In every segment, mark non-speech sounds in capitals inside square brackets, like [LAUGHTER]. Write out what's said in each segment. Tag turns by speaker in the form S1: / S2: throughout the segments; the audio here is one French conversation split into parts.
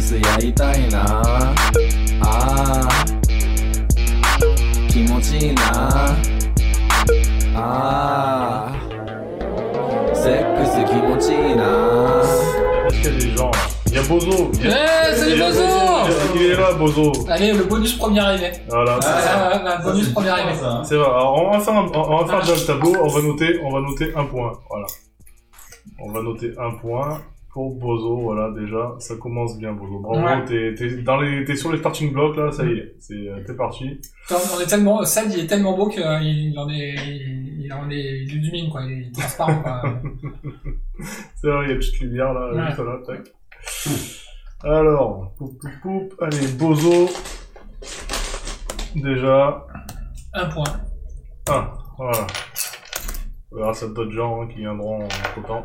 S1: スやりたいなああ気持ちいいなああセックス気持ちいいな
S2: Est-ce qu'il y a des gens Il y a Bozo
S3: Eh, salut
S2: Il y a
S3: Bozo
S2: Il est là, Bozo
S3: Allez, le bonus premier arrivé.
S2: Voilà.
S3: Ah, ouais, ouais, ouais, bonus premier arrivé.
S4: hein.
S2: C'est vrai, alors on va faire, un, on on va
S3: Ah.
S2: faire déjà le tableau, on va noter, on va noter un point, voilà. On va noter un point pour Bozo, voilà, déjà, ça commence bien Bozo. Bravo,
S3: Ouais. Mm.
S2: t'es, t'es, dans les, t'es sur les starting blocks là, ça y est, c'est, euh, t'es parti.
S3: Putain, on est tellement, Sad, il est tellement beau qu'il en est, il en est, il illumine, quoi. Il est transparent, [LAUGHS] quoi.
S2: C'est vrai, il y a une petite lumière là,
S3: Ouais.
S2: juste là, tac. Alors, poup, poup, poup, allez, Bozo, déjà,
S3: Un point.
S2: un, voilà. On verra ça d'autres gens hein, qui viendront entre temps.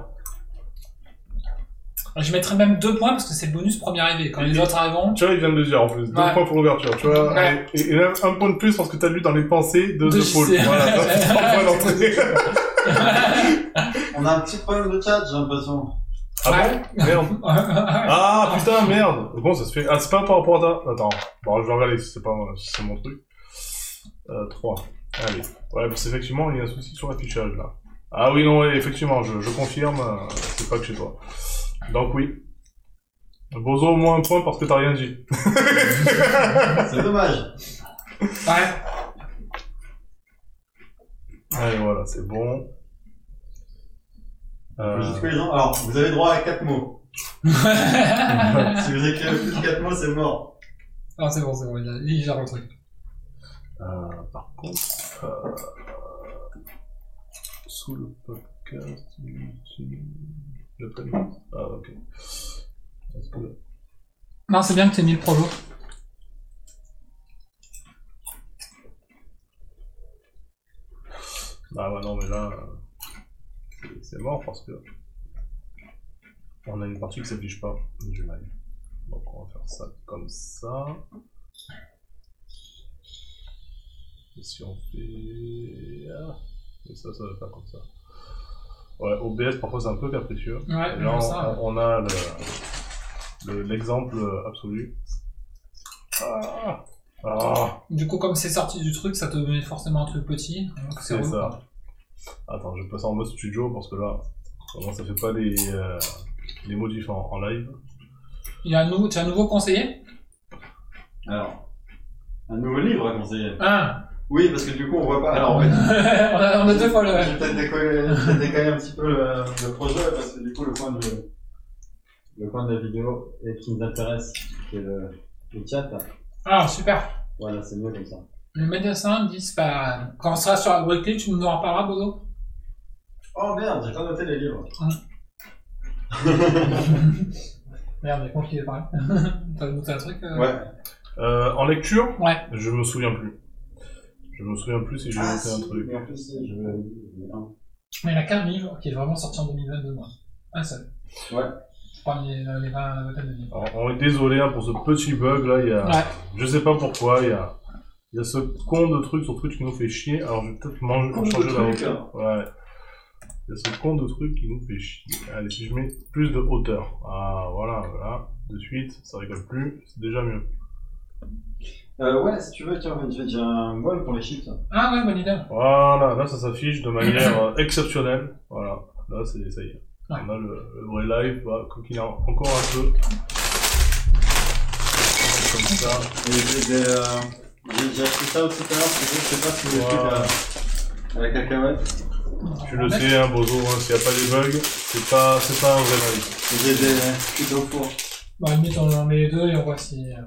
S3: Je mettrais même deux points parce que c'est le bonus premier arrivé. Quand les autres arriveront,
S2: Tu vois, il vient de le dire en plus. Deux
S3: Ouais.
S2: points pour l'ouverture, tu vois.
S3: Ouais.
S2: Et, et même un point de plus parce que t'as lu dans les pensées de,
S3: De
S2: de Paul.
S3: JC.
S2: Voilà, ça fait trois points d'entrée.
S3: [LAUGHS]
S4: On a un petit problème de chat, j'ai l'impression.
S2: Ah bon Merde.
S3: [LAUGHS]
S2: Ah putain, merde. Bon, ça se fait. Ah, c'est pas par rapport à ta. Attends. Bon, je vais regarder si c'est pas si c'est mon truc. Euh, 3. Allez. Ouais, parce qu'effectivement, il y a un souci sur l'affichage là. Ah oui, non, ouais, effectivement, je, je confirme. euh, C'est pas que chez toi. Donc oui. Bozo, au moins un point parce que t'as rien dit.
S4: C'est dommage.
S2: Euh.
S3: ouais.
S2: Allez, voilà, c'est bon.
S4: Faut
S2: Euh,
S4: Juste que les gens. Alors, vous avez droit à 4 mots. Si vous écrivez plus de 4 mots, c'est mort.
S3: non, c'est bon, c'est bon, il a- il gère le truc.
S2: [LAUGHS] Euh, par contre, euh, sous le podcast, YouTube, le prénom. Ah, ok. Est-ce que-
S3: Non, c'est bien que t'aies mis le projo.
S2: Ah, bah non, mais là, euh, c'est- c'est mort parce que on a une partie qui s'affiche pas du live. Donc, on va faire ça comme ça. Et si on fait. Ah, et ça, ça va faire comme ça. Ouais, OBS, parfois, c'est un peu capricieux.
S3: Ouais,
S2: Et là,
S3: comme ça.
S2: on, on a le- le- l'exemple absolu. Ah, ah,
S3: Du coup, comme c'est sorti du truc, ça te donnait forcément un truc petit. Donc
S2: c'est
S3: c'est relou,
S2: ça.
S3: quoi.
S2: Attends, je vais passer en mode studio parce que là, vraiment, ça fait pas les, euh, les modifs en, en live.
S3: Il y a un nouveau, tu as un nouveau conseiller
S4: Alors. Un nouveau livre à conseiller.
S3: Ah
S4: Oui, parce que du coup, on voit pas. Alors, en fait.
S3: [LAUGHS] on, a, on a deux fois le.
S4: J'ai peut-être décollé- j'ai peut-être décalé un petit peu le, le projet parce que du coup, le point de, le point de la vidéo et qui nous intéresse, c'est le, le chat.
S3: Ah, super
S4: Voilà, c'est mieux comme ça.
S3: Le médecin disparaît. Quand on sera sur la rubrique, tu nous en reparleras, Bozo
S4: Oh merde, j'ai pas noté les livres.
S3: Merde, j'ai compris, pareil. [LAUGHS] T'as noté un truc euh,
S4: Ouais.
S2: Euh, en lecture,
S3: Ouais.
S2: je me souviens plus. Je me souviens plus si j'ai
S4: Ah,
S2: noté
S4: si,
S2: un truc.
S4: Mais en plus, je l'avais dit, mais non.
S3: Mais il n'y a qu'un livre qui est vraiment sorti en 2022, moi. Ah, Un seul.
S4: Ouais.
S3: Parmi les, les 20 vingtaines de livres.
S2: Alors, on est désolé hein, pour ce petit bug là, il y a...
S3: Ouais.
S2: je sais pas pourquoi, il y a... il y a ce con de truc sur Twitch qui nous fait chier. Alors je vais peut-être manger
S4: Con de
S2: changer la
S4: truc,
S2: hauteur. Ouais. Il y a ce con de truc qui nous fait chier. Allez, si je mets plus de hauteur. Ah voilà, voilà. De suite, ça rigole plus, c'est déjà mieux.
S4: Euh, ouais, si tu veux, tiens, j'ai j'ai un bol pour les chips.
S3: Ah ouais, bonne idée.
S2: Voilà, là ça s'affiche de manière euh, exceptionnelle. Voilà, là c'est ça y est.
S3: Ouais.
S2: On a le, le vrai live, bah, comme qu'il y en a encore un peu. Comme ça.
S4: Et j'ai des, euh, j'ai- j'ai acheté ça aussi tout à l'heure, parce que je sais pas si vous
S2: Wow.
S4: avez fait de la, de la cacahuète.
S2: Tu le sais, hein, Bozo, hein, s'il n'y a pas des bugs, c'est pas, c'est pas un vrai live.
S4: Et J'ai des trucs au four.
S3: Bah, limite, on en met les deux et on voit si. euh,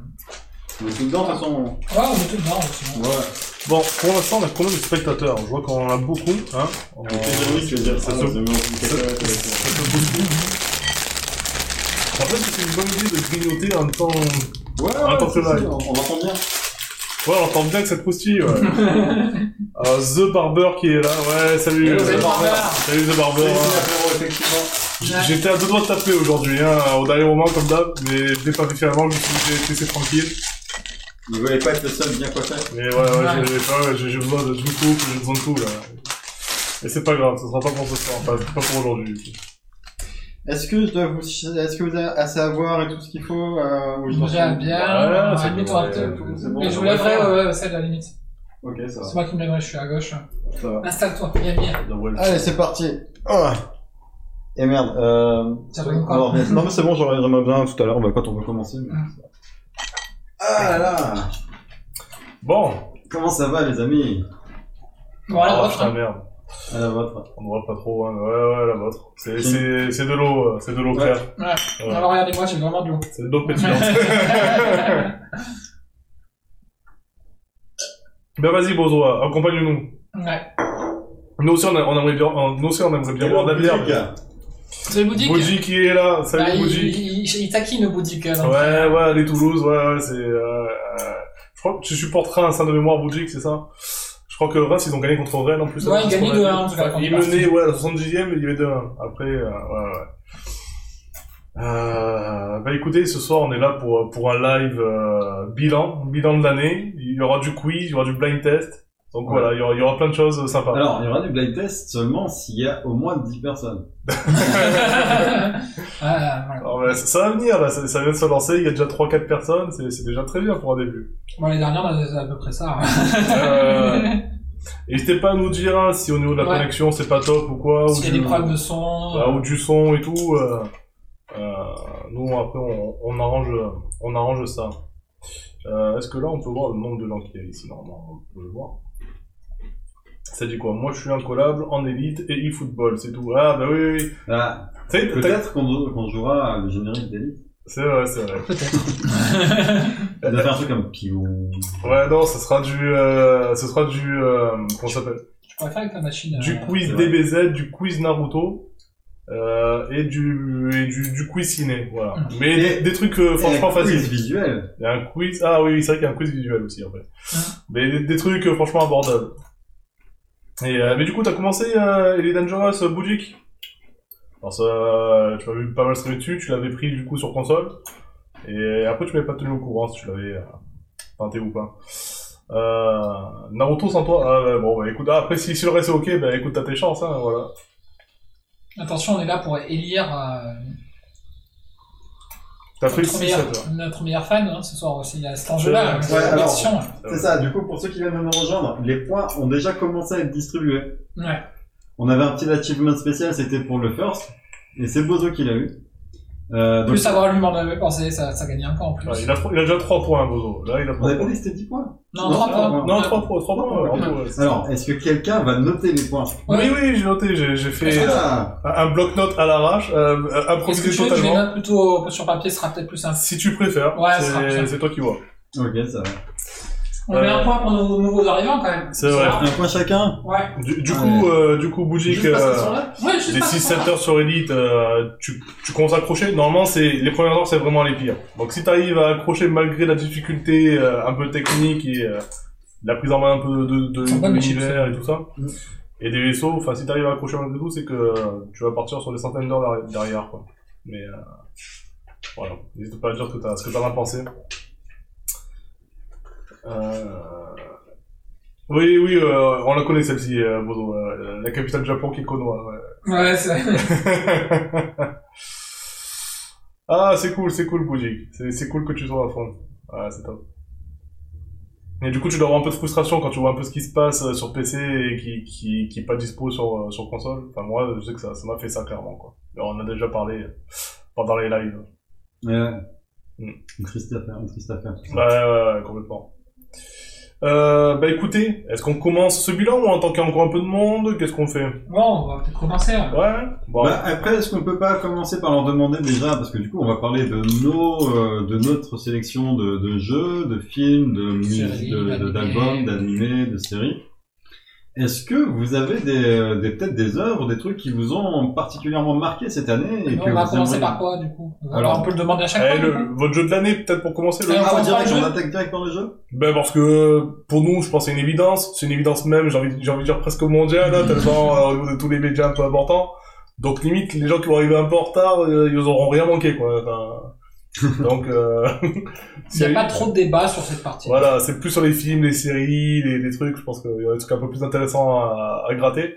S4: On est tout dedans, de toute façon.
S3: Ouais, on met tout dedans, hein. sinon.
S4: Ouais.
S2: Bon, pour l'instant, on a combien de spectateurs Je vois qu'on en a beaucoup. Hein On-
S4: Euh, tu veux dire
S2: ça,
S4: ça,
S2: se-
S4: se met en cacahuète avec,
S2: ça se bouscule. En fait, c'est une bonne idée de grignoter en même temps. Ouais,
S4: euh, Ouais,
S2: Attends,
S4: ouais,
S2: c'est
S4: si,
S2: live.
S4: si, on on entend bien.
S2: on entend bien que ça te croustille. [LAUGHS] Ouais. Euh, The Barber qui est là. Ouais, salut.
S4: Hello,
S2: euh,
S4: The Barber.
S2: Salut The Barber.
S4: Ouais,
S2: hein.
S4: effectivement.
S3: Ouais.
S2: J'étais à deux doigts de taper aujourd'hui, hein, au dernier moment comme d'hab, mais je l'ai pas fait finalement, je me suis j'ai laissé tranquille.
S4: Il voulait pas être le seul bien coiffé.
S2: Mais ouais, ouais,
S3: Ouais.
S2: j'ai- ouais, j'ai j'ai besoin de tout couple, j'ai besoin de tout là. Et c'est pas grave, ce sera pas pour ce soir, enfin, c'est pas pour aujourd'hui.
S4: Est-ce que je dois vous, est-ce que vous avez à savoir et tout ce qu'il faut euh, ou je m'en
S3: Déjà
S4: fous
S2: Ouais,
S3: bien,
S2: c'est
S3: à la limite,
S2: bon,
S3: on va
S2: ouais,
S3: peut-être-
S2: c'est bon,
S3: Mais je
S2: on
S3: vous
S2: va
S3: lèverai
S2: faire.
S3: euh, celle à la limite.
S4: Ok, ça
S3: C'est moi qui me lèverai, je suis à gauche.
S4: va. Ça va.
S3: Installe-toi, viens, viens.
S2: La voile.
S4: Allez, c'est parti. Ah. Et merde. Euh...
S3: Ça va encore.
S4: alors, mais- non mais c'est bon, j'aurais j'en ai besoin tout à l'heure. Bah, quand on va commencer. mais- Ah là là.
S2: Bon.
S4: Comment ça va, les amis
S3: Bon, alors,
S2: Ah,
S3: votre,
S2: putain,
S3: hein.
S2: merde.
S4: À la vôtre.
S2: On voit pas trop, hein. Ouais, ouais, la vôtre. C'est,
S4: Qui
S2: c'est, c'est de l'eau, euh, c'est de l'eau
S4: Ouais.
S2: claire.
S3: Ouais.
S2: Ouais.
S3: alors regardez-moi, j'ai vraiment de l'eau.
S2: C'est de l'eau
S3: [LAUGHS]
S2: pétillante. ben vas-y, Bozo, accompagne-nous.
S3: ouais.
S2: Nous aussi, on, a- on aimerait bien, on- nous aussi, on aimerait bien boire de la bière.
S3: C'est le bouddhique.
S2: Bougie qui est là. Salut,
S3: Bah, il,
S2: Bougie.
S3: il, il- il taquine le bouddhique. euh, donc.
S2: Ouais, ouais, les Toulouse, ouais, ouais, c'est. euh, euh, je crois que tu supportes Reims, hein, de mémoire, Boudjik, c'est ça Je crois que Reims, ils ont gagné contre Rennes en plus.
S3: Ouais,
S2: hein,
S3: ils
S2: c'est ce
S3: gagnaient
S2: qu'on a
S3: 2-1,
S2: dit.
S3: je crois,
S2: Ils
S3: contre [LAUGHS]
S2: menaient, ouais, à la 70ème, il y avait 2-1. Après, euh, ouais, ouais. Euh, bah écoutez, ce soir, on est là pour, pour un live euh, bilan, bilan de l'année. Il y aura du quiz, il y aura du blind test. Donc
S4: Ouais.
S2: voilà, il y, aura, il y aura plein de choses sympas.
S4: Alors, il y aura du blind test seulement s'il y a au moins 10 personnes.
S3: Ah, voilà.
S2: Alors, bah, ça, ça va venir, là, ça, ça vient de se lancer, il y a déjà 3-4 personnes, c'est c'est déjà très bien pour un début.
S3: Bon, les dernières, on a- c'est à peu près ça. hein.
S2: Oh, Euh, N'hésitez pas à nous dire hein, si au niveau de la
S3: Ouais.
S2: connexion c'est pas top ou quoi, ou
S3: S'il y a
S2: du,
S3: des problèmes de son.
S2: ah, ou du son et tout. euh, euh, nous après on, on arrange, on arrange ça. Euh, Est-ce que là on peut voir le nombre de gens qu'il y a ici Normalement on peut le voir. Ça dit quoi Moi je suis incollable en élite et e-football, c'est tout. Ah bah oui, oui, oui.
S4: Ah,
S2: C'est
S4: Peut-être qu'on qu'on jouera le générique d'élite.
S2: c'est vrai, c'est vrai.
S4: On va faire un truc comme Piou.
S2: Ouais, non, ce sera du. euh, ce sera du. euh, comment ça s'appelle
S3: Tu pourrais faire avec ta machine. euh,
S2: du quiz
S4: c'est vrai.
S2: DBZ, du quiz Naruto euh, et, du, et du, du quiz ciné. Voilà.
S3: Mm.
S2: Mais
S4: Et-
S2: des, des trucs euh, franchement
S4: Et un quiz
S2: faciles.
S4: visuel.
S2: Il y a un quiz. Ah oui, oui, c'est vrai qu'il y a un quiz visuel aussi en fait. Mais des, des trucs euh, franchement abordables. Et, euh, mais du coup, t'as commencé euh, Elite Dangerous euh, Boudic Alors ça, euh, tu m'avais pas mal streamé dessus, tu l'avais pris du coup sur console. Et après, tu m'avais pas tenu au courant si tu l'avais euh, peinté ou pas. Euh, Naruto sans toi Ah ouais, bon, bah écoute, ah, après si, si le reste est ok, bah écoute, t'as tes chances, hein, voilà.
S3: Attention, on est là pour élire euh,
S2: T'as fait le
S3: notre,
S2: 6 à toi.
S3: meilleur, notre meilleur fan hein, ce soir aussi. Il y a cet enjeu-là.
S2: Ouais,
S3: c'est la
S4: alors-
S3: compétition.
S4: C'est ça, du coup, pour ceux qui viennent de nous rejoindre, les points ont déjà commencé à être distribués.
S3: Ouais.
S4: On avait un petit achievement spécial, c'était pour le first, et c'est Bozo qui l'a eu. Euh, donc,
S3: Plus avoir l'humour de la pensée, ça, ça gagne un point en plus.
S2: Ah, Ouais, il, a, il a déjà 3 points, Bozo. Là, il a
S4: on
S2: 3
S4: avait pas
S2: points.
S4: dit que c'était 10 points.
S3: Non,
S4: Non,
S3: 3
S4: non,
S3: points.
S2: Non, 3 points, 3
S4: Trois
S2: points.
S4: points,
S2: ouais,
S4: ok.
S2: en tout, ouais.
S4: Alors, est-ce que quelqu'un va noter les points
S2: Oui, oui, j'ai noté, j'ai j'ai fait euh,
S4: Ah,
S2: un bloc-notes à l'arrache, euh,
S3: Est-ce que
S2: improvisé
S3: tu veux que je les
S2: totalement.
S3: note plutôt au- sur papier, ce sera peut-être plus simple.
S2: Si tu préfères,
S3: Ouais, ce sera plus
S2: c'est
S3: simple.
S2: c'est toi qui vois.
S4: Ok, ça va.
S3: On met
S2: Euh,
S3: un point pour nos nouveaux arrivants quand même.
S2: C'est vrai.
S3: Ça va
S4: Un point chacun
S3: Ouais.
S2: Du, du
S4: Ouais.
S2: coup, euh, du coup, Boudjik,
S4: Juste parce
S2: euh,
S4: qu'ils sont là
S3: Ouais, je
S2: les
S3: sais pas.
S2: 6-7 heures sur Elite, euh, tu, tu commences à accrocher. Normalement, c'est les premières heures, c'est vraiment les pires. Donc, si t'arrives à accrocher malgré la difficulté euh, un peu technique et euh, la prise en main un peu de, de,
S3: Sympa,
S2: de
S3: mais
S2: l'univers et tout ça,
S4: Mm.
S2: et des vaisseaux, enfin, si t'arrives à accrocher malgré tout, c'est que euh, tu vas partir sur des centaines d'heures derri- derrière, quoi. Mais euh, voilà, n'hésite pas à dire ce que t'as- ce que t'en as pensé. Euh... Oui, oui, euh, on la connaît celle-ci, euh, Bodo, euh, la capitale du Japon qui est Konoha. ouais.
S3: Ouais, c'est vrai.
S2: [LAUGHS] ah, c'est cool, c'est cool, Boudjik. C'est c'est cool que tu sois à fond. Ah, c'est top. Et du coup, tu dois avoir un peu de frustration quand tu vois un peu ce qui se passe euh, sur PC et qui, qui, qui est pas dispo sur, euh, sur console. Enfin, moi, je sais que ça ça m'a fait ça clairement, quoi. Alors, on en a déjà parlé euh, pendant les lives.
S4: Ouais. hein,
S2: Mm.
S4: Une triste affaire, une triste affaire.
S2: Ouais, ouais, ouais, complètement. Euh, bah écoutez, est-ce qu'on commence ce bilan ou en tant qu'il y a encore un peu de monde, qu'est-ce qu'on fait
S3: Bon, on va peut-être commencer. hein.
S2: Ouais, bon.
S4: Bah, après, est-ce qu'on peut pas commencer par leur demander déjà, parce que du coup, on va parler de nos, euh, de notre sélection de, de jeux, de films, de musique,
S3: Séries,
S4: de- de-
S3: d'animés.
S4: d'albums, d'animés, de séries. Est-ce que vous avez des, euh, des peut-être des œuvres, des trucs qui vous ont particulièrement marqué cette année et
S3: Bon,
S4: que
S3: on va
S4: vous
S3: commencer
S4: aimeriez-
S3: par quoi du coup On va-
S4: Alors-
S3: on peut le demander à chaque
S2: Eh,
S3: fois. du
S2: le-
S3: coup
S2: votre jeu de l'année, peut-être pour commencer le
S3: Ouais.
S4: Ah,
S3: On
S4: on dirait
S3: parle
S4: qu'on
S3: jeu
S4: attaque direct par le jeu
S2: Ben parce que pour nous, je pense que c'est une évidence, c'est une évidence même, j'ai envie, de- j'ai envie de dire presque mondiale, hein, tellement euh, au niveau de tous les médias un peu importants. Donc limite, les gens qui vont arriver un peu en retard, euh, ils auront rien manqué, quoi. Enfin, donc, euh,
S3: Il n'y
S2: s'il
S3: a
S2: y a
S3: pas
S2: eu-
S3: trop de débat sur cette partie.
S2: Voilà, c'est plus sur les films, les séries, les, les trucs, je pense qu'il y a des hein. trucs un peu plus intéressants à, à gratter.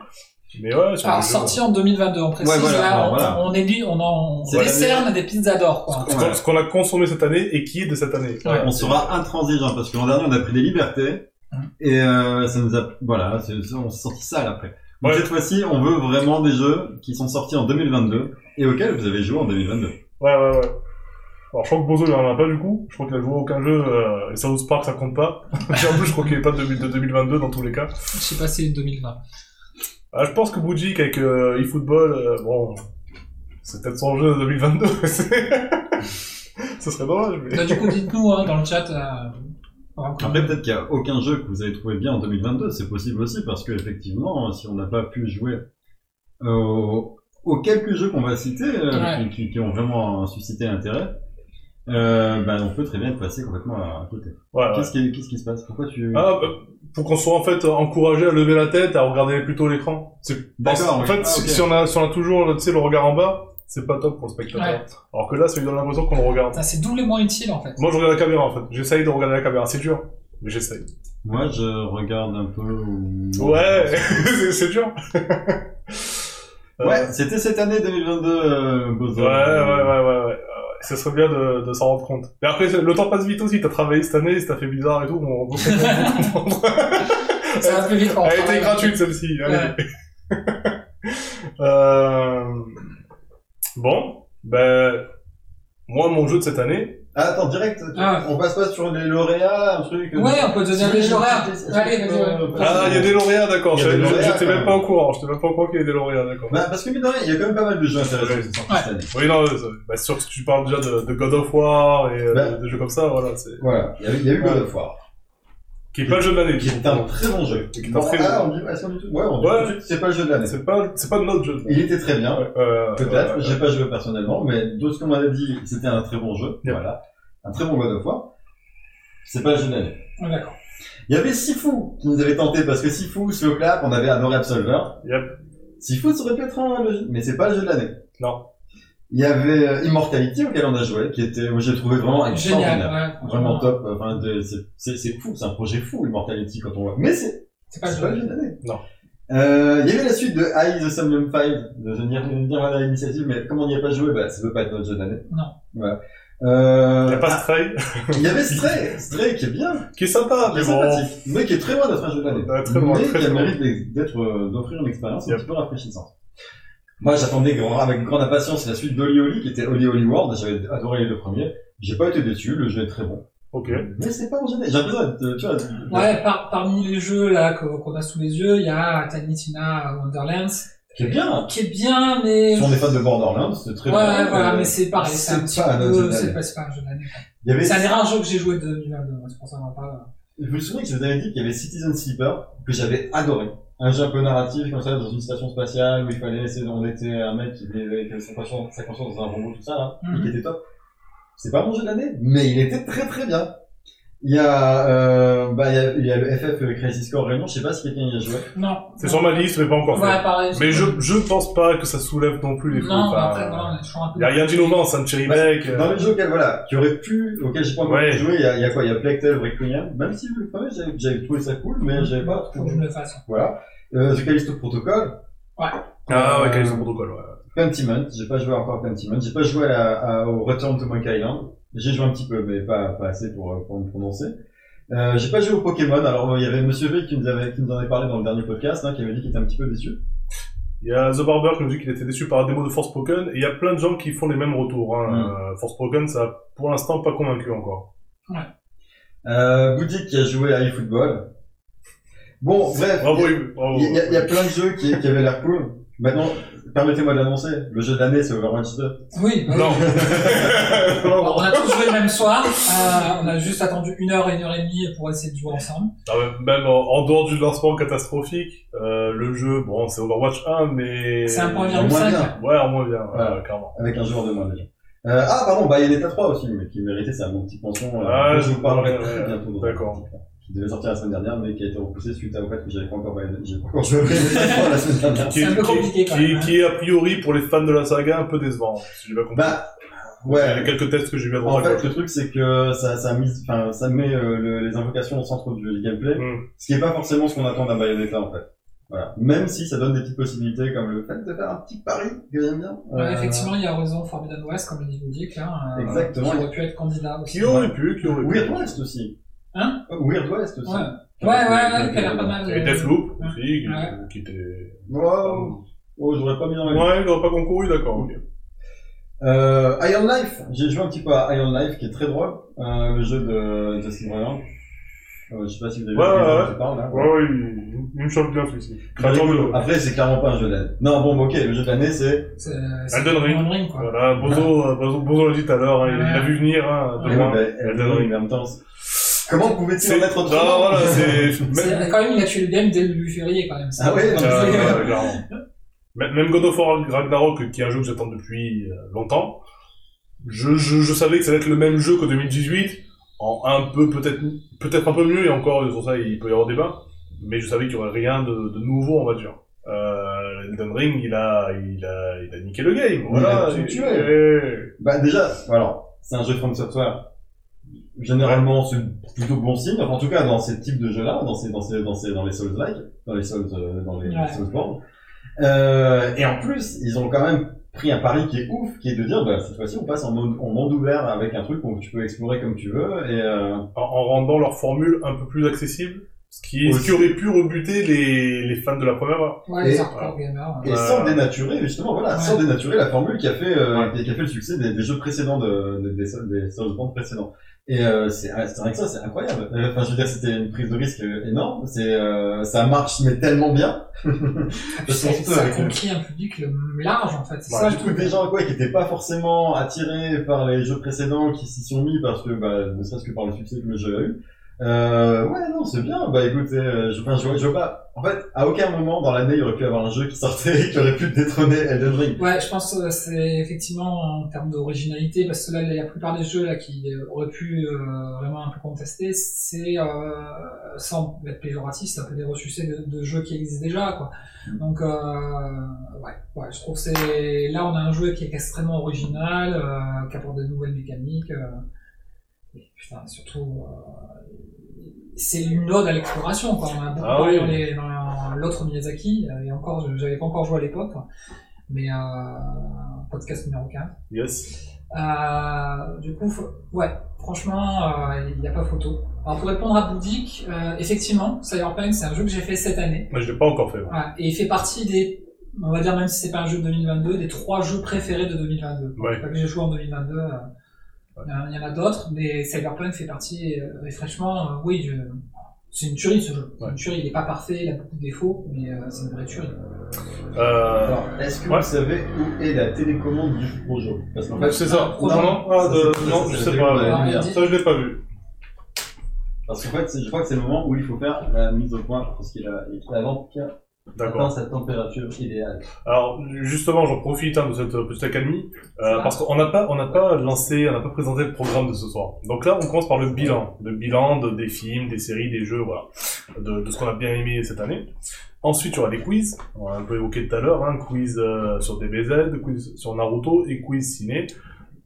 S2: Mais ouais, sur le
S3: Alors,
S2: jeu,
S3: sorti en 2022, on précise,
S4: Ouais, voilà,
S3: là,
S4: alors,
S3: on,
S4: voilà.
S3: on est dit, on, en,
S4: C'est
S3: on
S4: la
S3: décerne des pizzas d'or, quoi.
S2: Ce qu'on- ce qu'on a consommé cette année et qui est de cette année.
S4: On sera intransigeant parce que l'an dernier on a pris des libertés
S3: Hein.
S4: et euh, ça nous a voilà c'est- c'est- on s'est sorti sale après. Donc
S2: Ouais.
S4: cette fois-ci on veut vraiment des jeux qui sont sortis en 2022 et auxquels vous avez joué en 2022.
S2: Ouais, ouais, ouais. Alors, je crois que Bozo, il en a pas du coup. Je crois qu'il a joué à aucun jeu, euh, et South Park, ça compte pas. [LAUGHS] Et en plus, je crois qu'il est pas de 2000 de 2022 dans tous les cas.
S3: Je sais pas si c'est 2020.
S2: Ah, je pense que Boujik avec euh, eFootball, euh, bon, c'est peut-être son jeu de [LAUGHS] 2022. Ce serait dommage, mais.
S3: Bah, du coup, dites-nous, hein, dans le chat, euh, vraiment, comment-
S4: Après peut-être qu'il y a aucun jeu que vous avez trouvé bien en 2022, c'est possible aussi parce que effectivement si on n'a pas pu jouer au- aux quelques jeux qu'on va citer euh,
S3: Ouais.
S4: qui, qui- qui ont vraiment suscité intérêt, euh, ben, on peut très bien être passé complètement à, à côté.
S2: Ouais, Ah ouais.
S4: Qu'est-ce qui qu'est-ce qui se passe Pourquoi tu
S2: Ah, bah, pour qu'on soit en fait encouragé à lever la tête, à regarder plutôt l'écran. C'est- bah,
S4: D'accord,
S2: En
S4: oui.
S2: fait,
S4: Ah,
S2: si,
S4: ok.
S2: si on a, si on a toujours, tu sais, le regard en bas, c'est pas top pour le spectateur.
S3: Ouais.
S2: Alors que là, ça lui donne l'impression qu'on le regarde.
S3: Putain, C'est doublement utile, en
S2: [LAUGHS]
S3: fait.
S2: Moi, je regarde la caméra, en fait. J'essaye de regarder la caméra. C'est dur, mais j'essaye.
S4: Moi, je regarde un peu. où-
S2: Ouais, [LAUGHS] c'est- c'est dur. Euh,
S4: Ouais, c'était cette année 2022, euh, Bozo.
S2: Ouais, ouais, ouais, ouais, ouais, ouais. Ça serait bien de, de s'en rendre compte. Mais après, le temps passe vite aussi. T'as travaillé cette année, ça fait bizarre et tout.
S4: [LAUGHS]
S2: On on peut comprendre.
S3: Ça va plus vite quand on
S2: Elle était
S3: travaille.
S2: gratuite celle-ci. allez.
S3: Ouais.
S2: Euh, Bon, ben moi mon jeu de cette année.
S4: Ah, attends, direct. tu-
S3: Ah.
S4: On passe pas sur les lauréats, un truc. euh,
S3: Ouais, on peut donner les lauréats.
S4: Est-ce que
S3: Allez,
S4: tu euh,
S3: vas-y,
S4: peux-
S3: ouais.
S2: Ah, il y a des lauréats, d'accord.
S4: Il y a des
S2: J'étais
S4: lauréats,
S2: j'étais
S4: quand
S2: même
S4: même.
S2: pas au courant. J'étais même pas au courant qu'il y avait des lauréats, d'accord.
S4: Bah, parce que mine de rien, il y a quand même pas mal de jeux intéressants qui sont sortis
S3: Ouais.
S4: cette année.
S2: Oui, non, c'est bah, c'est sûr que tu parles déjà de, de God of War et euh,
S4: Ben.
S2: de, de jeux comme ça, voilà. c'est-
S4: Voilà, il y a, il y a eu
S2: Ouais.
S4: God of War,
S2: Qui est pas le jeu de l'année.
S4: qui est un très bon jeu.
S2: Qui est un très bon
S4: ah, on dit, ah, si on dit tout. Ouais, on dit
S2: Ouais.
S4: tout de suite, c'est pas le jeu de l'année.
S2: C'est pas, c'est pas notre jeu. de l'année.
S4: Il était très bien,
S2: Euh,
S4: peut-être.
S2: euh,
S4: J'ai pas joué personnellement, mais de ce qu'on m'a dit, c'était un très bon jeu.
S2: Ouais.
S4: Voilà, un très bon God of War. C'est pas le jeu de l'année.
S3: Ouais, D'accord.
S4: Il y avait Sifu qui nous avait tenté parce que Sifu, Slow Clap, on avait adoré Absolver.
S2: Yep.
S4: Sifu, ça aurait pu être un jeu, mais c'est pas le jeu de l'année.
S2: Non.
S4: Il y avait euh, Immortality auquel on a joué, qui était, moi j'ai trouvé vraiment
S3: Génial,
S4: extraordinaire.
S3: ouais.
S4: Vraiment top. euh, Enfin, de- c'est- c'est c'est fou, c'est un projet fou, Immortality, quand on voit. Mais c'est
S3: C'est pas
S4: c'est
S3: le
S4: pas le
S3: jeu.
S4: jeu de l'année.
S2: Non.
S4: Euh, il y avait la suite de Eye the Somnium 5, de venir à l'initiative, mais comme on n'y a pas joué, bah, ça peut pas être notre jeu de l'année.
S3: Non.
S4: Voilà. Euh,
S2: Il y a pas
S4: ah,
S2: Stray,
S4: il y avait Stray, Stray qui est bien,
S2: qui est sympa,
S4: qui
S2: mais
S4: est
S2: bon.
S4: sympathique, Ah, mais qui est très loin d'être un jeu de l'année.
S2: Ouais, très loin,
S4: mais
S2: très,
S4: qui a le
S2: très
S4: mérite d'ex- d'être, euh, d'offrir une expérience un
S2: Yep.
S4: petit peu rafraîchissante. Moi, j'attendais grand- avec grande impatience la suite d'Oli Oli, qui était Oli Oli World. J'avais adoré les deux premiers. J'ai pas été déçu, le jeu est très bon.
S2: Ok.
S4: Mais c'est pas mon jeu. de l'année. J'ai l'impression d'être, euh, tu vois, de-
S3: Ouais, par, parmi les jeux là que- qu'on a sous les yeux, il y a Tiny Tina Wonderlands,
S4: qui est bien.
S3: qui est bien, mais
S4: Si on est fan de Borderlands, c'est très
S3: ouais,
S4: bien.
S3: ouais, voilà,
S4: Euh,
S3: mais c'est pareil, c'est un
S4: c'est
S3: petit
S4: pas un autre jeu de
S3: peu, c'est
S4: l'année.
S3: pas, c'est pas un jeu de l'année.
S4: Il y avait,
S3: C'est un des rares jeux que j'ai joué de 2022, c'est pour ça qu'on va pas.
S4: je me souviens que je vous avais dit qu'il y avait Citizen Sleeper, que j'avais adoré. Un jeu un peu narratif, comme ça, dans une station spatiale, où il fallait essayer, on était un mec qui vivait avec sa conscience, sa conscience dans un robot, tout ça, là. qui
S3: Mhm.
S4: était top. C'est pas mon jeu de l'année, mais il était très très bien. Il y a, euh, bah, il y a, il y a le FF euh, Crazy Score Raymond, je sais pas si quelqu'un y a joué.
S3: Non.
S2: C'est sur ma liste, mais pas encore fait.
S3: Ouais, pareil.
S2: Mais je, je pense pas que ça soulève non plus les fous.
S3: Non, mais
S2: enfin,
S3: après, non, je suis un
S2: Il y a
S3: peu.
S2: rien d'innovance, un cherry Beck, euh,
S4: Bah, Dans les jeux auxquels, voilà, qui aurait pu, auquel j'ai pas encore
S2: Ouais.
S4: joué, il y a, il y a quoi? Il y a Plague Tale, Break Queen, même si le premier, j'avais, j'avais trouvé ça cool, mais j'avais pas
S3: Faut que je
S4: trouvé.
S3: me le fasse.
S4: Voilà. Euh, The Callisto Protocol.
S3: Ouais.
S2: Ah ouais,
S4: Euh,
S2: Callisto Protocol, ouais.
S4: Pentiment, j'ai pas joué encore à Pentiment, j'ai pas joué à, la- à- au Return to Monkey Island, j'ai joué un petit peu, mais pas, pas assez pour, euh, pour me prononcer. Euh, j'ai pas joué au Pokémon, alors euh, il y avait Monsieur V qui nous, avait, qui nous en avait parlé dans le dernier podcast, hein, qui avait dit qu'il était un petit peu déçu.
S2: Il y a The Barber qui nous dit qu'il était déçu par la démo de Force Spoken, et il y a plein de gens qui font les mêmes retours.
S4: Mm.
S2: Hein. Euh, Force Spoken, ça a pour l'instant pas convaincu encore.
S4: Euh, Boudic qui a joué à eFootball. Bon, bref,
S2: Bravo, Yves, bravo.
S4: il y, a- il y a- il y a plein de jeux qui, qui avaient l'air cool. Maintenant, permettez-moi de l'annoncer, le jeu de l'année c'est Overwatch 2.
S3: [LAUGHS] Oui, bah
S2: Non.
S3: oui.
S2: Non,
S3: Alors,
S2: non.
S3: on a tous joué le même soir. euh, on a juste attendu une heure, une heure et demie pour essayer de jouer ensemble.
S2: [LAUGHS] Ah ouais, même en, en dehors du lancement catastrophique, euh, le jeu, bon, c'est Overwatch 1, mais...
S3: C'est un
S4: Au moins
S3: 1,5.
S4: bien,
S2: Ouais, au moins bien, ouais,
S4: Voilà.
S2: clairement.
S4: avec un joueur de moins déjà. Euh, ah pardon, Bayonetta 3 aussi, mais qui méritait ça, mon petit pension. euh,
S2: Ah,
S4: dont je
S2: je-
S4: vous parlerai
S2: ouais,
S4: très
S2: ouais,
S4: bientôt. dans-
S2: d'accord.
S4: Qui devait sortir la semaine dernière, mais qui a été repoussé suite au fait que j'avais pas encore Bayonetta- j'ai pas encore joué à Bayonetta 3 la semaine
S2: [LAUGHS]
S4: dernière.
S3: C'est un peu compliqué, quand
S2: qui-
S3: même, hein.
S2: qui est, a priori, pour les fans de la saga, un peu décevant, si j'ai bien compris.
S4: Bah,
S2: Il y a
S4: ouais.
S2: quelques tests que j'ai vu à droite
S4: En
S2: à
S4: fait,
S2: gauche.
S4: le truc, c'est que ça, ça, mise, enfin, ça met euh, le- les invocations au centre du gameplay,
S2: Mm.
S4: ce qui est pas forcément ce qu'on attend d'un Bayonetta, en fait. Voilà. Même si ça donne des petites possibilités comme le fait de faire un petit pari que j'aime bien.
S3: Ouais,
S4: Euh,
S3: effectivement, il y a Horizon Forbidden West, comme le dit Boudic, là. euh,
S4: Exactement.
S3: Qui aurait pu être candidat aussi.
S2: Qui aurait pu, qui aurait pu.
S4: Weird West aussi.
S3: Hein
S4: Oh, Weird West aussi.
S3: Ouais. Ouais, ouais, ouais, qui a l'air pas mal.
S2: Et
S3: euh,
S2: Deathloop
S3: Ouais.
S2: aussi, qui,
S3: Ouais.
S2: qui était.
S4: Wow. Oh, j'aurais pas mis dans les
S2: Ouais, il aurait pas concouru, d'accord. ok.
S4: Euh, Iron Life, j'ai joué un petit peu à Iron Life qui est très drôle, euh, le jeu de Justin Roiland. Euh, je sais pas si vous avez
S2: Ouais,
S4: vu
S2: ouais,
S4: de quoi je parle, là.
S2: Ouais, ouais, il, il me choque bien euh, celui-ci. Créateur de.
S4: Après, c'est clairement pas un jeu de l'année. Non, bon, ok, le jeu de l'année, c'est...
S3: c'est- euh, c'est
S2: Elden Ring.
S3: Elden Ring, quoi.
S2: Voilà, Bozo, euh, Bozo, Bozo l'a dit tout à l'heure, hein, il
S3: Ouais.
S2: l'a vu venir, hein, de
S4: Eh
S2: loin.
S4: ben, elle
S2: Elden Ring.
S4: en même temps. c'est- Comment pouvait-il en être
S2: Non,
S4: autrement
S2: voilà,
S3: [LAUGHS]
S2: c'est.
S3: C'est-
S2: Même,
S3: Quand même, il a tué le game dès le début février, quand même. ça.
S4: Ah ouais, non, mais
S2: Euh,
S4: c'est-
S2: ouais, clairement. Même même God of War Ragnarok, qui est un jeu que j'attends depuis euh, longtemps, je, je, je savais que ça allait être le même jeu que 2018, en un peu, peut-être peut-être un peu mieux, et encore, sur ça, il peut y avoir débat, mais je savais qu'il y aurait rien de, de nouveau, on va dire. Euh, Elden Ring, il a, il a, il a niqué le game, voilà.
S4: tout
S2: Et-
S4: tué.
S2: et-
S4: Bah déjà, alors, c'est un jeu from software. Généralement, c'est plutôt bon signe. Enfin, en tout cas, dans ces types de jeux-là, dans ces, dans ces, dans ces, dans les Souls-like, dans les Souls, euh, dans les
S3: Ouais.
S4: Soulsborne. Euh, et en plus, ils ont quand même pris un pari qui est ouf, qui est de dire, bah, cette fois-ci, on passe en mode, en monde ouvert avec un truc où tu peux explorer comme tu veux, et euh,
S2: en, en rendant leur formule un peu plus accessible, ce qui, ce
S4: Aussi.
S2: qui aurait pu rebuter les, les fans de la première heure.
S3: Ouais, les
S4: Et-
S3: hardcore gamers. ouais.
S4: Et
S2: Ouais.
S4: sans dénaturer, justement, voilà,
S3: Ouais.
S4: sans dénaturer la formule qui a fait, euh,
S2: Ouais.
S4: qui- qui a fait le succès des, des jeux précédents, de, de- des, des Soulsborne précédents. Et euh, c'est c'est vrai que ça, c'est incroyable. Euh, Enfin, je veux dire, c'était une prise de risque euh, énorme. C'est, euh, ça marche, mais
S3: [LAUGHS]
S4: tellement bien.
S3: Et puis,
S4: Parce
S3: ça,
S4: qu'on peut
S3: ça a
S4: avec-
S3: conquis un public le- large, en fait. C'est
S2: Ouais,
S3: ça,
S4: du coup, des gens quoi, qui n'étaient pas forcément attirés par les jeux précédents, qui s'y sont mis parce que, bah, ne serait-ce que par le succès que le jeu a eu. Euh, ouais, non, c'est bien. Bah, écoutez, euh, je, enfin, je, vois- je vois pas. En fait, à aucun moment dans l'année, il aurait pu y avoir un jeu qui sortait [LAUGHS] et qui aurait pu détrôner Elden Ring.
S3: Ouais, je pense que c'est effectivement en termes d'originalité, parce que là, la plupart des jeux là, qui euh, auraient pu euh, vraiment un peu contester, c'est, euh, sans être péjoratif, c'est un peu des ressucés de, de jeux qui existent déjà. quoi.
S4: Mm.
S3: Donc, euh, ouais, ouais, je trouve que c'est... Là, on a un jeu qui est extrêmement original, euh, qui apporte de nouvelles mécaniques. euh, et putain, surtout, euh, c'est une ode à l'exploration. quoi. On a beaucoup
S2: Ah
S3: parlé
S2: oui.
S3: dans les- dans l'autre Miyazaki, euh, et encore, je- j'avais pas encore joué à l'époque, mais euh, podcast numéro 15.
S2: Yes.
S3: Euh, du coup, faut- ouais, franchement, euh, il n'y a pas photo. Alors pour répondre à Boudic, euh, effectivement, Cyberpunk, c'est un jeu que j'ai fait cette année.
S2: Moi, je l'ai pas encore fait.
S3: Ouais, et il fait partie des, on va dire même si c'est pas un jeu de 2022, des trois jeux préférés de 2022.
S2: Ouais.
S3: Pas que j'ai joué en 2022. euh, Il y en a- il y en a d'autres, mais Cyberpunk fait partie. euh, et franchement, euh, oui, je- c'est une tuerie ce jeu. C'est Une tuerie, il n'est pas parfait, il a beaucoup de défauts, mais euh, c'est une vraie tuerie.
S2: Euh,
S4: Alors, est-ce que
S2: Ouais.
S4: vous savez où est la télécommande du projet Parce qu'en fait,
S2: c'est ça.
S3: projet.
S2: Non, non, ah,
S4: Ça,
S2: de-
S4: c'est-
S2: non,
S4: ça,
S2: je
S4: c'est
S2: sais
S4: la
S2: pas.
S4: découverte.
S2: ouais. Ça, je l'ai pas vu.
S4: parce qu'en fait, c'est- je crois que c'est le moment où il faut faire la mise au point parce qu'il a, la lampe qui a atteint
S2: D'accord.
S4: sa température idéale.
S2: Alors, justement, j'en profite hein, de cette euh, petite accalmie, euh,
S3: Ça va.
S2: parce qu'on n'a pas, on n'a pas lancé, on n'a pas présenté le programme de ce soir. Donc là, on commence par le bilan, le bilan de- des films, des séries, des jeux, voilà, de, de ce qu'on a bien aimé cette année. Ensuite, il y aura des quiz. On a un peu évoqué tout à l'heure, hein, quiz euh, sur DBZ, quiz sur Naruto et quiz ciné.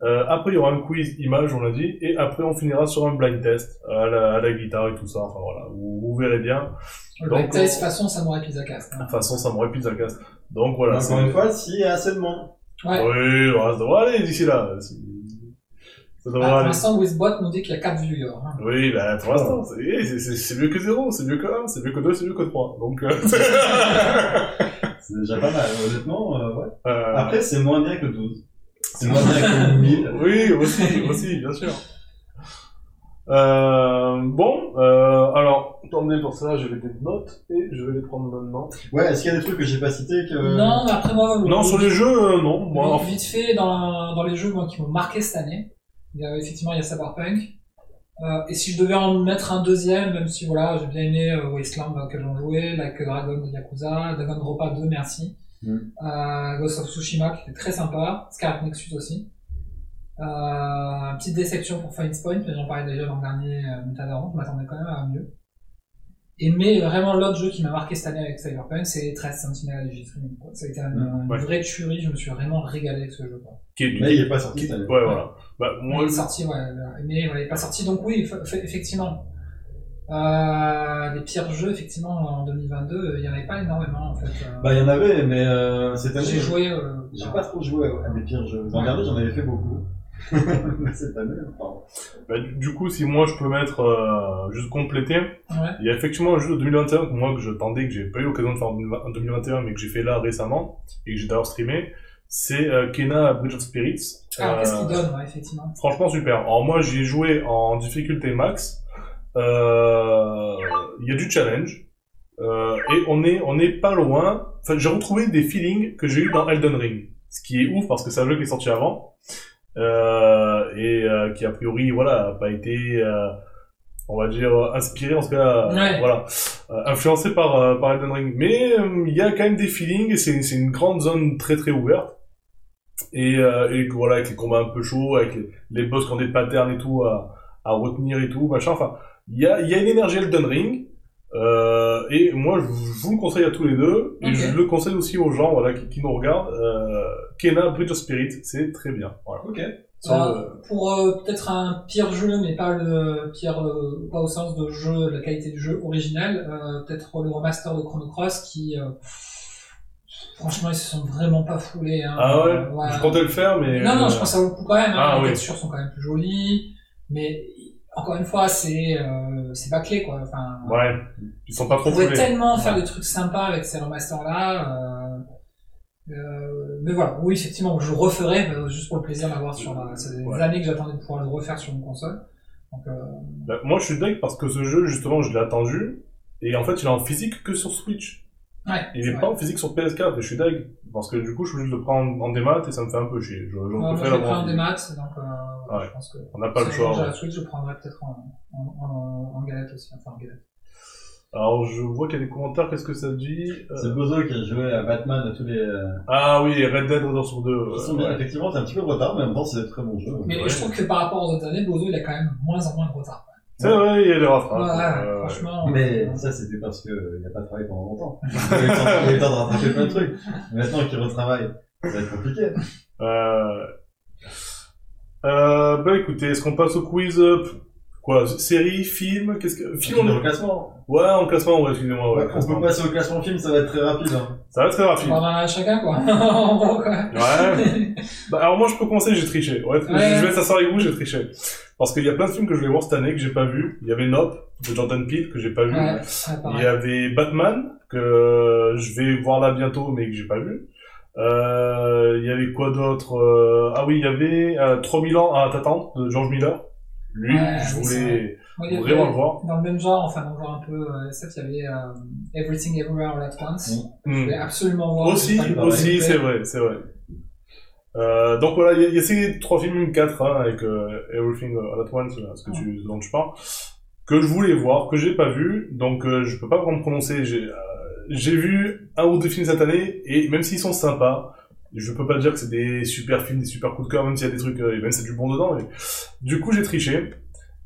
S2: Euh, après, il y aura un quiz image, on l'a dit, et après, on finira sur un blind test à la, à la guitare et tout ça. Enfin voilà, vous, vous verrez bien.
S3: Le
S2: Donc, euh,
S3: Black Test, façon Samurai Pizza Cast.
S2: De
S3: hein.
S2: toute façon, ça me pizza casse. Donc voilà.
S4: Encore
S2: c'est-
S4: une fois, s'il y a assez de monde.
S3: Ouais.
S2: Oui, voilà, ça devrait aller d'ici là. C'est- Ça devrait
S3: Ah, pour
S2: aller.
S3: l'instant, Wizbot nous dit qu'il y a 4 viewers. hein.
S2: Oui, bah, pour l'instant, c'est- c'est c'est- c'est mieux que 0, c'est mieux que 1, c'est mieux que 2, c'est mieux que 3. Donc, euh, [LAUGHS]
S4: C'est déjà pas mal, honnêtement. euh, ouais.
S2: euh,
S4: Après, c'est moins bien que 12. C'est moins bien que
S2: [LAUGHS]
S4: 1000.
S2: oui, aussi, aussi, bien sûr. Euh, bon, euh, alors, attendez, pour ça, je vais des notes et je vais les prendre maintenant.
S4: Ouais, est-ce qu'il y a des trucs que j'ai pas cités que...
S3: Non, mais après moi,
S2: Euh, Non, sur les jeux, euh, non. Moi,
S3: vite, vite fait, dans, dans les jeux moi, qui m'ont marqué cette année, il y a, effectivement, il y a Cyberpunk. Euh, et si je devais en mettre un deuxième, même si voilà, j'ai bien aimé euh, Wasteland euh, que j'en jouais, Like a Dragon de Yakuza, Dragon Ropa 2, merci.
S4: Mm.
S3: Euh, Ghost of Tsushima qui était très sympa, Scarlet Nexus aussi. Euh, petite déception pour Fine Point, mais j'en parlais déjà l'an dernier, euh, tout à l'heure, je m'attendais quand même à mieux. Et mais vraiment l'autre jeu qui m'a marqué cette année avec Cyberpunk, c'est 13 Sentinels et G3. quoi. Ça a été un-
S4: Mm,
S3: une
S2: ouais.
S3: vraie tuerie, je me suis vraiment régalé avec ce jeu. Quoi.
S2: qui est-
S4: Mais il est pas sorti
S2: qui-
S4: cette
S2: Ouais,
S4: année.
S2: voilà. Bah,
S3: Mais
S2: moi,
S3: il est sorti, ouais, mais voilà, il est pas sorti, donc oui, fa- fa- effectivement. Euh, les pires jeux, effectivement, en 2022, il n'y en avait pas énormément, en fait. Euh,
S4: Bah, il y en avait, mais euh, cette année.
S3: j'ai joué. euh,
S4: J'ai pas trop joué Ah, à des pires jeux. L'an dernier, j'en avais fait beaucoup. [LAUGHS] Mais cette année, enfin,
S2: Bah, du, du coup, si moi je peux mettre, euh, juste compléter,
S3: Ouais.
S2: il y a effectivement un jeu de 2021 que moi que j'attendais, que j'ai pas eu l'occasion de faire en 2020 en 2021, mais que j'ai fait là récemment, et que j'ai d'ailleurs streamé, c'est euh, Kena Bridge of Spirits.
S3: Ah, qu'est-ce
S2: Euh,
S3: qu'il donne, ouais, effectivement.
S2: Franchement super. Alors moi j'y ai joué en difficulté max. Euh, Il y a du challenge. Euh, et on est, on est pas loin. Enfin, j'ai retrouvé des feelings que j'ai eu dans Elden Ring. Ce qui est ouf parce que c'est un jeu qui est sorti avant. Euh, et euh, qui a priori, voilà, a pas été, euh, on va dire, euh, inspiré, en tout cas, euh,
S3: Ouais.
S2: voilà, euh, influencé par, euh, par Elden Ring. Mais euh, il y a quand même des feelings, et c'est c'est une grande zone très très ouverte. Et, euh, et voilà, avec les combats un peu chauds, avec les, les boss qui ont des patterns et tout à, à retenir et tout, machin. Enfin, il y a, il y a une énergie Elden Ring. Euh, et moi, je vous le conseille à tous les deux. Et
S3: Ok.
S2: je le conseille aussi aux gens voilà, qui, qui nous regardent. Euh, Kena, Bridge of Spirit, c'est très bien. Voilà.
S4: ok.
S2: Sans,
S3: Euh,
S2: euh,
S3: Pour euh, peut-être un pire jeu, mais pas le pire, euh, pas au sens de jeu, la qualité du jeu original, euh, peut-être le remaster de Chrono Cross qui, euh, franchement, ils se sont vraiment pas foulés. Hein.
S2: Ah ouais,
S3: Euh, ouais.
S2: Je comptais le faire, mais.
S3: Non, non, je
S2: euh,
S3: pense que ça vaut le coup quand même. Hein.
S2: Ah,
S3: les
S2: oui.
S3: textures sont quand même plus jolies, mais encore une fois, c'est euh, c'est bâclé quoi. Enfin,
S2: Ouais, ils sont pas
S3: on
S2: trop
S3: pouvait
S2: foulés.
S3: tellement faire des trucs sympas avec ces remasters là. mais voilà, oui, effectivement, je le referai euh, juste pour le plaisir d'avoir sur la, ça faisait des
S2: Ouais.
S3: années que j'attendais de pouvoir le refaire sur une console. Donc, euh,
S2: Bah, moi, je suis deg parce que ce jeu, justement, je l'ai attendu. Et en fait, il est en physique que sur Switch.
S3: ouais,
S2: Il
S3: c'est
S2: est
S3: vrai.
S2: pas en physique sur PS4 et je suis deg. Parce que du coup, je suis obligé de le prendre en démat et ça me fait un peu chier. Je, je
S3: Ouais, moi, je
S2: préfère
S3: l'ai pris
S2: l'avoir en
S3: en
S2: physique.
S3: démat, donc euh,
S2: Ouais.
S3: je pense que
S2: On n'a pas le
S3: si
S2: choix.
S3: j'ai
S2: ouais.
S3: la Switch, je prendrai peut-être en, en, en, en galette aussi, enfin en galette.
S2: Alors, je vois qu'il y a des commentaires, qu'est-ce que ça dit Euh,
S4: C'est Bozo qui a joué à Batman à tous les. euh,
S2: Ah oui, Red Dead Redemption 2.
S4: Ils
S2: euh,
S4: sont bien.
S2: ouais.
S4: Effectivement, t'es un petit peu de retard, mais en même temps, c'est des très bons jeux.
S3: Mais
S2: Ouais.
S3: je trouve que par rapport aux autres années, Bozo il a quand même moins en moins de retard.
S2: C'est vrai, il y a des
S3: Ouais,
S2: rattrapages.
S3: ouais,
S2: euh,
S3: franchement.
S4: Mais
S3: euh,
S4: ça, c'était parce que euh, il n'a pas travaillé pendant longtemps. [LAUGHS] Il a eu le temps- il a eu le temps de rattraper plein de trucs. Mais Maintenant qu'il retravaille, ça va être compliqué.
S2: euh, euh, bah écoutez, est-ce qu'on passe au quiz euh, Quoi Série, film Qu'est-ce que film
S4: on est
S2: on...
S4: au classement.
S2: Ouais, en classement, ouais, excusez-moi. Ouais,
S4: Ouais, on
S2: classement.
S4: peut passer au classement film, ça va être très rapide. Hein.
S2: Ça va très
S3: On
S2: rapide.
S3: en a
S2: [LAUGHS]
S3: chacun quoi. en gros quoi. [LAUGHS]
S2: Ouais. Bah, alors moi je peux commencer, j'ai triché. Ouais, je- Je vais s'asseoir avec vous, j'ai triché. Parce qu'il y a plein de films que je voulais voir cette année que j'ai pas vu. Il y avait Nope de Jordan Peele que j'ai pas vu.
S3: Ouais,
S2: Il
S3: pareil.
S2: y avait Batman, que je vais voir là bientôt, mais que j'ai pas vu. Euh, il y avait quoi d'autre Euh, Ah oui, il y avait euh, 3000 ans à t'attendre, de George Miller. Lui,
S3: Ouais,
S2: je
S3: oui, c'est
S2: voulais
S3: Moi, il y avait-
S2: vraiment le voir.
S3: Dans le même genre, enfin dans le genre un peu euh, SF, il y avait euh, Everything Everywhere All At Once.
S4: Mm.
S3: Je
S2: Hmm.
S3: voulais absolument voir.
S2: Aussi,
S3: Enfin,
S2: aussi,
S3: ouais.
S2: c'est vrai, c'est vrai. Euh, donc voilà, il y, a- il y a ces trois films, même quatre, hein, avec euh, Everything All At Once, là, ce que tu, dont tu parles, que je voulais voir, que j'ai pas vu, donc euh, je peux pas vraiment me prononcer. J'ai euh, j'ai vu un ou deux films cette année, et même s'ils sont sympas, je peux pas dire que c'est des super films, des super coups de cœur, même s'il y a des trucs, euh, et même c'est du bon dedans. Mais... Du coup, j'ai triché,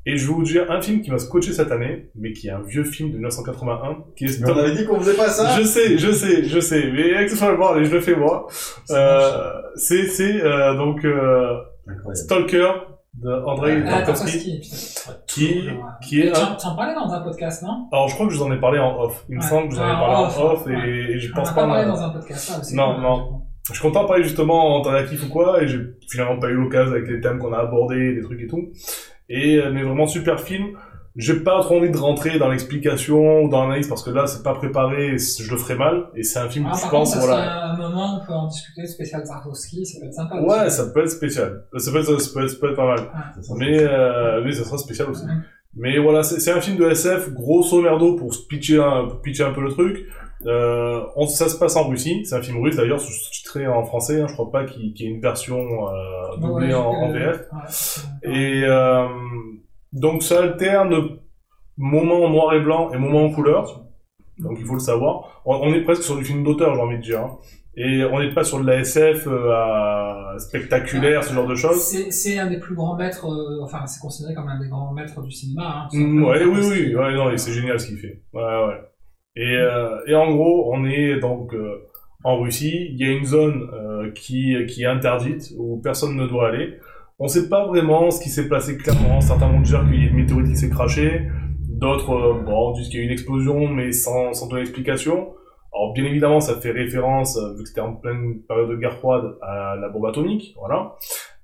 S2: et je vais vous dire un film qui m'a scotché cette année, mais qui est un vieux film de 1981, qui est
S4: Mais on
S2: Stop
S4: avait dit qu'on faisait pas ça.
S2: je sais, je sais, je sais, mais avec tout ça, je vais voir, allez, je le fais moi.
S3: Ça marche.
S2: Euh, c'est c'est euh, donc euh,
S4: Incroyable.
S2: Stalker de Andrei
S3: Ah,
S2: Tarkovsky
S3: Tarkovsky, putain.
S2: qui
S3: Ouais.
S2: qui est
S3: Mais
S2: un...
S3: T'en t'en parlais dans un podcast, non
S2: alors je crois que je vous en ai parlé en off. Il me
S3: Ouais.
S2: semble que je vous en ai
S3: Ah,
S2: parlé en
S3: en
S2: off,
S3: off,
S2: et,
S3: ouais.
S2: et je
S3: On en
S2: pense
S3: a
S2: pas.
S3: parlé
S2: euh,
S3: dans un podcast, ah, là aussi.
S2: Non,
S3: Ouais,
S2: non. Je suis content de parler justement en Tarnaki ou quoi, et j'ai finalement pas eu l'occasion avec les thèmes qu'on a abordés, les trucs et tout. Et euh, mais vraiment super film. J'ai pas trop envie de rentrer dans l'explication ou dans l'analyse parce que là c'est pas préparé, et c- je le ferai mal. Et c'est un film
S3: Ah,
S2: que
S3: par
S2: je
S3: contre,
S2: pense
S3: ça
S2: voilà.
S3: serait un moment où on peut en discuter, spécial Tarkovsky, ça peut être sympa.
S2: Ouais,
S3: aussi.
S2: ça peut être spécial. Ça peut être, ça peut être, ça peut être pas mal.
S4: Ça sent-
S2: Mais, euh, mais ça sera spécial aussi.
S3: Ouais.
S2: Mais voilà, c'est c'est un film de SF, grosso merdo, pour se pitcher un, pour pitcher un peu le truc. Euh, on, ça se passe en Russie. C'est un film russe, d'ailleurs, sous-titré en français. Hein, je crois pas qu'il qu'il y ait une version euh, doublée
S3: Ouais,
S2: en, en
S3: euh,
S2: VF.
S3: ouais.
S2: Et euh, donc ça alterne moment en noir et blanc et moment en couleur. Donc il faut le savoir. On, on est presque sur du film d'auteur, j'ai envie de dire. hein. Et on n'est pas sur de la SF euh, à spectaculaire, ce genre de choses.
S3: C'est c'est un des plus grands maîtres, euh, enfin c'est considéré comme un des grands maîtres du cinéma. Hein, tout
S2: Mm,
S3: simplement,
S2: ouais, oui,
S3: parce
S2: oui,
S3: que-
S2: ouais, non, et c'est génial ce qu'il fait. Ouais, ouais. Et, euh, et en gros, on est donc euh, en Russie. Il y a une zone euh, qui, qui est interdite où personne ne doit aller. On sait pas vraiment ce qui s'est passé clairement. Certains vont dire qu'il y a une météorite qui s'est crachée. D'autres, euh, bon, disent qu'il y a eu une explosion, mais sans, sans donner d'explication. Alors, bien évidemment, ça fait référence, euh, vu que c'était en pleine période de guerre froide, à la bombe atomique, voilà.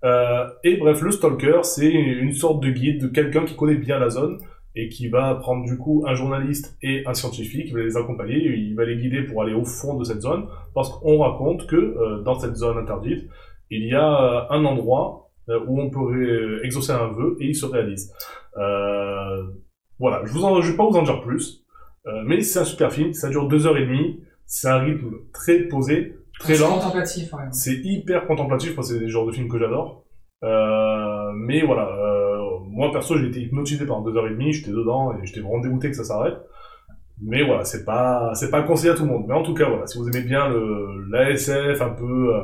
S2: Euh, et bref, le stalker, c'est une sorte de guide de quelqu'un qui connaît bien la zone et qui va prendre du coup un journaliste et un scientifique, il va les accompagner, il va les guider pour aller au fond de cette zone, parce qu'on raconte que euh, dans cette zone interdite, il y a euh, un endroit euh, où on peut ré- exaucer un vœu et il se réalise. Euh, voilà, je vous en, je vais pas vous en dire plus, euh, mais c'est un super film, ça dure deux heures et demie, c'est un rythme très posé, très
S3: C'est
S2: lent.
S3: Contemplatif, ouais.
S2: C'est hyper contemplatif, moi, c'est le genre de film que j'adore. Euh, mais voilà, euh, moi perso, j'ai été hypnotisé pendant deux heures et demie, j'étais dedans et j'étais vraiment dégoûté que ça s'arrête. Mais voilà, c'est pas, c'est pas conseillé à tout le monde. Mais en tout cas, voilà, si vous aimez bien le, l'ASF, un peu, euh,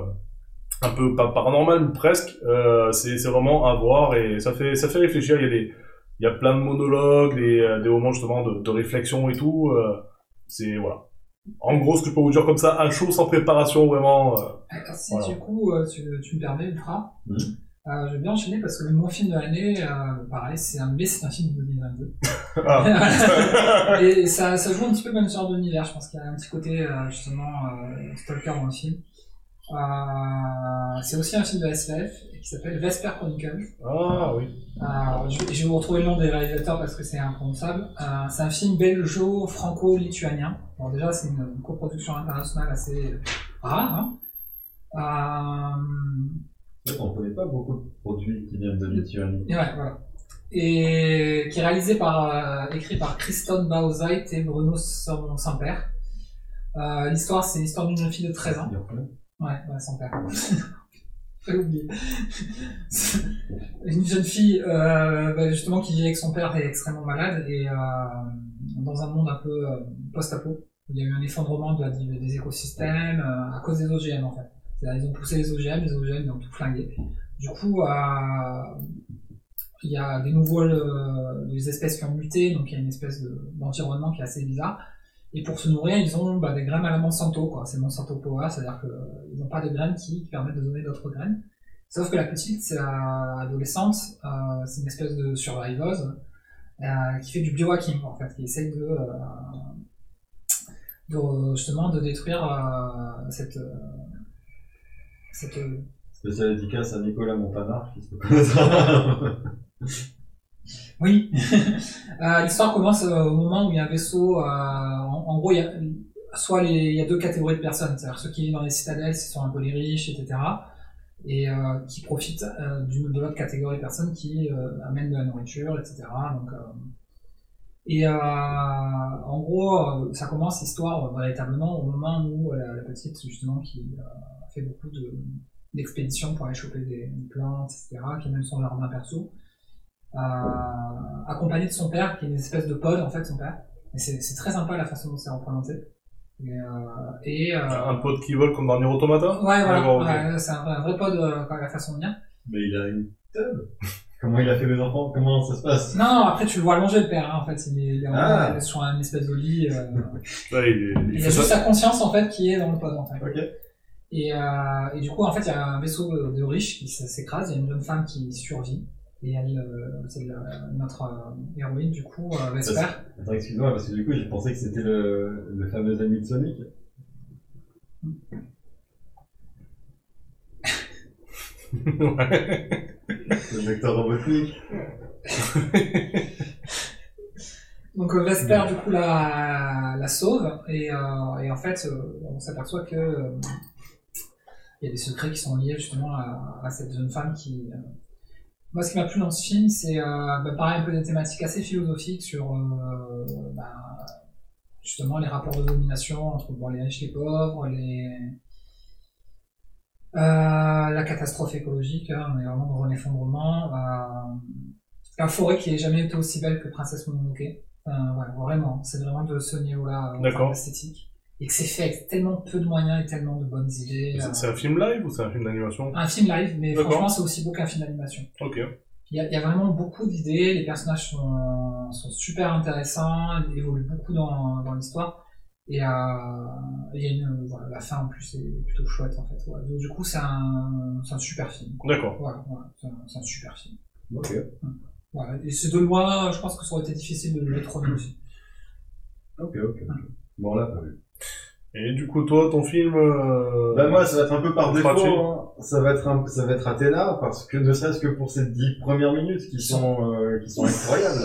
S2: un peu pas paranormal ou presque, euh, c'est, c'est vraiment à voir et ça fait, ça fait réfléchir. Il y a des, il y a plein de monologues, des, euh, des moments justement de, de réflexion et tout. euh, c'est, voilà. En gros, ce que je peux vous dire comme ça, à chaud, sans préparation, vraiment, euh,
S3: Alors, si
S2: Voilà.
S3: du coup euh, tu, tu me permets, Ultra,
S4: Mhm.
S3: euh, je vais bien enchaîner parce que mon film de l'année, euh, pareil, c'est un, mais c'est un film de 2022.
S2: Ah.
S3: et ça, ça joue un petit peu le même genre d'univers, je pense qu'il y a un petit côté euh, justement euh, stalker dans le film. Euh, c'est aussi un film de SLF qui s'appelle Vesper Chronicle.
S2: Ah oui.
S3: Alors, Euh, je, je vais vous retrouver le nom des réalisateurs parce que c'est imprononçable. Euh, c'est un film belgeo-franco-lituanien. Bon, déjà, c'est une, une coproduction internationale assez euh, rare. hein.
S4: En fait, on connaît pas beaucoup de produits qui viennent de Lituanie.
S3: Euh, et ouais, voilà. Et qui est réalisé par, euh, écrit par Christophe Bauzait et Bruno Sam- Samper. Euh, l'histoire, c'est l'histoire d'une jeune fille de 13 ans. Ouais, ouais, sans père. [LAUGHS] J'ai oublié. Une jeune fille, euh, bah, justement, qui vit avec son père est extrêmement malade et euh, dans un monde un peu euh, post-apo. Il y a eu un effondrement de la- des écosystèmes euh, à cause des OGM, en fait. C'est-à-dire, ils ont poussé les OGM, les OGM, ils ont tout flingué. Du coup, euh, il y a des nouveaux euh, des espèces qui ont muté, donc il y a une espèce de- d'environnement qui est assez bizarre. Et pour se nourrir, ils ont bah, des graines à la Monsanto, quoi. C'est Monsanto Power, c'est-à-dire que ils n'ont pas de graines qui, qui permettent de donner d'autres graines. Sauf que la petite, c'est la- adolescente, euh, c'est une espèce de surviveuse euh, qui fait du biohacking en fait, qui essaye de, euh, de, justement de détruire euh, cette, euh, cette euh,
S4: Spécial dédicace à Nicolas Montanard, qui se connaît.
S3: Oui. [LAUGHS] Euh, L'histoire commence euh, au moment où il y a un vaisseau. euh, en, en gros, il y a soit les, il y a deux catégories de personnes, c'est-à-dire ceux qui vivent dans les citadelles, qui sont un peu les riches, etc., et euh, qui profitent euh, d'une de l'autre catégorie de personnes qui euh, amènent de la nourriture, etc. Donc, euh, et euh, en gros, euh, ça commence l'histoire euh, véritablement au moment où euh, la, la petite, justement, qui euh, fait beaucoup de- d'expéditions pour aller choper des, des plantes, etc., qui a même son jardin perso euh, accompagné de son père, qui est une espèce de pod en fait, son père. Et c'est c'est très sympa la façon dont c'est représenté. Et, euh, et, euh,
S2: Un pote qui vole comme dans Nier Automata
S3: ouais, voilà,
S2: Ah, D'accord, ok.
S3: ouais, c'est un, vrai- un vrai pod euh, quand la façon de dire.
S4: [LAUGHS] Mais il a une tub. Comment il a fait les enfants Comment ça se passe
S3: Non, non, après tu le vois allongé le père, hein, en fait, il est, il est
S4: Ah.
S3: en- sur un espèce de lit. euh,
S2: Ouais, il, est- il
S3: il y a
S2: fait
S3: juste
S2: ça.
S3: sa conscience en fait qui est dans le pod en fait.
S4: Ok.
S3: Et, euh, et du coup, en fait, il y a un vaisseau de, de riches qui s- s'écrase, il y a une jeune femme qui survit, et elle, euh, c'est la- notre euh, héroïne, du coup, euh, Vesper.
S4: Attends, excuse-moi, parce que du coup, j'ai pensé que c'était le, le fameux ami de Sonic.
S2: [LAUGHS] Ouais.
S4: Le docteur Robotnik.
S3: Donc euh, Vesper
S2: Mm.
S3: du coup la, la sauve et, euh, et en fait euh, on s'aperçoit que euh, il y a des secrets qui sont liés justement à, à cette jeune femme qui. euh, Moi ce qui m'a plu dans ce film c'est euh, bah, pareil un peu des thématiques assez philosophiques sur euh, bah, justement les rapports de domination entre bon, les riches, les pauvres, les euh, la catastrophe écologique, hein, on est vraiment dans un effondrement. euh, la forêt qui n'a jamais été aussi belle que Princesse Mononoke. Euh, ouais, vraiment, c'est vraiment de ce niveau-là, euh, en
S2: D'accord.
S3: termes d'esthétique. Et que c'est fait avec tellement peu de moyens et tellement de bonnes idées. euh,
S2: C'est- C'est un film live ou c'est un film d'animation
S3: un film live, mais
S2: D'accord.
S3: franchement, c'est aussi beau qu'un film d'animation.
S2: Ok.
S3: Il y, a, il y a vraiment beaucoup d'idées, les personnages sont, sont super intéressants, ils évoluent beaucoup dans, dans l'histoire. Et euh, il y a une, voilà, la fin en plus est plutôt chouette en fait. ouais. Donc, du coup, c'est un, c'est un super film.
S2: D'accord.
S3: Voilà, voilà, c'est un, c'est un super film.
S4: Ok.
S3: Voilà. Et c'est de loin, je pense que ça aurait été difficile de le trouver aussi.
S4: Ok, ok. ok. Bon, là, pas vu.
S2: Et du coup, toi, ton film. euh,
S4: Bah moi, ça va être un peu par défaut.
S2: Gratuit.
S4: hein. Ça va être un, ça va être Athéna parce que ne serait-ce que pour ces dix premières minutes qui sont euh, qui sont incroyables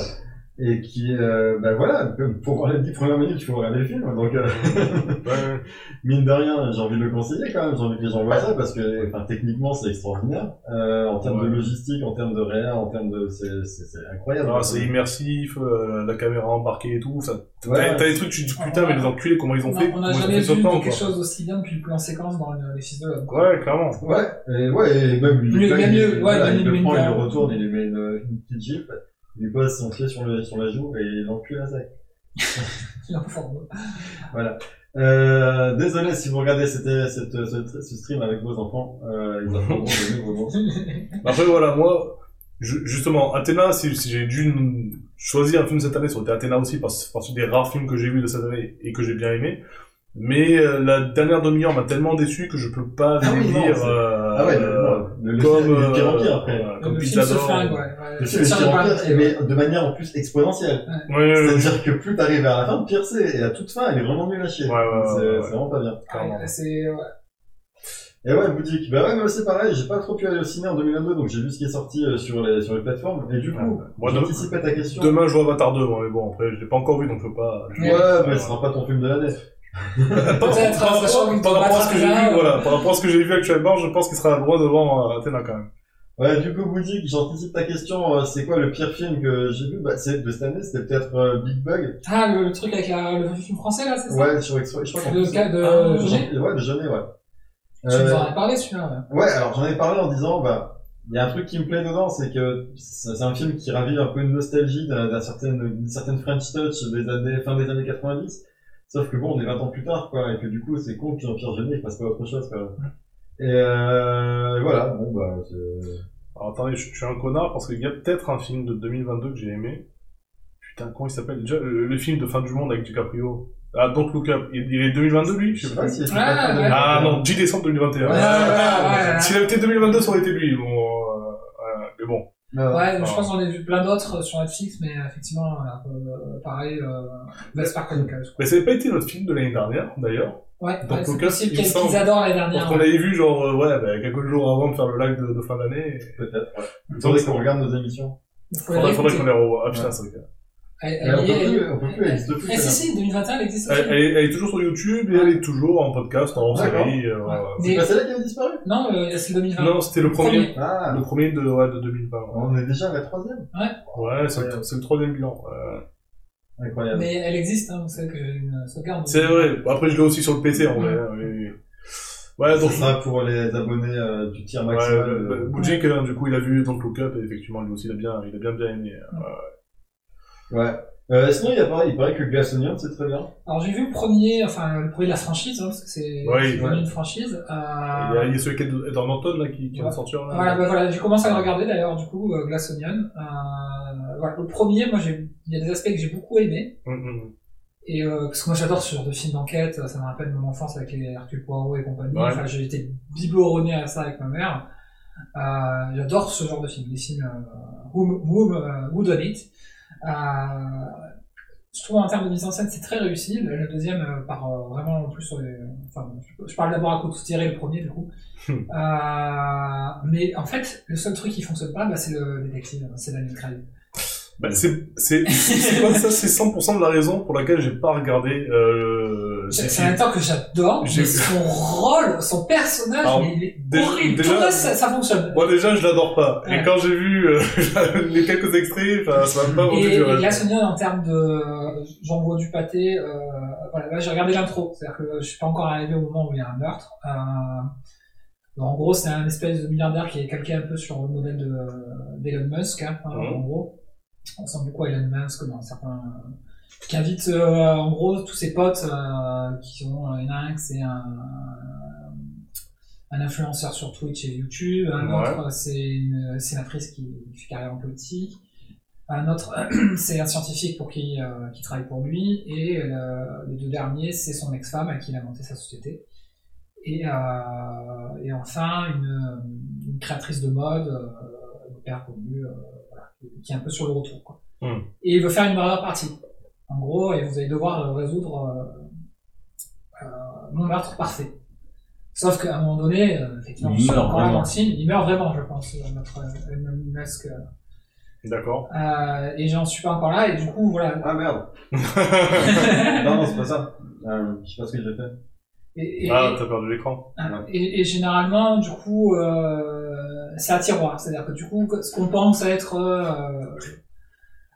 S4: et qui euh, bah voilà comme pour voir les dix premières minutes, il faut regarder le film. Donc euh, [LAUGHS]
S2: ouais.
S4: mine de rien, j'ai envie de le conseiller quand même. J'ai envie que les gens voient ça parce que enfin techniquement, c'est extraordinaire Euh, en termes de
S2: Ouais.
S4: logistique, en termes de réa, en termes de c'est c'est c'est incroyable.
S2: Ah, c'est immersif, euh, la caméra embarquée et tout. Enfin, t'as-
S4: Ouais.
S2: t'as, t'as des trucs, tu te dis putain, mais les enculés, comment ils ont
S3: On a-
S2: fait
S3: on
S2: comment
S3: n'a
S2: ils ont
S3: jamais
S2: fait
S3: vu
S2: ce temps,
S3: quelque
S2: quoi.
S3: chose d'aussi bien depuis le plan séquence dans le- les fils de l'homme. quoi.
S2: Ouais, clairement.
S4: Ouais, et ouais, et même
S3: Mieux,
S4: il,
S3: bien
S4: il-
S3: mieux, ouais, il
S4: voilà,
S3: a
S4: il
S3: mis
S4: le
S3: une
S4: prend, il
S3: barre.
S4: le retourne, il lui met une, une petite gifle, il lui pose son pied sur, le, sur la joue et il l'encule à sec.
S3: Il est un peu fort.
S4: Euh, désolé si vous regardez cette, cette, ce, ce stream avec vos enfants, euh, ils apprendront de nouveaux mots.
S2: [LAUGHS] Après, voilà, moi, ju- justement, Athéna, si, si j'ai dû n- choisir un film cette année, ça aurait été Athéna aussi, parce que c'est des rares films que j'ai vus de cette année et que j'ai bien aimé. Mais euh, la dernière demi-heure m'a tellement déçu que je peux pas
S4: Ah
S2: vous
S4: oui, non,
S2: dire
S4: c'est-
S2: euh,
S4: Ah ouais, le-
S2: euh,
S4: non, le, le,
S2: comme
S4: film est de pire en
S2: euh,
S4: pire après.
S2: voilà, comme
S3: Le film se
S2: Pizza Dog.
S3: flingue, ouais. ouais.
S4: Le
S3: Ça
S4: film est de
S3: tire
S4: pire en
S3: pas,
S4: pire, Euh, et mais de manière en plus exponentielle.
S2: Ouais, ouais, ouais,
S4: C'est-à-dire que plus t'arrives à la fin, pire c'est, et à toute fin, elle est vraiment nulle à chier.
S2: Ouais, ouais,
S4: c'est
S2: ouais, ouais.
S4: c'est vraiment pas bien.
S2: clairement.
S3: Ouais, Ah, C'est ouais.
S4: Et ouais, boutique. Bah ouais, moi c'est pareil, j'ai pas trop pu aller au ciné en 2022, donc j'ai vu ce qui est sorti euh, sur les, sur les plateformes. Et du
S2: Ouais,
S4: coup,
S2: ouais. Moi, demain-
S4: j'anticipais ta question.
S2: Demain, je vois Avatar 2, moi, mais bon, après, je l'ai pas encore vu, donc je peux pas. je-
S4: Ouais,
S2: Euh,
S4: mais ce sera pas ton film de l'année.
S2: Par par-
S3: Peut-être, euh,
S2: par
S3: ça sera
S2: rapport par rapport à ce que j'ai
S3: un-
S2: vu, voilà, par rapport à ce que j'ai vu actuellement, je pense qu'il sera droit devant euh, Athéna quand même.
S4: Ouais, du coup, boutique, j'anticipe ta question. euh, C'est quoi le pire film que j'ai vu Bah, c'est de cette année, c'était peut-être euh, Big Bug.
S3: Ah, le, le truc avec la, le film français, là, c'est ça
S4: Ouais, sur Extra. Je crois qu'en
S3: Le
S4: plus-
S3: cas de
S4: Ah,
S3: Jaunet
S4: j'en- Ouais, de Jaunet, ouais.
S3: Tu nous en
S4: Euh,
S3: as parlé, celui-là.
S4: Ouais, alors j'en ai parlé en disant, bah, il y a un truc qui me plaît dedans, c'est que c'est c'est un film qui ravive un peu une nostalgie d'un d'un certain, d'une certaine French Touch des années, fin des années 90. Sauf que bon, on est 20 ans plus tard, quoi, et que du coup, c'est con que Jean-Pierre Jeunet il fasse pas autre chose, quoi. Et euh, voilà, bon, bah, c'est-
S2: Alors attendez, je, je suis un connard parce qu'il y a peut-être un film de 2022 que j'ai aimé. Putain, comment il s'appelle déjà le, le film de fin du monde avec DiCaprio. Ah, donc Look Up. Il, il est 2022 lui
S4: je sais
S2: pas.
S4: pas si.
S3: Ah, ouais.
S2: Ah non, 10 décembre
S4: Ouais, ouais,
S2: 2021.
S4: ouais,
S2: S'il avait été 2022, ça aurait été lui. Bon, euh, euh, mais bon.
S4: Non.
S3: Ouais, je
S2: Ah.
S3: pense qu'on a vu plein d'autres euh, sur Netflix, mais effectivement, voilà, euh, pareil, euh, Gaspar Cornicales, quoi.
S2: Mais ça n'avait pas été notre film de l'année dernière, d'ailleurs.
S3: Ouais,
S2: Donc,
S3: ouais c'est
S2: Lucas,
S3: possible
S2: il
S3: qu'ils
S2: me semble-
S3: qu'ils adorent la
S2: Parce
S3: dernière.
S2: qu'on l'avait vu, genre, euh, ouais, bah, quelques jours avant de faire le live de, de fin d'année. Et...
S4: Peut-être, ouais.
S2: Il me semble
S4: Attendez
S2: que ça-
S4: qu'on regarde nos émissions.
S3: Il faut
S2: Faudrait, faudrait
S3: l'écouter.
S2: qu'on les revoie. Ah putain, c'est vrai.
S3: euh, Elle,
S4: Mais on
S3: elle y
S4: peut
S3: est,
S4: plus,
S3: elle-
S4: on peut plus, elle existe plus.
S3: Eh, si,
S4: celle-là.
S3: si, 2021, elle existe aussi.
S2: Elle, elle est- elle est toujours sur YouTube et elle est toujours en podcast, en
S4: D'accord.
S2: série. euh, voilà.
S4: C'est
S3: Mais-
S4: pas celle-là qui avait disparu
S3: Non, euh, c'est 2020.
S2: Non, c'était le premier.
S4: Ah,
S2: Le premier de, ouais, de 2020. ouais.
S4: on est déjà à la troisième.
S2: Ouais, c'est le, c'est le troisième bilan. euh.
S4: Incroyable.
S3: Mais elle existe, hein, vous savez que j'ai une sauvegarde.
S2: c'est vrai. Après, je l'ai aussi sur le PC, en vrai. hein, mais- Ouais,
S4: Ça
S2: donc.
S4: sera pour les abonnés euh, du tir
S2: Ouais,
S4: maximal.
S2: euh,
S4: euh,
S2: Boudjik, euh, du coup, il a vu donc Look Up et effectivement, lui aussi, il a bien, il a bien, bien aimé. euh.
S4: Ouais. Euh, sinon, il, y a pareil, il paraît que Glassonium, c'est très bien.
S3: Alors j'ai vu le premier, enfin le premier de la franchise, hein, parce que c'est
S2: Oui,
S3: c'est
S2: ouais.
S3: une franchise. Euh,
S2: Il, y a, il y a celui qui est dans Norton, là, qui, qui va sortir. Là.
S3: Voilà, bah, voilà, j'ai commencé à le regarder d'ailleurs, du coup, euh, Glass Onion. Euh, voilà, le premier, moi, j'ai- il y a des aspects que j'ai beaucoup aimé.
S2: Mm, mm.
S3: Et euh, parce que moi, j'adore ce genre de film d'enquête. Ça me rappelle mon enfance avec les Hercule Poirot et compagnie.
S2: Ouais.
S3: Enfin, j'ai été biberonné à ça avec ma mère. Euh, j'adore ce genre de film, les films euh, Who, Who, euh, Who Done It. Euh, je trouve en termes de mise en scène, c'est très réussi. Le, le deuxième euh, part euh, vraiment en plus sur les. Enfin, je, je parle d'abord à coup de tirer le premier du coup. Euh, mais en fait, le seul truc qui fonctionne pas, bah, c'est le détective, hein, c'est Daniel Craig.
S2: Bah, c'est, c'est, [LAUGHS] c'est quoi ça? C'est 100% de la raison pour laquelle j'ai pas regardé, euh,
S3: C'est
S2: ces
S3: c'est un
S2: films.
S3: acteur que j'adore,
S2: J'ai-
S3: mais son rôle, son personnage,
S2: Alors,
S3: mais il est
S2: déjà-
S3: horrible.
S2: déjà-
S3: Tout le reste, ça, ça fonctionne.
S2: Moi, déjà, je l'adore pas. Et
S3: Ouais.
S2: quand j'ai vu, euh, [LAUGHS] les quelques extraits, enfin, ça m'a pas vendu
S3: Et,
S2: du
S3: et
S2: rêve.
S3: Glass Onion, en termes de j'envoie du pâté, euh, voilà, là j'ai regardé l'intro, c'est-à-dire que je suis pas encore arrivé au moment où il y a un meurtre. Euh, en gros, c'est un espèce de milliardaire qui est calqué un peu sur le modèle de- d'Elon Musk, hein, hein,
S2: Mhm.
S3: en gros. On ressemble beaucoup à Elon Musk dans certains. qui invite euh, en gros tous ses potes euh, qui sont. Il y en a un que c'est un. Un influenceur sur Twitch et YouTube, un
S2: Ouais.
S3: autre c'est une sénatrice qui fait carrière en politique, un autre, [CLEARS THROAT] c'est un scientifique pour qui, euh, qui travaille pour lui, et euh, les deux derniers, c'est son ex-femme à qui il a monté sa société. Et, euh, et enfin, une, une créatrice de mode, euh, hyper connue, euh, voilà, qui est un peu sur le retour. Quoi.
S2: Hmm.
S3: Et il veut faire une barrière partie. En gros, et vous allez devoir euh, résoudre euh, euh, mon meurtre parfait. Sauf qu'à un moment donné, euh, effectivement,
S5: Il
S3: sur-
S5: meurt
S3: quand on a
S5: vraiment.
S3: le signe, il meurt vraiment, je pense, euh, notre euh, Elon Musk.
S2: D'accord.
S3: Euh, et j'en suis pas encore là, et du coup, voilà.
S4: Ah merde. non, non, c'est pas ça. Euh, je sais pas ce que j'ai fait.
S3: [LAUGHS] Et, et-
S2: Ah, t'as perdu l'écran.
S3: Et, et généralement, du coup, euh, c'est un tiroir. C'est-à-dire que du coup, ce qu'on pense être euh,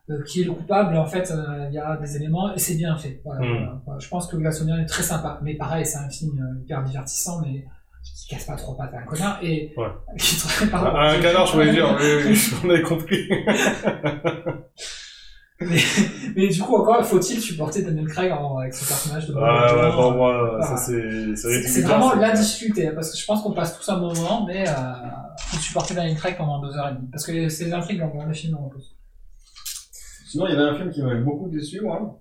S3: euh, qui est le coupable, en fait, euh, il y a des éléments et c'est bien fait. Voilà,
S2: Mm.
S3: voilà, voilà. Je pense que Glassonian est très sympa. Mais pareil, c'est un film euh, hyper divertissant, mais qui casse pas trop pattes à un connard. Et
S2: Ouais.
S3: [LAUGHS] qui te- pardon.
S2: Ah, un canard, je voulais dire. Oui, oui, oui, [LAUGHS] on avait compris.
S3: Mais, mais du coup, encore faut-il supporter Daniel Craig en- avec ce personnage de
S2: Ah ouais, pour moi,
S3: Voilà.
S2: ça c'est... C'est
S3: C'est c'est
S2: rédhibitoire,
S3: vraiment
S2: ça.
S3: la difficulté, parce que je pense qu'on passe tous un bon moment, mais euh, faut supporter Daniel Craig pendant deux heures et demie. Parce que c'est intrigues dans le film en plus.
S4: Sinon, il y avait un film qui m'avait beaucoup déçu, moi.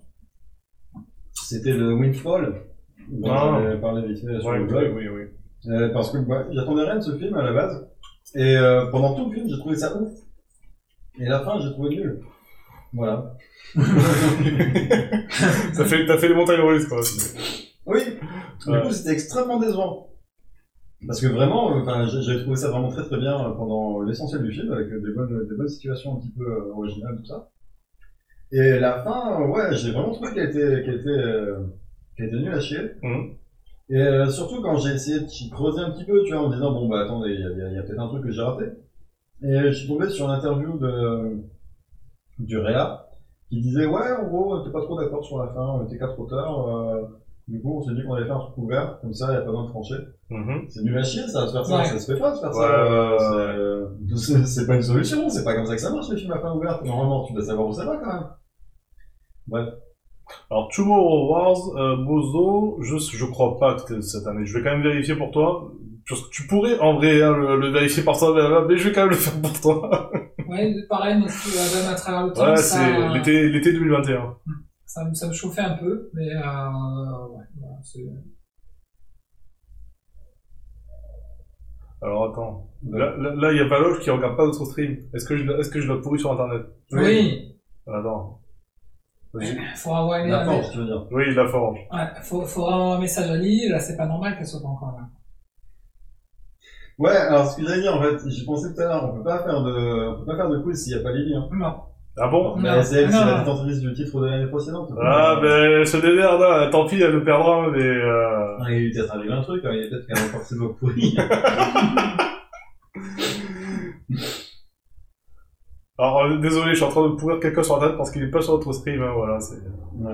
S4: C'était le Windfall. dont
S2: Ah.
S4: j'avais parlé vite fait sur
S2: Ouais,
S4: le
S2: oui,
S4: blog.
S2: oui, oui.
S4: Euh, parce que bah, j'attendais rien de ce film à la base. Et euh, pendant tout le film, j'ai trouvé ça ouf. Et la fin, j'ai trouvé nul. Voilà.
S2: Ça fait, t'as fait les montagnes russes, quoi.
S4: Oui. Du
S2: Ouais.
S4: coup, c'était extrêmement décevant. Parce que vraiment, euh, enfin, j'ai- j'avais trouvé ça vraiment très très bien euh, pendant l'essentiel du film, avec euh, des bonnes, des bonnes situations un petit peu euh, originales, tout ça. Et la fin, euh, ouais, j'ai vraiment trouvé qu'elle était, qu'elle était, euh, qu'elle était nulle à chier.
S2: Mhm.
S4: Et euh, surtout quand j'ai essayé de j'y creuser un petit peu, tu vois, en me disant, bon, bah attendez, il y a, il y a- il y a peut-être un truc que j'ai raté. Et euh, je suis tombé sur l'interview de, du Réa, qui disait, ouais, en gros, t'es pas trop d'accord sur la fin, on était quatre auteurs, euh, du coup, on s'est dit qu'on allait faire un truc ouvert, comme ça, il n'y a pas besoin de trancher.
S2: Mhm.
S4: C'est nul à chier, ça, de faire ça,
S3: Ouais.
S4: ça se fait pas, de faire
S2: Ouais,
S4: ça.
S2: ouais,
S4: euh, c'est- euh, c'est pas une solution, c'est pas comme ça que ça marche, les films à fin ouverte. Normalement, tu dois savoir où ça va, quand même.
S2: Alors, Tomorrow Wars, euh, Bozo, je, je crois pas que t'es cette année. Je vais quand même vérifier pour toi. Parce que tu pourrais, en vrai, hein, le, le vérifier par toi, mais je vais quand même le faire pour toi.
S3: Ouais, pareil, mais tu vois, même à travers le temps,
S2: Ouais,
S3: ça,
S2: c'est l'été, l'été 2021.
S3: ça, me- ça me chauffait un peu, mais euh, ouais, voilà, c'est-
S2: Alors, attends. Là, là, là, il y a Valoche qui regarde pas notre stream. Est-ce que je, est-ce que je l'ai pourri sur internet?
S3: Oui,
S2: Attends. Vas-y.
S3: il faudra envoyer un,
S4: La force, tu veux dire.
S2: Oui, la forge.
S3: ouais, faut- faudra envoyer un message à Lily, là c'est pas normal qu'elle soit pas encore là.
S4: Ouais, alors, ce que j'allais dire, en fait, j'y pensais tout à l'heure, on peut pas faire de, on peut pas faire de quiz s'il n'y a pas Lily, hein.
S3: Non,
S2: Ah bon?
S4: Mais c'est elle, c'est
S3: non.
S4: la détentrice du titre de l'année précédente.
S2: Ah, ben, ce démerde, hein. tant pis, elle le perdra, mais, euh...
S4: Ah, Il est peut-être arrivé un truc, hein, il est peut-être qu'elle a encore ses mots
S2: [LAUGHS]
S4: pourris.
S2: Alors, euh, désolé, je suis en train de pourrir quelqu'un sur internet parce qu'il est pas sur notre stream, hein, voilà, c'est...
S4: ouais,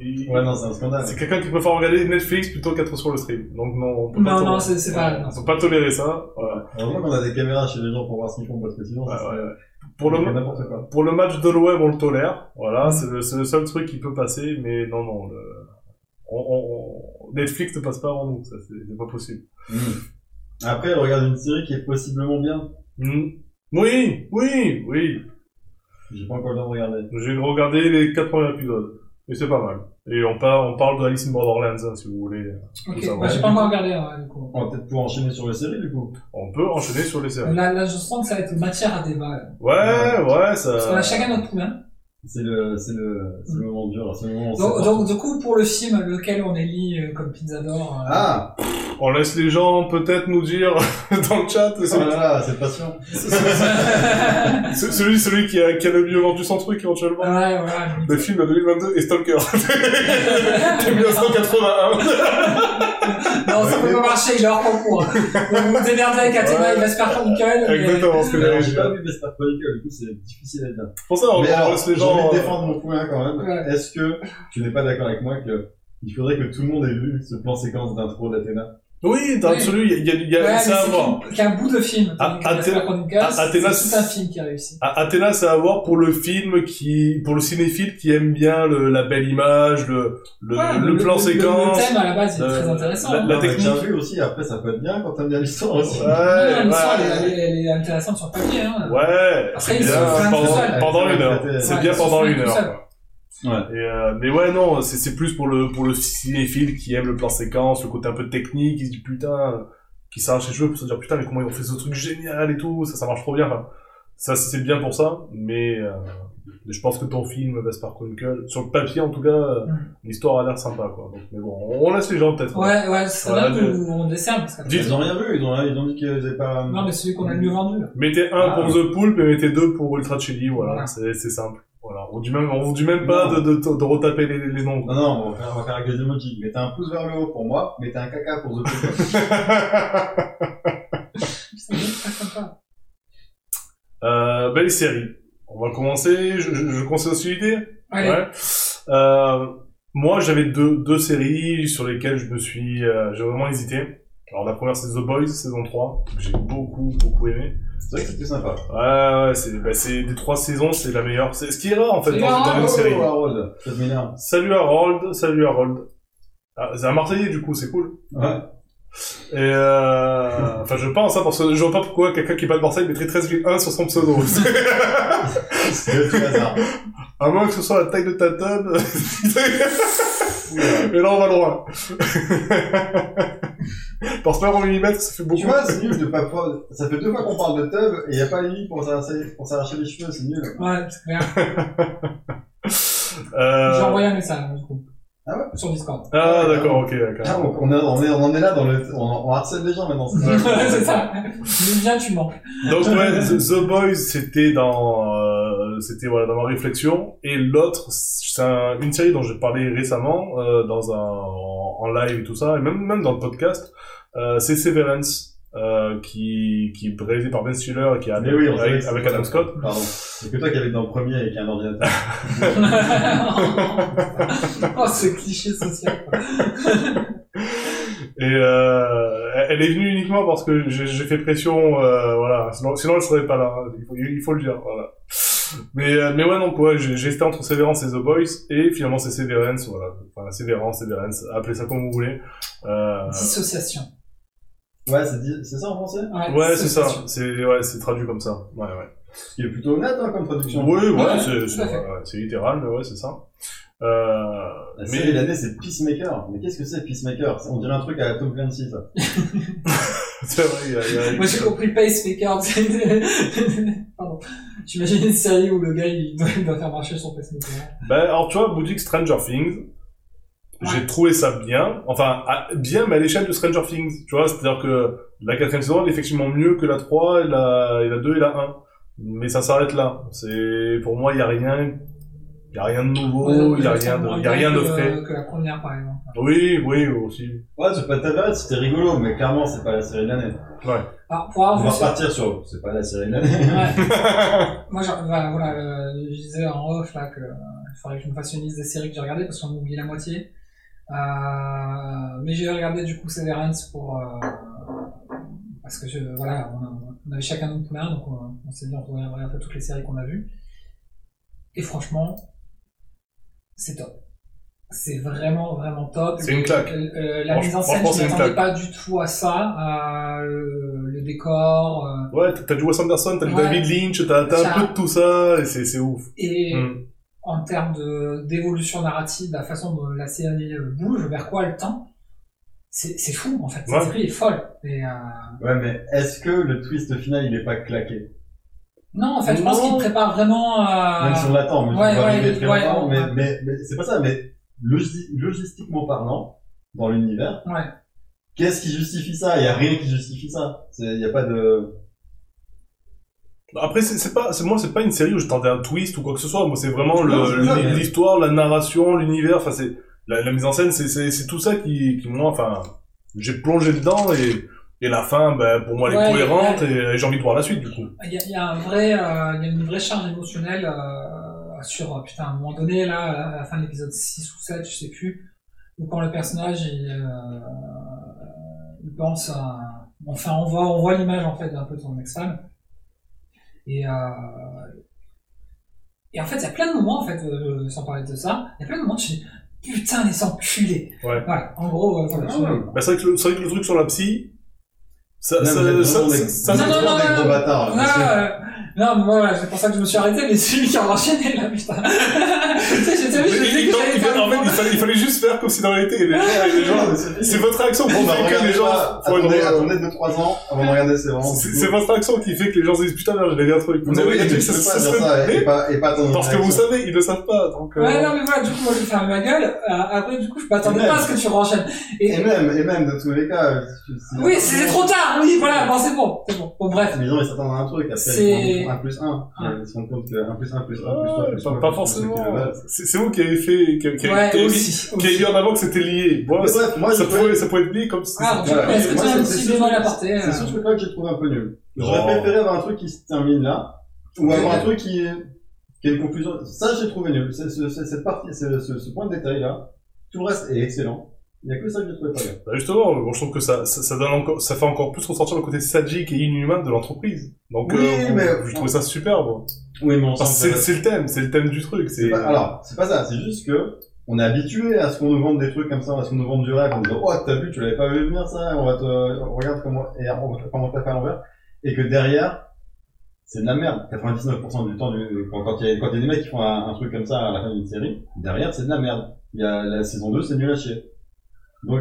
S2: il-
S4: ouais, non, c'est un scandale.
S2: C'est quelqu'un qui préfère regarder Netflix plutôt qu'être sur le stream. Donc non, on peut pas
S3: non,
S2: tolérer-
S3: non, c'est c'est pas. non.
S2: on peut pas tolérer ça. Voilà.
S4: Heureusement qu'on a des caméras chez les gens pour voir ce qu'ils font, parce que sinon,
S2: Ouais,
S4: ça serait-
S2: Pour,
S4: ça serait
S2: le,
S4: n'importe quoi.
S2: pour le match de l'OM, on le tolère.
S4: Mm.
S2: Voilà, c'est le, c'est le seul truc qui peut passer, mais non, non. le- on- on- on- Netflix ne passe pas avant nous, ça c'est c'est pas possible.
S4: Hmm. Après, elle regarde une série qui est possiblement bien.
S2: Hmm. Oui, oui, oui.
S4: J'ai pas encore le temps de regarder.
S2: J'ai regardé les quatre premiers épisodes. Et c'est pas mal. Et on, par- on parle de Alice in Borderlands, hein, si vous voulez.
S3: Ok,
S2: Ça va.
S3: moi j'ai pas encore regardé ouais, du coup.
S4: On va peut-être pouvoir enchaîner sur les séries du coup.
S2: On peut enchaîner sur les séries.
S3: Là, là, je sens que ça va être matière à débat. là.
S2: Ouais, ouais, ça...
S3: Parce qu'on a chacun notre hein. poulain.
S4: C'est le, c'est le, c'est le moment dur, c'est le moment où on
S3: Donc,
S4: sait-
S3: donc, du coup, pour le film, lequel on élit euh, comme pizza d'or euh,
S4: Ah
S2: On laisse les gens peut-être nous dire [LAUGHS] dans le chat.
S4: Oh
S2: c'est-
S4: là là, c'est patient.
S2: bah, Ce- celui, celui qui a, qui a le mieux vendu son truc éventuellement.
S3: [LAUGHS] Ouais, voilà.
S2: Le film de 2022 est Stalker. [LAUGHS] de
S3: [LAUGHS]
S2: 1981.
S3: Non, ça peut pas marcher, il est hors
S2: [LAUGHS]
S3: concours. Vous vous démerdez avec Athéna,
S2: Ouais.
S3: il va se faire Chronicle. Mais...
S2: Exactement ce que
S4: Alors,
S2: j'allais
S4: J'ai pas
S2: dire.
S4: vu Vesper Chronicle, du coup c'est difficile à dire.
S2: C'est Pour ça, on,
S4: Mais
S2: on
S4: alors,
S2: laisse les
S4: j'ai envie
S2: gens.
S4: de
S2: euh,
S4: défendre mon point quand même.
S3: Ouais.
S4: Est-ce que tu n'es pas d'accord avec moi que il faudrait que tout le monde ait vu ce plan séquence d'intro d'Athéna
S2: Oui, dans
S3: Oui.
S2: l'absolu, il y a, il y a,
S3: Ouais, mais
S2: c'est à voir.
S3: c'est qu'un bout de film.
S2: Ah,
S3: Tandis que Vesper
S2: Athéna-
S3: Chronicle,
S2: Ah, Athéna,
S3: c'est tout un film qui a réussi.
S2: A- Athéna, c'est à voir pour le film qui, pour le cinéphile qui aime bien le, la belle image, le, le,
S3: Ouais,
S2: le plan séquence.
S3: Le thème à la base, il est
S2: euh,
S3: très intéressant.
S2: la-
S3: hein.
S2: la-
S4: Non, mais
S2: technique.
S4: Bien vu aussi, après ça peut être bien quand t'aimes bien l'histoire
S2: Ouais,
S4: aussi.
S3: Non, l'histoire,
S2: ouais.
S3: elle, est- elle est intéressante sur le papier. Hein.
S2: Ouais,
S3: Après,
S2: c'est
S3: ils
S2: bien
S3: se flinguent
S2: pendant,
S3: tout seuls.
S2: pendant
S4: Ouais,
S2: une heure.
S4: ouais,
S2: C'est
S3: ouais,
S2: bien
S3: ils se
S2: pendant
S3: flinguent
S2: une
S3: tout
S2: heure.
S3: seuls.
S2: quoi. Et, euh, mais ouais, non, c'est c'est plus pour le, pour le cinéphile qui aime le plan séquence, le côté un peu technique, qui se dit putain, euh, qui s'arrache les cheveux pour se dire putain, mais comment ils ont fait ce truc génial et tout, ça, ça marche trop bien. enfin, ça c'est bien pour ça, mais euh, je pense que ton film Vesper Chronicle, sur le papier en tout cas, euh,
S3: Mm.
S2: l'histoire a l'air sympa quoi. Donc, mais bon, on laisse les gens peut-être. hein.
S3: Ouais, ouais, ce serait
S2: Voilà,
S3: bien
S2: je-
S3: que vous on décerne, parce que...
S2: Dis-
S4: Ils ont rien vu, ils ont, ils ont dit qu'ils avaient pas...
S3: Non, mais celui qu'on a le mieux vendu, là.
S2: Mettez un
S4: Ah.
S2: pour The Pulp et mettez deux pour Ultra Chili, voilà,
S3: Voilà.
S2: c'est c'est simple. Voilà, on dit même, on vous dit même pas de, de, de retaper les, les noms.
S4: Non, non, on va faire, on va faire avec les emojis. Mettez un pouce vers le haut pour moi, mettez un caca pour The Pulp.
S2: [LAUGHS]
S3: C'est très sympa.
S2: Euh, belle série. On va commencer. Je, je, je conseille aussi l'idée.
S3: Allez,
S2: Ouais. Euh, moi, j'avais deux, deux séries sur lesquelles je me suis, euh, j'ai vraiment hésité. Alors la première c'est The Boys saison 3 que j'ai beaucoup beaucoup aimé.
S4: C'est vrai que c'était sympa.
S2: Ouais, ouais c'est bah, c'est des trois saisons c'est la meilleure. C'est ce qui est rare en fait
S3: C'est
S2: dans,
S3: rare,
S2: dans une série.
S4: Oh, Harold, ça m'énerve.
S2: Salut Harold, salut Harold. Ah, c'est un martellier du coup c'est cool.
S4: Ouais.
S2: Et euh, enfin je pense hein, parce que je vois pas pourquoi quelqu'un qui est pas de Marseille mettrait 13,1 sur son pseudo. [LAUGHS]
S4: C'est le petit hasard.
S2: à moins que ce soit la taille de ta table.
S4: Oula.
S2: [LAUGHS] Mais là, on va loin. [LAUGHS] Parce que là, en millimètres, ça fait
S4: Tu
S2: beaucoup.
S4: vois, c'est nul de pas pouvoir... Ça fait deux fois qu'on parle de tub et y a pas les limites pour s'arracher pour s'arracher les cheveux, c'est nul.
S3: ouais, c'est clair. J'ai
S2: Euh...
S3: envoyé un message, du coup.
S4: Ah ouais
S3: Sur Discord.
S4: [LAUGHS]
S2: Ah, d'accord, ok,
S4: Ah,
S2: d'accord.
S4: on, on, est- on, est, on en est là dans le... On, on harcèle les gens
S2: [LAUGHS]
S4: maintenant. c'est ça.
S3: c'est ça. Mais bien, tu
S4: [LAUGHS]
S3: mens.
S2: Donc, ouais, The The Boys, c'était dans, euh, c'était, voilà, dans ma réflexion. Et l'autre, c'est un- une série dont j'ai parlé récemment, euh, dans un, en, en live et tout ça, et même, même dans le podcast, euh, c'est Severance, euh, qui, qui est réalisé par Ben Stiller et qui a,
S4: Ah, Mais Eh oui, on savait que
S2: avec,
S4: c'était
S2: avec
S4: ça.
S2: Adam Scott.
S4: Pardon. C'est que toi qui avais dans le premier avec un ordinateur.
S3: oh, ce cliché social. quoi.
S2: Et euh, elle- elle est venue uniquement parce que j'ai j'ai fait pression, euh, voilà. Sinon, sinon elle serait pas là. hein. Il faut, il faut le dire, voilà. Mais, euh, mais ouais, non, ouais, j'ai j'ai hésité entre Severance et The Boys, et finalement c'est Severance, voilà. Enfin, Severance, Severance, appelez ça comme vous voulez. Euh,
S3: Dissociation.
S4: Ouais, c'est dit- c'est ça en français
S3: Ouais,
S2: ouais, c'est ça.
S3: dissociation.
S2: C'est ouais, c'est traduit comme ça. Ouais, ouais.
S4: Ce qui est plutôt honnête hein, comme traduction.
S2: Oui, ouais,
S3: Ouais,
S2: c'est c'est-
S3: tout à fait.
S2: ouais, c'est littéral, mais ouais, c'est ça. Euh, [LAUGHS]
S4: La série de
S2: mais
S4: l'année, c'est Peacemaker. Mais qu'est-ce que c'est Peacemaker On dirait un truc à Tom Clancy, ça.
S2: c'est vrai, il y a- il y a-
S3: Moi, j'ai compris pacemaker. tu sais. [LAUGHS] Pardon. J'imagine une série où le gars, il doit, il doit faire marcher son pacemaker.
S2: Ben, alors tu vois, boutique Stranger Things, j'ai trouvé ça bien. Enfin, à- bien, mais à l'échelle de Stranger Things. Tu vois, c'est-à-dire que la quatrième saison, elle est effectivement mieux que la 3, et la, et la 2 et la 1. Mais ça s'arrête là. C'est, pour moi, il y a rien, il y a rien de nouveau, Oh, il y a rien de, il y a rien de frais.
S3: Que la première, par exemple.
S2: Oui, oui, aussi.
S4: Ouais, c'est pas de ta période, c'était rigolo, mais clairement, c'est pas la série de l'année.
S3: Alors, pour avoir
S4: On
S3: vu
S4: va
S3: ça-
S4: repartir sur c'est pas la série
S2: [LAUGHS]
S4: de l'année.
S3: Ouais. Moi, genre, voilà, voilà, euh, je disais en off là que euh, il faudrait que je me fasse une liste des séries que j'ai regardées parce qu'on a oublié la moitié. Euh, mais j'ai regardé du coup Severance pour euh, parce que je, voilà, on, a- on avait chacun notre poulain, donc on, on s'est dit on regarderait un peu toutes les séries qu'on a vues. Et franchement, c'est top. C'est vraiment vraiment top.
S2: C'est une claque.
S3: Euh, euh, la
S2: Franch-
S3: mise en scène,
S2: franchement,
S3: je
S2: c'est une
S3: m'attendais
S2: claque.
S3: pas du tout à ça. Euh, le, le décor. euh,
S2: Ouais, t'as t'as du Wes Anderson, t'as du
S3: Ouais.
S2: David Lynch, t'as t'as
S3: Ça-
S2: un peu de tout ça, et c'est c'est ouf.
S3: et
S2: Mm.
S3: en termes de- d'évolution narrative, la façon dont la série euh, bouge, vers quoi elle tend, c'est c'est fou en fait. Cette
S2: Ouais.
S3: série est folle. Et, euh,
S4: Ouais, mais est-ce que le twist final, il est pas claqué
S3: Non, en fait, je pense
S2: Non.
S3: qu'il prépare vraiment euh,
S4: Même si on
S3: à.
S4: l'attend, mais
S3: Ah. Ouais,
S4: on va
S3: ouais,
S4: arriver très
S3: ouais,
S4: longtemps,
S3: ouais.
S4: mais, mais, mais c'est pas ça, mais logi- logistiquement parlant, dans l'univers,
S3: Ouais.
S4: qu'est-ce qui justifie ça Il y a rien qui justifie ça. C'est- Il y a pas de...
S2: Après, c'est c'est pas, c'est moi, c'est pas une série où j'attendais un twist ou quoi que ce soit. Moi, c'est vraiment
S4: Non,
S2: le-
S4: c'est ça,
S2: le-
S4: mais-
S2: l'histoire, la narration, l'univers. Enfin, c'est la, la mise en scène, c'est- c'est c'est tout ça qui, qui moi, enfin, j'ai plongé dedans et et la fin, ben, pour moi, elle est
S3: Ouais,
S2: cohérente et j'ai envie de voir la suite du coup.
S3: Il y, a, il y a un vrai, euh, il y a une vraie charge émotionnelle euh, sur euh, putain à un moment donné là, à la fin de l'épisode 6 ou 7, je sais plus, où quand le personnage il, euh, il pense à, enfin on voit, on voit l'image en fait d'un peu de son ex-femme et euh, et en fait il y a plein de moments en fait euh, sans parler de ça, il y a plein de moments où je dis putain les enculés.
S2: Ouais.
S3: Voilà, en gros. euh, voilà, c'est-
S2: Ben, c'est vrai que le- c'est vrai que le truc sur la psy, ça,
S4: Non,
S2: ça,
S4: vous êtes
S2: ça, ça,
S4: vraiment des-
S2: ça-
S4: vous êtes
S3: Non, non,
S4: vraiment
S3: non,
S4: des gros
S3: non.
S4: bâtards. là,
S3: Non,
S4: parce que-
S3: euh, non, mais moi, c'est pour ça que je me suis arrêté, mais c'est lui qui a enchaîné, là, putain. [LAUGHS] tu sais, j'ai
S2: Mais
S3: vu, je sais
S2: il-
S3: que
S2: non,
S3: j'allais
S2: il-
S3: faire
S2: en
S3: une
S2: fait, il fallait, il fallait juste faire comme si dans la réalité, les gens, les gens- c'est votre action qui
S4: Bon, bah,
S2: fait que les
S4: regardez
S2: gens,
S4: pas,
S2: font une
S4: attendez,
S2: remarque.
S4: attendez de 3 ans avant de regarder, c'est vraiment.
S2: c'est c'est votre action qui fait que les gens se disent putain merde, j'ai bien trouvé. Vous avez
S4: Oui,
S2: dit,
S4: tu
S2: ça,
S4: peux
S2: ça
S4: pas dire
S2: serait-
S4: ça, et
S2: mais-
S4: pas, et pas attendre une
S2: Parce que vous
S4: réaction.
S2: savez, ils le savent pas, donc, euh,
S3: Ouais, non, mais voilà, du coup, moi, je ferme ma gueule. Euh, Après, du coup, je m'attendais
S4: Et
S3: pas à
S4: même.
S3: ce que tu renchaînes.
S4: Et même, et même, de tous les cas. si- si-
S3: Oui, c'est trop tard, oui, voilà, bon, c'est bon, c'est bon. Bon, bref.
S4: Mais non, ils s'attendent à un truc, après
S3: C'est-
S4: ils font 1 plus 1.
S3: Ah.
S4: Ils se rendent compte que 1 plus 1 plus 1 plus 1
S2: ouais,
S4: plus 1 plus
S2: pas,
S4: 1.
S2: pas forcément. euh, C'est c'est vous qui avez fait, qui, qui
S3: Ouais,
S2: qui-
S3: aussi,
S2: qui
S3: aussi.
S2: avez dit en avant que c'était lié. Bon, ça,
S4: Bref, moi je trouve-
S2: pouvait, ça pouvait être lié comme si
S3: Ah,
S2: c'était-
S3: donc, est-ce que tu as un petit bémol à porter euh,
S4: C'est ce truc-là que j'ai trouvé un peu nul.
S2: Oh.
S4: J'aurais préféré avoir un truc qui se termine là, ou
S3: Ouais.
S4: avoir un truc qui est, qui est une conclusion. Ça, j'ai trouvé nul. C'est- c'est- c'est- Cette partie, c'est- ce, ce point de détail-là, tout le reste est excellent. Il n'y a que ça que j'ai trouvé pas bien.
S2: Bah, justement, bon, je trouve que ça, ça, ça donne encore, ça fait encore plus ressortir le côté sadique et inhumain de l'entreprise. Donc,
S4: Oui,
S2: euh,
S4: mais-
S2: je trouvais ça superbe.
S4: Oui, mais on
S2: Parce que c'est c'est le thème, c'est le thème du truc.
S4: C'est
S2: C'est
S4: pas- alors, c'est pas ça, c'est juste que on est habitué à ce qu'on nous vende des trucs comme ça, à ce qu'on nous vende du rêve, on dit oh t'as vu, tu l'avais pas vu venir ça, on va te regarde comment et on va- comment t'as fait à l'envers, et que derrière c'est de la merde. 99% du temps, du- quand quand il y, a- quand il y a des mecs qui font un, un truc comme ça à la fin d'une série, derrière c'est de la merde. Il y a la saison 2, c'est nul à chier. Donc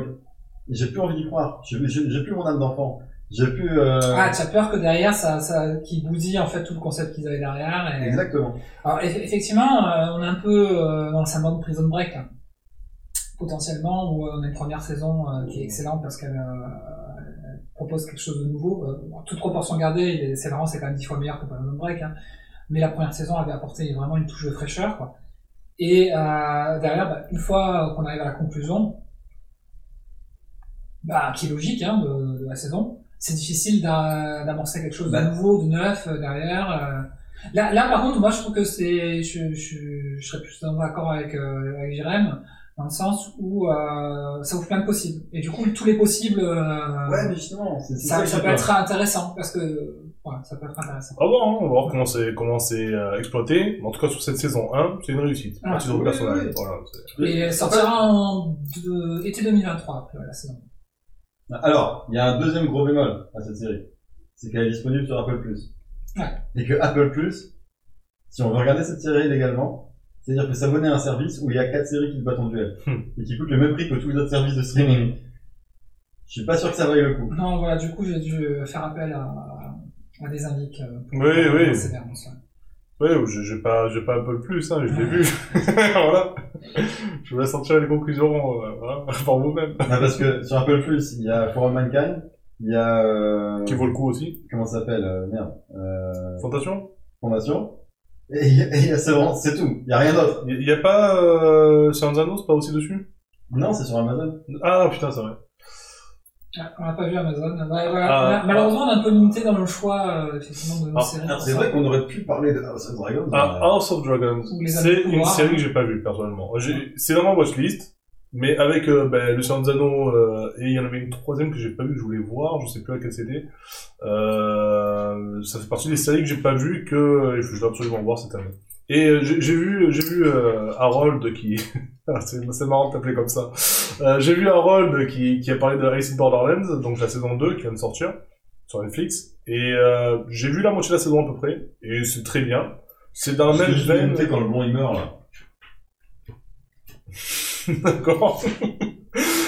S4: j'ai plus envie d'y croire. J'ai j'ai- j'ai plus mon âme d'enfant. J'ai plus. euh,
S3: Ah, tu as peur que derrière, ça, ça, qui bousille, en fait, tout le concept qu'ils avaient derrière. Et...
S4: Exactement.
S3: Alors, eff- effectivement, euh, on est un peu euh, dans le syndrome Prison Break, là. potentiellement, où euh, on a une première saison euh, qui est excellente parce qu'elle euh, elle propose quelque chose de nouveau. Euh, bon, toute proportion gardée, il est- c'est marrant, c'est quand même dix fois meilleur que Prison Break, hein. mais la première saison avait apporté vraiment une touche de fraîcheur. Quoi. Et euh, derrière, bah, une fois qu'on arrive à la conclusion, bah, qui est logique hein, de, de la saison, c'est difficile d'a- d'amorcer quelque chose de
S4: Bah.
S3: nouveau, de neuf euh, derrière. euh, Là, là, par contre, moi, je trouve que c'est, je, je, je serais plus d'accord avec, euh, avec Jérém, dans le sens où euh, ça ouvre plein de possibles. Et du coup, tous les possibles, euh,
S4: Ouais, mais justement, c'est c'est
S3: ça,
S4: que
S3: ça
S4: j'ai
S3: peut
S4: peur.
S3: être intéressant, parce que, voilà, ça peut être intéressant.
S2: Ah bon, hein, on va voir comment c'est comment c'est euh, exploité. Mais En tout cas, sur cette saison 1, c'est une réussite.
S3: Ah,
S2: Ah,
S4: oui,
S2: personnel.
S4: oui.
S2: Voilà, c'est-
S3: Et elle sortira euh, en de- été 2023, euh, la saison.
S4: Alors, il y a un deuxième gros bémol à cette série. C'est qu'elle est disponible sur Apple Plus.
S3: Ouais.
S4: Et que Apple Plus, si on veut regarder cette série légalement, c'est-à-dire que s'abonner à un service où il y a quatre séries qui se battent en duel.
S2: Hmm.
S4: Et qui coûtent le même prix que tous les autres services de streaming. Je suis pas sûr que ça vaille
S2: [LAUGHS]
S4: le coup.
S3: Non, voilà, du coup, j'ai dû euh, faire appel à, à des indices. euh, pour-
S2: Oui,
S3: pour
S2: oui.
S3: la sévérance, ouais.
S2: Ouais, je- j'ai pas j'ai pas un peu plus, hein, je l'ai vu. [LAUGHS] voilà. Je vais sortir les conclusions euh, voilà, [LAUGHS] par vous-même.
S4: Non, Ah, parce que sur Apple Plus, il y a For All Mankind, il y a, euh,
S2: Qui vaut le coup aussi.
S4: comment ça s'appelle, euh, merde, euh,
S2: Tentation.
S4: Fondation. Et il y a, et il y a- c'est vraiment- c'est tout. Il y a rien d'autre.
S2: Il y a pas euh, Science c'est pas aussi dessus
S4: Non, c'est sur Amazon.
S2: Ah putain, c'est vrai.
S3: Ah, On n'a pas vu Amazon. Ouais, voilà.
S2: Ah,
S3: On a-
S2: ah.
S3: Malheureusement, on est un peu limité dans le choix, euh, effectivement, de nos
S2: Ah,
S3: séries.
S4: C'est vrai qu'on aurait pu parler de House of Dragons.
S2: Ah,
S4: mais- euh,
S2: House of Dragons,
S3: euh, Ou les Anneaux
S2: c'est
S3: de
S2: une
S3: Pouvoir.
S2: série que j'ai pas vue personnellement. J'ai- C'est dans ma watchlist, mais avec euh, ben, le Seigneur des Anneaux, euh, et il y en avait une troisième que j'ai pas vue, que je voulais voir, je sais plus laquelle c'était. Euh, ça fait partie des séries que j'ai pas vues que euh, je dois absolument voir cette année. Et euh, j'ai j'ai vu, j'ai vu euh, Harold qui, Ah, c'est c'est marrant de t'appeler comme ça. Euh, j'ai vu Harold qui, qui a parlé de Alice in Borderlands, donc la saison 2 qui vient de sortir sur Netflix. Et euh, j'ai vu la moitié de la saison à peu près, et c'est très bien. C'est dans la
S4: Parce
S2: même Ben, euh,
S4: que je vais
S2: veine. [LAUGHS]
S4: noter quand le blond il meurt là.
S2: D'accord. [LAUGHS]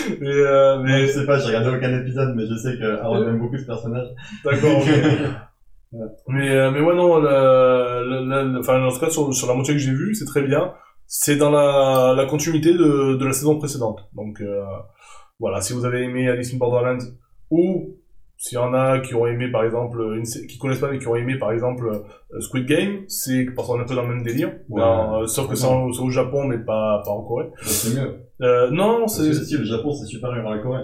S2: Et, euh,
S4: Mais
S2: mais
S4: je sais pas, j'ai regardé aucun épisode, mais je sais que Harold aime beaucoup ce personnage.
S2: [LAUGHS] d'accord. Mais, mais, euh, mais ouais non, la, la- la- la- enfin en tout cas sur, sur la moitié que j'ai vue, c'est très bien. C'est dans la, la continuité de, de la saison précédente. Donc euh, voilà, si vous avez aimé Alice in Borderlands ou s'il y en a qui ont aimé par exemple une, sé- qui connaissent pas mais qui ont aimé par exemple euh, Squid Game, c'est parce qu'on est un peu dans le même délire.
S4: Ouais.
S2: Dans- euh, sauf que c'est en- c'est au Japon mais pas pas en Corée.
S4: Donc, C'est mieux.
S2: Euh, non,
S4: Parce
S2: c'est
S4: que si le Japon c'est supérieur à la Corée.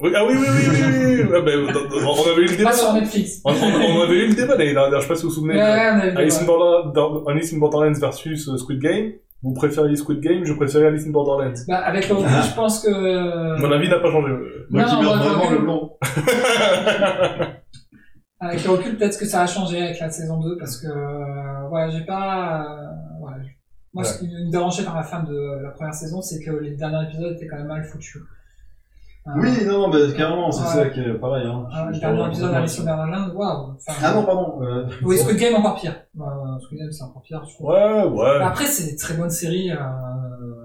S2: Oui, ah oui, oui, oui, oui, oui, oui. Ah, ben, dans- dans- on avait eu le débat.
S3: Pas sur Netflix.
S2: On, on- on avait eu le débat l'année dernière, je sais pas si vous vous souvenez.
S3: Ouais, ouais, on a vu,
S2: Alice, in
S3: ouais.
S2: Border- dans- Alice in Borderlands versus euh, Squid Game. Vous préfériez Squid Game, je préférais Alice in Borderlands.
S3: Bah, avec le recul, je pense que.
S2: Mon avis n'a pas changé.
S4: Donc
S3: Non,
S4: il meurt
S3: ouais,
S4: vraiment
S3: ouais.
S4: le blond.
S3: Euh, Avec le recul, peut-être que ça a changé avec la saison 2 parce que. euh, Ouais, j'ai pas. euh, ouais. Moi, ce qui me dérangeait par la fin de la première saison, c'est que les derniers épisodes étaient quand même mal foutus. Euh,
S4: Oui, non, mais carrément, c'est
S3: Ouais.
S4: ça qui est pareil. Hein.
S3: euh,
S4: Je-
S3: le
S4: je-
S3: dernier
S4: je-
S3: épisode d'Alice in Borderland, waouh! Enfin,
S4: Ah non, pardon. Euh...
S3: Oui, Squid Game encore pire. Euh, Squid Game, c'est encore pire, je trouve.
S2: Ouais, ouais.
S3: Après, c'est des très bonnes séries. Euh,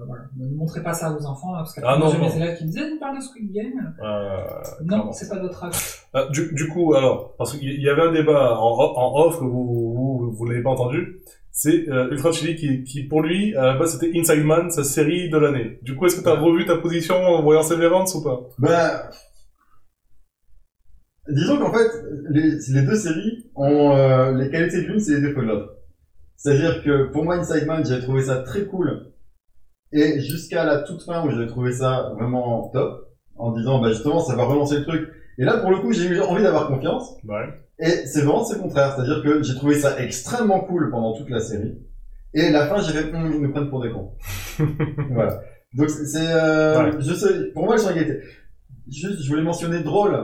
S3: voilà. Ne montrez pas ça aux enfants, hein, parce que
S2: Ah non,
S3: j'ai
S2: non.
S3: mes élèves qui me disaient, nous parle de Squid Game.
S2: Euh,
S3: Non,
S2: clairement.
S3: c'est pas votre âge.
S2: Ah, du, du coup, alors, parce qu'il y avait un débat en, o- en off que vous, vous, vous l'avez pas entendu, c'est euh, Ultra Chili qui, qui, pour lui, à la base, c'était Inside Man, sa série de l'année. Du coup, est-ce que t'as revu ta position en voyant Severance ou pas
S4: Bah, disons qu'en fait, les, les deux séries ont euh, les qualités de l'une, c'est les défauts de l'autre. C'est-à-dire que pour moi, Inside Man, j'ai trouvé ça très cool. Et jusqu'à la toute fin où j'ai trouvé ça vraiment top, en disant, bah justement, ça va relancer le truc. Et là, pour le coup, j'ai eu envie d'avoir confiance.
S2: Ouais.
S4: Et c'est vraiment c'est le contraire, c'est-à-dire que j'ai trouvé ça extrêmement cool pendant toute la série, et la fin j'ai fait Hum, ils nous prennent pour des
S2: [LAUGHS]
S4: cons. voilà. Donc c'est- c'est, euh,
S2: Ouais.
S4: je sais, pour moi ils sont égalité. Juste, je voulais mentionner Drôle,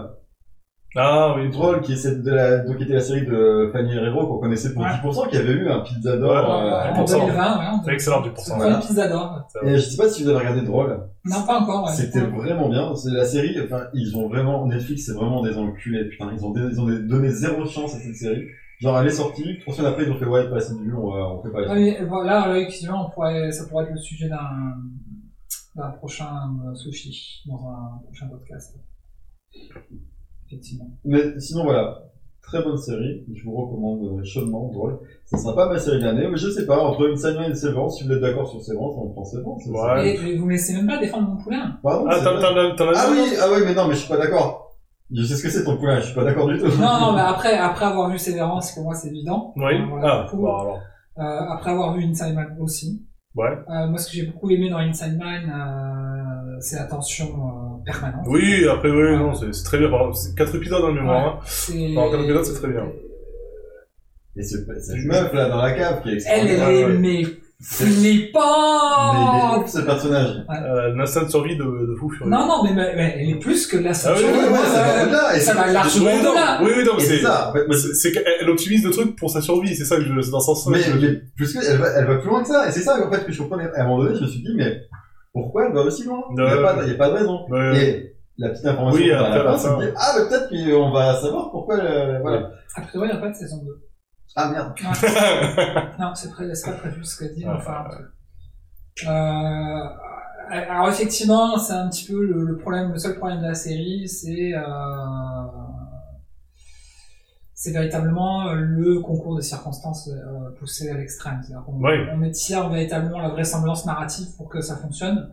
S2: Ah oui,
S4: Drôle qui est cette- de la, donc qui était la série de Fanny Herrero qu'on connaissait pour
S3: Ouais.
S4: 10%, qui avait eu un pizza d'or.
S2: Ouais,
S4: euh,
S2: ouais,
S3: en
S2: pour ça.
S3: 2020, ouais. en
S2: C'est excellent du pourcent.
S3: C'est pas hein, une pizza d'or.
S4: euh, Et je sais pas si vous avez regardé Drôle.
S3: Non, pas encore. ouais.
S4: C'était vraiment bien. C'est la série. Enfin, ils ont vraiment Netflix, c'est vraiment des enculés. Putain, ils ont, dé- ils ont dé- donné zéro chance à cette série. Genre, elle est sortie. Trois semaines après, ils ont fait ouais, pas assez de vues, on, va- on fait pas.
S3: Ouais,
S4: les-
S3: mais Ah voilà, là, effectivement, on pourrait, ça pourrait être le sujet d'un d'un prochain euh, sushi, dans un prochain podcast. Effectivement.
S4: Mais sinon, voilà. Très bonne série. Je vous recommande euh, chaudement. Drôle. Ça sera pas ma série de l'année, mais je sais pas. Entre une semaine et Séverance, si vous êtes d'accord sur Séverance, on prend Séverance. c'est ça.
S2: Ouais.
S3: Et, et vous me laissez même pas défendre mon poulain.
S4: Pardon,
S2: Ah,
S4: c'est
S2: t'en
S4: vrai.
S2: t'en as t'en as
S4: ah oui, ah oui, mais non, mais je suis pas d'accord. Je sais ce que c'est ton poulain, je suis pas d'accord du tout.
S3: Non, bah. non, mais après, après avoir vu Sévérance, pour moi, c'est évident.
S2: Oui.
S3: Voilà,
S2: Ah,
S3: pour-
S2: bon alors.
S3: Euh, après avoir vu Inside Man aussi.
S2: Ouais.
S3: Euh, moi, ce que j'ai beaucoup aimé dans Inside Man, euh, c'est la tension euh, permanente.
S2: Oui, après, oui,
S3: Ouais.
S2: non, c'est c'est très bien. Par exemple, c'est quatre épisodes, hein, de mémoire. hein.
S3: C'est-
S2: Par contre, l'épisode, c'est très bien.
S4: [LAUGHS] Et ce, cette meuf là dans la cave qui est
S3: Elle,
S4: extraordinaire.
S3: elle est
S2: Ouais, ouais.
S3: mais
S4: C'est- Mais il est
S3: flippante
S4: ouf, ce personnage.
S2: Euh, L'instinct de survie de, de fou furieux.
S3: Non, non, mais, mais- mais elle est plus que de la
S2: Ah oui,
S4: Ouais,
S3: ceinture.
S4: ouais, ouais,
S3: Ouais,
S4: ça va
S3: ouais,
S4: au-delà, et
S3: ça
S4: c'est-
S3: va largement
S2: Oui, non,
S3: au-delà.
S2: Oui, oui, non, mais
S4: et c'est
S2: c'est.
S4: ça, en fait, mais c'est-
S2: c'est- C'est qu'elle optimise le truc pour sa survie, c'est ça que je. C'est dans ce sens-là.
S4: mais,
S2: que-
S4: mais plus que, elle va, elle va plus loin que ça, et c'est ça en fait que je comprenais. À un moment donné, je me suis dit, mais pourquoi elle va aussi loin Il n'y a,
S2: Ouais.
S4: pas de- il y a pas de raison.
S2: Ouais.
S4: Et la petite information
S2: Euh, Oui,
S4: qu'on a à
S2: après,
S4: la
S2: la
S4: fin, c'est de
S2: fin.
S4: dire, ah, mais peut-être qu'on va savoir pourquoi. euh, voilà.
S3: A priori, il n'y a pas de saison 2.
S4: Ah merde.
S2: [LAUGHS]
S3: Non, c'est pré- c'est pas prévu ce qu'a dit, mais
S2: Ah,
S3: enfin. Euh, alors, effectivement, c'est un petit peu le, le problème, le seul problème de la série, c'est. Euh, c'est véritablement le concours de circonstances euh, poussé à l'extrême. C'est-à-dire qu'on
S2: Oui.
S3: on étire véritablement la vraisemblance narrative pour que ça fonctionne.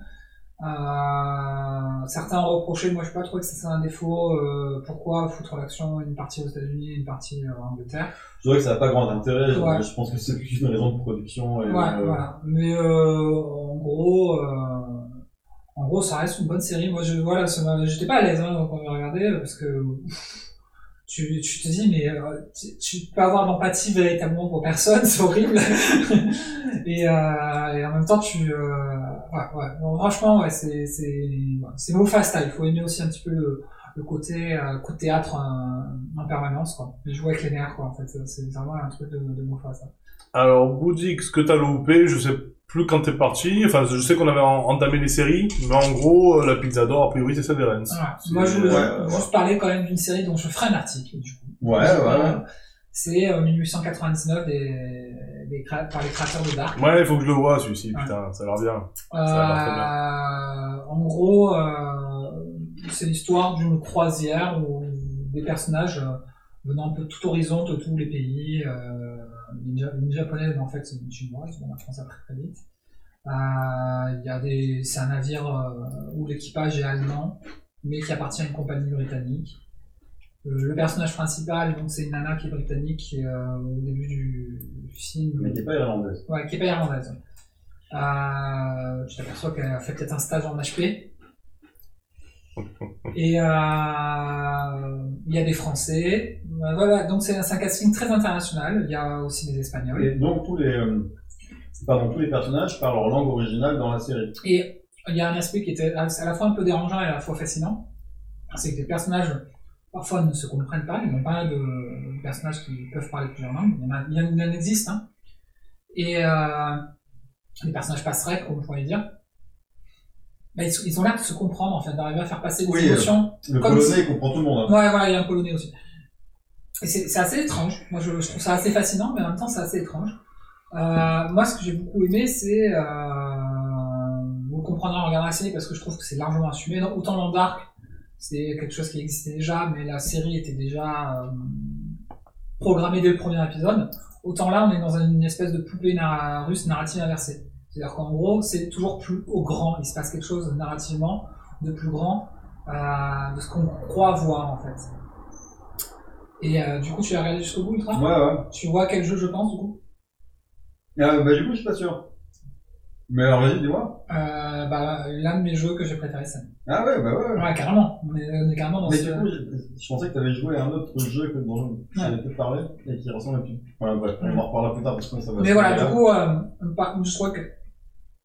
S3: Euh, certains ont reproché, moi je peux pas trouver que c'est un défaut, euh, pourquoi foutre l'action une partie aux États-Unis et une partie euh, en Angleterre.
S4: Je vois que ça n'a pas grand intérêt, je-
S3: Ouais.
S4: je pense que c'est plus une raison de production. Et,
S3: Ouais,
S4: euh,
S3: voilà. Mais euh, en gros, euh, en gros, ça reste une bonne série. Moi, je voilà, ça m'a- j'étais pas à l'aise hein, quand j'ai regardé parce que ouf, tu, tu te dis mais euh, tu, tu peux avoir de l'empathie véritablement pour personne, [LAUGHS] c'est horrible. et, euh, et en même temps, tu euh, ouais, ouais. Non, franchement, ouais, c'est c'est ouais, c'est Mofas là. Il faut aimer aussi un petit peu le le côté euh, coup de théâtre euh, en permanence quoi. Il joue avec les nerfs quoi. En fait, c'est c'est vraiment un truc de, de Mofas. ça.
S2: Alors, Boudic, ce que t'as loupé, je sais plus quand t'es parti. Enfin, je sais qu'on avait en- entamé les séries, mais en gros, euh, la pizza d'or, a priori, c'est Severance.
S3: Voilà.
S2: C'est-
S3: Moi, je voulais
S4: ouais,
S3: juste parler quand même d'une série dont je ferai un article, du coup.
S4: Ouais, ouais.
S3: C'est euh, 1899 des, des créa- par les créateurs de Dark.
S2: Ouais, il faut que je le vois, celui-ci,
S3: Ouais.
S2: putain, ça a l'air bien. va très
S3: Euh, en gros, euh, c'est l'histoire d'une croisière où des personnages euh, venant un peu de tout horizon, de tous les pays, euh, une, Ja- une japonaise, mais en fait c'est une chinoise, on apprend ça très très vite. Euh, il y a des, c'est un navire euh, où l'équipage est allemand, mais qui appartient à une compagnie britannique. Euh, le personnage principal, donc c'est une nana qui est britannique, qui, euh, au début du film,
S4: Mais qui n'est pas irlandaise.
S3: Ouais, qui est pas irlandaise. ouais. Euh, tu t'aperçois qu'elle a fait peut-être un stage en HP. Et euh, il y a des Français. Euh, Voilà, donc c'est un, c'est un casting très international. Il y a aussi des Espagnols.
S4: Et donc tous les, euh, pardon, tous les personnages parlent leur langue originale dans la série.
S3: Et il y a un aspect qui était à à la fois un peu dérangeant et à la fois fascinant. C'est que les personnages, parfois, ne se comprennent pas. Ils n'ont pas de personnages qui peuvent parler plusieurs langues. Il y en, a- il y en- il en existe. Hein. Et euh, les personnages passerelles, comme on pourrait dire, bah, ils, sont- ils ont l'air de se comprendre, en fait, d'arriver à faire passer des
S4: Oui, euh,
S3: émotions.
S4: Le
S3: Comme
S4: polonais comprend tout le monde. hein.
S3: Ouais, voilà, il y a un polonais aussi. Et c'est c'est assez étrange. Moi, je, je trouve ça assez fascinant, mais en même temps, c'est assez étrange. Euh, moi, ce que j'ai beaucoup aimé, c'est euh, le comprendra en regardant la série parce que je trouve que c'est largement assumé. Non, autant Land Dark, c'est quelque chose qui existait déjà, mais la série était déjà euh, programmée dès le premier épisode. Autant là, on est dans une espèce de poupée narra- russe narrative inversée. C'est-à-dire qu'en gros, c'est toujours plus au grand. Il se passe quelque chose narrativement de plus grand euh, de ce qu'on croit voir en fait. Et euh, du coup, tu as regardé jusqu'au bout, Ultra
S4: Ouais, ouais.
S3: Tu vois quel jeu je pense du coup
S4: Ah, bah, du coup, je suis pas sûr. Mais alors, vas-y, dis-moi.
S3: euh, bah, L'un de mes jeux que j'ai préféré, c'est.
S4: Ah, ouais, bah, ouais. ouais.
S3: Ouais, carrément. On est, on est carrément dans
S4: Mais
S3: ce.
S4: du coup, j'ai- je pensais que t'avais joué à un autre jeu que dont j'avais peut-être parlé et qui ressemble à plus. Enfin, bref, on en reparlera plus tard parce que ça va.
S3: Mais voilà, du coup, euh, par- je crois que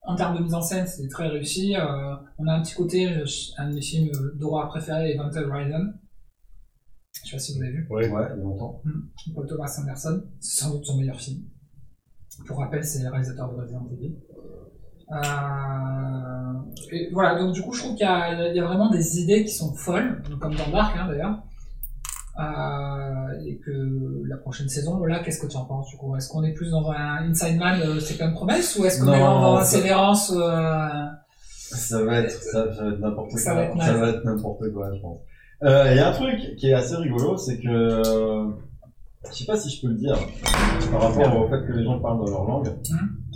S3: en termes de mise en scène, c'est très réussi. Euh, on a un petit côté, euh, un de mes films euh, d'horreur préférés est Vampire Horizon. Je sais pas si vous avez vu.
S4: Ouais, il y a longtemps.
S3: Paul Thomas Anderson, c'est sans doute son meilleur film. Pour rappel, c'est le réalisateur de Resident Evil. Euh, et voilà, donc du coup, je trouve qu'il y a, il y a vraiment des idées qui sont folles, donc comme dans Dark hein, d'ailleurs. Euh, et que la prochaine saison, là, qu'est-ce que tu en penses du coup Est-ce qu'on est plus dans un Inside Man, euh, c'est plein de promesses, ou est-ce qu'on est
S4: Non,
S3: dans un
S4: ça-
S3: Sévérance euh,
S4: Ça va être, ça, ça va être n'importe quoi.
S3: Ça va être
S4: ça
S3: naze.
S4: va être n'importe quoi, je pense. Euh, Il y a un truc qui est assez rigolo, c'est que euh, je sais pas si je peux le dire par rapport au fait que les gens parlent dans leur langue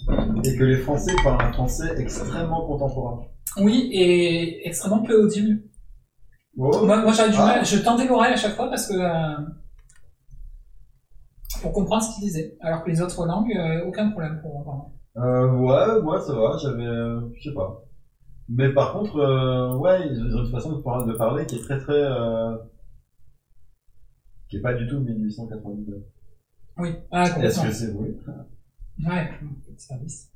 S3: Hmm.
S4: et que les Français parlent un français extrêmement contemporain.
S3: Oui, et extrêmement peu audible.
S4: Oh,
S3: Moi, moi j'avais du
S4: Ah.
S3: mal, je tendais l'oreille à chaque fois parce que. euh, pour comprendre ce qu'il disait. Alors que les autres langues, euh, aucun problème pour entendre.
S4: Euh, ouais, moi ça va, j'avais, euh, je sais pas. Mais par contre, euh, ouais, ils ont une façon de parler, de parler qui est très très, euh, qui est pas du tout 1892.
S3: Oui, ah,
S4: Est-ce
S3: complètement.
S4: que c'est oui
S3: Ouais, petit service.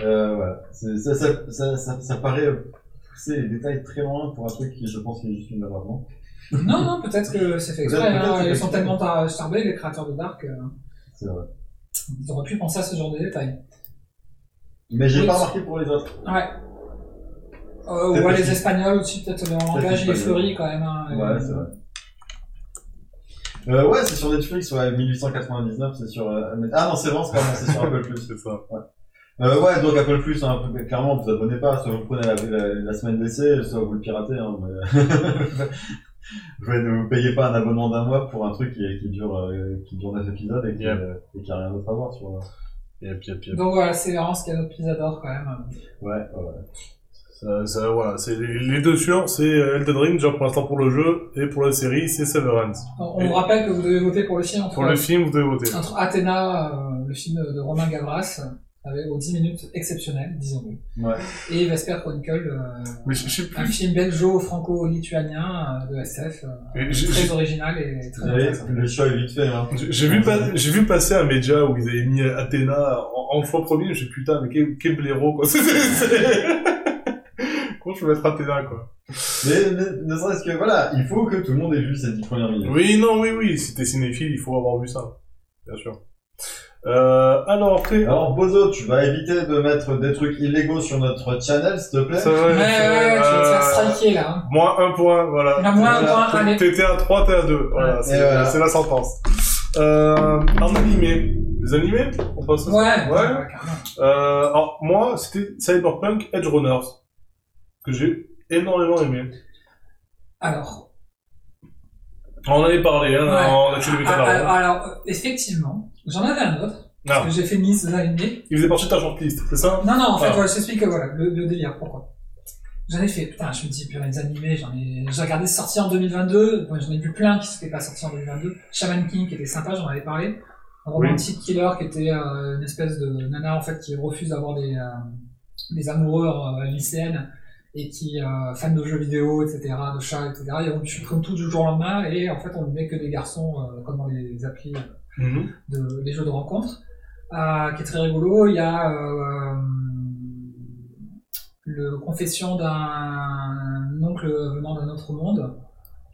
S4: euh, voilà. C'est- ça, ça, ça, ça, ça paraît pousser les détails très loin pour un truc qui, je pense, est juste une erreur. non
S3: non, non, peut-être que c'est fait
S4: Peut-être-
S3: exprès.
S4: peut-être
S3: hein,
S4: c'est
S3: Ils
S4: fait
S3: sont
S4: exprès.
S3: tellement tar- starbés, les créateurs de Dark, euh,
S4: C'est vrai.
S3: ils auraient pu penser à ce genre de détails.
S4: Mais j'ai
S3: Oui,
S4: pas
S3: c'est-
S4: remarqué pour les autres.
S3: Ouais. Euh,
S4: Peut-être
S3: ouais,
S4: que
S3: les
S4: c'est-
S3: Espagnols aussi, peut-être leur langage il est
S4: espagnol.
S3: fleuri quand même. hein, euh,
S4: Ouais, c'est vrai. Euh, ouais, c'est sur Netflix, ouais, 1899, c'est sur... euh, Ah non, c'est bon, c'est pas bon, c'est sur Apple+.
S2: [LAUGHS]
S4: Plus.
S2: C'est ça.
S4: Euh, ouais, donc Apple Plus, hein, clairement, vous abonnez pas, soit vous prenez la, la, la semaine d'essai, soit vous le piratez. Hein, mais... [LAUGHS] vous ne vous payez pas un abonnement d'un mois pour un truc qui, qui dure euh, qui dure 9 épisodes et qui,
S2: Yep.
S4: euh, et qui a rien d'autre à voir sur.
S2: Yep, yep, yep.
S3: Donc voilà, c'est vraiment ce qu'il y a d'autre qu'ils adorent quand même.
S4: Ouais, ouais.
S2: Ça, ça, voilà, c'est les les deux sûrs, c'est euh, Elden Ring, déjà pour l'instant pour le jeu, et pour la série, c'est Severance.
S3: On, on
S2: Et-
S3: vous rappelle que vous devez voter pour le film. en tout
S2: Pour
S3: cas.
S2: le film, vous devez voter.
S3: Entre Athéna, euh, le film de Romain Gavras, avec aux 10 minutes exceptionnelles, disons-le,
S4: Ouais.
S3: et Vesper Chronicle, euh,
S2: Mais je je sais plus.
S3: un film belgeo-franco-lituanien euh, de SF, euh,
S2: mais je-
S3: très
S2: je-
S3: original et très
S4: Allez,
S3: intéressant.
S4: le choix est vite
S2: [LAUGHS]
S4: fait. Hein.
S2: J'ai j'ai vu, pas- j'ai vu passer un média où ils avaient mis Athéna en, en fois premier, j'ai dit, putain, mais quel, quel blaireau, quoi. [LAUGHS] C'est- c'est- c'est- Comment je peux mettre Athéna, quoi.
S4: Mais, mais ne serait-ce que, voilà, il faut que tout le monde ait vu ces 10 premières minutes.
S2: Oui, non, oui, oui, si t'es cinéphile, il faut avoir vu ça. Bien sûr. Euh, alors, après.
S4: Alors, Bozo, tu vas éviter de mettre des trucs illégaux sur notre channel, s'il te plaît.
S2: ça va,
S3: Ouais, ouais, ouais, tu vas te faire
S2: euh,
S3: striker là. hein.
S2: Moins un point, voilà.
S3: Ah, moins un
S2: Voilà.
S3: point, allez.
S2: T'étais à 3, t'es à 2. Voilà,
S3: Ouais.
S2: c'est
S4: Et voilà.
S2: c'est la sentence. Euh, en animé. Les animés On passe à ça
S3: Ouais,
S2: Ouais.
S3: ouais, carrément.
S2: Euh, alors, moi, c'était Cyberpunk Edge Runners. Que j'ai énormément aimé.
S3: Alors,
S2: On en avait parlé, hein,
S3: Ouais.
S2: on a tué le
S3: ah,
S2: vétérinaire.
S3: alors, alors, effectivement, j'en avais un autre, parce
S2: Ah.
S3: que j'ai fait une liste des animés,
S2: Il faisait partie de ta shortlist, c'est ça
S3: Non, non, en fait,
S2: Ah.
S3: voilà, je t'explique euh, voilà, le, le délire, pourquoi. J'en ai fait, putain, je me dis, purée, les animés, j'en ai, j'ai regardé sorti en 2022, moi, j'en ai vu plein qui s'étaient pas sortis en 2022. Shaman King, qui était sympa, j'en avais parlé. Romantic Killer, qui était euh, une espèce de nana, en fait, qui refuse d'avoir des, euh, des amoureux euh, lycéennes et qui, euh, fan de jeux vidéo, etc., de chats, etc., et on supprime tout du jour au lendemain, et en fait, on ne met que des garçons, euh, comme dans les applis euh,
S2: Mhm.
S3: de, des jeux de rencontre, euh, qui est très rigolo. Il y a euh, le confession d'un oncle venant d'un autre monde.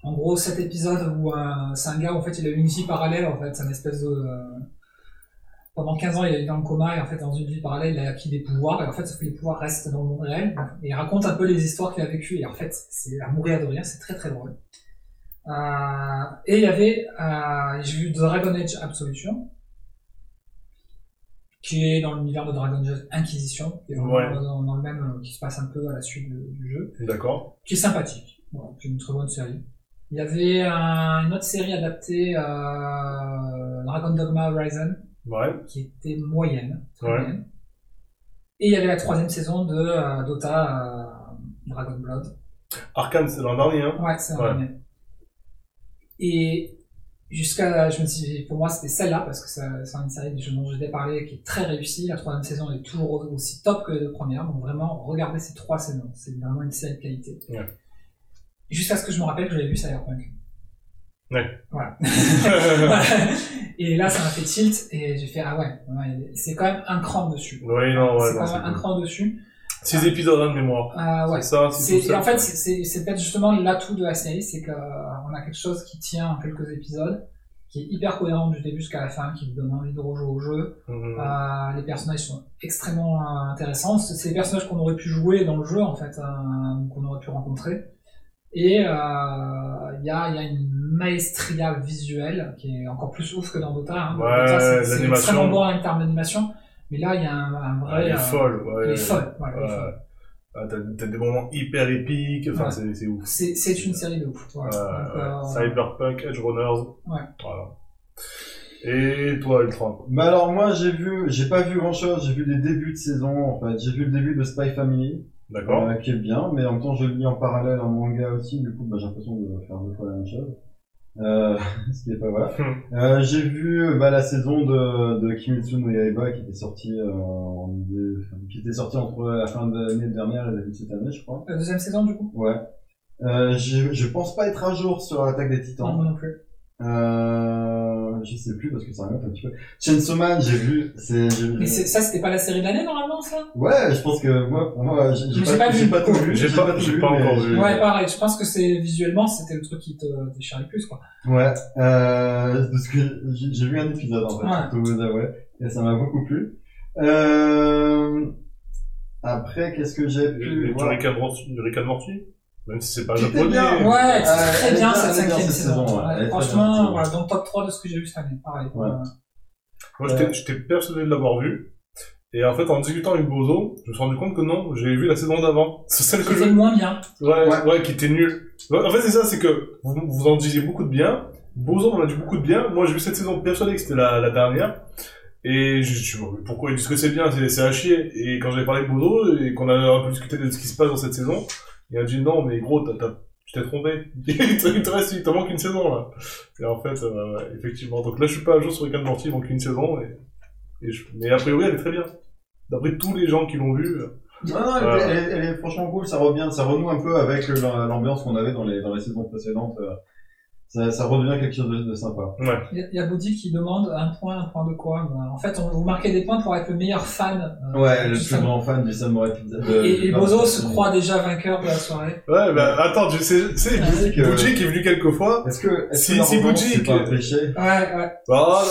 S3: En gros, cet épisode où euh, c'est un gars, en fait, il a eu une vie parallèle, en fait, c'est une espèce de... euh, pendant 15 ans, il est dans le coma, et en fait, dans une vie parallèle, il a acquis des pouvoirs, et en fait, sauf que les pouvoirs restent dans le monde réel, et il raconte un peu les histoires qu'il a vécues, et en fait, c'est à mourir de rire, c'est très très drôle. Euh, et il y avait, euh, j'ai vu Dragon Age Absolution, qui est dans l'univers de Dragon Age Inquisition, qui est vraiment
S2: Ouais.
S3: dans, dans le même, euh, qui se passe un peu à la suite de- du jeu,
S2: D'accord.
S3: qui est sympathique. Voilà, c'est une très bonne série. Il y avait un- une autre série adaptée à Dragon Dogma Horizon,
S2: Ouais.
S3: qui était moyenne. très
S2: Ouais.
S3: moyenne. Et il y avait la troisième saison de euh, Dota euh, Dragon Blood.
S2: Arkane, c'est l'an dernier, hein.
S3: Ouais, c'est un
S2: Ouais.
S3: remake. Et jusqu'à, je me suis, pour moi, c'était celle-là parce que ça- c'est une série du jeu dont je t'ai parlé qui est très réussie. La troisième saison est toujours aussi top que la première. Donc vraiment, regardez ces trois saisons. C'est vraiment une série de qualité.
S2: Ouais.
S3: Jusqu'à ce que je me rappelle que j'avais vu
S2: [LAUGHS]
S3: Cyberpunk. [LAUGHS]
S2: Ouais.
S3: Voilà. et là, ça m'a fait tilt et j'ai fait ah ouais, ouais, c'est quand même un cran dessus.
S2: oui, non, [LAUGHS] Ah ouais, non,
S3: c'est quand même
S2: c'est
S3: un
S2: cool.
S3: cran dessus.
S2: Six épisodes, hein, de mémoire.
S3: Ah ouais.
S2: C'est ça, c'est tout
S3: C'est- et
S2: ça.
S3: en fait, c'est- c'est c'est peut-être justement l'atout de la série, c'est qu'on a quelque chose qui tient en quelques épisodes, qui est hyper cohérent du début jusqu'à la fin, qui vous donne envie de rejouer au jeu.
S2: Mhm.
S3: Euh, les personnages sont extrêmement euh, intéressants. C'est c'est les personnages qu'on aurait pu jouer dans le jeu, en fait, euh, qu'on aurait pu rencontrer. Et euh, il y, a, il y a une maestria visuelle qui est encore plus ouf que dans Dota. Hein. Dans
S2: Ouais,
S3: Dota, c'est- c'est
S2: l'animation.
S3: extrêmement bon en termes d'animation, mais là, il y a un, un vrai...
S2: Elle Ah, est
S3: euh,
S2: folle, ouais.
S3: elle est folle, ouais, elle est
S2: Ouais.
S3: folle.
S2: Ah, T'as t'as des moments hyper épiques, enfin,
S3: Ouais.
S2: c'est c'est ouf.
S3: C'est c'est une série de ouf. Voilà. Donc,
S2: Euh,
S3: euh,
S2: Cyberpunk, Edge Runners.
S3: Ouais.
S2: Voilà. Et toi, Ultron
S4: Bah alors moi j'ai vu, j'ai pas vu grand chose, j'ai vu les débuts de saison en fait, j'ai vu le début de Spy Family,
S2: D'accord
S4: euh, qui est bien, mais en même temps je lis en parallèle en manga aussi, du coup bah, j'ai l'impression de faire deux fois la même chose. Euh, [LAUGHS] ce qui est pas voilà.
S2: Hmm.
S4: Euh, j'ai vu euh, bah, la saison de, de Kimetsu no Yaiba qui était sortie euh, en dé- enfin, qui était sortie entre la fin de l'année dernière et le début de cette année je crois.
S3: la deuxième saison, du coup
S4: Ouais. Euh, je, je pense pas être à jour sur l'attaque des
S3: Non,
S4: Titans.
S3: moi Ah non plus.
S4: Euh, je sais plus parce que ça remonte un petit peu. Chainsaw Man, j'ai vu. C'est. j'ai-
S3: Mais c'est- ça, c'était pas la série de l'année, normalement, ça
S4: Ouais, je pense que moi, pour moi, j'ai j'ai
S3: J'ai pas
S4: pas, j'ai
S3: vu.
S4: pas tout vu.
S2: J'ai pas-
S4: tout
S2: j'ai pas
S4: mais
S2: encore
S4: j'ai-
S2: vu.
S3: Ouais, pareil. Je pense que c'est visuellement, c'était le truc qui te déchire le plus, quoi.
S4: Ouais. Euh, parce que j'ai j'ai vu un épisode en fait,
S3: Ouais.
S4: pour tout vous avouer, et ça m'a beaucoup plu. Euh... Après, qu'est-ce que j'ai pu
S2: Et tu
S4: voir
S2: Rick and Morty- Rick and Morty Même si c'est pas
S4: C'était
S2: japonais.
S4: bien,
S3: Ouais, c'est
S4: Euh,
S3: très
S4: elle est
S3: bien,
S4: bien,
S3: cette
S4: elle est bien,
S3: cinquième
S4: cette
S3: saison.
S4: saison, ouais.
S3: Ouais,
S4: Elle est très bien, cette
S3: franchement,
S4: saison.
S3: voilà, dans le top 3 de ce que j'ai vu cette année, pareil.
S4: Ouais.
S3: Euh,
S2: Moi, j'étais- j'étais persuadé de l'avoir vu. Et en fait, en discutant avec Bozo, je me suis rendu compte que non, j'ai vu la saison d'avant. C'est celle que je...
S3: C'était le moins bien.
S2: Ouais,
S4: Ouais.
S2: ouais. qui était nulle. Ouais, En fait, c'est ça, c'est que vous, vous en disiez beaucoup de bien. Bozo en a dit beaucoup de bien. Moi, j'ai vu cette saison persuadé que c'était la, la dernière. Et je, je me suis dit, pourquoi ils disent que c'est bien C'est c'est à chier. Et quand j'avais parlé de Bozo et qu'on a un peu discuté de ce qui se passe dans cette saison, il a dit non, mais gros, t'as- t'as- tu t'es trompé. [LAUGHS] il te il te reste, il te manque une saison là. Et en fait, euh, ouais, effectivement. Donc là, je suis pas à jour sur les 4 Morty, il manque une saison. Et, et je- mais a priori, elle est très bien. D'après tous les gens qui l'ont vu. euh,
S4: Non, non, elle,
S2: Ouais.
S4: était- elle est, elle est franchement cool, ça revient, ça renoue un peu avec euh, la- l'ambiance qu'on avait dans les, dans les saisons précédentes. euh, Ça, ça redevient quelque chose de, de sympa.
S2: Ouais.
S3: Il y a- il y a Bodhi qui demande un point, un point de quoi. Ben, En fait, on vous marquez des points pour être le meilleur fan. euh,
S4: Ouais, le
S3: du
S4: plus
S3: samouraï.
S4: grand fan du Samurai Pizza. de-
S3: Et, et
S4: de-
S3: Bozo se croit déjà vainqueur de la soirée.
S2: Ouais, bah attends, tu sais, c'est
S3: Ouais.
S4: Boutique, euh,
S2: Bougie qui est venu quelques fois.
S4: Est-ce que, est-ce
S2: Si-
S4: que la
S2: si
S4: revanche,
S2: Boutique-
S4: c'est pas un péché
S3: Ouais, ouais.
S2: Ah,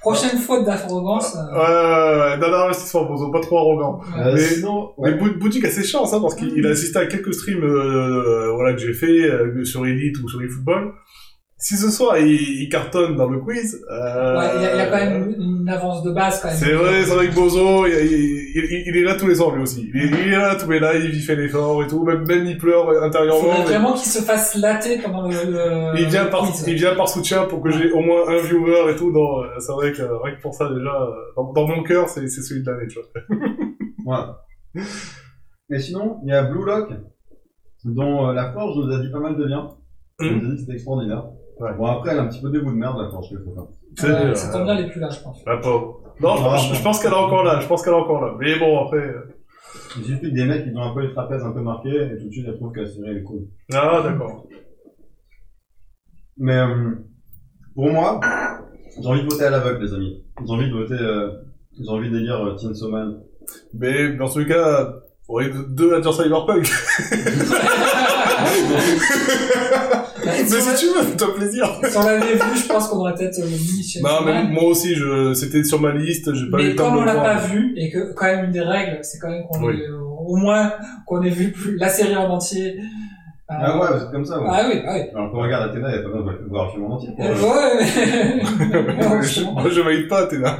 S3: Prochaine faute d'arrogance. euh,
S2: euh, non, non, c'est fort, Bozo, pas trop arrogant.
S3: ouais.
S4: Euh,
S2: Mais-
S4: Sinon, ouais.
S2: Mais Bou- Boutique a ses chances, hein, parce qu'il
S3: Mm.
S2: il a assisté à quelques streams euh, voilà, que j'ai fait euh, sur Elite ou sur eFootball. Si ce soir il, il cartonne dans le quiz, euh,
S3: Ouais, il y, a- il y a quand même une une avance de base quand même.
S2: C'est vrai, c'est vrai que Bozo, il, il- il- il est là tous les ans lui aussi. Il est, il est là tous les lives, il fait l'effort et tout, même, même il pleure
S3: Il
S2: intérieurement.
S3: faudrait
S2: mais-
S3: vraiment qu'il se fasse latter pendant le. le-
S2: Il vient,
S3: le
S2: par,
S3: quiz.
S2: il vient par soutien pour que j'ai au moins un viewer et tout. Dans, euh, c'est vrai que, euh, rien que pour ça, déjà, euh, dans, dans mon cœur, c'est, c'est celui de l'année, tu vois.
S4: Ouais. Mais sinon, il y a Blue Lock, dont euh, la planche nous a dit pas mal de bien. Elle nous a dit que c'était extraordinaire.
S2: Ouais.
S4: Bon, après, elle a un petit peu des bouts de merde, la planche, quelque part.
S2: C'est
S3: Ouais,
S2: dur,
S3: ça
S2: hein.
S3: tombe bien, il est plus là, je pense.
S2: La pauvre. Non, je,
S4: Ah,
S2: je- je
S4: bon.
S2: pense qu'elle est encore là, je pense qu'elle est encore là. Mais bon, après. euh,
S4: Il suffit que des mecs, ils ont un peu les trapèzes un peu marqués, et tout de suite, elle trouve que la série, elle est cool.
S2: Ah, d'accord.
S4: Mais euh, pour moi, j'ai envie de voter à l'aveugle, les amis. J'ai envie de voter, euh, j'ai envie de dire euh, Chainsaw Man.
S2: Mais dans ce cas, on est deux à dire
S3: [LAUGHS]
S2: Cyberpunk.
S3: Ouais,
S2: Mais
S3: Bah, sur,
S2: si tu veux, fais-toi plaisir.
S3: la- si on l'avait vu, je pense qu'on aurait peut-être euh, mis chez
S2: Non, mais
S3: mais,
S2: moi aussi, je, c'était sur ma liste, j'ai pas eu le temps
S3: comme
S2: de
S3: on
S2: le
S3: l'a
S2: voir.
S3: pas vu, et que quand même une des règles, c'est quand même qu'on
S2: Oui.
S3: ait, euh, au moins qu'on ait vu plus- la série en entier. Euh,
S4: Ah ouais, vous êtes comme ça, ouais.
S3: Ah oui, ah oui.
S4: Alors qu'on regarde Athéna, il y a
S2: [LAUGHS]
S4: pas besoin de voir le film en entier. pour,
S3: Euh,
S4: euh,
S3: Ouais, mais- Non,
S2: Moi, je valide pas, t'es là.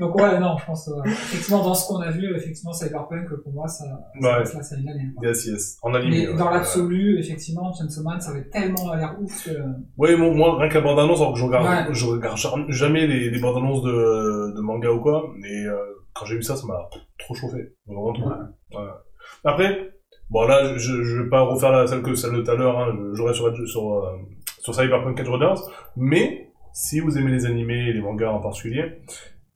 S3: Donc ouais, non, je pense, euh, effectivement, dans ce qu'on a vu, effectivement, Cyberpunk, pour moi, ça, ça
S2: Ouais.
S3: reste là, ça a une année. quoi.
S2: Yes, yes. En animé.
S3: Mais
S2: ouais.
S3: dans l'absolu, effectivement, Chainsaw Man, ça avait tellement l'air ouf que...
S2: Oui, moi, moi, rien que la bande-annonce, alors que je regarde,
S3: Ouais.
S2: je regarde char- jamais les, les bandes-annonces de, de manga ou quoi, mais euh, quand j'ai vu ça, ça m'a trop chauffé. Vraiment trop. Ouais. Après, bon là, je, je vais pas refaire la celle que celle de tout à l'heure, hein, je- j'aurai sur, sur, euh, sur Cyberpunk 4 mais si vous aimez les animés et les mangas en particulier,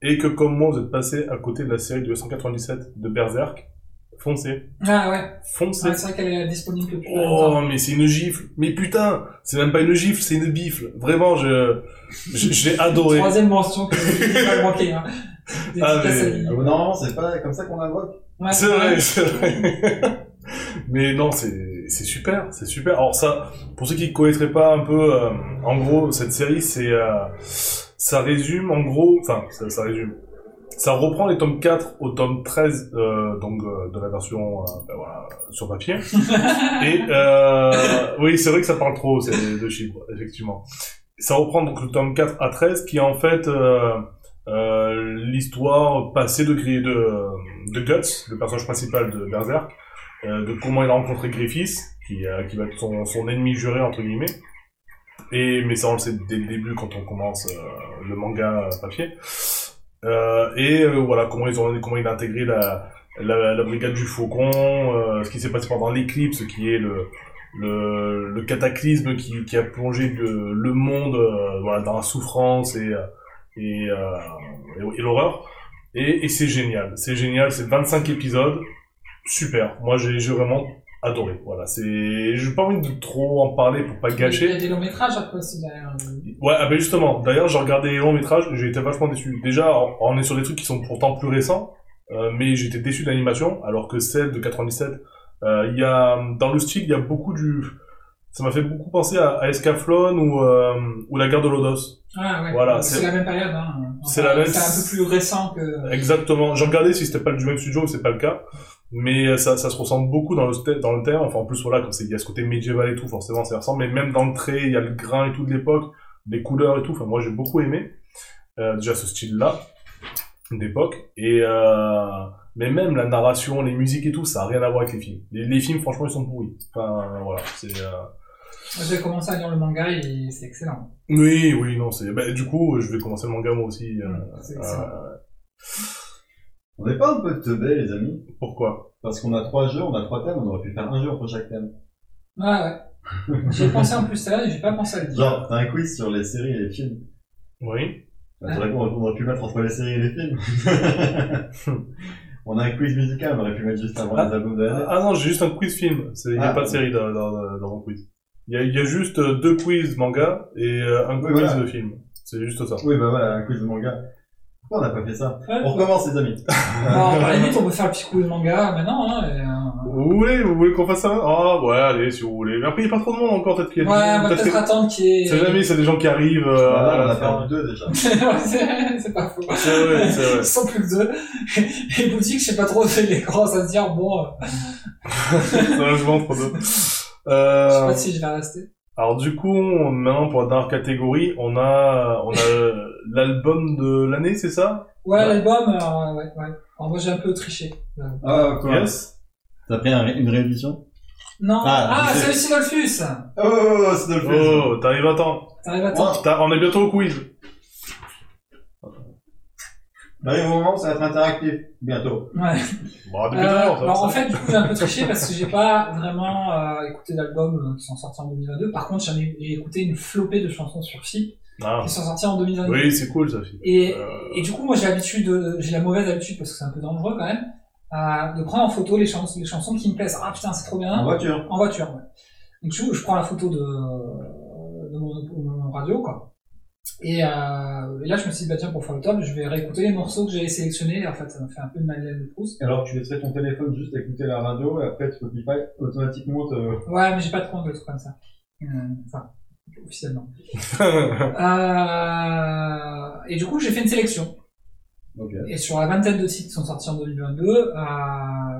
S2: et que comme moi vous êtes passé à côté de la série de 197 de Berserk, foncez,
S3: Ah ouais,
S2: foncez,
S3: c'est vrai qu'elle est disponible depuis
S2: Oh, mais c'est une gifle. Mais putain, c'est même pas une gifle, c'est une bifle. Vraiment, je, je- j'ai adoré.
S3: Troisième mention que je pas manquer. Hein.
S2: [LAUGHS] Ah,
S3: Dédicace
S2: mais-
S3: à Lily.
S4: Oh non, c'est pas comme ça qu'on l'invoque.
S3: Ouais,
S2: C'est vrai, c'est vrai. [LAUGHS] mais non, c'est, c'est super, c'est super. Alors ça, pour ceux qui connaîtraient pas un peu, euh, en gros, cette série, c'est, euh, ça résume, en gros, enfin, ça, ça résume. Ça reprend les tomes 4 au tome 13, euh, donc euh, de la version euh, ben voilà, sur papier. Et euh, oui, c'est vrai que ça parle trop, ces deux chiffres, effectivement. Ça reprend donc le tome 4 à 13, qui est en fait euh, euh, l'histoire passée de, Gri- de, de Guts, le personnage principal de Berserk, euh, de comment il a rencontré Griffiths, qui, euh, qui va être son, son ennemi juré, entre guillemets. Et, mais ça, on le sait dès le début quand on commence euh, le manga papier. Euh, et euh, voilà, comment, ils ont, comment il a intégré la, la, la brigade du Faucon, euh, ce qui s'est passé pendant l'éclipse, qui est le, le, le cataclysme qui, qui a plongé le, le monde euh, voilà, dans la souffrance et, euh, et, euh, et, et l'horreur. Et, et c'est génial, c'est génial, c'est 25 épisodes, super. Moi, j'ai j'ai vraiment adoré. Voilà, c'est, j'ai pas envie de trop en parler pour pas
S3: Il
S2: gâcher.
S3: y a des longs métrages après aussi derrière. euh,
S2: Ouais, ah ben justement, d'ailleurs, j'ai regardé les longs métrages, j'ai été vachement déçu. Déjà, on- on est sur des trucs qui sont pourtant plus récents, euh, mais j'étais déçu de l'animation, alors que celle de 97, euh, il y a, dans le style, il y a beaucoup du. Ça m'a fait beaucoup penser à, à Escaflowne ou, euh, ou La guerre de l'Odos.
S3: Ah ouais,
S2: Voilà,
S3: c'est
S2: c'est-
S3: la même période. Hein. Enfin,
S2: c'est la même-
S3: C'est un peu plus récent que.
S2: Exactement. J'ai regardé si c'était pas du même studio, c'est pas le cas. Mais euh, ça, ça se ressemble beaucoup dans le, sta- dans le thème. Enfin, en plus, voilà, comme c'est- il y a ce côté médiéval et tout, forcément, ça ressemble. Mais même dans le trait, il y a le grain et tout de l'époque, les couleurs et tout. Enfin, moi, j'ai beaucoup aimé. euh, déjà, ce style-là, d'époque. Et, euh, mais même la narration, les musiques et tout, ça a rien à voir avec les films. Les, les films, franchement, ils sont pourris. Enfin, voilà, c'est, euh,
S3: J'ai commencé à lire le manga et c'est excellent.
S2: Oui, oui, non, c'est, bah, du coup, je vais commencer le manga moi aussi. euh,
S3: C'est excellent.
S2: euh,
S4: On n'est pas un peu teubés, les amis
S2: pourquoi?
S4: Parce qu'on a trois jeux, on a trois thèmes, on aurait pu faire un jeu pour chaque thème.
S3: Ouais, ouais. J'ai pensé en plus à ça et j'ai pas pensé à le dire.
S4: Genre, t'as un quiz sur les séries et les films.
S2: Oui.
S4: Bah, c'est vrai qu'on on aurait pu mettre entre les séries et les [LAUGHS] films. on a un quiz musical, on aurait pu mettre juste avant les albums de l'année.
S2: Ah non, j'ai juste un quiz film. Il n'y a
S4: Ah.
S2: pas de série dans, dans, dans mon quiz. Il y a, il y a juste euh, deux quiz manga et euh, un quiz
S4: Oui, voilà.
S2: de film. C'est juste ça.
S4: Oui, bah voilà, un quiz de manga. Pourquoi on n'a pas fait ça
S3: Ouais.
S2: Oh.
S4: On recommence, les amis.
S3: Alors, à la limite, on peut faire le petit coup de manga maintenant. Hein, et, euh,
S2: Vous voulez, vous voulez qu'on fasse ça Ah ouais, allez, si vous voulez. Mais après, il n'y a pas trop de monde encore, peut-être qu'il y a
S3: Ouais, on
S2: du-
S3: va
S2: peut-être
S3: peut-être
S2: que-
S3: attendre qu'il y ait.
S2: C'est jamais, c'est des gens qui arrivent. euh,
S4: Voilà,
S2: à
S4: Ah, on
S2: la
S4: a
S2: fin.
S4: perdu deux déjà.
S3: Ouais, c'est c'est pas faux.
S2: C'est vrai, c'est
S3: [LAUGHS]
S2: vrai.
S3: Ils sont plus que deux. Et Boutique, je sais pas trop, les grands à se dire, bon, euh,
S2: Ça, je m'entre deux.
S3: je sais
S2: Euh,
S3: pas si je vais rester.
S2: alors du coup, on- maintenant pour la dernière catégorie, on a, on a euh, l'album de l'année, c'est ça
S3: Ouais,
S2: ouais.
S3: l'album, euh, ouais, ouais. Alors, moi, j'ai un peu triché.
S4: Ah, quoi
S2: Yes.
S4: T'as pris un- une réédition
S3: Non. Ah,
S4: Ah, je sais.
S3: c'est le Sinolfus!
S4: Oh, c'est le
S2: Oh, t'arrives à temps.
S3: T'arrives à temps.
S2: T'as- On est bientôt au quiz.
S4: On arrive Bah au moment où ça va être interactif. Bientôt.
S3: Ouais.
S2: Bon, depuis tout à
S3: Euh,
S2: l'heure, ça va,
S3: alors en
S2: ça.
S3: fait, du coup, j'ai un peu triché parce que j'ai pas vraiment euh, écouté d'albums euh, qui sont sortis en 2022. Par contre, j'en ai j'ai écouté une flopée de chansons sur FIP
S2: Ah.
S3: qui sont sorties bah, en 2022.
S2: Oui, c'est cool, ça. Phil.
S3: Euh, Et,
S2: Euh,
S3: et du coup, moi, j'ai l'habitude, de- j'ai la mauvaise habitude parce que c'est un peu dangereux quand même, euh, de prendre en photo les, chans- les chansons qui me plaisent. Ah putain, c'est trop bien.
S4: En voiture.
S3: En voiture, ouais. Donc je, je prends la photo de, de mon, de mon radio, quoi. Et, euh, et là, je me suis dit, bah tiens, pour faire le top, je vais réécouter les morceaux que j'avais sélectionnés. En fait, ça m'a fait un peu de Madeleine de Proust.
S4: Alors tu laisserais ton téléphone juste écouter la radio et après Spotify automatiquement te...
S3: Ouais, mais j'ai pas de compte de trucs comme ça. Euh, Enfin, officiellement. Euh, et du coup, j'ai fait une sélection.
S4: Ok.
S3: Et sur la vingtaine de titres qui sont sortis en 2022, euh,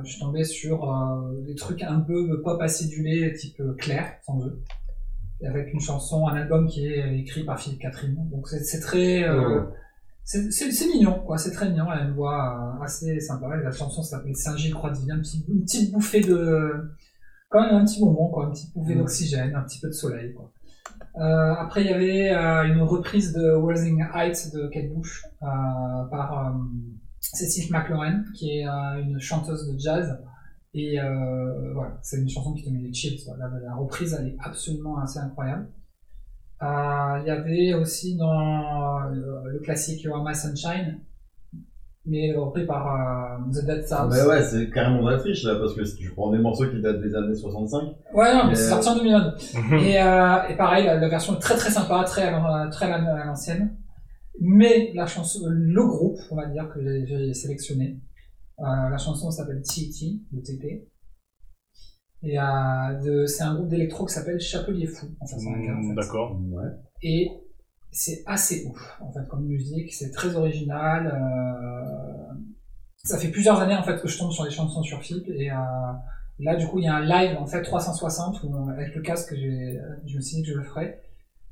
S3: je suis tombé sur euh, des trucs un peu pop acidulé, type euh, Claire, sans eux. Avec une chanson, un album qui est écrit par Philippe Catherine. Donc c'est c'est très, euh, C'est- C'est c'est mignon, quoi. C'est très mignon. Elle a une voix euh, assez sympa. Et La chanson s'appelle Saint-Gilles Croix divine. Une petite, une petite bouffée de. Quand même un petit moment, quoi. Une petite bouffée
S2: Mm.
S3: d'oxygène, un petit peu de soleil, quoi. Euh, après, il y avait euh, une reprise de Wuthering Heights de Kate Bush euh, par euh, Cécile McLaurin, qui est euh, une chanteuse de jazz. Et euh, voilà, c'est une chanson qui te met les chips. quoi. La, la reprise, elle est absolument assez incroyable. Euh, Il y avait aussi dans euh, le classique You're My Sunshine, mais repris par euh, The Dead South.
S4: Mais Bah ouais, c'est carrément de la triche là, parce que si tu prends des morceaux qui datent des années 65,
S3: Ouais, non, mais c'est
S4: Euh,
S3: sorti en 2001.
S2: [LAUGHS] Mhm.
S3: Et, euh, et pareil, la, la version est très très sympa, très à l'an- très euh, à l'an- à l'ancienne. Mais la chanson, euh, le groupe, on va dire, que j'ai- j'ai sélectionné, euh, la chanson s'appelle TT, le TT. Et euh, de- c'est un groupe d'électro qui s'appelle Chapelier Fou, en façon interne, en fait.
S2: D'accord.
S4: ouais.
S3: Et c'est assez ouf, en fait, comme musique, c'est très original. euh, Ça fait plusieurs années, en fait, que je tombe sur les chansons sur FIP, et euh, là, du coup, il y a un live, en fait, 360, où, euh, avec le casque, j'ai- je me suis dit que je le ferai.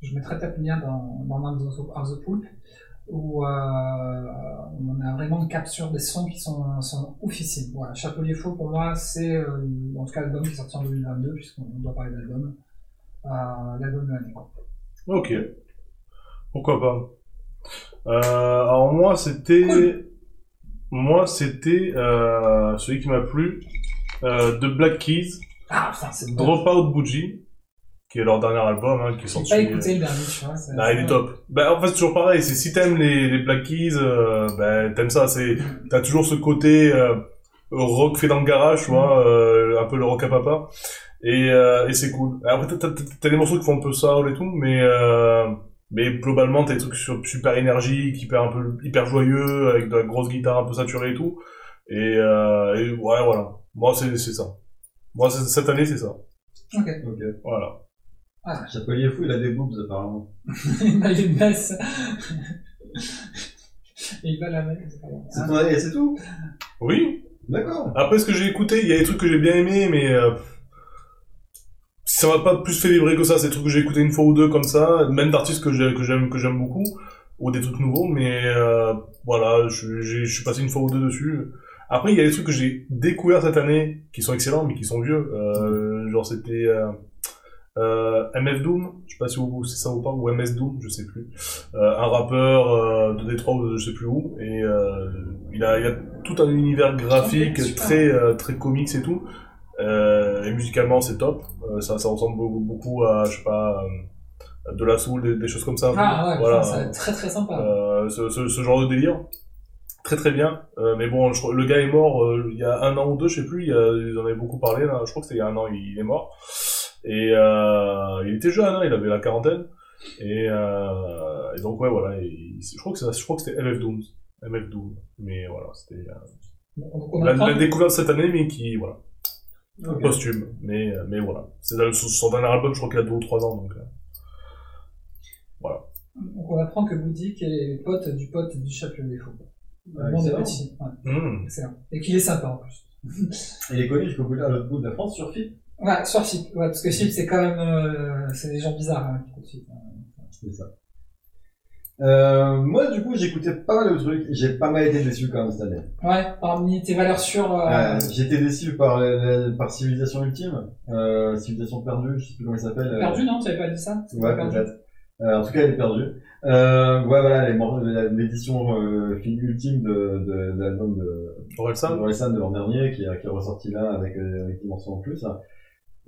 S3: Je mettrai peut-être le lien dans, dans l'un de The- of the Poulp, où euh, on a vraiment une capture des sons qui sont, sont oufissimes. Voilà, Chapelier Faux, pour moi, c'est, euh, en tout cas, l'album qui est sorti en 2022, puisqu'on doit parler d'album, euh, l'album de l'année, quoi.
S2: Ok. Pourquoi pas. Euh, alors moi c'était, moi c'était euh, celui qui m'a plu, euh, de Black Keys,
S3: Ah putain, c'est bon.
S2: Dropout Bougie, qui est leur dernier album, hein, qui est
S3: J'ai
S2: sorti.
S3: pas écouté le dernier, tu vois. c'est-
S2: Ah, il est
S3: [LAUGHS]
S2: top. Bah, en fait, c'est toujours pareil. C'est si t'aimes les, les Black Keys, euh, bah, t'aimes ça. C'est, t'as toujours ce côté euh, rock fait dans le garage, tu vois, euh, un peu le rock à papa. Et, euh, et c'est cool. Après, t'as, t'as, t'as- t'as des morceaux qui font un peu soul et tout, mais euh, mais globalement, t'as des trucs sur- super énergiques, hyper un peu hyper joyeux, avec de la grosse guitare un peu saturée et tout. Et, euh, et ouais, voilà. Moi, c'est, c'est ça. Moi, c'est- cette année, c'est ça.
S3: Ok.
S4: Ok.
S2: Voilà.
S4: Chapelier fou, il a des boobs apparemment.
S3: il a une messe. Et il va la mettre. c'est pas grave. Ah,
S4: C'est ton et c'est tout
S2: Oui.
S4: D'accord.
S2: Après, ce que j'ai écouté, il y a des trucs que j'ai bien aimés, mais euh, ça m'a pas plus fait vibrer que ça. C'est des trucs que j'ai écouté une fois ou deux comme ça, même d'artistes que j'ai- que j'aime que j'aime beaucoup, ou des trucs nouveaux, mais euh, voilà, je j'ai- je suis passé une fois ou deux dessus. Après, il y a des trucs que j'ai découverts cette année, qui sont excellents, mais qui sont vieux. Euh, genre, c'était... euh, euh, MF Doom, je sais pas si vous- c'est ça ou pas, ou MS Doom, je sais plus. Euh, un rappeur euh, de Détroit ou de je sais plus où, et euh, il, a, il a tout un univers graphique
S3: Super.
S2: très euh, très comics et tout. Euh, et musicalement c'est top, Euh, ça, ça ressemble beaucoup, beaucoup à je sais pas euh, de la soul, des, des choses comme ça.
S3: Ah ouais,
S2: Voilà.
S3: putain, ça va être très très sympa.
S2: Euh, ce, ce- ce genre de délire. Très très bien. Euh, mais bon, je crois- le gars est mort euh, il y a un an ou deux, je sais plus. Il y a, ils en avaient beaucoup parlé. Là. Je crois que c'était il y a un an, il, il est mort. Et euh, il était jeune, hein, il avait la quarantaine. Et, euh, et donc ouais, voilà. et il- je crois que ça- je crois que c'était MF Doom. MF Doom. Mais voilà, c'était euh,
S3: Donc, on
S2: la,
S3: attend.
S2: la découverte cette année, mais qui voilà,
S4: Ok.
S2: posthume. Mais euh, mais voilà, c'est dans son, son dernier album. Je crois qu'il a deux ou trois ans. Donc euh,
S3: Donc, on apprend que Boudic est pote du pote du Chapelier Faux.
S4: Ah,
S3: Le monde est
S4: excellent.
S3: petit. Ouais,
S2: hmm.
S3: excellent. Et qu'il est sympa en plus.
S4: Il est connu jusqu'au bout de à l'autre bout de la France sur FIP.
S3: Ouais, sur Chip. Ouais, parce que Chip, c'est quand même. euh, c'est des gens bizarres hein, qui écoutent Chip.
S4: C'est ça. Euh, moi, du coup, j'écoutais pas mal de trucs. J'ai pas mal été déçu quand même cette année.
S3: Ouais, parmi tes valeurs sûres. euh,
S4: Euh, J'étais déçu par, la- la- par Civilisation Ultime, euh, Civilisation Perdue, je sais plus comment il s'appelle. euh,
S3: Perdu, non Tu avais pas dit ça C'était
S4: Ouais,
S3: perdu.
S4: peut-être. Euh, en tout cas, elle est perdue. Euh, ouais, voilà, les mor- la- l'édition euh, fine ultime de, de, de l'album de
S2: Orelsan
S4: Orelsan de l'an dernier, qui, est- qui est ressorti là avec, euh, avec des morceaux en plus. hein.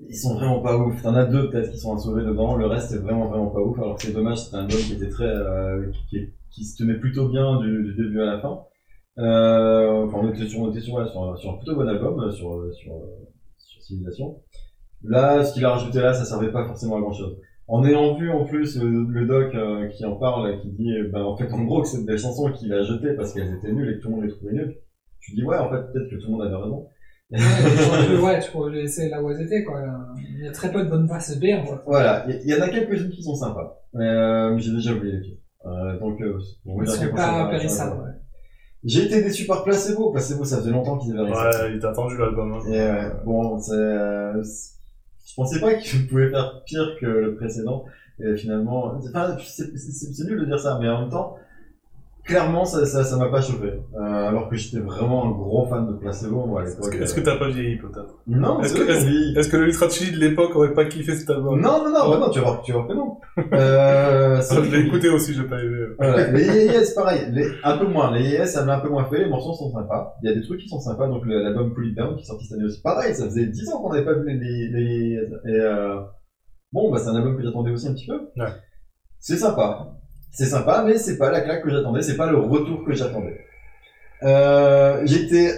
S4: Ils sont vraiment pas ouf. T'en as deux peut-être qui sont insauvés dedans. Le reste est vraiment vraiment pas ouf. Alors que c'est dommage, c'était un album qui était très, euh, qui- qui, qui se tenait plutôt bien du, du début à la fin. Euh, enfin, on était sur, on était sur, ouais, sur, un- sur un plutôt bon album, euh, sur, euh, sur, euh, sur Civilisation. Là, ce qu'il a rajouté là, ça servait pas forcément à grand chose. En ayant vu en plus le, le doc euh, qui en parle, qui dit, euh, ben, en fait, en gros, que c'est des chansons qu'il a jetées parce qu'elles étaient nulles et que tout le monde les trouvait nulles, tu dis, ouais, en fait, peut-être que tout le monde avait raison.
S3: Ouais, tu- ouais, tu pourrais le laisser là où elles étaient, quoi. Il y a très peu de bonnes passes B, en fait.
S4: Voilà, il y, y en a quelques-unes qui sont sympas. Mais, Euh, j'ai déjà oublié les filles. Euh, donc, euh, pour vous
S3: Ils
S4: dire à
S3: sont
S4: quel point
S3: pas
S4: ça-
S3: périssables, ouais.
S4: J'ai été déçu par Placebo. Placebo, ça faisait longtemps qu'ils avaient réussi.
S2: Ouais, il t'a attendu l'album. hein.
S4: Et ouais, bon, c'est, euh, c'est- je pensais pas qu'ils pouvaient faire pire que le précédent. Et finalement, enfin, c'est c'est- c'est- c'est nul de dire ça, mais en même temps, clairement, ça, ça, ça m'a pas chauffé. Euh, alors que j'étais vraiment un gros fan de placebo, moi, à
S2: Est-ce
S4: l'époque. euh,
S2: que- Est-ce que t'as pas vieilli peut-être
S4: Non,
S2: est-ce
S4: c'est
S2: que-
S4: vrai qu'on vit-
S2: Est-ce que le Ultra Chili de l'époque aurait pas kiffé cet album
S4: Non, non, non, bah non, tu vas voir, tu vas voir que non. Euh,
S2: Ça,
S4: c'est
S2: [LAUGHS] Je l'ai
S4: vrai qu'on-
S2: écouté aussi, j'ai pas aimé.
S4: Voilà. Les IES, c'est pareil. Les- un peu moins. Les IES, ça m'a un peu moins fait. Les morceaux sont sympas. Il y a des trucs qui sont sympas. Donc, le- l'album Cool It Down qui est sorti cette année aussi. Pareil, ça faisait 10 ans qu'on n'avait pas vu les, les, les IES. Et, euh, bon, bah, c'est un album que j'attendais aussi un petit peu.
S2: Ouais.
S4: C'est sympa. C'est sympa, mais c'est pas la claque que j'attendais. C'est pas le retour que j'attendais. Euh, j'étais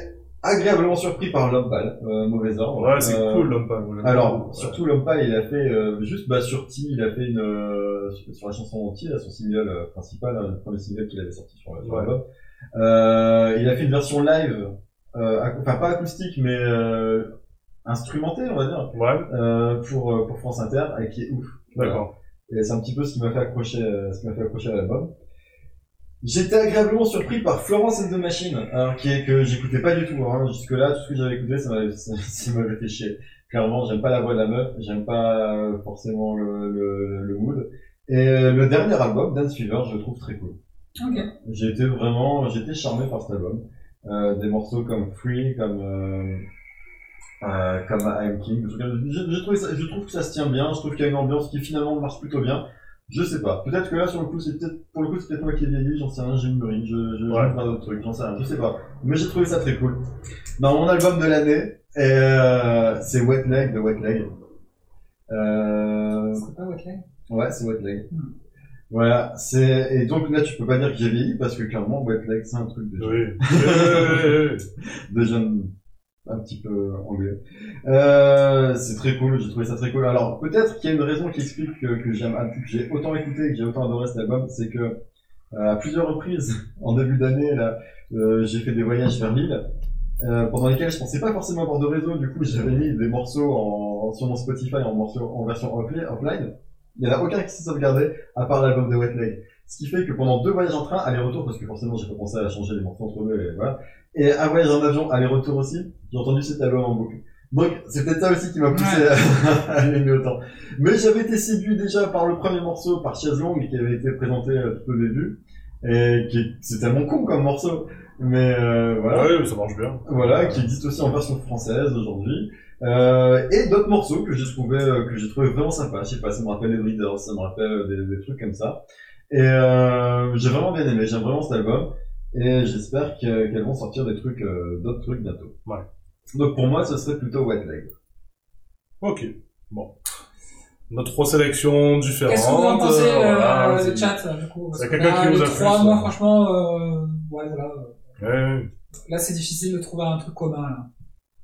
S4: agréablement surpris par Love Ball, euh, mauvais ordre.
S2: Ouais, c'est
S4: Euh,
S2: cool, l'homme pas. vous l'avez
S4: alors,
S2: vu.
S4: surtout Lompa, il a fait euh, juste bah, sur T, il a fait une euh, sur- sur la chanson entière, son single euh, principal, hein, le premier single qu'il avait sorti sur, sur
S2: Ouais.
S4: l'album. Euh, il a fait une version live, euh, ac- enfin pas acoustique, mais euh, instrumentée, on va dire,
S2: Ouais,
S4: euh, pour euh, pour France Inter, et qui est ouf. Voilà.
S2: d'accord.
S4: Et c'est un petit peu ce qui m'a fait accrocher, euh, ce qui m'a fait accrocher à l'album. J'étais agréablement surpris par Florence and the Machine, alors qui est que j'écoutais pas du tout. Hein. Jusque là, tout ce que j'avais écouté, ça m'avait, ça, ça m'avait fait chier. Clairement, j'aime pas la voix de la meuf, j'aime pas euh, forcément le, le, le mood. Et euh, le dernier album, Dance Fever, je le trouve très cool.
S3: Ok.
S4: J'ai été vraiment, j'ai été charmé par cet album. Euh, des morceaux comme Free, comme euh, euh, comme I'm King. des trucs comme- Je, je trouve ça, je trouve que ça se tient bien. Je trouve qu'il y a une ambiance qui finalement marche plutôt bien. Je sais pas. Peut-être que là, sur le coup, c'est peut-être pour le coup, c'est peut-être moi qui ai vieilli. J'en sais rien. J'ai mûri. Je, je, je
S2: Ouais.
S4: vais faire d'autres trucs. J'en sais rien. Je sais pas. Mais j'ai trouvé ça très cool. Dans mon album de l'année, euh, c'est Wet Leg de Wet Leg. Euh,
S3: C'est pas ok.
S4: Ouais, c'est Wet Leg.
S3: Hmm.
S4: Voilà, c'est et donc là tu peux pas dire que j'ai vieilli parce que clairement Wet Leg c'est un truc de,
S2: Oui. Euh,
S4: de jeune un petit peu anglais. Euh, c'est très cool, j'ai trouvé ça très cool. Alors peut-être qu'il y a une raison qui explique que, que j'aime que j'ai autant écouté et que j'ai autant adoré cet album, c'est que euh, à plusieurs reprises [LAUGHS] en début d'année là, euh, j'ai fait des voyages vers l'île euh, pendant lesquels je pensais pas forcément avoir de réseau. Du coup, j'avais mis des morceaux en, sur mon Spotify en morceaux en version offli- offline. Il y en a aucun qui s'est sauvegardé à part l'album de Wet Leg. Ce qui fait que pendant deux voyages en train, aller-retour, parce que forcément j'ai pas pensé à changer les morceaux entre deux, et voilà. Et un voyage en avion, aller-retour aussi, j'ai entendu cet album en boucle. Donc, c'est peut-être ça aussi qui m'a poussé [LAUGHS] à, à l'aimer autant. Mais j'avais été séduit déjà par le premier morceau, par Chaise Longue, qui avait été présenté euh, tout au début. Et qui, est- c'est tellement con comme morceau. Mais, euh, [LAUGHS] voilà.
S2: Ouais, mais Ah ça marche bien.
S4: Voilà, qui existe aussi en version française aujourd'hui. Euh, et d'autres morceaux que j'ai trouvé euh, que j'ai trouvé vraiment sympa. Je sais pas, ça me rappelle les Breeders, ça me rappelle euh, des, des trucs comme ça. Et euh, j'ai vraiment bien aimé, j'aime vraiment cet album. Et j'espère que- qu'elles vont sortir des trucs, euh, d'autres trucs bientôt.
S2: Ouais.
S4: Donc pour moi, ce serait plutôt Wet Leg.
S2: Ok, bon. Nos trois sélections différentes.
S3: Qu'est-ce que vous en pensez,
S2: euh, voilà,
S3: euh,
S2: c'est-
S3: le chat, là, du coup parce
S2: Il y a
S3: que
S2: quelqu'un
S3: là,
S2: qui nous
S3: les
S2: a
S3: trois,
S2: plus,
S3: moi,
S2: euh.
S3: franchement, euh, ouais, voilà.
S2: Ouais, ouais.
S3: Là, c'est difficile de trouver un truc commun, là.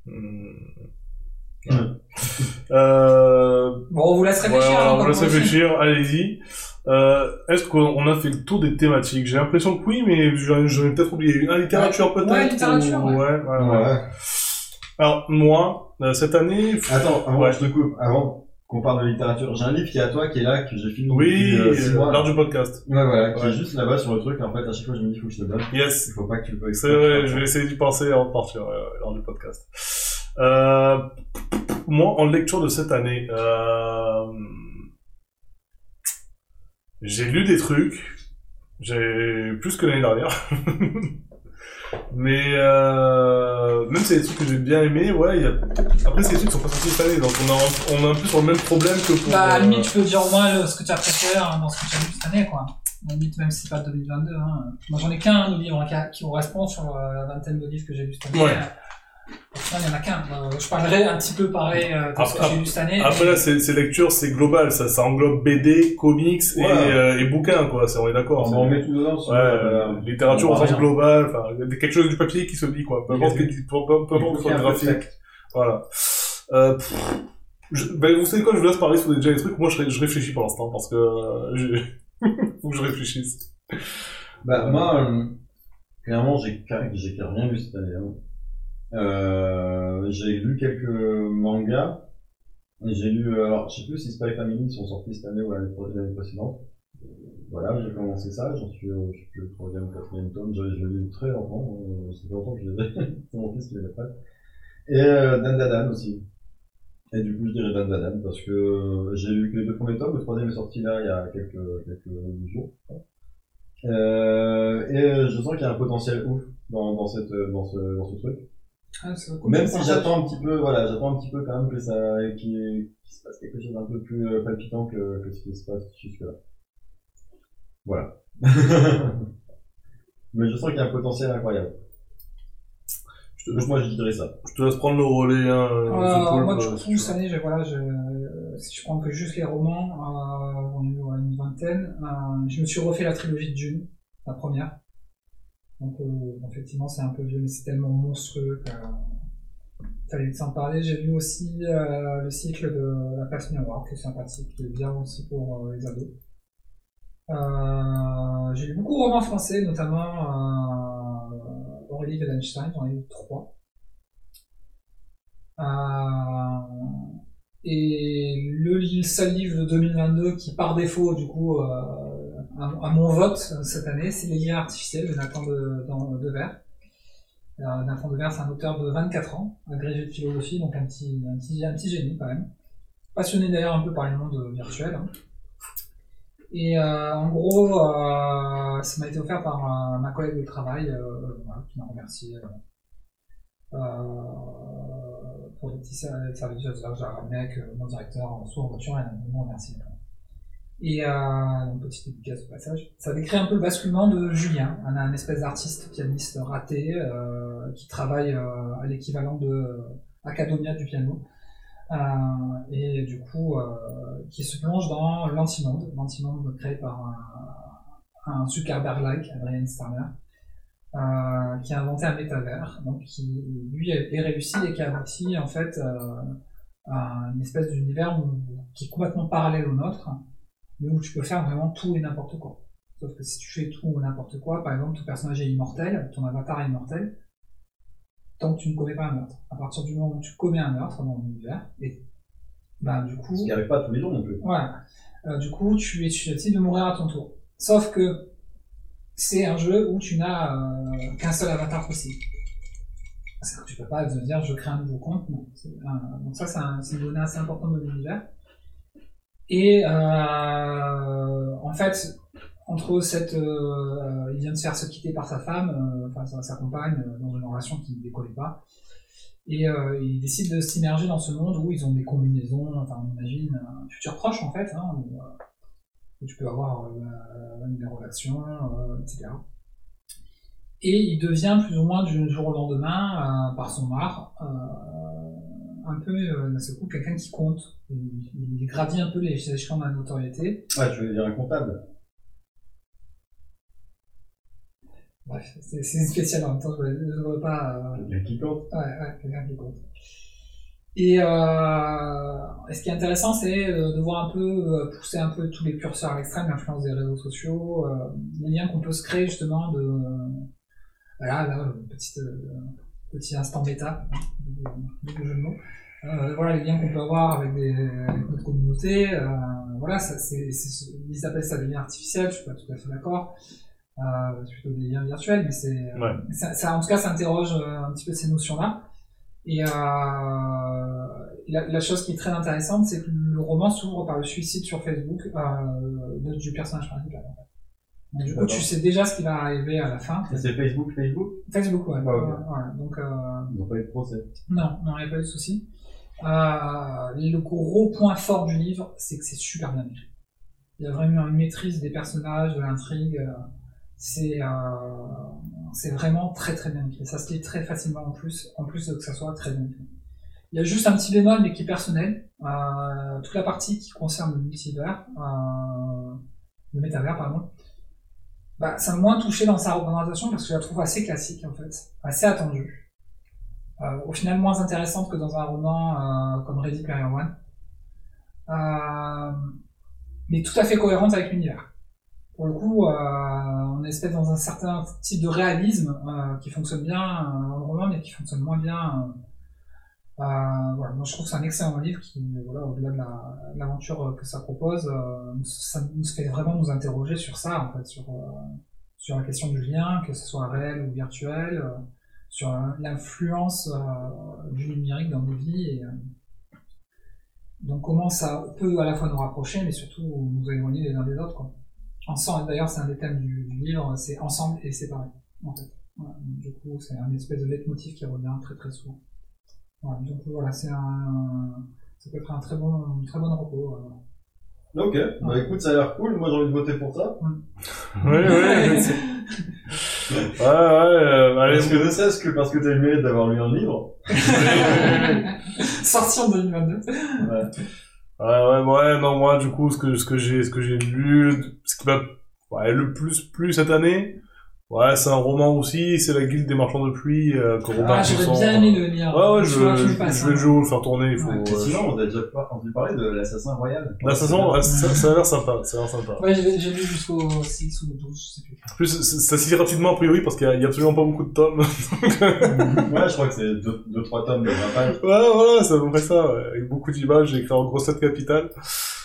S2: Hmm.
S4: Ouais.
S2: Euh,
S3: Bon, on vous laisse réfléchir,
S2: ouais,
S3: hein,
S2: on
S3: comme
S2: va se
S3: vous voulez.
S2: réfléchir, allez-y. Euh, Est-ce qu'on on a fait le tour des thématiques J'ai l'impression que oui, mais j'en j'en ai peut-être oublié une. Ah, littérature peut-être
S3: Ouais, littérature,
S2: ou-
S3: ouais.
S2: ouais, ouais, ouais. Alors, moi, euh, cette année... pff,
S4: Attends, avant
S2: Ouais.
S4: que je te coupe, avant qu'on parle de littérature, j'ai un livre qui est à toi, qui est là, que j'ai fini
S2: Oui,
S4: depuis euh, six
S2: euh,
S4: mois.
S2: l'art du podcast.
S4: Ouais, voilà, qui
S2: Ouais.
S4: est juste là-bas sur le truc. En fait, à chaque fois, je me dis, faut que je te donne.
S2: Yes,
S4: Il faut pas que tu le peux
S2: C'est vrai, je vais essayer d'y penser avant de partir euh, lors du podcast. Euh, moi, en lecture de cette année, euh, j'ai lu des trucs, j'ai plus que l'année dernière. [LAUGHS] Mais euh, même si c'est des trucs que j'ai bien aimé, ouais, il y a... après ces trucs sont pas sortis cette année, donc on a, on a un peu sur le même problème que pour...
S3: Bah, à
S2: euh,
S3: la limite, tu peux dire au moins le- ce que tu as préféré hein, dans ce que tu as lu cette année, quoi. À la limite, même si c'est pas 2022. Hein. Moi, j'en ai qu'un hein, de livre hein, qui, a- qui correspond sur euh, la vingtaine de livres que j'ai lu cette année.
S2: Ouais.
S3: Au final, il y en a qu'un. Euh, je parlerai un petit peu pareil euh, de ce que
S2: Après-
S3: j'ai lu cette année.
S2: Après
S3: mais-
S2: là, ces ces lectures, c'est global, ça, ça englobe BD, comics et,
S4: Ouais.
S2: euh, et bouquins, quoi, ça, on est d'accord.
S4: On
S2: c'est-
S4: en met tout dedans.
S2: Ouais, euh, littérature au sens global, enfin, quelque chose du papier qui se lit, quoi. Peu importe que, peu importe peu importe que ce soit graphique. Voilà. Euh, pff, je- ben, vous savez quoi, je vous laisse parler sur déjà les trucs. Moi, je, ré- je réfléchis pour l'instant parce que, euh, j'ai- [LAUGHS] faut que je réfléchisse.
S4: Bah, moi, euh, clairement, j'ai ca- j'ai ca- rien lu cette année. hein. Euh, j'ai lu quelques mangas. J'ai lu, alors, je sais plus si Spy Family sont sortis cette année ou l'année pré- l'année précédente. Euh, Voilà, j'ai commencé ça, j'en suis, au- je sais plus, au troisième ou quatrième tome, je, je l'ai lu très lentement, euh, ça fait longtemps que je les ai, [LAUGHS] c'est mon fils qui les a pas. Et euh, Dan Dadan aussi. Et du coup, je dirais Dan Dadan parce que euh, j'ai lu que les deux premiers tomes, le troisième est sorti là il y a quelques, quelques jours. Euh, et euh, je sens qu'il y a un potentiel ouf dans, dans, cette, euh, dans, ce, dans ce truc.
S3: Ah, c'est cool.
S4: Même si j'attends un petit peu, voilà, j'attends un petit peu quand même que ça, qu'il qu'il se passe quelque chose d'un peu plus euh, palpitant que, que ce qui se passe jusque-là. Voilà. [LAUGHS] Mais je sens qu'il y a un potentiel incroyable.
S2: Je te,
S4: Donc moi, je dirais ça.
S2: je te laisse prendre le relais. Hein,
S3: Voilà,
S2: monsieur Paul,
S3: moi, je
S2: euh, si
S3: trouve
S2: tu
S3: cette année, j'ai- voilà, je- si je prends que juste les romans, euh, on est à une vingtaine, euh, je me suis refait la trilogie de Dune, la première. Donc, euh, effectivement, c'est un peu vieux, mais c'est tellement monstrueux que euh, fallait s'en parler. J'ai vu aussi euh, le cycle de La Place Miroir, qui est sympathique, qui est bien aussi pour euh, les ados. Euh, j'ai lu beaucoup de romans français, notamment euh, Aurélie Wittgenstein, j'en ai lu trois. Euh, et le li- seul livre de 2022 qui, par défaut, du coup, euh, à, à mon vote euh, cette année, c'est Les liens artificiels de Nathan de, dans- Devers. Euh, Nathan Devers, c'est un auteur de 24 ans, agrégé de philosophie, donc un petit, un petit, un petit génie quand même. Passionné d'ailleurs un peu par les mondes virtuels. hein. Et euh, en gros, euh, ça m'a été offert par euh, ma collègue de travail, euh, voilà, qui m'a remercié euh, euh, pour les petits ser- services, là, j'ai ramené avec euh, mon directeur en sous en voiture, et elle m'a remercié. Et euh, une petite dédicace au passage. Ça décrit un peu le basculement de Julien, un, un espèce d'artiste pianiste raté euh, qui travaille euh, à l'équivalent de euh, Academia du piano. Euh, et du coup, euh, qui se plonge dans l'antimonde, l'antimonde créé par un, un Zuckerberg-like, Adrien Starner, euh, qui a inventé un métavers, donc qui lui est est réussi et qui a abouti en fait euh, à une espèce d'univers où- qui est complètement parallèle au nôtre, mais où tu peux faire vraiment tout et n'importe quoi. Sauf que si tu fais tout ou n'importe quoi, par exemple, ton personnage est immortel, ton avatar est immortel, tant que tu ne commets pas un meurtre. À partir du moment où tu commets un meurtre dans l'univers, et ben du coup,
S4: Ce qui arrive pas tous les jours non plus.
S3: voilà. Euh, du coup, tu es susceptible de mourir à ton tour. Sauf que c'est un jeu où tu n'as euh, qu'un seul avatar possible. C'est-à-dire que tu peux pas te dire je crée un nouveau compte. non. C'est un- donc ça, c'est un- c'est une donnée assez importante de l'univers. Et euh, en fait, entre cette, euh, il vient de se faire se quitter par sa femme, euh, enfin sa, sa compagne, euh, dans une relation qui ne décollait pas. Et euh, ils décident de s'immerger dans ce monde où ils ont des combinaisons, enfin on imagine un futur proche en fait, hein, où, euh, où tu peux avoir euh, des relations, euh, etc. Et il devient plus ou moins du jour au lendemain, euh, par son art, euh, un peu, euh, d'un seul coup, quelqu'un qui compte. Il, il gravit un peu les échelons de la notoriété.
S4: Ah, tu veux dire un comptable
S3: Bref, c'est c'est spécial en même temps, je ne voulais pas... euh,
S4: Quelqu'un qui compte
S3: Ouais, ouais, quelqu'un qui compte. Et, euh, et ce qui est intéressant, c'est euh, de voir un peu euh, pousser un peu tous les curseurs à l'extrême, l'influence des réseaux sociaux, euh, les liens qu'on peut se créer justement de. voilà, là, une petite, euh, petit instant bêta du du jeu de mots. Euh, voilà les liens qu'on peut avoir avec, des, avec notre communauté. euh, voilà, ça, c'est, c'est, ce- ils appellent ça des liens artificiels, je suis pas tout à fait d'accord. Euh, c'est plutôt des liens virtuels, mais c'est,
S2: Ouais.
S3: ça, ça- en tout cas, ça interroge euh, un petit peu ces notions-là. Et euh, la, la chose qui est très intéressante, c'est que le roman s'ouvre par le suicide sur Facebook euh, de- du personnage principal. en fait. Donc, du coup,
S4: D'accord.
S3: tu sais déjà ce qui va arriver à la fin.
S4: Ça, C'est Facebook, Facebook
S3: Facebook, né? ouais.
S4: Ouais, ouais.
S3: Voilà, donc, euh,
S4: Ils n'ont pas eu de procès.
S3: non, non, il n'y a pas eu de souci. Euh, le gros point fort du livre, c'est que c'est super bien écrit. Il y a vraiment une maîtrise des personnages, de l'intrigue. euh, C'est euh, c'est vraiment très très bien écrit. Ça se lit très facilement en plus, en plus de que ça soit très bien écrit. Il y a juste un petit bémol, mais qui est personnel. Euh, toute la partie qui concerne le multivers, euh, le métavers, pardon, bah, ça m'a moins touché dans sa représentation parce que je la trouve assez classique en fait, assez attendue. Euh, au final, moins intéressante que dans un roman euh, comme Ready Player One. Euh, mais tout à fait cohérente avec l'univers. Pour le coup, euh, on est espèce dans un certain type de réalisme euh, qui fonctionne bien euh, dans le roman, mais qui fonctionne moins bien. euh, euh, voilà. Moi, je trouve que c'est un excellent livre qui, voilà, au-delà de la- de l'aventure que ça propose, euh, ça nous fait vraiment nous interroger sur ça, en fait, sur, euh, sur la question du lien, que ce soit réel ou virtuel, euh, sur euh, l'influence euh, du numérique dans nos vies. Et, euh, donc comment ça peut à la fois nous rapprocher, mais surtout nous éloigner les uns des autres. Quoi. Ensemble, d'ailleurs, c'est un des thèmes du, du livre, c'est ensemble et séparés, en fait. Voilà, donc, du coup, c'est un espèce de leitmotiv qui revient très très souvent. Voilà, donc voilà, c'est un, ça peut être un très bon, une très bonne repos. voilà.
S4: Ok, bah écoute, ça a l'air cool, moi j'ai envie de voter pour ça.
S2: Oui,
S3: euh.
S2: oui.
S3: [LAUGHS]
S2: je- Ouais, ouais, euh, allez,
S4: Parce que ne serait-ce que parce que t'as eu le mérite d'avoir lu un livre.
S3: Sorti en 2022.
S2: Ah, Ouais, ouais, ouais, non, moi, du coup, ce que, ce que j'ai, ce que j'ai lu, ce qui m'a, ouais, le plus, plus cette année, ouais, c'est un roman aussi, c'est la guilde des marchands de pluie, euh, que Robert
S3: Ah, j'aurais
S2: Poussin-
S3: bien aimé le lire.
S2: Ouais, ouais,
S3: Il
S2: je,
S3: faudra que tu le
S2: je,
S3: fasses,
S2: vais le
S3: hein.
S2: jeu le faire tourner, il faut,
S3: Ouais.
S2: ouais.
S4: Et sinon, on a déjà pas entendu parler de l'assassin royal.
S2: La saison, ouais, ça, ça a l'air sympa, ça a l'air sympa.
S3: Ouais, j'ai j'ai lu jusqu'au 6 ou 12, je
S2: [LAUGHS]
S3: sais plus.
S2: En plus, ça- ça se lit rapidement, a priori, parce qu'il y a, il y a absolument pas beaucoup de tomes. [LAUGHS]
S4: ouais, je crois que c'est 2-3 tomes de 20 pages.
S2: Ouais, voilà, c'est à peu près ça, ouais. Avec beaucoup d'images, j'ai écrit en grosse lettre capitale. [LAUGHS]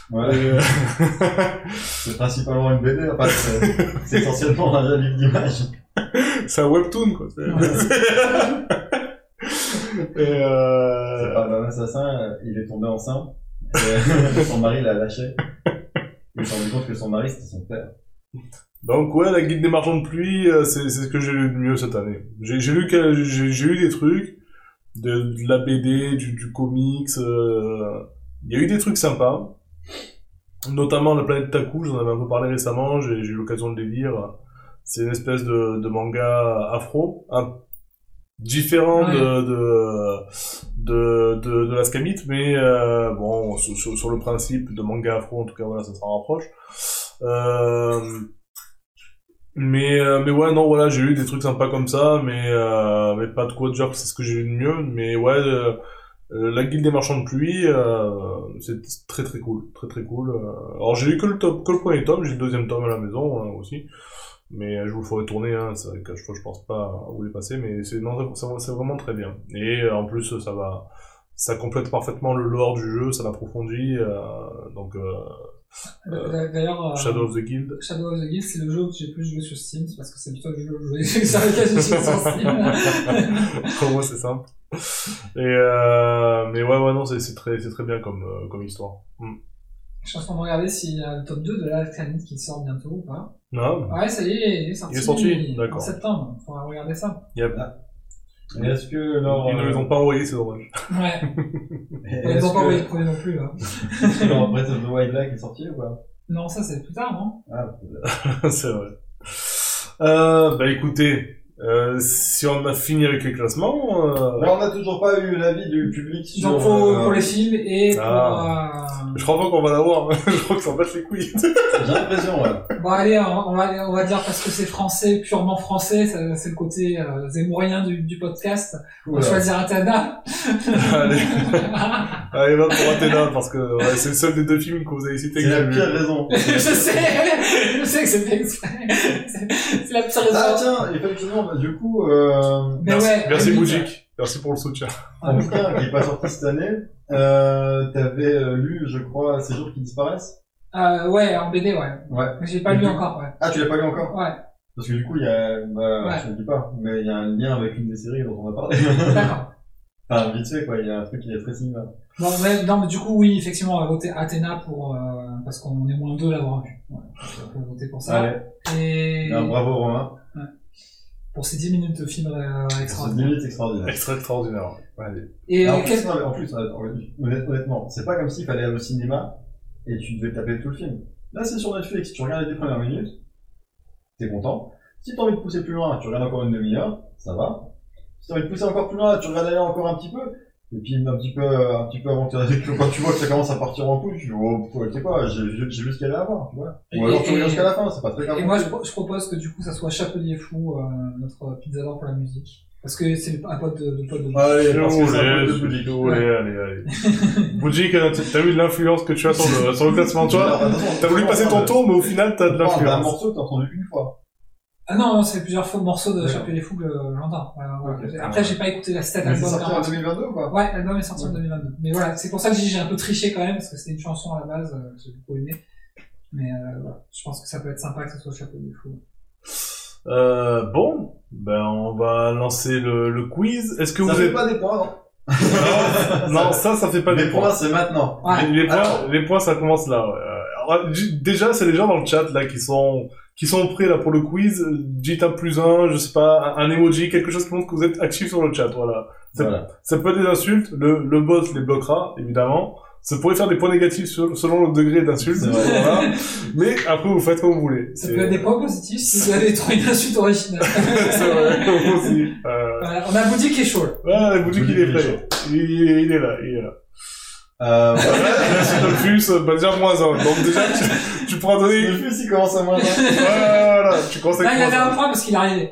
S4: Ouais,
S2: Et, euh,
S4: [LAUGHS] c'est principalement une BD, enfin, c'est c'est essentiellement un livre d'image.
S2: c'est un webtoon, quoi. C'est-
S3: Euh,
S2: Et,
S4: C'est
S2: euh...
S4: pas d'un assassin, euh, il est tombé enceinte, et [LAUGHS] son mari l'a lâché. Il s'est rendu compte que son mari c'était son père.
S2: Donc ouais, la guide des marchands de pluie, euh, c'est c'est ce que j'ai lu de mieux cette année. J'ai j'ai lu que- j'ai j'ai lu des trucs de, de la BD, du, du comics. euh, Il y a eu des trucs sympas, notamment la planète Taku. J'en avais un peu parlé récemment. J'ai j'ai eu l'occasion de les lire. C'est une espèce de, de manga afro, un- différent
S3: Ouais.
S2: de, de de de, de la Scamite, mais euh, bon, sur, sur- sur le principe de manga afro, en tout cas voilà, ça s'en rapproche. Euh, mais, euh, mais ouais, non, voilà, j'ai eu des trucs sympas comme ça, mais, euh, mais pas de quoi dire que c'est ce que j'ai eu de mieux. Mais ouais, euh, euh, la guilde des marchands de pluie, euh, c'est très très cool, très très cool. euh. alors j'ai eu que le, top, que le premier tome, j'ai le deuxième tome à la maison hein, aussi. Mais euh, je vous le ferai tourner, hein, c'est vrai que je, je pense pas où les passer, mais c'est non, c'est c'est vraiment très bien. Et euh, en plus, ça va, ça complète parfaitement le lore du jeu, ça l'approfondit. euh, donc euh,
S3: D'a- D'ailleurs, euh,
S2: Shadow of the Guild, [LAUGHS]
S3: Shadow of the Guild, c'est le jeu que j'ai plus joué sur Steam, c'est parce que c'est le seul jeu que j'ai joué [LAUGHS] sur lequel j'ai joué sur Steam.
S2: Pour moi, c'est simple. Et euh, mais ouais, ouais, non, c'est c'est très, c'est très bien comme, euh, comme histoire. Mm.
S3: je suis en train de regarder s'il y a le top 2 de la Clanite qui sort bientôt ou pas. Ah
S2: Non,
S3: Ouais, ça y est, il est sorti.
S2: Il est sorti,
S3: en
S2: d'accord.
S3: septembre, faudra regarder ça.
S4: Et Est-ce que leur,
S2: ils ne les
S4: euh,
S2: ont pas envoyés, c'est dommage.
S3: Ouais, on les
S4: est-ce
S3: a pas envoyé
S4: que
S3: le premier non plus, là.
S4: est-ce que leur Breath of the Wild là qui est sorti ou pas
S3: Non, ça c'est plus tard, hein. non
S2: [LAUGHS]
S4: Ah,
S2: c'est vrai. Euh, bah écoutez, euh, si on a fini avec les classements, euh,
S4: Alors, on n'a toujours pas eu l'avis du public sur.
S3: Donc pour,
S4: euh,
S3: pour les films et pour...
S2: Ah.
S3: euh,
S2: je crois pas qu'on va l'avoir. hein. [LAUGHS] je crois que ça en bat les
S3: [LAUGHS]
S2: couilles.
S4: J'ai l'impression, ouais.
S3: Bon allez, on on va, on va dire parce que c'est français, purement français, ça- c'est le côté euh, zémourien du, du podcast. On va
S4: Oula.
S3: choisir
S4: [LAUGHS]
S3: Athéna.
S2: Allez, allez, va pour Athéna, parce que ouais, c'est le seul des deux films que vous avez cité.
S4: C'est
S2: que
S4: la
S2: j'ai vu.
S3: [LAUGHS]
S4: pire raison.
S3: je sais, je sais que c'est fait exprès. C'est c'est la pire raison.
S4: Ah, tiens, effectivement, bah, du coup, euh,
S3: Mais
S2: Merci,
S3: ouais,
S2: merci
S3: Hamid.
S2: Boujik. Merci pour le soutien.
S4: un bouquin qui est pas sorti cette année, euh, t'avais euh, lu, je crois, Ces jours qui disparaissent
S3: Euh, ouais, en BD, ouais.
S4: Ouais.
S3: Mais J'ai pas lu encore, ouais.
S4: Ah, tu l'as pas lu encore
S3: Ouais,
S4: Parce que du coup, il y a, bah,
S3: Ouais.
S4: je ne dis pas, mais il y a un lien avec une des séries dont on
S3: [LAUGHS]
S4: a parlé.
S3: d'accord.
S4: enfin, vite fait, quoi, il y a un truc qui est très similaire.
S3: Bon, mais, non, mais du coup, oui, effectivement, on va voter Athéna pour, euh, parce qu'on est moins deux l'avoir vu. Ouais. Donc, On va voter pour ça.
S4: Allez,
S3: Et
S4: ben, bravo Romain,
S3: pour ces 10 minutes de film euh,
S4: c'est une
S3: extraordinaire.
S4: minute [LAUGHS] extraordinaire.
S2: Extra extraordinaire. Allez.
S3: Et
S4: Ah, en,
S3: euh, quel-
S4: plus, non, mais en plus, honnêtement, honnêt- honnêtement, c'est pas comme s'il fallait aller au cinéma et tu devais taper tout le film. Là, c'est sur Netflix, tu regardes les deux premières minutes, t'es content. Si t'as envie de pousser plus loin, tu regardes encore une demi-heure, ça va. Si t'as envie de pousser encore plus loin, tu regardes d'ailleurs encore un petit peu. Et puis un petit peu, euh, un petit peu avant que quand tu vois que ça commence à partir en couille, tu dis oh, pff, ouais, tu sais quoi, j'ai j'ai- j'ai vu ce qu'il y avait à voir, tu vois. Ou
S3: Et-
S4: alors tu
S3: et-
S4: regardes jusqu'à la fin, c'est pas très grave.
S3: Et moi, je, pro- je propose que du coup, ça soit Chapelier Fou, euh, notre pizzador pour la musique. Parce que c'est un pote de, de pote de.
S4: Allez,
S2: Si
S4: parce
S2: vous
S4: que c'est un peu
S2: voulez,
S4: de
S2: si
S4: public.
S2: vous voulez, allez, allez. Boudjik, euh, t'as t'as vu de l'influence que tu as sur le, sur le classement, toi
S4: Alors, attention,
S2: T'as voulu passer ton tour, mais au final, t'as de
S4: On parle d'un
S2: l'influence.
S4: morceau que t'as entendu une fois.
S3: Ah non, non, c'est plusieurs faux morceaux de
S4: D'accord.
S3: Chapelier Fou que euh, j'entends. Euh, voilà.
S4: Ok.
S3: Après, j'ai pas écouté la stat
S4: Mais c'est
S3: album.
S4: sorti en
S3: vraiment.
S4: 2022 ou quoi
S3: Ouais, l'album est sorti en
S4: Ouais.
S3: 2022. Mais voilà, c'est pour ça que j'ai j'ai un peu triché quand même, parce que c'était une chanson à la base euh, que j'ai beaucoup aimé. Mais euh, voilà, je pense que ça peut être sympa que ce soit Chapelier Fou.
S2: Euh, bon, ben, on va lancer le, le quiz. Est-ce que
S4: Ça
S2: vous
S4: fait
S2: êtes...
S4: pas hein. des points, non
S2: Non, ça, ça fait pas
S4: Les
S2: des points.
S4: [LAUGHS] points, c'est maintenant.
S3: Ouais.
S2: Les, les points
S4: Attends.
S2: les points, ça commence là, ouais. Euh, ah, j- déjà, c'est les gens dans le chat là qui sont qui sont prêts là pour le quiz. Dites un plus un, je sais pas, un, un emoji, quelque chose qui montre que vous êtes actif sur le chat. Voilà. Ça,
S4: Voilà.
S2: ça peut être des insultes. Le, le boss les bloquera évidemment. Ça pourrait faire des points négatifs sur- selon le degré d'insulte.
S4: C'est vrai.
S2: Voilà. Mais après, vous faites comme vous voulez.
S3: Ça peut être des points positifs si vous avez trouvé une insulte
S4: [LAUGHS]
S3: originale.
S2: c'est vrai aussi. Euh,
S3: Voilà, on a Bouddhi qui est chaud. là.
S2: Ah, la boutique, il est
S4: Boutique, il est
S2: prêt. Il, il est- il est là, il est là.
S4: Euh, voilà.
S2: Là, c'est le plus, euh, bah, déjà moins un. Donc, déjà, tu, tu prends
S4: Le
S2: donner.
S4: fils, il commence à moins un.
S2: Voilà, tu commences
S3: Là,
S2: avec
S3: il
S2: moins
S3: avait un
S2: un.
S3: point parce qu'il a rien.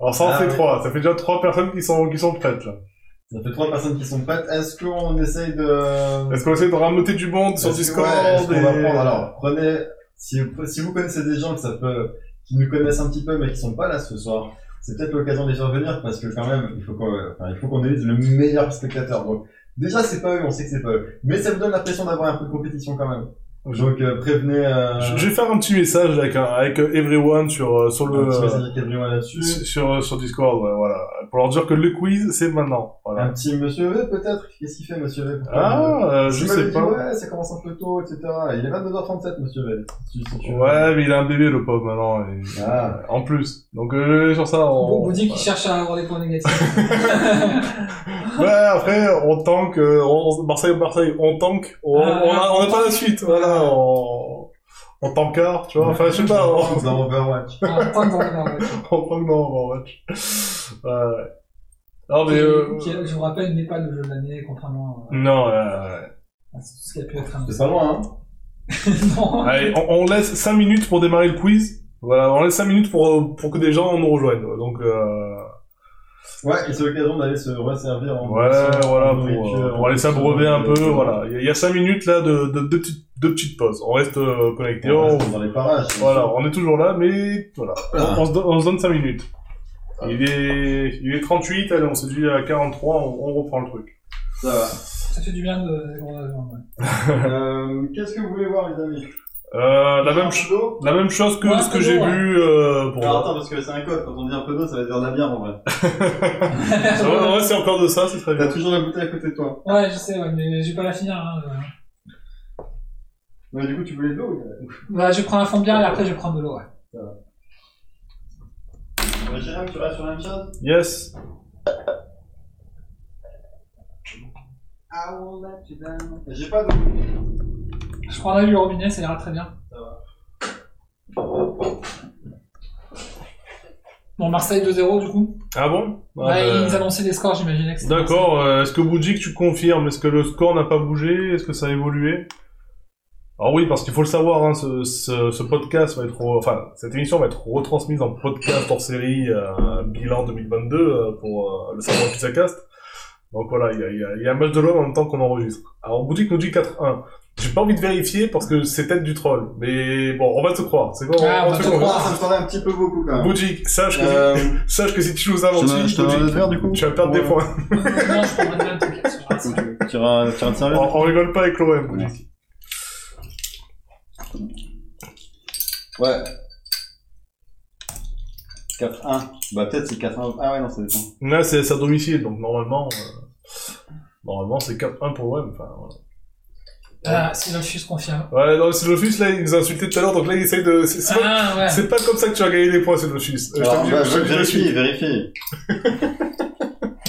S2: Alors, ça en
S4: Ah,
S2: fait
S4: oui.
S2: trois. Ça fait déjà trois personnes qui sont, qui sont prêtes, là.
S4: Ça fait trois personnes qui sont prêtes. Est-ce qu'on essaye de...
S2: Est-ce qu'on essaie de ramoter du monde sur
S4: Est-ce que-
S2: Discord?
S4: ouais, est-ce qu'on va
S2: et-
S4: prendre Alors, prenez... Si vous, si vous connaissez des gens que ça peut, qui nous connaissent un petit peu mais qui sont pas là ce soir, c'est peut-être l'occasion de les faire venir parce que quand même, il faut qu'on enfin, il faut qu'on élise le meilleur spectateur. Donc, déjà, c'est pas eux, on sait que c'est pas eux. Mais ça vous donne l'impression d'avoir un peu de compétition quand même. Donc, euh, prévenez... Euh,
S2: Je, je vais faire un petit message avec, un- avec euh, everyone sur, euh, sur
S4: un
S2: le,
S4: petit
S2: euh,
S4: message à Gabriel là-dessus.
S2: sur, sur- euh, sur Discord, ouais, voilà. Pour leur dire que le quiz, c'est maintenant.
S4: Un
S2: Voilà.
S4: petit monsieur V peut-être Qu'est-ce qu'il fait monsieur V Pourquoi
S2: Ah, euh, je
S4: Tu m'avais
S2: sais
S4: dit,
S2: pas.
S4: Ouais, ça commence un peu tôt, etc. Il est 22h37 monsieur V. Si- si tu veux.
S2: Ouais, mais il a un bébé, le pauvre, maintenant. et-
S4: Ah.
S2: En plus. Donc, euh, sur ça,
S4: Oh,
S2: on...
S3: Bon, Bouddhi qui cherche à avoir des points négatifs.
S2: Ouais, après, on tank, euh, on, Marseille, Marseille, on tank, on,
S3: Ah,
S2: on, a, on a
S3: on
S2: pas la suite, voilà, on, on tankard, tu vois, enfin, je sais pas, Bah,
S4: [LAUGHS]
S2: on,
S4: Dans dans Overwatch.
S3: Un point dans la ouais.
S2: on tank dans Overwatch. Ouais, ouais. Non, mais,
S3: Qui-
S2: euh,
S3: qui, je vous rappelle, n'est pas le jeu de l'année, contrairement
S2: non, ouais, ouais.
S3: à ce ce qui a pu être un
S2: [LAUGHS]
S4: C'est pas loin, hein
S3: non.
S2: Allez, on, on laisse 5 minutes pour démarrer le quiz. Voilà, on laisse 5 minutes pour, euh, pour que des gens nous rejoignent. Donc, euh,
S4: Ouais, et c'est l'occasion d'aller se resservir en
S2: ouais,
S4: boisson,
S2: voilà,
S4: en
S2: pour,
S4: nourriture,
S2: euh,
S4: en
S2: pour aller
S4: boisson,
S2: s'abreuver un peu,
S4: euh,
S2: voilà. Il y a- il y a 5 minutes, là, de, de, de petites, de petites pauses. On reste euh, connecté,
S4: on
S2: on,
S4: reste dans les parages. c'est
S2: Voilà,
S4: sûr.
S2: on est toujours là, mais voilà.
S4: Ah.
S2: On, on se, do- on se donne 5 minutes. Il est, il est 38, allez, on se dit à 43, on, on reprend le truc.
S4: Ça va.
S3: Ça fait du bien de qu'on a besoin, ouais.
S2: [LAUGHS]
S4: Euh, Qu'est-ce que vous voulez voir, les amis
S2: Euh, la, même, cho-
S4: chose
S2: la même chose que
S3: Ouais,
S2: ce que
S3: c'est
S2: j'ai
S3: bon, ouais. Ah,
S2: vu euh, pour.
S4: Alors attends, parce que c'est un code, quand on dit un peu d'eau, ça va dire de la bière en vrai.
S2: Ça va, non, ouais, c'est encore de ça, c'est très
S4: T'as
S2: bien.
S4: toujours la bouteille à côté de toi.
S3: Ouais, je sais, ouais, mais je vais pas la finir. Hein, euh.
S4: Mais du coup, tu voulais de l'eau
S3: Bah, je prends un fond de bière et après je prends de l'eau. Ouais.
S4: euh, Jérôme, tu restes sur la même chose
S2: Yes.
S4: J'ai pas d'eau.
S3: Je prendrai du robinet, ça ira très bien.
S4: Ça va.
S3: Bon, Marseille 2-0 du coup.
S2: Ah bon Ah,
S3: ouais,
S2: ben,
S3: ils annonçaient des scores, j'imaginais que c'était
S2: D'accord, euh, est-ce que Boudjik, tu confirmes Est-ce que le score n'a pas bougé Est-ce que ça a évolué alors oui, parce qu'il faut le savoir, hein, ce, ce, ce podcast va être, re- enfin, cette émission va être retransmise en podcast hors série euh, bilan 2022 euh, pour euh, le savoir Pizzacast. Donc voilà, il y a, il y a- il y a un match de l'homme en même temps qu'on enregistre. Alors Boudjik nous dit 4-1. J'ai pas envie de vérifier parce que c'est peut-être du troll, mais bon, on va te croire. C'est quoi
S3: Ah, on va
S2: te
S3: te
S2: croire.
S4: ça me paraît un petit peu beaucoup quand même.
S2: Boudjik, sache que,
S4: Euh, [LAUGHS]
S2: sache que si tu nous avances,
S4: je te demande de faire, du coup
S2: tu vas perdre des
S4: Ouais.
S2: points.
S3: Non, je prendrai bien le truc. parce que je
S2: [LAUGHS]
S3: reste.
S4: Tu vas te servir
S2: On, on rigole pas avec l'OM. Boudjik.
S4: Ouais. 4-1. Bah peut-être c'est 4-1. Ah ouais, non, ça dépend.
S2: Là, c'est c'est à domicile, donc normalement, euh, normalement c'est 4-1 pour l'OM. Enfin, voilà.
S3: Ah, si Lofus confirme.
S2: Ouais, non, c'est l'office, là, il nous a insulté tout à l'heure, donc là, il essaye de. C'est c'est pas,
S3: Ah, ouais.
S2: c'est pas comme ça que tu vas gagner des points, c'est l'office. Euh, je
S4: Alors,
S2: t'avoue,
S4: bah,
S2: je- je- je-
S4: vérifie, vérifie.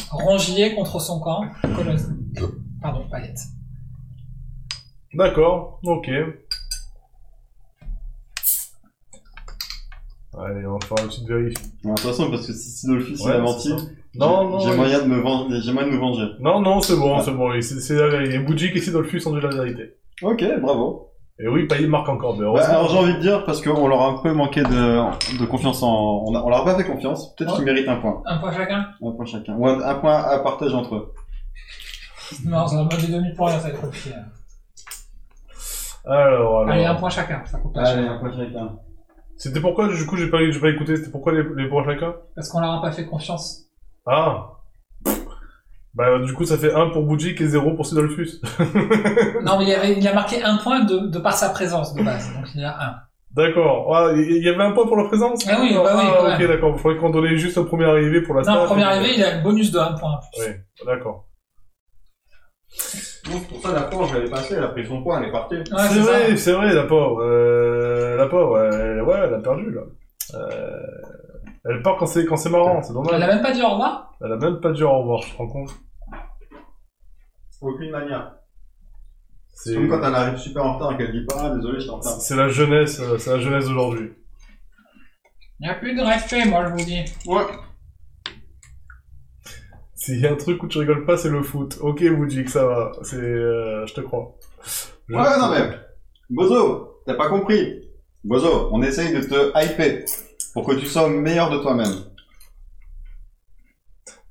S3: Rongier contre son camp. Colosse. Pardon, Payette.
S2: D'accord, ok. Allez, on va faire une petite vérif.
S4: Bon, attention, parce que si Sidolphus
S2: Ouais,
S4: il a menti,
S2: c'est ça. Non,
S4: j'ai
S2: non, il-
S4: moyen de me venger. J'ai moyen de me venger.
S2: non, non, c'est bon,
S4: Ah.
S2: c'est bon. C'est c'est la vérité. Boudjik et Sidolfus ont dit la vérité.
S4: Ok, bravo.
S2: Et oui, Payet marque encore, mais
S4: Bah,
S2: heureusement.
S4: alors j'ai envie de dire, parce qu'on leur a un peu manqué de, de confiance en... On, a- on leur a pas fait confiance, peut-être
S3: Ouais.
S4: qu'ils méritent un point.
S3: Un point chacun
S4: Un point chacun. Ou un, un point à partager entre eux.
S3: Non, ça va pas des demi-points, là, ça va être compliqué. hein.
S2: alors, alors.
S3: Allez, un point chacun, ça coûte pas cher.
S4: point chacun.
S2: C'était pourquoi, du coup, j'ai pas, j'ai pas écouté, c'était pourquoi les, les points chacun
S3: Parce qu'on leur a pas fait confiance.
S2: Ah Bah du coup ça fait 1 pour Boudjik et 0 pour Sidolfus.
S3: Non, mais il, y avait, il a marqué un point de, de par sa présence de base, donc il y a un.
S2: D'accord. Ah, Il il y avait un point pour la présence
S3: Ah oui, bah oui, quand
S2: Ah, ok
S3: même.
S2: d'accord, il faudrait qu'on donnait juste au premier arrivé pour la euh,
S3: Non,
S2: stat.
S3: premier arrivé, il a le bonus de un point.
S2: D'accord.
S4: Non, c'est pour ça, la pauvre, je l'avais passé, elle a pris son point, elle est partie.
S3: Ouais,
S2: c'est
S3: ça.
S2: vrai, c'est vrai, la pauvre. Euh, la pauvre, elle, ouais, elle a perdu, là. Euh, elle part quand c'est, quand c'est marrant, c'est
S3: Elle a
S2: dommage.
S3: même pas dit au revoir.
S2: Elle a même pas dû au revoir, je te rends compte.
S4: Aucune manière. C'est
S2: C'est,
S4: comme quand elle arrive super en retard et qu'elle dit pas, ah, désolé, j'étais en retard.
S2: c'est la jeunesse, euh, c'est la jeunesse d'aujourd'hui.
S3: Il n'y a plus de respect, moi, je vous dis.
S4: Ouais.
S2: S'il y a un truc où tu rigoles pas, c'est le foot. Ok, Moujik, ça va. C'est, euh, je te crois. Je-
S4: Ouais, non, mais. Bozo, t'as pas compris. Bozo, on essaye de te hyper pour que tu sois au meilleur de toi-même.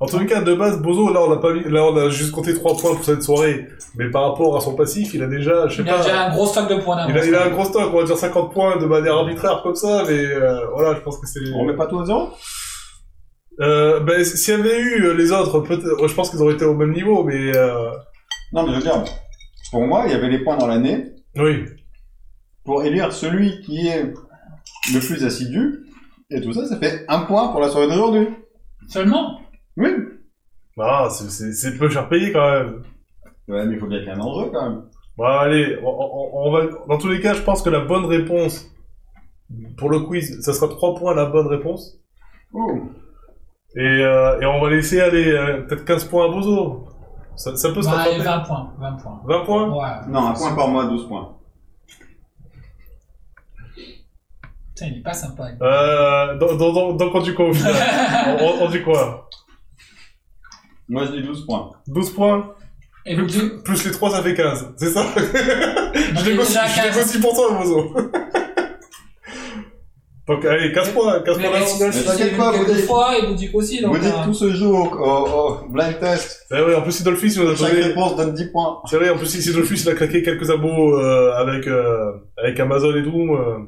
S2: En tout cas, de base, Bozo, là, on l'a pas mis, là, on a juste compté 3 points pour cette soirée. Mais par rapport à son passif, il a déjà, je sais
S3: Il
S2: pas.
S3: a déjà un gros stock de points d'avance.
S2: Il a, il a un gros stock, on va dire 50 points de manière arbitraire comme ça, mais euh, voilà, je pense que c'est.
S4: On remet pas tout à zéro
S2: Euh, ben, s- s'il y avait eu euh, les autres, peut-être, je pense qu'ils auraient été au même niveau, mais euh...
S4: Non, mais je veux dire, pour moi, il y avait les points dans l'année.
S2: oui.
S4: pour élire celui qui est le plus assidu. Et tout ça, ça fait un point pour la soirée d'aujourd'hui.
S3: Seulement.
S4: Oui.
S2: Ah, c'est- c'est c'est peu cher payé quand même.
S4: Ouais, mais il faut bien qu'il y ait un enjeu quand même.
S2: Bah allez, on, on- on va. Dans tous les cas, je pense que la bonne réponse pour le quiz, ça sera 3 points la bonne réponse,
S4: Oh.
S2: et, euh, et on va laisser aller euh, peut-être 15 points à Bozo. Ça, ça peut se
S3: Bah,
S2: rattraper.
S3: 20 points. 20 points.
S2: 20 points.
S3: Ouais.
S4: Non, un point par mois, 12 points.
S3: Putain, il est pas sympa.
S2: [LAUGHS] Euh, dans, dans, dans, dans quand du quoi au final
S3: [LAUGHS]
S2: on, on- on dit quoi
S4: Moi, je dis 12 points.
S2: 12 points
S3: Et vous dites,
S2: plus les 3 ça fait 15, c'est ça
S3: Donc,
S2: Je
S3: il est
S2: négocie,
S3: déjà à
S2: je
S3: 15.
S2: négocie pour toi, Bozo. Donc, allez, 15 points, 15
S3: Mais
S2: points national.
S3: c'est-
S4: t'inquiète
S3: c'est
S4: pas,
S3: quelques
S4: vous dites-
S3: fois, et vous dites aussi, donc.
S4: Vous dites
S3: euh,
S4: tout ce jour au, au- au blind test.
S2: Eh ouais, en plus, Idolfis, il nous a
S4: Chaque
S2: donné.
S4: réponse donne 10 points.
S2: C'est vrai, en plus, Idolfis, il a claqué quelques abos euh, avec, euh, avec Amazon et tout. euh,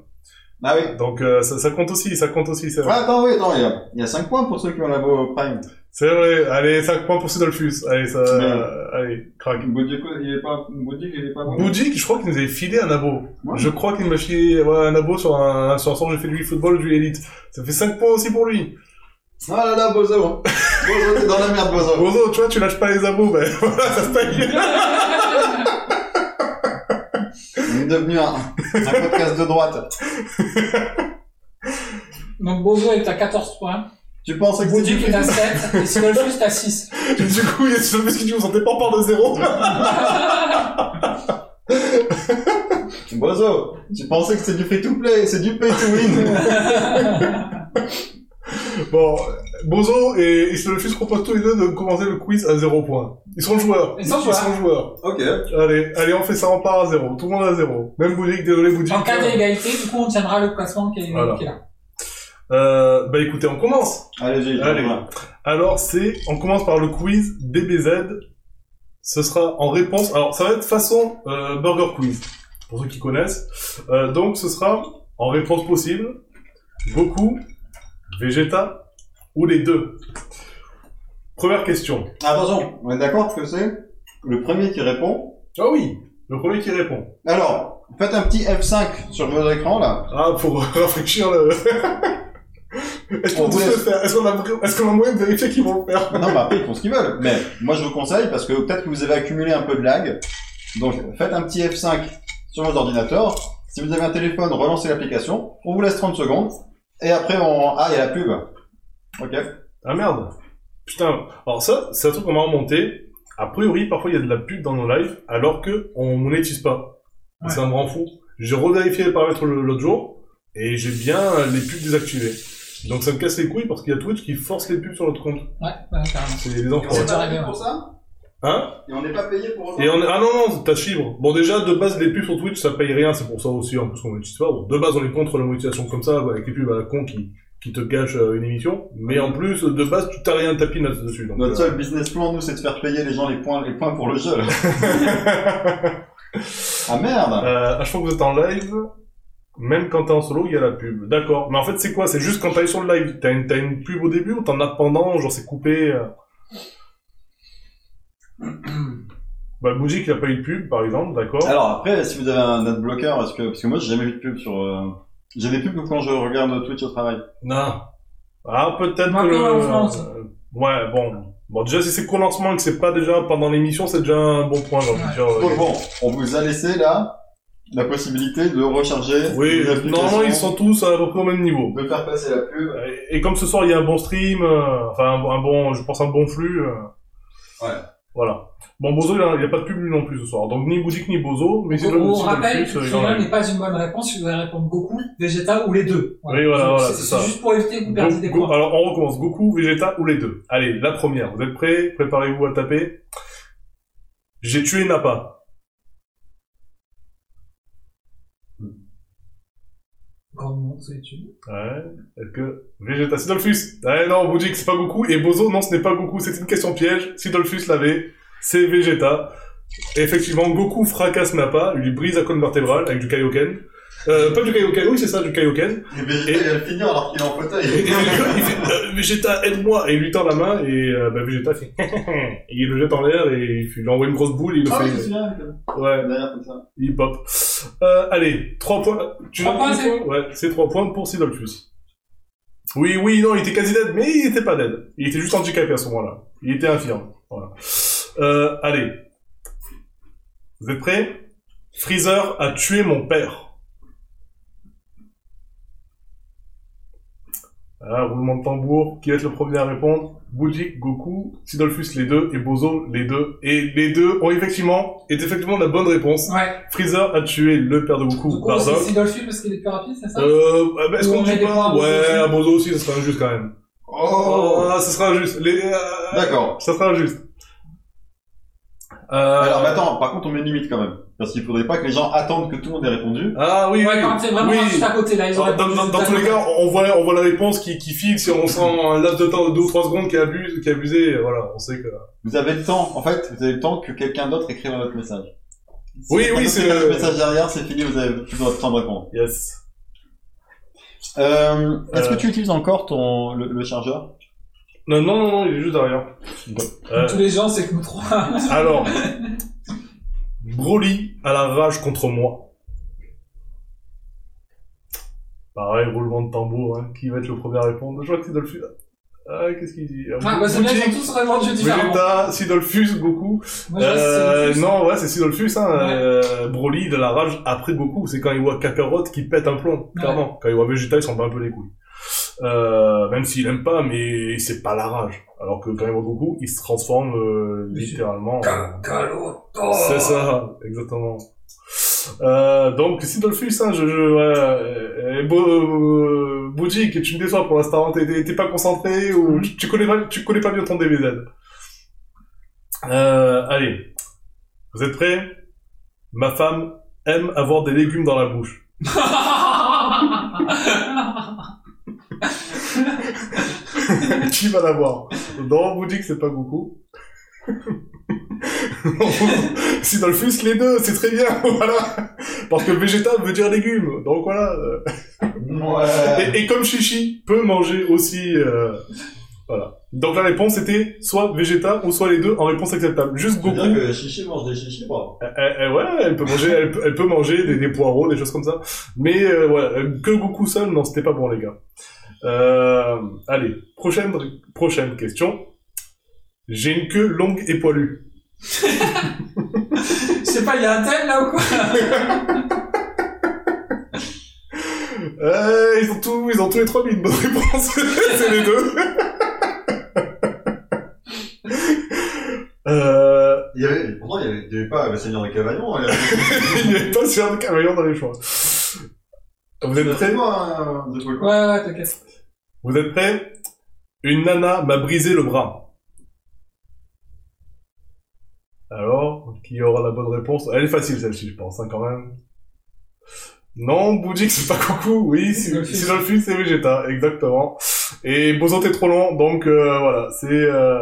S4: Ah oui.
S2: donc, euh, ça, ça compte aussi, ça compte aussi, c'est
S4: Ouais,
S2: vrai.
S4: attends, oui, attends, il y a- il y, a 5 points pour ceux qui ont la beau prime.
S2: C'est vrai, allez, 5 points pour Idolfis. Allez, ça. euh, allez, crack.
S4: Boudic, il est pas, Boudic, il est pas bon.
S2: Boudic, je crois qu'il nous avait filé un abo.
S4: Ouais.
S2: Je crois qu'il m'a filé ouais, un abo sur un, sur un sort que j'ai fait du football, du élite. Ça fait 5 points aussi pour lui.
S4: Ah là là, Bozo. Bozo, t'es dans la merde, Bozo.
S2: Bozo, tu vois, tu lâches pas les abos, ben [LAUGHS] voilà, ça se paye.
S4: On est devenu un, un podcast de droite.
S3: [LAUGHS] Donc Bozo est à 14 points.
S4: Tu pensais que
S3: Vous dites
S4: c'était
S3: qu'il est à 7, et Sinolfus est
S2: [LAUGHS]
S3: à 6.
S2: Et du coup, il y a ce parce que tu vous sentez pas par de zéro.
S4: Bozo, tu pensais que c'était du free to play, c'est du pay to win.
S2: Bon, Bozo et Islamofus proposent tous les deux de commencer le quiz à zéro point. Ils sont joueurs.
S3: Ils sont joueurs.
S2: joueurs.
S4: ok.
S2: Allez, allez, on fait ça, on part à zéro. Tout le monde à zéro. Même Boudic, désolé Boudic.
S3: En cas d'égalité, du coup, on tiendra le classement qui est,
S2: Voilà.
S3: qui est là.
S2: Euh, bah écoutez, on commence.
S4: Allez, j'ai
S2: Allez. Alors c'est, on commence par le quiz DBZ. Ce sera en réponse. Alors ça va être façon euh, Burger Quiz pour ceux qui connaissent. Euh, donc ce sera en réponse possible. Beaucoup, Vegeta ou les deux. Première question.
S4: Attention, on est d'accord que c'est le premier qui répond.
S2: Ah oui Le premier qui répond.
S4: Alors, faites un petit F5 sur vos écrans là.
S2: Ah, pour [LAUGHS] rafraîchir le... Est-ce qu'on
S4: On
S2: peut
S4: vous
S2: le
S4: laisse.
S2: faire Est-ce qu'on a, vra- est-ce qu'on a moyen de vérifier qu'ils vont le faire
S4: Non, bah après ils font ce qu'ils veulent. Mais moi je vous conseille parce que peut-être que vous avez accumulé un peu de lag. Donc faites un petit F5 sur vos ordinateurs. Si vous avez un téléphone, relancez l'application. On vous laisse 30 secondes. Et après on... Ah, il y a la pub. Ok.
S2: Ah merde Putain, alors ça, c'est un truc qu'on m'a remonté. A priori, parfois il y a de la pub dans nos lives, alors que on monétise pas.
S3: Ouais.
S2: Ça me rend fou. J'ai revérifié les paramètres le- l'autre jour, et j'ai bien euh, les pubs désactivées. Donc ça me casse les couilles parce qu'il y a Twitch qui force les pubs sur notre compte.
S3: Ouais, ouais, carrément.
S2: C'est les enfants.
S3: C'est pas arrivé,
S4: pour ça
S2: Hein
S4: Et on n'est pas payé pour
S2: Et on est... Ah non, non, t'as chibre. Bon, déjà, de base, les pubs sur Twitch, ça paye rien, c'est pour ça aussi, en plus qu'on monétise pas. Bon, de base, on est contre la monétisation comme ça, bah, avec les pubs à la con qui, qui te gâchent euh, une émission. Mais en plus, de base, tu t'as rien tapis là-dessus. donc,
S4: Notre
S2: euh,
S4: seul business plan, nous, c'est de faire payer les gens les points, les points pour le
S2: [LAUGHS]
S4: jeu. là. ah merde
S2: Euh, à chaque fois que vous êtes en live, même quand t'es en solo, il y a la pub. D'accord. Mais en fait, c'est quoi C'est juste quand t'es sur le live, t'as une, t'as une pub au début ou t'en as pendant, genre c'est coupé euh Bah, Bougie qui a pas eu de pub, par exemple, d'accord.
S4: Alors après, si vous avez un adblocker, est-ce que parce que moi, j'ai jamais vu de pub sur. euh, J'ai des pubs que quand je regarde Twitch au travail.
S2: Non. Ah, peut-être
S3: Maintenant,
S2: que...
S3: en France.
S2: euh, Ouais, bon. Bon, déjà, si c'est qu'au lancement et que c'est pas déjà pendant l'émission, c'est déjà un bon point, j'ai envie de
S3: Ouais.
S2: dire, euh,
S5: Donc bon, on vous a laissé là la possibilité de recharger.
S2: Oui,
S5: les applications,
S2: normalement, ils sont tous à peu près au même niveau.
S5: De faire passer la pub.
S2: Et, et comme ce soir, il y a un bon stream, euh, enfin, un, un bon, je pense un bon flux. euh,
S5: Ouais.
S2: Voilà. Bon, Bozo, il n'y a, pas de pub lui non plus ce soir. Donc, ni Boudic, ni Bozo, mais
S3: On,
S2: le-
S3: on
S2: le
S3: rappelle
S2: flux,
S3: que
S2: euh, il en a
S3: Freeman
S2: eu.
S3: n'est pas une bonne réponse, il devrait répondre Goku, Vegeta ou les deux.
S2: Oui, voilà, voilà, c'est ça.
S3: juste pour éviter que vous perdiez des
S2: Go- Go-
S3: points.
S2: alors, on recommence. Goku, Vegeta ou les deux. Allez, la première. Vous êtes prêts Préparez-vous à taper. J'ai tué Nappa.
S3: Grand monde, c'est YouTube.
S2: Ouais. Est-ce que Vegeta Sidolfus Ouais, non, Boudic, c'est pas Goku. Et Bozo, non, ce n'est pas Goku. C'est une question piège. Sidolfus l'avait. C'est Vegeta. Effectivement, Goku fracasse Nappa, lui brise la colonne vertébrale avec du Kaioken. Euh, pas du Kaioken, oui, c'est ça, du Kaioken.
S5: Et Vegeta,
S2: Et-
S5: il va le finir alors qu'il est en
S2: Et- et
S5: fauteuil.
S2: il fait, euh, Vegeta, aide-moi Et il lui tend la main, et euh, bah, Vegeta fait... [LAUGHS] et il le jette en l'air, et il lui envoie une grosse boule, et il le
S5: Ah oui, je me
S2: fait...
S5: souviens.
S2: ouais,
S5: Derrière, comme ça.
S2: il pop. Euh, allez, 3 points... Tu
S3: Trois
S2: donnes
S3: points,
S2: combien de Ouais, c'est 3 points pour Sidolphus. Oui, oui, non, il était quasi dead, mais il était pas dead. Il était juste handicapé à ce moment-là. Il était infirme. Voilà. Euh, allez. Vous êtes prêts Freezer a tué mon père. Ah, roulement de tambour. Qui va être le premier à répondre Boudic, Goku, Sidolphus les deux, et Bozo les deux. Et les deux ont effectivement, est effectivement la bonne réponse.
S3: Ouais.
S2: Freezer a tué le père de Goku,
S3: Du coup,
S2: Bardock.
S3: c'est Sidolphus parce qu'il est plus rapide, c'est ça
S2: Euh, ah ben, est-ce
S3: Ou
S2: qu'on
S3: on met
S2: dit
S3: des points à
S2: pas
S3: Bozo
S2: Ouais,
S3: aussi
S2: à Bozo aussi, ça serait injuste quand même.
S5: Oh
S2: Ah, ça serait injuste. Les, euh,
S5: D'accord.
S2: ça serait injuste. Euh,
S5: Alors, mais attends, par contre, on met une limite quand même. Parce qu'il faudrait pas que les gens attendent que tout le monde ait répondu.
S2: ah oui,
S3: Ouais,
S2: oui.
S3: quand c'est vraiment
S2: oui. Ah,
S3: juste à côté, là, ils ont
S2: Dans, dans- dans- dans tous les cas, on voit, on voit la réponse qui, qui fixe et on sent un laps de temps de 2 ou 3 secondes qui est abusé, qui est abusé, et voilà, on sait que...
S5: Vous avez le temps, en fait, vous avez le temps que quelqu'un d'autre écrive votre message. Si
S2: Oui,
S5: quelqu'un
S2: oui,
S5: d'autre
S2: c'est
S5: écrit
S2: le-
S5: Le message derrière, c'est fini, vous avez plus le temps de répondre.
S2: Yes.
S5: Euh, est-ce
S2: Euh.
S5: que tu utilises encore ton le, le chargeur
S2: Non, non, non, non, il est juste derrière. Euh,
S3: Tous les gens, c'est que nous trois.
S2: alors, Broly a la rage contre moi. Pareil, roulement de tambour, hein. qui va être le premier à répondre Je crois que c'est Dolphus. Ah, qu'est-ce qu'il dit
S3: Ah, bah, c'est bien, ils ont tous vraiment jeu différent.
S2: Vegeta, Sidolphus, Goku.
S3: Moi, je reste
S2: Euh,
S3: Sidolphus.
S2: non, ouais, c'est Sidolphus. Hein.
S3: Ouais.
S2: Euh, Broly, il a la rage après Goku. C'est quand il voit Kakarot qui pète un plomb,
S3: Ouais.
S2: clairement. Quand il voit Vegeta, il s'en bat un peu les couilles. Euh, même s'il aime pas, mais c'est pas la rage. Alors que quand il voit Goku, il se transforme euh,
S3: Mais c'est-
S2: littéralement. en-
S3: Kakaroto.
S2: c'est ça, exactement. Euh, donc, Sidolphus, hein, je, je, ouais, euh, et Bo- euh, Boudic, tu me déçois pour l'instant, t'es- t'es t'es pas concentré ou tu, tu connais pas, tu connais pas bien ton DBZ. Euh, allez. Vous êtes prêts? Ma femme aime avoir des légumes dans la bouche. [LAUGHS] Qui va l'avoir? Non, Boudic, c'est pas [LAUGHS] Goku. Sidolphus, les deux, c'est très bien, [LAUGHS] voilà. Parce que Vegeta veut dire légumes, donc voilà. euh,
S5: Ouais.
S2: Et, et comme Chichi peut manger aussi, euh, voilà. Donc la réponse était soit Vegeta ou soit les deux en réponse acceptable. Juste
S4: Faut
S2: Goku.
S4: dire que Chichi mange des chichis, moi.
S2: euh, euh, ouais, elle peut manger, elle, peut- elle peut manger des, des poireaux, des choses comme ça. Mais euh, voilà, euh, que Goku seul, non, c'était pas bon les gars. Euh, allez, prochaine prochaine question. J'ai une queue longue et poilue.
S3: Je sais pas, il y a un thème là ou quoi
S2: Euh, ils ont tout, ils ont tous les trois mis une bonne réponse. [LAUGHS] C'est les deux. euh,
S5: Il y avait, pourtant, il y avait, il y avait pas le Seigneur de Cavalion. hein,
S2: Il n'y avait pas de faire de camion dans les choix. Vous
S5: Il y
S2: êtes prêts
S5: avait moi hein, de truc.
S3: [LAUGHS] Ouais, ouais, t'inquiète.
S2: Vous êtes prêts Une nana m'a brisé le bras. Alors, qui aura la bonne réponse Elle est facile celle-ci, je pense, hein, quand même. Non, Boudic, c'est pas coucou, oui, c'est
S3: Dolphus.
S2: c'est Dolphus, c'est Vegeta, exactement. Et Boson, t'es trop long, donc euh, voilà, c'est... Euh...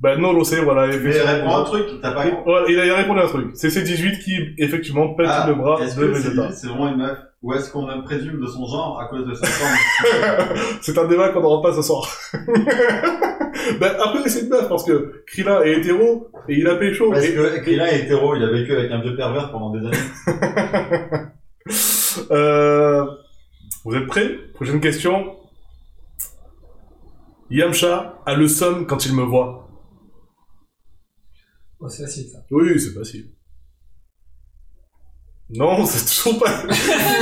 S2: Ben non, l'on sait, voilà.
S5: Mais
S2: effectivement.
S5: réponds à un truc, t'as pas compris.
S2: Ouais, il a il a répondu à un truc. C'est C18 qui, effectivement, pète
S5: Ah,
S2: le bras
S5: Est-ce
S2: de
S5: que c'est
S2: Vegeta.
S5: lui, c'est vraiment une meuf Ou est-ce qu'on en présume de son genre à cause de sa forme
S2: [LAUGHS] C'est un débat qu'on n'aura pas ce [LAUGHS] soir. ben, après, c'est une meuf, parce que Krilla est hétéro, et il a pécho.
S5: Parce
S2: Et,
S5: que Krillin est hétéro, il a vécu avec un vieux pervers pendant des années.
S2: euh, vous êtes prêts Prochaine question. Yamcha a le somme quand il me voit.
S3: Oh, c'est facile ça.
S2: Oui, c'est facile. Non, c'est toujours pas.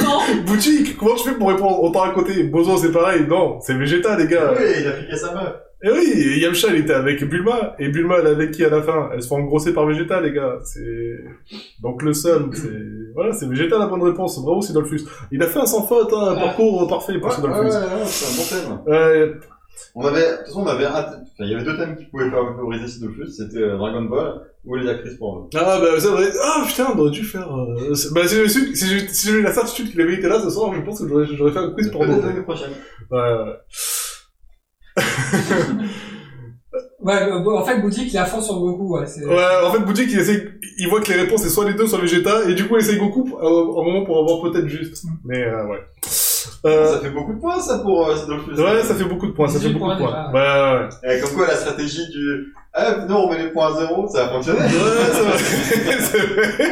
S2: [LAUGHS]
S3: non
S2: Boutique, comment tu fais pour répondre autant à côté Bozo, c'est pareil. Non, c'est Vegeta, les gars.
S4: Oui, il a piqué sa meuf.
S2: Et Eh oui, et Yamcha, il était avec Bulma, et Bulma, elle est avec qui à la fin Elle se fait engrosser par Vegeta, les gars. C'est donc le seul. C'est [CLEARS THROAT] voilà, c'est Vegeta la bonne réponse. Bravo, Sidolfus. Il a fait un sans faute, hein, un
S3: Ouais.
S2: parcours parfait pour
S5: Ouais, ouais,
S2: Sidolfus.
S5: ouais, ouais, c'est un bon thème.
S2: Euh,
S5: On avait, de toute façon, on avait un, enfin, il y avait deux thèmes qui pouvaient faire favoriser Sidolfus, c'était euh, Dragon Ball ou les actrices porno.
S2: Ah bah ça aurait... ah putain, on aurait dû faire. euh, c'est- Bah si j'avais su, si j'ai- si j'avais eu la certitude qu'il avait été là ce soir, je pense que j'aurais j'aurais fait un quiz pour nous.
S5: Peut-être
S2: Ouais.
S5: l'année prochaine.
S2: ouais.
S3: Ouais, euh, bon, en fait, Boutique, il est à fond sur Goku, ouais. c'est-
S2: Ouais, en fait, Boutique, il, essaie, il voit que les réponses, c'est soit les deux, soit Vegeta, et du coup, il essaye Goku à un moment pour avoir peut-être juste. Mais euh, ouais. Euh,
S5: Ça fait beaucoup de points, ça, pour euh, Sidolfus.
S2: ouais, ça fait beaucoup de points, ça fait
S3: 18
S2: beaucoup de
S3: points
S2: points. Ouais, ouais, ouais.
S5: Eh, comme quoi, la stratégie du, ah, non, on met les points à zéro, ça a fonctionné.
S2: Ouais, c'est vrai. [LAUGHS] c'est vrai.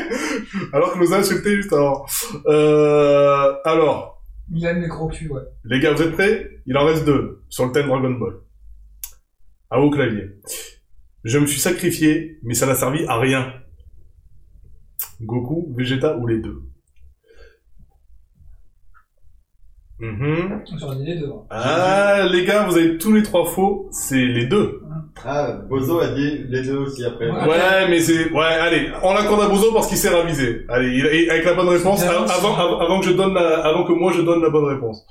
S2: Alors que nous a insulté juste avant. Euh, alors,
S3: Milan, les gros culs, ouais.
S2: les gars, vous êtes prêts Il en reste deux sur le thème Dragon Ball. À vos claviers. Je me suis sacrifié, mais ça n'a servi à rien. Goku, Vegeta ou les deux Mhm.
S3: J'en ai les deux. hein.
S2: Ah, les gars, vous avez tous les trois faux, c'est les deux.
S5: Ah, Bozo a dit les deux aussi après.
S3: Ouais.
S2: Ouais, mais c'est. Ouais, allez, on l'accorde à Bozo parce qu'il s'est ravisé. Allez, il- et avec la bonne réponse,
S3: Bien
S2: av-
S3: sûr.
S2: avant, av- avant que je donne la- avant que moi je donne la bonne réponse.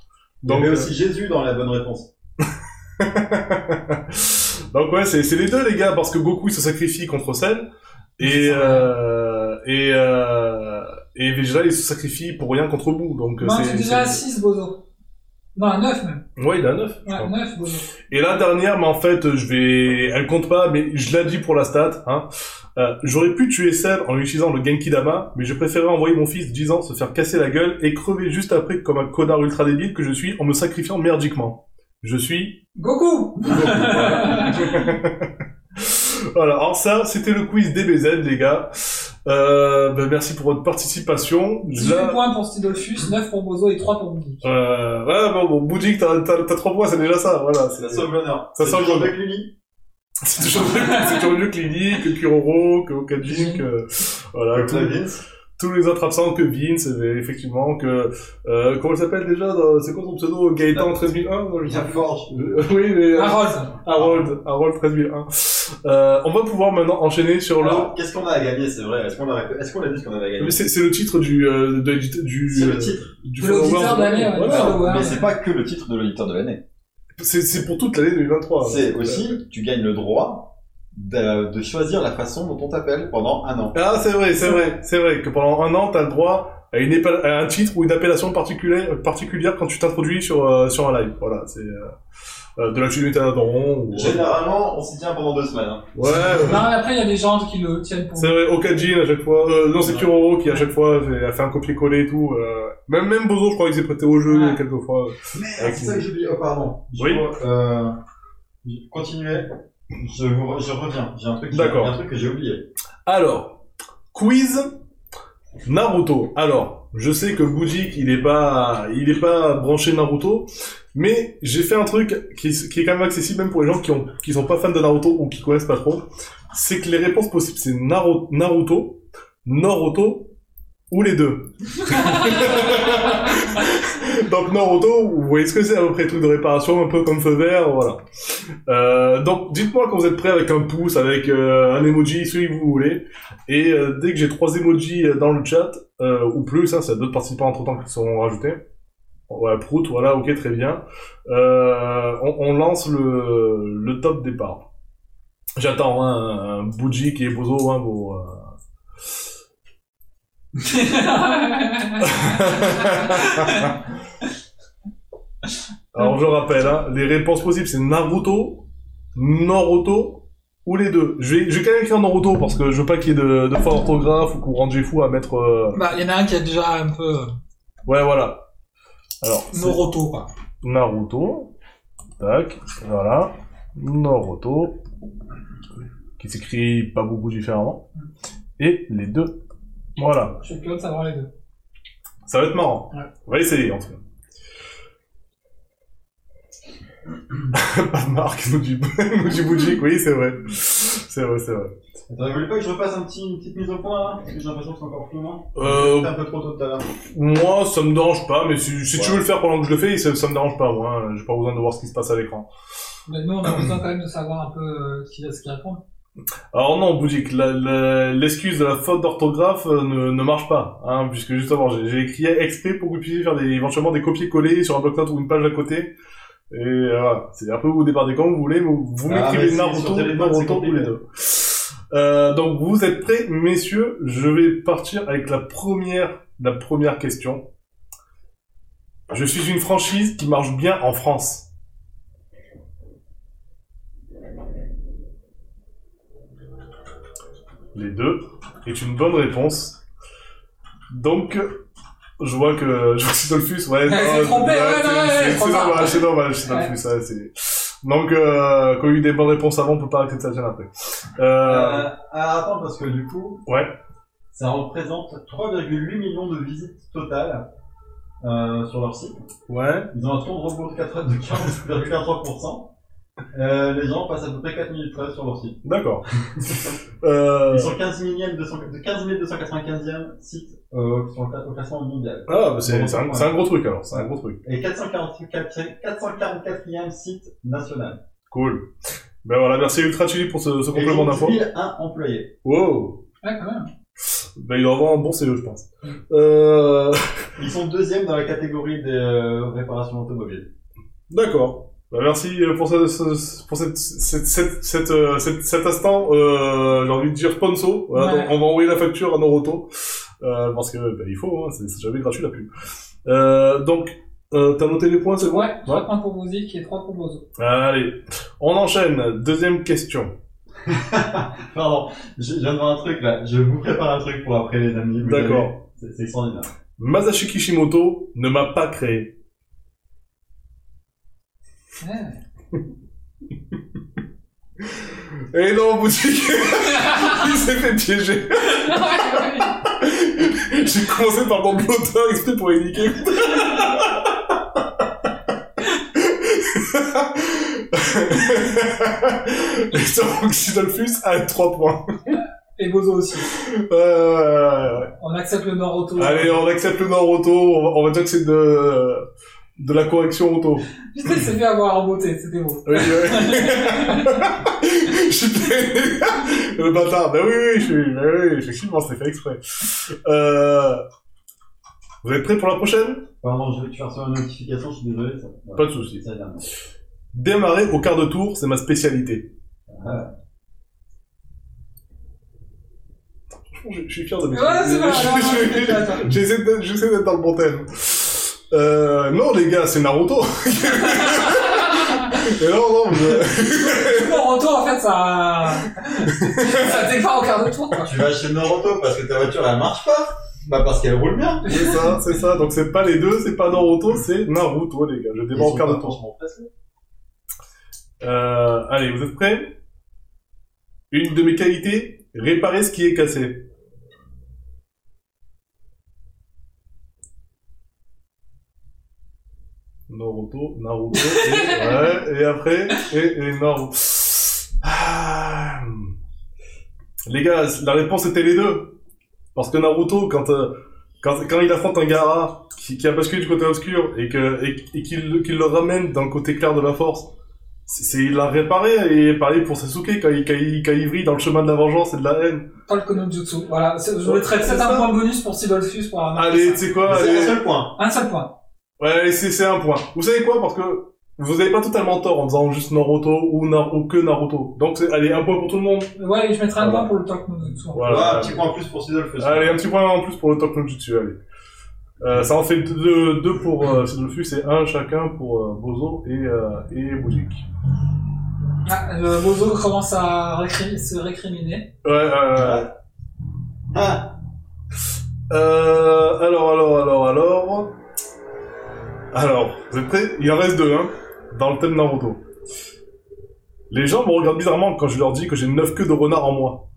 S5: Donc,
S2: Donc,
S5: il y avait
S2: euh,
S5: aussi Jésus dans la bonne réponse.
S2: [LAUGHS] donc ouais, c'est c'est les deux, les gars, parce que Goku il se sacrifie contre Cell, et,
S3: C'est ça.
S2: euh, et, euh, et Vegeta il se sacrifie pour rien contre Boo. Donc, euh,
S3: Non,
S2: c'est-
S3: c'est Oh. déjà à
S2: c'est-
S3: 6, Bozo. Non, à 9 même.
S2: Ouais, il a 9.
S3: Ouais, à 9, Bozo.
S2: Et la dernière, mais en fait, je vais, elle compte pas, mais je la dis pour la stat. Hein. Euh, J'aurais pu tuer Seb en utilisant le Genki Dama, mais je préférais envoyer mon fils de 10 ans se faire casser la gueule et crever juste après comme un connard ultra débile que je suis en me sacrifiant merdiquement. Je suis.
S3: Goku
S2: Voilà. Alors ça, c'était le quiz DBZ, les gars. Euh, ben, merci pour votre participation.
S3: 18
S2: Là-
S3: points pour Stidolfus, 9 pour Bozo et 3 pour Boutique.
S2: Euh, ouais, bon, bon, Boudic, t'as t'as- t'as trois points, c'est déjà ça, voilà.
S5: Ça sauve l'honneur.
S2: Ça
S5: C'est
S2: sauve
S5: toujours
S2: l'honneur.
S5: avec Lily.
S2: C'est toujours mieux, c'est toujours mieux que Lily, que Kuroro, que Okajin, que voilà,
S5: Avec
S2: tous-
S5: Vince.
S2: tous les autres absents, que Vince, et effectivement, que euh, comment il s'appelle déjà dans- C'est quoi son pseudo Gaëtan 13001 Non, je sais
S5: Bien
S2: plus.
S5: forge.
S2: Oui, mais euh,
S3: Ah, Harold
S2: Harold, Harold 13001. Euh, on va pouvoir maintenant enchaîner sur le.
S4: Ah.
S5: Alors, qu'est-ce qu'on a à gagner, c'est vrai Est-ce qu'on a, est-ce qu'on a dit ce qu'on avait à gagner
S2: Mais C'est c'est le titre du euh, de- du du,
S5: C'est le titre.
S2: du
S3: De l'auditeur
S2: Followers.
S3: de l'année, ouais,
S2: Voilà.
S3: du follower.
S5: Mais c'est pas que le titre de l'auditeur de l'année.
S2: C'est c'est pour toute l'année 2023.
S5: C'est aussi, tu gagnes le droit de, de choisir la façon dont on t'appelle pendant un an.
S2: Ah, c'est vrai, c'est vrai, c'est vrai que pendant un an, t'as le droit à, une épa- à un titre ou une appellation particulière, particulière quand tu t'introduis sur, euh, sur un live. Voilà, c'est euh, euh, de l'actu du Tanadoron ou... euh,
S5: Généralement, on s'y tient pendant deux semaines. hein.
S2: Ouais, ouais.
S3: Non, après, il y a des gens qui le tiennent pour
S2: c'est vrai, Okajin à chaque fois, euh, non, c'est Kuroro qui à chaque fois fait- a fait un copier-coller et tout. euh, même, même Bozo, je crois qu'il s'est prêté au jeu euh.
S3: Ouais.
S2: quelquefois.
S5: Merde, c'est ça que j'ai oublié. Oh, pardon. Je
S2: Oui.
S5: re- euh, je- continuez. Je, vous- je reviens. J'ai un truc, j'ai
S2: D'accord.
S5: un truc que j'ai oublié.
S2: Alors, quiz Naruto. Alors, je sais que Boudic, il est pas, il est pas branché Naruto, mais j'ai fait un truc qui, est- qui est quand même accessible même pour les gens qui ont, qui sont pas fans de Naruto ou qui connaissent pas trop. C'est que les réponses possibles, c'est Naro- Naruto, Naruto ou les deux. [LAUGHS] donc Naruto, vous voyez ce que c'est à peu près, truc de réparation, un peu comme feu vert, voilà. Euh, donc dites-moi quand vous êtes prêts avec un pouce, avec euh, un emoji, celui que vous voulez. Et euh, dès que j'ai trois emojis euh, dans le chat, euh, ou plus, hein, c'est d'autres participants entre temps qui sont rajoutés. Ouais, prout, voilà, ok, très bien. Euh, on, on lance le, le top départ. J'attends hein, un Bougie qui est Bozo, hein, vos, euh, Alors je rappelle, hein, les réponses possibles c'est Naruto, Naruto ou les deux. Je vais, je vais quand même écrire Naruto parce que je veux pas qu'il y ait de, de faux orthographe ou qu'on rende fou à mettre. euh,
S3: [LAUGHS] Bah, il y en a un qui a déjà un peu euh,
S2: Ouais voilà. Alors c'est
S3: Noroto, quoi.
S2: Naruto, tac, voilà, Naruto, qui s'écrit pas beaucoup différemment, et les deux. Voilà,
S3: Je suis curieux de savoir les deux.
S2: ça va être marrant.
S3: Ouais.
S2: On va essayer en tout cas. [LAUGHS] Pas de marque, [LAUGHS] nous du, nous du Boudjik, oui, c'est vrai. C'est vrai, c'est vrai.
S4: Attends, vous voulez pas que je refasse un petit, une petite mise au point, là Parce que j'ai l'impression que c'est encore plus loin.
S2: Euh,
S4: C'était un peu trop tôt tout à l'heure.
S2: moi, ça me dérange pas, mais si, si tu
S5: Ouais.
S2: veux le faire pendant que je le fais, ça, ça me dérange pas, moi. hein. J'ai pas besoin de voir ce qui se passe à l'écran.
S3: Mais nous, on a besoin quand même de savoir un peu euh, ce qu'il ce qu'il répond.
S2: Alors non, Boudjik, la- la- l'excuse de la faute d'orthographe euh, ne, ne marche pas, hein, puisque justement, j'ai j'ai écrit exprès pour que vous puissiez faire des, éventuellement des copier-coller sur un bloc-notes ou une page à côté. Et euh, voilà, c'est un peu vous départez quand vous voulez, mais vous, vous
S4: Ah, mais
S2: m'écrivez
S4: si, sur
S2: Naruto,
S4: téléphone, c'est
S2: Naruto ou les
S4: compliqué.
S2: deux. Euh, donc vous êtes prêts, messieurs Je vais partir avec la première, la première question. Je suis une franchise qui marche bien en France. Les deux est une bonne réponse. Donc, je vois que [LAUGHS] je vois que Dolphus, ouais.
S3: Elle s'est
S2: non,
S3: trompée, ouais,
S2: c'est-
S3: ouais,
S2: c'est-
S3: ouais,
S2: C'est
S3: trop tard.
S2: normal, c'est normal, c'est Dolphus, ouais, c'est. Donc, euh, quand il y a eu des bonnes réponses avant, on peut pas accepter la tienne après. Euh,
S4: Euh, ah, attends, parce que du coup,
S2: ouais.
S4: ça représente 3,8 millions de visites totales euh, sur leur site.
S2: Ouais.
S4: Ils ont un tour de rebours de 4 de 15,83%. Euh, les gens passent à peu près 4 minutes 13 sur leur site.
S2: D'accord. [LAUGHS] euh...
S4: Ils sont 15 millième, 200 de 15 295e site euh, sur le cla- au classement mondial.
S2: Ah, bah, c'est c'est un, c'est un gros truc alors, c'est un gros truc.
S4: Et 444 444e site national.
S2: Cool. Ben voilà, merci Ultra Chili pour ce, ce
S4: Et ils
S2: complément
S4: ont
S2: d'info.
S4: 1001 employés.
S2: Wow.
S3: Ouais, quand même.
S2: Ben il doit avoir un bon CE, je pense. Euh...
S4: Ils sont deuxième dans la catégorie des euh, réparations automobiles.
S2: D'accord. Bah, merci euh, pour, ce, ce- pour cette, cette, cette, cette, euh, cette- cet instant, euh, j'ai envie de dire sponsor. Voilà,
S3: Ouais.
S2: donc on va envoyer la facture à Noroto. Euh, parce que bah, il faut, hein, c'est c'est jamais gratuit la pub. Euh, donc, euh, t'as noté les points, c'est bon
S3: Ouais, 3 points pour Bouzik et 3 pour Bozo.
S2: Allez, on enchaîne. Deuxième question.
S4: Pardon, je, je viens de voir un truc là. Je vous prépare un truc pour après les amis. vous
S2: D'accord.
S4: allez- C'est c'est extraordinaire.
S2: Masashi Kishimoto ne m'a pas créé.
S3: Ouais. [LAUGHS]
S2: Et Eh [LAUGHS] non, boutique Il s'est fait piéger. [LAUGHS] J'ai commencé par prendre l'auteur exprès pour indiquer. [LAUGHS] Et donc, Sidolfus a 3 points.
S3: et Bozo aussi.
S2: Euh,
S3: On accepte le nord auto.
S2: Allez, on accepte le nord auto. On va- on va dire que c'est de, de la correction auto.
S3: Putain, il s'est fait avoir en beauté, c'était beau.
S2: Oui, [LAUGHS] oui. Je suis le bâtard. Ben oui, oui, je suis, ben oui, effectivement, c'est fait exprès. Euh, vous êtes prêts pour la prochaine
S4: Pardon, je vais te faire sur une notification, je suis désolé. Ça, voilà.
S2: Pas de souci.
S4: C'est la dernière.
S2: Démarrer au quart de tour, c'est ma spécialité.
S4: Ah.
S2: Franchement, Je, je suis fier de mes.
S3: Ouais, c'est pas
S2: Je- [LAUGHS]
S3: grave,
S2: je-
S3: c'est pas grave.
S2: J'essaie d'être, j'essaie d'être dans le bon thème. Euh, non, les gars, c'est Naruto. [LAUGHS] Et non, non, je-
S3: Le nord auto, en fait, ça. ça [LAUGHS] déclare au quart de tour, quoi.
S4: Tu vas chez Naruto parce que ta voiture elle marche pas Bah parce qu'elle roule bien
S2: c'est ça, c'est ça. Donc c'est pas les deux, c'est pas Naruto, c'est Naruto, les gars. Je démarre au quart de tour. Euh, allez, vous êtes prêts Une de mes qualités, réparer ce qui est cassé. Naruto, Naruto, et, ouais, et après, et, et Naruto. Ah. les gars, la réponse était les deux. Parce que Naruto, quand, euh, quand, quand il affronte un Gara qui, qui a basculé du côté obscur et que et, et qu'il qu'il le ramène dans le côté clair de la force, c'est c'est- il l'a réparé et pareil pour Sasuke quand il, quand il, quand il vrille dans le chemin de la vengeance et de la haine.
S3: Pas le Konojutsu. Voilà, c'est- je mettrais
S2: C'est
S3: peut-être un
S2: ça.
S3: point bonus pour Sidolfus pour avoir marqué
S2: Allez,
S3: ça.
S2: tu sais quoi
S4: Ah, c'est un
S2: allez.
S4: seul point.
S3: Un seul point.
S2: Ouais, allez, c'est c'est un point. Vous savez quoi Parce que vous n'avez pas totalement tort en faisant juste Naruto ou, Nar- ou que Naruto. Donc c'est- allez, un point pour tout le monde.
S3: Ouais, je mettrais un
S2: Voilà.
S3: point pour le talk Konojutsu.
S2: Voilà.
S4: Ouais, un petit point en plus pour Sidolphus.
S2: Allez, un petit point en plus pour le top Jutsu, allez. Euh, ça en fait deux, deux pour euh, Sidolfus et un chacun pour euh, Bozo et, euh, et Boudic.
S3: Ah, le Bozo commence à récri- se récriminer. [LAUGHS]
S2: Ouais, euh,
S4: Ah,
S2: Euh, alors, alors, alors, alors. Alors, vous êtes prêts Il en reste deux, hein, dans le thème Naruto. Les gens me regardent bizarrement quand je leur dis que j'ai neuf queues de renard en moi.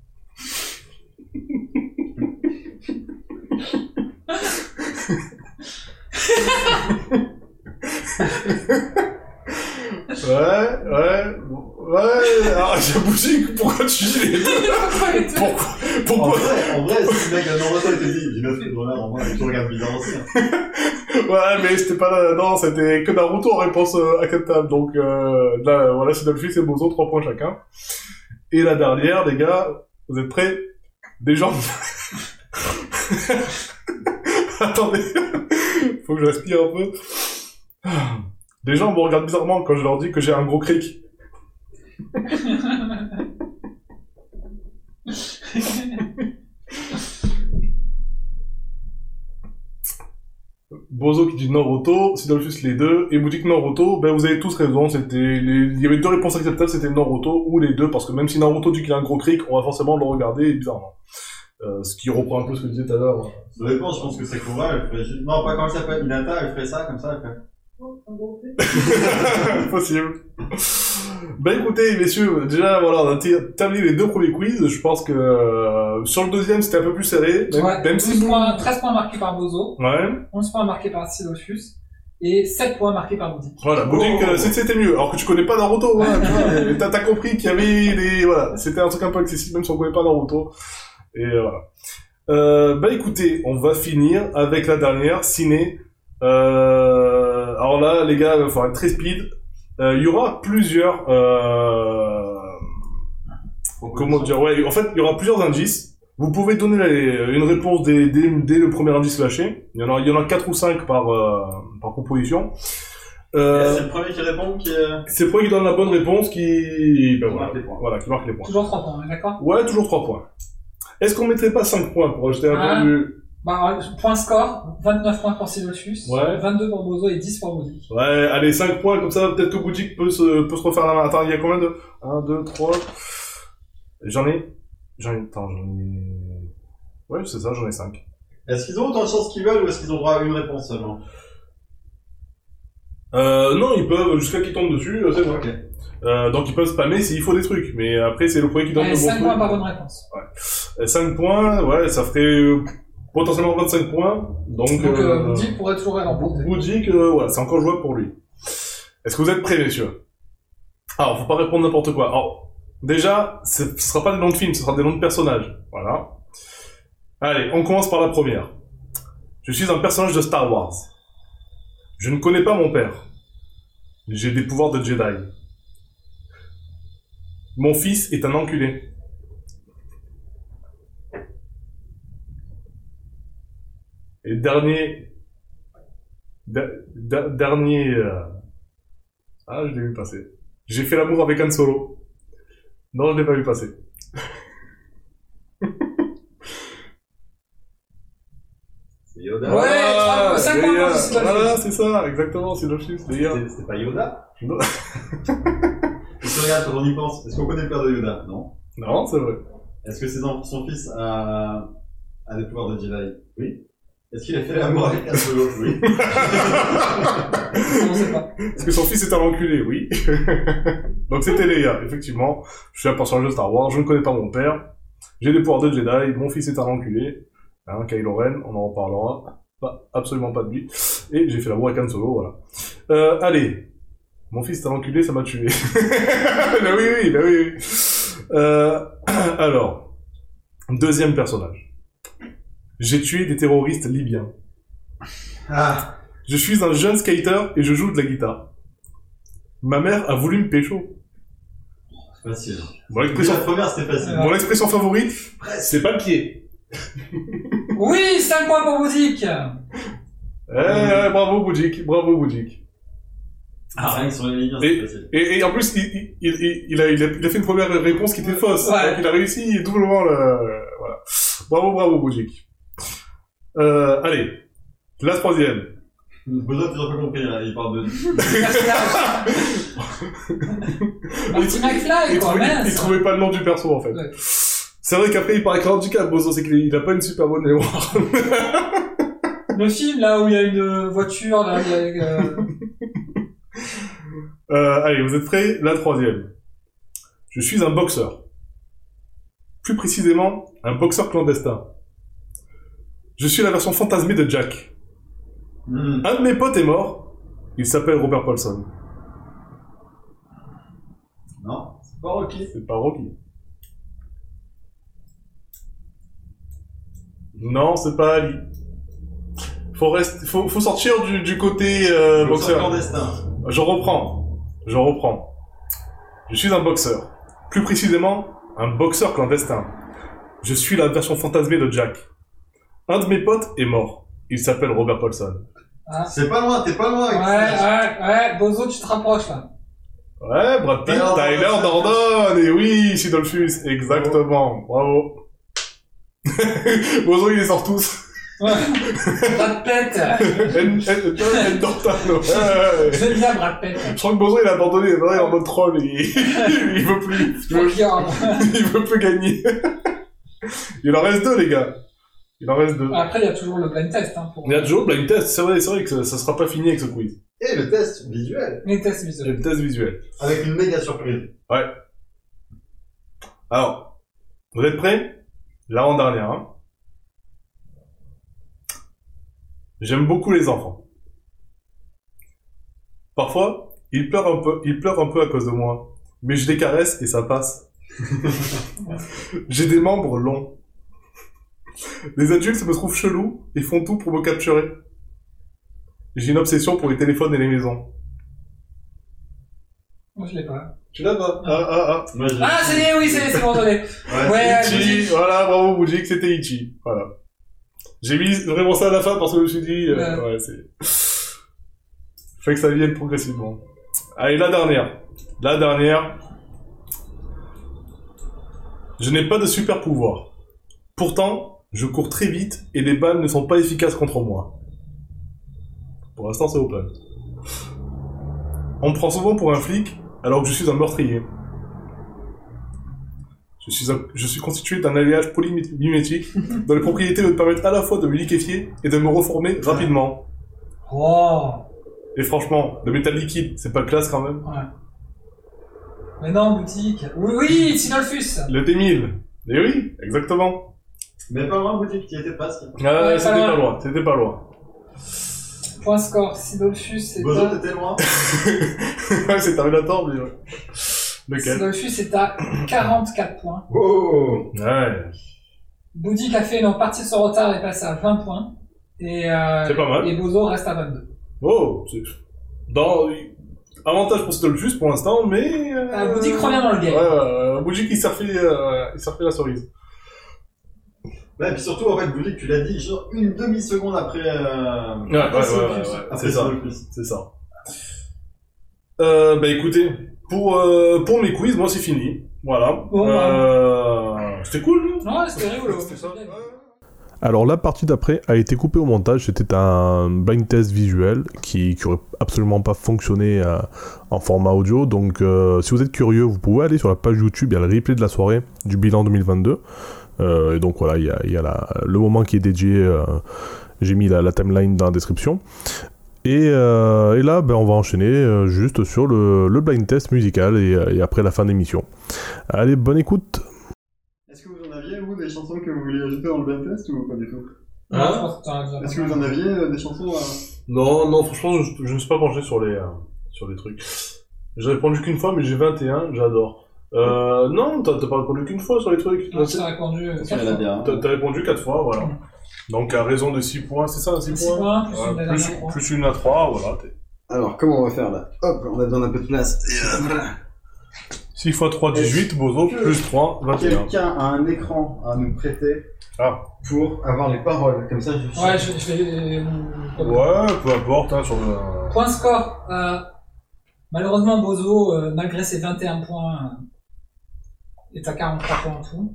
S2: c'est boutique, Ah, pourquoi tu dis les deux Pourquoi
S5: En
S2: Pourquoi
S5: vrai, en vrai, si le mec d'un ordre et te dit, j'ai 9 dollars en moins, et tu regardes bizarre aussi. hein.
S2: Ouais, mais c'était pas... là- Non, c'était que Naruto en réponse euh, acceptable. Donc euh, là, voilà, c'est Dolphus et Bozo, 3 points chacun. Et la dernière, les gars, vous êtes prêts Des gens... [LAUGHS] Attendez, faut que je respire un peu. Des gens me regardent bizarrement quand je leur dis que j'ai un gros cric. Bozo qui dit Naruto, Sidolphus les deux, et Boutique Naruto, ben vous avez tous raison, c'était les... il y avait deux réponses acceptables, c'était Naruto ou les deux, parce que même si Naruto dit qu'il a un gros cric, on va forcément le regarder bizarrement. Euh, ce qui reprend un peu ce que je disais tout à l'heure. hein.
S5: Ça dépend, je pense que Sakura, elle ferait juste... Non, pas comment elle s'appelle, Inata, elle ferait ça, comme ça, elle ferait...
S2: [LAUGHS] Possible. Ben écoutez, messieurs, déjà voilà, on a t- terminé les deux premiers quiz. Je pense que euh, sur le deuxième c'était un peu plus serré, même,
S3: Ouais,
S2: même si
S3: 12 points, 13 points marqués par Bozo,
S2: ouais,
S3: 11 points marqués par Silofus et 7 points marqués par Boutique.
S2: voilà, Boudic, euh, c'est- c'était mieux. Alors que tu connais pas Naruto, hein, tu vois, mais t'as t'as compris qu'il y avait des voilà, c'était un truc un peu accessible même si on connaît pas Naruto. Et euh, voilà. Euh, ben écoutez, on va finir avec la dernière ciné. Euh, alors là, les gars, il va falloir être très speed. Euh, Il y aura plusieurs. Euh, Comment dire Ouais, en fait, il y aura plusieurs indices. Vous pouvez donner la- une réponse dès, dès- dès le premier indice lâché. Il y en a, il y en a 4 ou 5 par, euh, par proposition.
S5: Et
S2: Euh,
S5: C'est le premier qui répond qui... Euh...
S2: c'est le premier qui donne la bonne réponse qui... Ben voilà,
S5: marque les points.
S2: voilà, qui marque les points.
S3: Toujours 3 points, on est d'accord
S2: Ouais, toujours 3 points. Est-ce qu'on mettrait pas 5 points pour ajouter un
S3: Ah.
S2: peu du...
S3: bah, alors, Point score, 29 points pour Silofus,
S2: Ouais.
S3: 22 pour Bozo et 10 pour Boutique.
S2: Ouais, allez, 5 points, comme ça, peut-être que Boutique peut se, peut se refaire la main. Attends, il y a combien de... 1, 2, 3... J'en ai... J'en ai... Attends, j'en ai... Ouais, c'est ça, j'en ai 5.
S5: Est-ce qu'ils ont autant de chances qu'ils veulent, ou est-ce qu'ils ont droit à une réponse seulement
S2: Euh, non, ils peuvent, jusqu'à qu'ils tombent dessus, euh, c'est bon.
S5: Ok.
S2: Euh, donc ils peuvent spammer s'il faut des trucs, mais après c'est le premier qui donne
S3: Et
S2: le bon
S3: 5 points par
S2: truc.
S3: bonne réponse.
S2: 5 points, ouais, ça ferait euh, potentiellement 25 points, donc...
S3: Donc euh,
S2: euh,
S3: Boudic pourrait toujours l'emporter.
S2: Boudic, euh, voilà, c'est encore jouable pour lui. Est-ce que vous êtes prêts, messieurs Alors, faut pas répondre n'importe quoi. Alors, déjà, ce ce sera pas des noms de films, ce sera des noms de personnages. Voilà. Allez, on commence par la première. Je suis un personnage de Star Wars. Je ne connais pas mon père. J'ai des pouvoirs de Jedi. Mon fils est un enculé. Et dernier Da- da- dernier. euh, Ah, je l'ai vu passer. J'ai fait l'amour avec Han Solo. Non, je l'ai pas vu passer.
S5: C'est Yoda
S3: Ouais, trois- cinq
S2: les
S3: points
S2: gars,
S3: pour Sidolphus.
S2: Voilà, c'est ça, exactement, c'est le chiffre, les gars.
S5: C'est- C'est pas Yoda
S2: Non.
S5: [LAUGHS]
S2: [LAUGHS]
S5: Et si on regarde, quand on y pense, est-ce qu'on connaît le père de Yoda Non.
S2: Non, c'est vrai.
S5: Est-ce que ses enfants- son fils a... a des pouvoirs de Jedi Oui. Est-ce qu'il a fait l'amour avec un
S2: [LAUGHS]
S5: solo Oui.
S3: On sait pas.
S2: Est-ce que son fils est un enculé Oui. [LAUGHS] Donc c'était Leia, effectivement. Je suis un personnage de Star Wars, je ne connais pas mon père. J'ai des pouvoirs de Jedi, mon fils est un enculé. Hein, Kylo Ren, on en reparlera. Pas, absolument pas de lui. Et j'ai fait la voix à Han Solo, voilà. Euh, allez. Mon fils est un enculé, ça m'a tué. [LAUGHS] Bah oui, oui, bah oui. oui. Euh, [CLEARS THROAT] alors. Deuxième personnage. J'ai tué des terroristes libyens.
S5: Ah
S2: Je suis un jeune skater et je joue de la guitare. Ma mère a voulu me pécho.
S5: Facile.
S2: Mon
S5: Oui, la
S2: expression,
S5: première, c'était facile.
S2: mon expression favorite, c'est pas le pied.
S3: Oui, 5 points pour
S2: [LAUGHS]
S3: Boudic
S2: Eh, eh, bravo Boudjik, bravo Boudjik.
S5: Ah, rien que sur les liens,
S2: Euh. Et-
S5: c'est facile.
S2: Et, et en plus, il, il, il, il a, il, a, il a fait une première réponse qui était fausse.
S3: Ouais.
S2: Donc il a réussi doublement le... Voilà. Bravo, bravo Boudjik. Euh, allez, la troisième.
S5: Bozo, tu as pas compris, là, il parle de...
S2: [LAUGHS]
S3: Personnage.
S2: Bah,
S3: Un petit McFly,
S2: Il
S3: quoi,
S2: trouvait, il
S3: mince
S2: trouvait pas le nom du perso en fait.
S3: Ouais.
S2: C'est vrai qu'après il paraît que handicap, Bozo, c'est qu'il a pas une super bonne mémoire.
S3: Le film, là, où il y a une voiture, là, il y
S2: [LAUGHS]
S3: a... euh,
S2: Euh, allez, vous êtes prêts La troisième. Je suis un boxeur. Plus précisément, un boxeur clandestin. Je suis la version fantasmée de Jack.
S5: Hmm.
S2: Un de mes potes est mort. Il s'appelle Robert Paulson.
S5: Non, c'est
S4: Bon, ok.
S2: C'est pas Rocky. Non, c'est pas Ali. Faut, rester, faut, faut sortir du, du côté euh,
S4: Boxeur
S2: boxeur.
S4: clandestin.
S2: Je reprends. Je reprends. Je suis un boxeur. Plus précisément, un boxeur clandestin. Je suis la version fantasmée de Jack. Un de mes potes est mort. Il s'appelle Robert Paulson.
S4: C'est pas loin, t'es pas loin.
S3: Ouais,
S4: avec ça.
S3: ouais, ouais, Bozo, tu te rapproches là.
S2: Ouais, Brad Pitt,
S4: Tyler
S2: Tyler
S4: Dordon.
S2: Dordon, et oui, Sidolphus, exactement, bravo. [LAUGHS] Bozo, ils les sort tous.
S3: Ouais. Brad
S2: [LAUGHS]
S3: Pitt.
S2: N- N- N- Dortano. Ouais.
S3: J'aime bien Brad Pitt.
S2: Je crois que Bozo, il a abandonné, maintenant il est en mode troll, il, il [LAUGHS] veut plus,
S3: Je crois qu'il y a un-
S2: [LAUGHS] il veut plus gagner. Il en reste deux, les gars. Il en reste deux.
S3: Après, il y a toujours le blind test. Hein, pour...
S2: Il y a toujours blind test, c'est vrai, c'est vrai que ça, ça sera pas fini avec ce quiz.
S5: Eh,
S4: Et le test visuel.
S3: Les tests
S2: C'est
S3: visuels.
S2: le test visuel.
S4: Avec une méga surprise.
S2: Alors, vous êtes prêts L'avant-dernière, hein. J'aime beaucoup les enfants. Parfois, ils pleurent un peu, ils pleurent un peu à cause de moi. Mais je les caresse et ça [LAUGHS] passe. J'ai des membres longs. Les adultes me trouvent chelou et font tout pour me capturer. J'ai une obsession pour les téléphones et les maisons.
S3: Moi, je l'ai pas.
S2: Tu l'as pas Ah ah
S4: Moi, je...
S3: Ah, ça y est, oui, ça y est, c'est bon, donné.
S4: Ouais.
S3: Ouais.
S2: ah.
S3: Boudic.
S2: Ichi, voilà, bravo Boudjik, c'était Ichi. Voilà. J'ai mis vraiment ça à la fin parce que je me suis dit, euh, ouais, c'est. Fait que ça vienne progressivement. Allez, la dernière. La dernière. Je n'ai pas de super pouvoir. Pourtant, je cours très vite et les balles ne sont pas efficaces contre moi. Pour l'instant, c'est open. On me prend souvent pour un flic alors que je suis un meurtrier. Je suis, un- je suis constitué d'un alliage polymimétique dont les propriétés me permettent à la fois de me liquéfier et de me reformer rapidement.
S3: Oh.
S2: Et franchement, le métal liquide, c'est pas classe quand même.
S3: Mais non, boutique. Oui, oui, Sinolfus.
S2: Le T1000. Eh oui, exactement.
S4: Mais pas loin, boutique, qui était presque.
S2: Ah,
S3: Ouais,
S2: c'était
S3: pas
S2: pas
S3: mal.
S2: loin, c'était pas loin.
S3: Point score, Sinolfus est
S4: Bozo,
S3: à...
S4: t'étais loin.
S2: [LAUGHS] Ouais, c'est Terminator, mais ouais. Lequel
S3: Sinolfus est à 44 points.
S4: Oh
S2: Ouais,
S3: Boudic a fait une partie de son retard et passe à 20 points. Et, euh,
S2: C'est pas mal.
S3: et Bozo reste à 22.
S2: Oh, c'est... Dans... Avantage pour Stolfus pour l'instant, mais... Euh...
S3: Euh, Boudic revient dans le
S2: Ouais,
S3: game.
S2: ouais, ouais, Boudic, il s'est refait, euh, il s'est refait la cerise.
S4: Ouais, et puis surtout, en fait, boutique, tu l'as dit, genre une demi-seconde après. Euh...
S2: Ouais,
S4: après
S2: ouais,
S4: son
S2: ouais,
S4: opus.
S2: ouais, ouais,
S4: Après
S2: c'est
S4: son
S2: ça.
S4: opus.
S2: C'est ça. Euh, bah écoutez, pour, euh, pour mes quiz, moi c'est fini. Voilà.
S3: Bon,
S2: Euh, C'était cool, non
S3: Ouais, c'était Oh. rigolo.
S2: C'était ça, ouais.
S6: Alors la partie d'après a été coupée au montage, c'était un blind test visuel qui qui aurait absolument pas fonctionné euh, en format audio, donc euh, si vous êtes curieux, vous pouvez aller sur la page YouTube, il y a le replay de la soirée du bilan 2022, Euh, et donc voilà, il y a, il y a la- le moment qui est dédié, euh, j'ai mis la, la timeline dans la description, et, euh, et là ben, on va enchaîner euh, juste sur le, le blind test musical et, euh, et après la fin d'émission. Allez, bonne écoute
S4: Est-ce que vous en aviez, vous, des chansons que vous vouliez ajouter dans le blind test ou pas du tout
S3: Non,
S2: Hein
S3: je pense que t'en as déjà parlé.
S4: Est-ce que vous en aviez euh, des chansons à...
S2: Non, non, franchement, je, je me suis pas penché sur les, euh, sur les trucs. J'ai répondu qu'une fois, mais j'ai 21, j'adore. Euh, non, t'as t'as pas répondu qu'une fois sur les trucs.
S3: Non, je t'ai répondu euh,
S4: Est-ce
S3: quatre
S4: qu'il y en a
S3: fois.
S4: bien.
S2: T'as t'as répondu 4 fois, voilà. Donc à raison de 6 points, c'est ça, 6
S3: Six
S2: points
S3: points, plus
S2: Ouais,
S3: une de la
S2: plus,
S3: dernière fois.
S2: plus une à 3, voilà. t'es-
S5: Alors, comment on va faire là Hop, on a besoin d'un peu de place.
S4: euh,
S2: 6 x 3, 18, Bozo, plus 3, 21.
S4: Quelqu'un a un écran à nous prêter
S2: Ah.
S4: pour avoir les paroles. Comme ça, je suis.
S3: Ouais, je, je vais. euh,
S2: Ouais, peu importe, hein, sur le...
S3: Point score. euh, malheureusement, Bozo, euh, malgré ses 21 points, euh, est à 43 points en tout.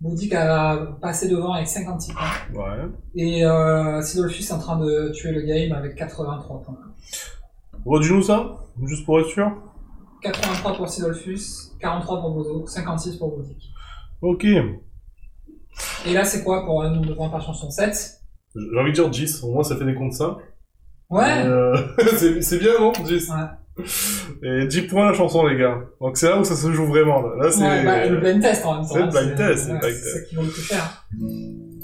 S3: Boudic a passé devant avec 56 points.
S2: Ouais.
S3: Et euh, Sidolphus est en train de tuer le game avec 83 points.
S2: Redis-nous ça, juste pour être sûr.
S3: 83 pour Sidolphus, 43 pour Bozo, 56 pour Boudic.
S2: Ok.
S3: Et là, c'est quoi pour un nombre de points par chanson 7
S2: J'ai envie de dire 10, au moins ça fait des comptes simples.
S3: Ouais
S2: Euh, [LAUGHS] c'est c'est bien, non 10.
S3: Ouais.
S2: Et 10 points la chanson, les gars. Donc c'est là où ça se joue vraiment. Là, Là, c'est. euh,
S3: Ouais, bah, le blind test en même temps.
S2: c'est le
S3: hein,
S2: blind test, c'est le
S3: ouais,
S2: blind
S3: C'est ça qui vaut le plus cher.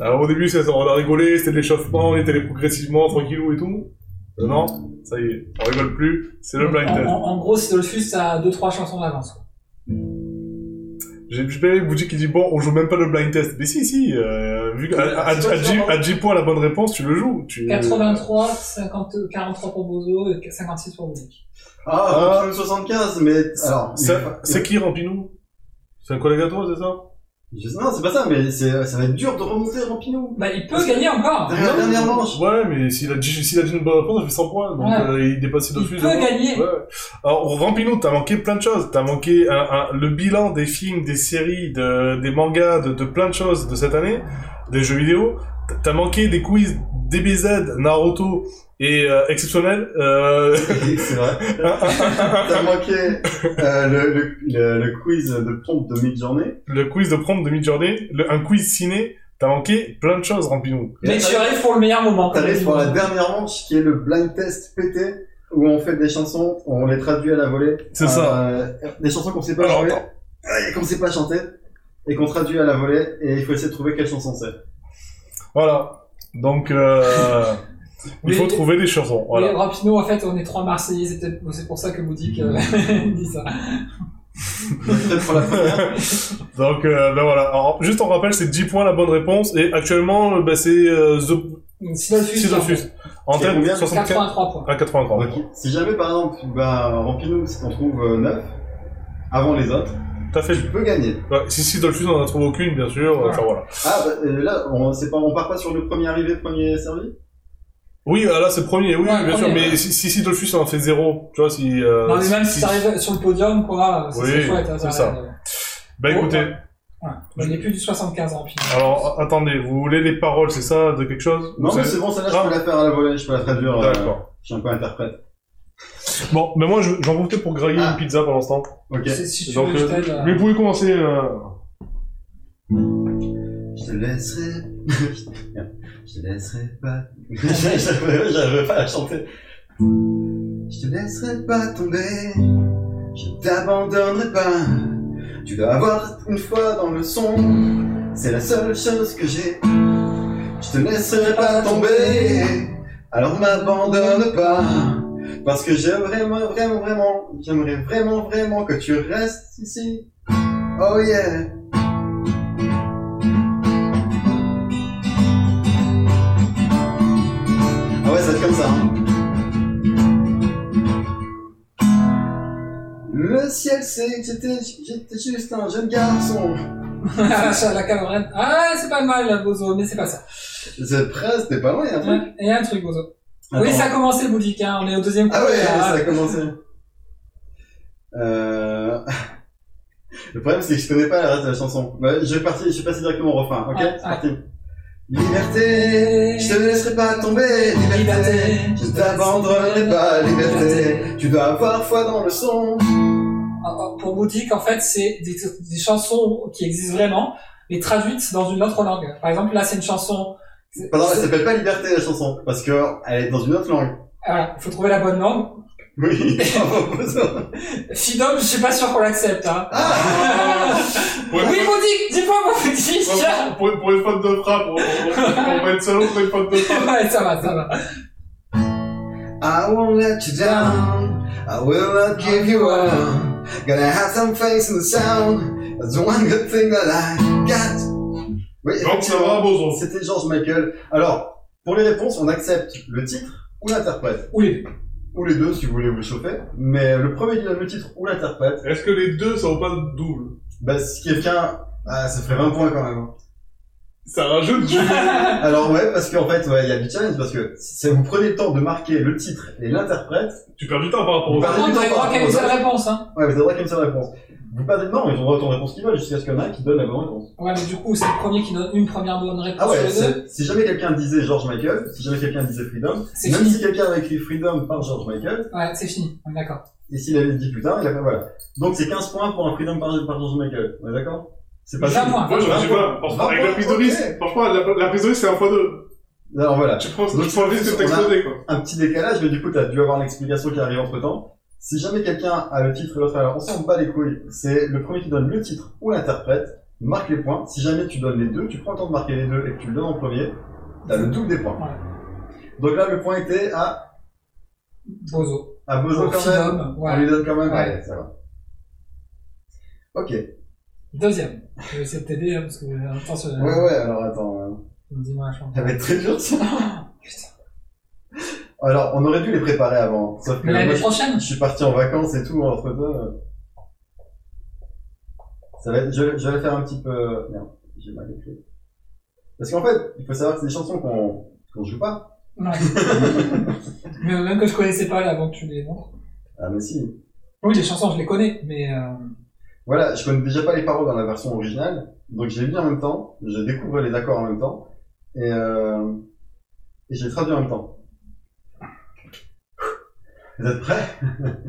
S2: Alors au début, ça, on a rigolé, c'était de l'échauffement, on était allé progressivement, tranquillou et tout. Euh, Non, ça y est, on rigole plus, c'est le blind
S3: en,
S2: test.
S3: en- en gros, Sidolphus a 2-3 chansons d'avance. quoi.
S2: J'ai bien vous qui dit bon, on joue même pas le blind test. Mais si, si, euh, vu qu'à à, à, à 10
S3: hein.
S2: à 10 points la bonne réponse, tu le joues. Tu...
S3: 83, 50, 43 pour Bozo et 56 pour Bouzik.
S4: Ah, euh, 75, mais alors.
S2: Ça- C'est qui Rampinou C'est un collègue à toi, c'est ça
S4: Je sais, non, c'est pas ça, mais c'est, ça va être dur de remonter Rampinou.
S3: Bah, il peut gagner encore
S4: Dernière, Ah,
S2: Ah,
S4: dernière manche. [LAUGHS]
S2: Ouais, mais s'il a, dit- s'il a dit une bonne réponse, je fais 100 points. Donc
S3: Ouais.
S2: euh, il dépasse de
S3: Il
S2: plus.
S3: peut
S2: avant.
S3: gagner.
S2: Ouais. Alors, Rampinou, t'as manqué plein de choses. T'as manqué un- un- le bilan des films, des séries, de, des mangas, de, de plein de choses de cette année, des jeux vidéo. T'as manqué des quiz DBZ, Naruto et euh, Exceptionnel. Euh... [LAUGHS]
S4: c'est vrai. T'as manqué euh, le, le, le, le quiz de pompe de mid-journée.
S2: le quiz de prompt de Midjourney, le- un quiz ciné, t'as manqué plein de choses, Rampinou.
S3: Mais tu arrives pour le meilleur moment.
S4: T'arrives pour la dernière manche qui est le blind test pété où on fait des chansons, on les traduit à la volée.
S2: C'est
S4: Euh,
S2: ça.
S4: Des chansons qu'on sait pas
S2: Alors,
S4: jouer, euh, qu'on sait pas chanter et qu'on traduit à la volée et il faut essayer de trouver quelle chanson c'est.
S2: Voilà. Donc, euh,
S3: [LAUGHS]
S2: il faut
S3: Mais-
S2: trouver des chansons.
S3: Voilà.
S2: Voilà.
S3: Rapino, en fait, on est trois Marseillais, c'est peut-être c'est pour ça que Boudic euh, [LAUGHS] dit ça.
S4: Peut-être pour la première.
S2: [LAUGHS] Donc, euh, ben voilà. Alors, juste on rappelle, c'est 10 points la bonne réponse. Et actuellement, euh, ben, c'est euh, The
S3: Silofus,
S2: Sidolphus. En Ah,
S4: C'est
S2: tête,
S4: combien
S2: 64
S3: 83 points.
S2: à 83.
S4: Ok. Si jamais par exemple, bah, Rampinou, si t'en trouves 9 euh, avant les autres,
S2: T'as fait.
S4: tu peux gagner.
S2: Ouais, si Sidolphus, on en a trouvé aucune, bien sûr.
S3: Voilà.
S2: Enfin, voilà.
S4: Ah, bah, euh, là, on, c'est pas, on part pas sur le premier arrivé, premier servi
S2: Oui, euh, là, c'est premier. Oui,
S3: Ouais,
S2: bien sûr.
S3: premier,
S2: Mais
S3: ouais.
S2: si, si Sidolphus en a fait zéro, tu vois, si. euh,
S3: Non, mais même
S2: si-
S3: si t'arrives sur le podium, quoi, c'est
S2: Oui,
S3: c'est chouette. hein,
S2: c'est
S3: t'as-
S2: ça.
S3: euh,
S2: Ben écoutez,
S3: Ouais. Bah, Il est plus du 75 Rampino.
S2: alors a- attendez, vous voulez les paroles, c'est ça, de quelque chose
S4: Non,
S2: Vous
S4: mais
S2: savez-
S4: c'est bon, celle-là, je
S2: Ah.
S4: peux la faire à la volée, je peux la traduire. euh,
S2: D'accord.
S4: je suis un peu interprète.
S2: Bon, mais moi, je- j'en profitais pour grailler
S4: Ah.
S2: une pizza pour l'instant.
S4: Ok.
S3: C'est- Si tu
S2: Donc,
S3: veux, je
S2: euh,
S3: t'aide.
S2: Mais
S3: euh,
S2: vous pouvez commencer. euh,
S4: Je te laisserai. [LAUGHS] je te laisserai pas. [LAUGHS] J'arrive j'arrive pas à chanter. Je te laisserai pas tomber. Je t'abandonnerai pas. Tu dois avoir une foi dans le son. C'est la seule chose que j'ai. Je te laisserai pas tomber. Alors m'abandonne pas. Parce que j'aimerais vraiment, vraiment, vraiment, j'aimerais vraiment, vraiment que tu restes ici. Oh yeah. Ah ouais, ça va être comme ça. hein. Le ciel sait que j'étais, j'étais juste un jeune garçon.
S3: euh, [LAUGHS] à la camarade. Ah, c'est pas mal, la Bozo, mais c'est pas ça.
S4: C'est presque, t'es pas loin, hein, il y
S3: Et
S4: a un truc.
S3: un truc, Bozo. Oui,
S4: Attends.
S3: ça a commencé, Boudic, hein, on est au deuxième
S4: Ah
S3: coup,
S4: ouais,
S3: là.
S4: ça a commencé. Euh... [LAUGHS] Le problème, c'est que je connais pas le reste de la chanson. Bah, je vais partir, je suis passé directement au refrain, ok
S3: Ouais,
S4: C'est parti. Liberté, je te laisserai pas tomber, liberté, je t'abandonnerai pas, liberté, tu dois avoir foi dans le son.
S3: Ah, ah, Pour Boudic, en fait, c'est des, des chansons qui existent vraiment, mais traduites dans une autre langue. Par exemple, là, c'est une chanson. c'est-
S4: Pardon, elle
S3: c'est-
S4: s'appelle pas Liberté la chanson, parce que elle est dans une autre langue.
S3: Voilà, ah, faut trouver la bonne langue.
S4: Oui. [LAUGHS]
S3: Fidom, je suis pas sûr qu'on l'accepte,
S4: [LAUGHS]
S3: hein.
S4: ah
S2: Ouais.
S3: Oui, Boudic, dis-moi, Boudic!
S2: Pour, pour une faute de frappe, on, on- on va être salaud pour une faute de frappe.
S3: Ouais, ça va, ça va.
S4: I won't let you down, I will not give you up. Gonna have some face in the sound, that's the one good thing that I got. Oui,
S2: Donc ça va,
S4: effectivement,
S2: Bozo.
S4: c'était George Michael. Alors, pour les réponses, on accepte le titre ou l'interprète.
S3: Ou
S4: [LAUGHS]
S3: les deux.
S4: Ou les deux, si vous voulez vous chauffer. Mais le premier qui donne le titre ou l'interprète,
S2: Est-ce que les deux, ça vaut pas double
S4: bah, si quelqu'un... Ah, ça ferait 20 points quand même.
S2: Ça rajoute du.
S4: Alors ouais, parce qu'en fait, ouais, il y a du challenge, parce que si vous prenez le temps de marquer le titre et l'interprète,
S2: tu perds du temps par rapport au.
S4: Bah,
S3: Par contre, t'as le droit qu'à une seule réponse, hein.
S4: ouais, vous avez droit qu'à une seule réponse. Vous perdez, non, ils ont droit à autant de réponses qu'ils veulent, jusqu'à ce qu'il y en ait un qui donne la bonne réponse.
S3: Ouais, mais du coup, c'est le premier qui donne une première bonne réponse
S4: Ah ouais,
S3: sur les deux.
S4: c'est- si jamais quelqu'un disait George Michael, si jamais quelqu'un disait Freedom,
S3: C'est
S4: même
S3: fini.
S4: si quelqu'un avait écrit Freedom par George Michael,
S3: Ouais, c'est fini. On est D'accord.
S4: et s'il avait dit plus tard, il a fait, voilà. Donc c'est 15 points pour un Freedom par, par George Michael, on est d'accord C'est pas
S3: 20
S4: fini.
S3: points.
S2: Moi, j'aurais dit pas. Franchement, avec la prise de risque, franchement, la, la prise de risque, c'est un fois deux.
S4: Alors voilà,
S2: Tu prends,
S4: Donc,
S2: tu prends le risque de
S4: on a-
S2: t'exploser, quoi.
S4: un petit décalage, mais du coup, t'as dû avoir l'explication qui arrive entre temps. Si jamais quelqu'un a le titre et l'autre, alors on s'en bat les couilles. C'est le premier qui donne le titre ou l'interprète, marque les points. Si jamais tu donnes les deux, tu prends le temps de marquer les deux et que tu le donnes en premier, t'as le double des points.
S3: Voilà.
S4: Donc là, le point était à,
S3: Bozo.
S4: à Bozo
S3: Au
S4: quand même.
S3: Fidom.
S4: On lui
S3: Ouais.
S4: donne quand même.
S3: Ouais.
S4: Ouais, ça va. Ok.
S3: Deuxième. Je vais essayer de t'aider, hein, parce que euh, en même temps, sur-
S4: Ouais, ouais, alors attends. euh,
S3: dis-moi, je pense.
S4: Ça va être très
S3: [LAUGHS]
S4: dur, ça. Alors, on aurait dû les préparer avant. Sauf que
S3: Mais
S4: moi,
S3: l'année
S4: je-
S3: prochaine
S4: je suis parti en vacances et tout, entre deux. Ça va être, je, je vais faire un petit peu, merde, j'ai mal écrit. Parce qu'en fait, il faut savoir que c'est des chansons qu'on, qu'on joue pas.
S3: Non. [LAUGHS] mais même que je connaissais pas là avant que tu les montres.
S4: Ah, mais si.
S3: Oui, les chansons, je les connais, mais euh,
S4: Voilà, je connais déjà pas les paroles dans la version originale. Donc, je les lis en même temps, je découvre les accords en même temps. Et, euh, et je les traduis en même temps. Vous êtes prêts? [LAUGHS]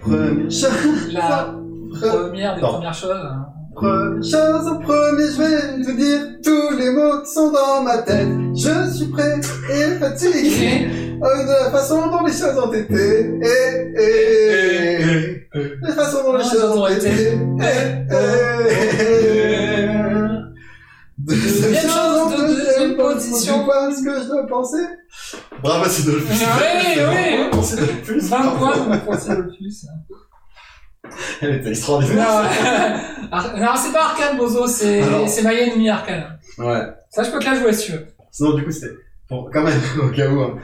S4: Premier cha-
S3: la
S4: euh,
S3: première des
S4: Attends.
S3: premières choses.
S4: [LAUGHS]
S3: hein.
S4: Première chose en premier, je vais te dire tous les mots qui sont dans ma tête. Je suis prêt et fatigué euh, de la façon dont les choses ont été. Eh, eh, de la façon dont les
S3: Ah,
S4: choses ont été. Eh, eh, Deuxième chose en
S3: Deuxième
S4: deuxième
S3: position.
S4: position. Pas ce que je dois penser. Bravo, Sidolphus.
S3: Oui, oui.
S4: Sidolphus.
S3: 20 points pour
S4: [LAUGHS]
S3: Sidolphus.
S4: Elle était
S3: Non, [LAUGHS]
S4: extraordinaire.
S3: Ar- non, c'est pas Arcane, Bozo, c'est
S4: Alors.
S3: c'est Maya Enemy Arcane.
S4: Ouais.
S3: Ça, je peux te la jouer si tu veux.
S4: Sinon, du coup, c'était pour quand même, [LAUGHS] au cas où. hein.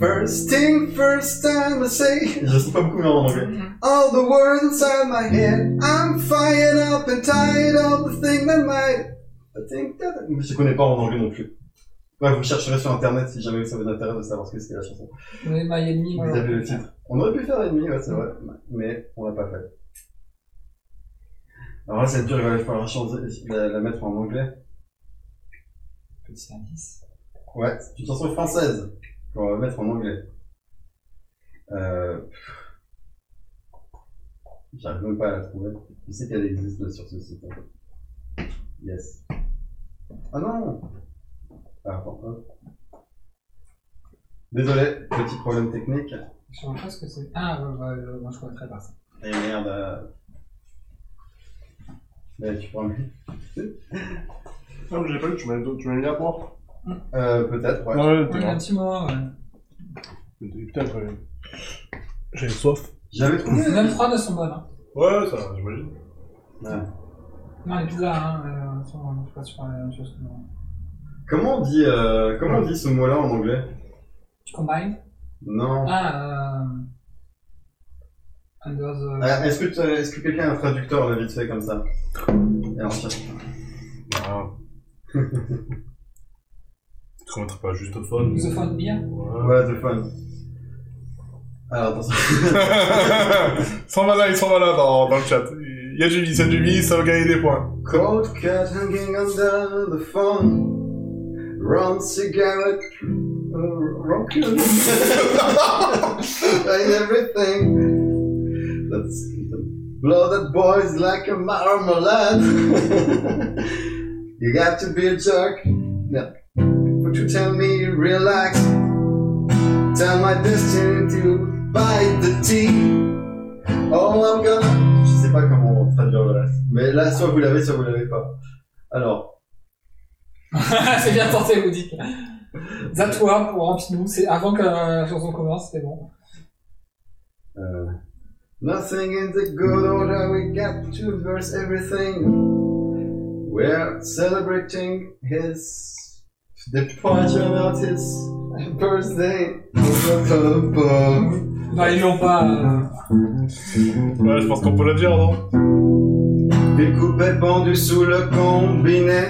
S4: First thing, first time I say. Je sais pas beaucoup mais en anglais. All the words inside my head. I'm fired up and tired of the thing that might. I think that. Mais je connais pas en anglais non plus. Ouais, vous chercherez sur internet si jamais ça vous intéresse de savoir ce que c'était la chanson.
S3: Mais My Enemy,
S4: Vous
S3: voilà.
S4: avez le titre. On aurait pu faire Ennemi, ouais, c'est vrai. Mais on l'a pas fait. Alors là, c'est dur, il va falloir changer, la, la mettre en anglais.
S3: Petit indice.
S4: Ouais, c'est une chanson française qu'on va mettre en anglais. Euh... pff. J'arrive même pas à la trouver. Je sais qu'elle existe sur ce site. en fait. Yes. Ah non Ah, attends, hop. Désolé, petit problème technique.
S3: Je sais pas ce que c'est. Ah, ouais, ouais, ouais, moi, je connaîtrais pas ça.
S4: Et merde. euh. Ouais, tu prends
S2: Non, Ah, mais j'ai pas vu, tu m'as tu m'as mis à part.
S4: Euh, peut-être, ouais.
S2: Ouais,
S3: Oui, un petit moment. ouais.
S2: Putain, très bien. J'ai soif.
S4: J'avais trouvé.
S3: Même trois ne sont bonnes. Hein.
S2: Ouais, ça, va, j'imagine.
S3: Non, les pizzas, hein, euh, sont, je sais pas si on parle de la même chose que moi.
S4: Comment on dit, euh, comment on dit ce mot-là en anglais
S3: Tu combines
S4: Non.
S3: Ah, euh... Under the...
S4: Ah, Est-ce que, tu- est-ce que quelqu'un a un traducteur là vite fait comme ça Alors, tiens.
S2: Ah. [LAUGHS] tu commenterais pas juste au fun
S3: The Phone Beer [LAUGHS]
S2: Ouais.
S4: Ouais, the fun. Alors, attention.
S2: [LAUGHS] s'en va là, il s'en va là dans, dans le chat. Il y a Jimmy, c'est Jimmy, ça va gagner des points.
S4: Cold cat hanging under the phone. Round cigarette. Uh, raccoon. and everything. That's blow that boy's like a marmalade. you got to be a jerk. No. But you tell me relax. Tell my destiny to bite the tea. All I'm gonna Je sais pas comment traduire le reste. Mais là, soit vous l'avez, soit vous l'avez pas. Alors,
S3: c'est bien tenté, Woody. That word pour Rampino, c'est avant que la chanson commence, c'est bon.
S4: euh, Nothing in the good order, we got to verse everything. We're celebrating his departure, not his birthday.
S3: Non, ils l'ont pas. euh,
S2: Ouais, je pense qu'on peut la dire, non
S4: Découpé pendu sous le combiné.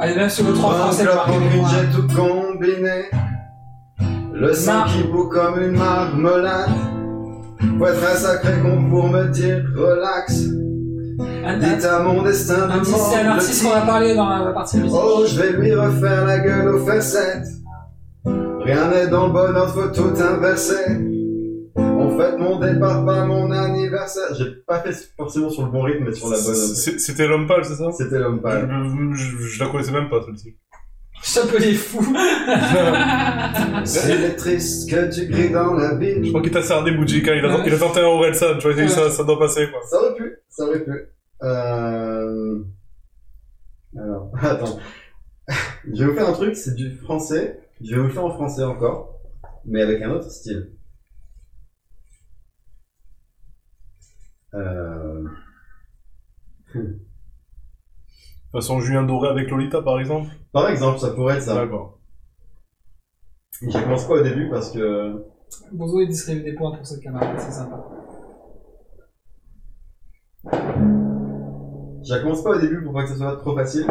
S3: Allez, même sur le 3 français,
S4: Oncle
S3: par
S4: Henri,
S3: exemple,
S4: j'ai tout combiné. Le sang
S3: Mar-
S4: qui bout comme une marmelade. Poitre un sacré con pour me dire relax.
S3: Un
S4: Dites à mon destin de
S3: un petit- c'est un
S4: mordre le
S3: artiste qu'on a parlé dans la partie musique.
S4: Oh, je vais lui refaire la gueule aux facettes. Rien n'est dans le bon ordre, faut tout inverser. On fête mon départ, pas mon anniversaire. J'ai pas fait forcément sur le bon rythme, mais sur la bonne.
S2: C'est- C'était l'homme pâle, c'est ça
S4: C'était l'homme
S2: je,
S4: pâle.
S2: je- je la connaissais même pas, celle-ci.
S3: Chapeau des
S4: [LAUGHS]
S3: fous.
S4: S'il est triste que tu grilles dans la ville,
S2: Je crois qu'il t'a serré Boudjika, il, a
S3: Ouais.
S2: il a tenté un Orelsan, tu vois, il a dit,
S3: Ouais.
S2: ça, ça doit passer, quoi.
S4: Ça aurait pu, ça aurait pu. Euh... Alors, [LAUGHS] attends. Je vais vous faire un truc, c'est du français. Je vais vous le faire en français encore, mais avec un autre style. Euh,
S2: De toute façon, Julien Doré avec Lolita, par exemple.
S4: par exemple, ça pourrait être ça.
S2: D'accord. [LAUGHS]
S4: Je commence pas au début parce que.
S3: Bozo, il distribue des points pour cette camarade, c'est sympa.
S4: Je la commence pas au début pour pas que ça soit trop facile.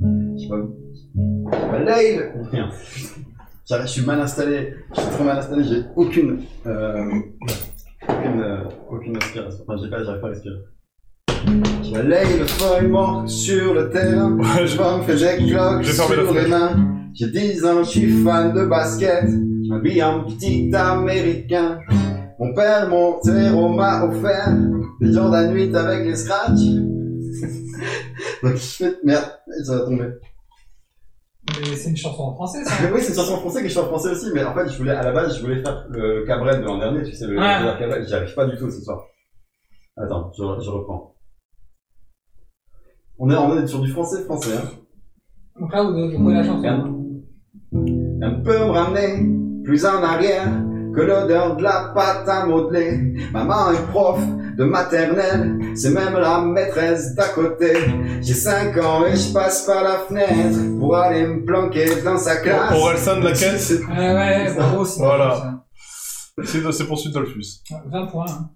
S4: Je sais pas. Je sais pas Lail Rien. Ça va, Je suis mal installé. Je suis trop mal installé. J'ai aucune. Euh, aucune, euh, aucune respiration. Enfin, j'ai pas, j'arrive pas à respirer. Je vais Lail, le soir est mort sur le terrain.
S2: Ouais,
S4: Je me fais des cloques
S2: J'ai fermé la
S4: sur les
S2: fenêtre.
S4: mains. J'ai 10 ans, je suis fan de basket. Je m'habille en petit américain. Mon père, mon terreau m'a offert des Jordan 8 avec les scratchs. [LAUGHS] Donc je fais merde, ça va tomber.
S3: Mais c'est une chanson en français, ça
S4: Mais [LAUGHS] oui, c'est une chanson en français que je suis en français aussi, mais en fait, je voulais, à la base, je voulais faire le Cabret de l'an dernier, tu sais, le
S3: Ah.
S4: le Cabret, j'y arrive pas du tout ce soir. Attends, je, je reprends. On est, on est sur du français, français, hein.
S3: Donc là, vous devez trouver la chanson.
S4: un peu me ramener plus en arrière que l'odeur de la pâte à modeler. Maman est prof de maternelle, c'est même la maîtresse d'à côté. J'ai 5 ans et je passe par la fenêtre pour aller me planquer dans sa classe.
S2: Orelsan de la quête,
S4: Ah, C'est-
S3: Ouais, ouais, bravo, c'est
S2: Voilà. c'est de- c'est pour Sud Dolphus.
S3: ça. 20 points. hein.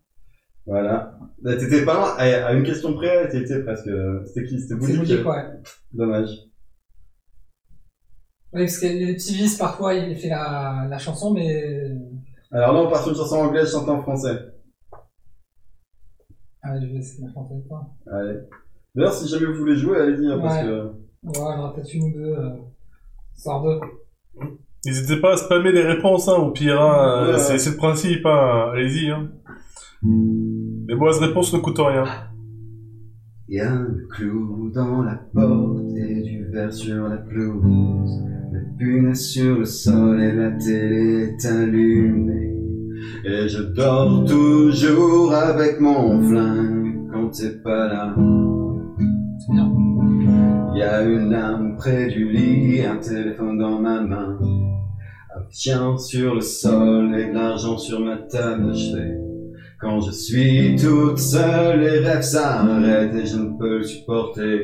S4: Voilà. Bah, T'étais pas loin, à à une question près, t'étais presque. euh, C'était qui C'était
S3: C'est
S4: Boudic
S3: logique, ouais.
S4: Dommage.
S3: Oui, parce qu'il y a des petits vices parfois, il fait la, la chanson, mais. euh,
S4: Alors là, on part sur une chanson anglaise chantée en français.
S3: Ah, je vais essayer de la chanter avec toi.
S4: Allez. D'ailleurs, si jamais vous voulez jouer, allez-y, hein, parce
S3: Ouais.
S4: que.
S3: Ouais, il y en aura peut-être une ou deux. Euh... Sort deux.
S2: N'hésitez pas à spammer les réponses, hein, au pire, hein, euh,
S4: Ouais.
S2: c'est c'est le principe, hein, allez-y. Hein. Les mauvaises réponses ne coûtent rien.
S4: Et un clou dans la porte et du verre sur la pelouse. La punaise sur le sol et la télé est allumée. Et je dors toujours avec mon flingue quand t'es pas là.
S3: C'est bien.
S2: Mmh.
S4: Y a une lame près du lit, un téléphone dans ma main. Un chien sur le sol et de l'argent sur ma table de chevet. Quand je suis toute seule, les rêves s'arrêtent et je ne peux le supporter.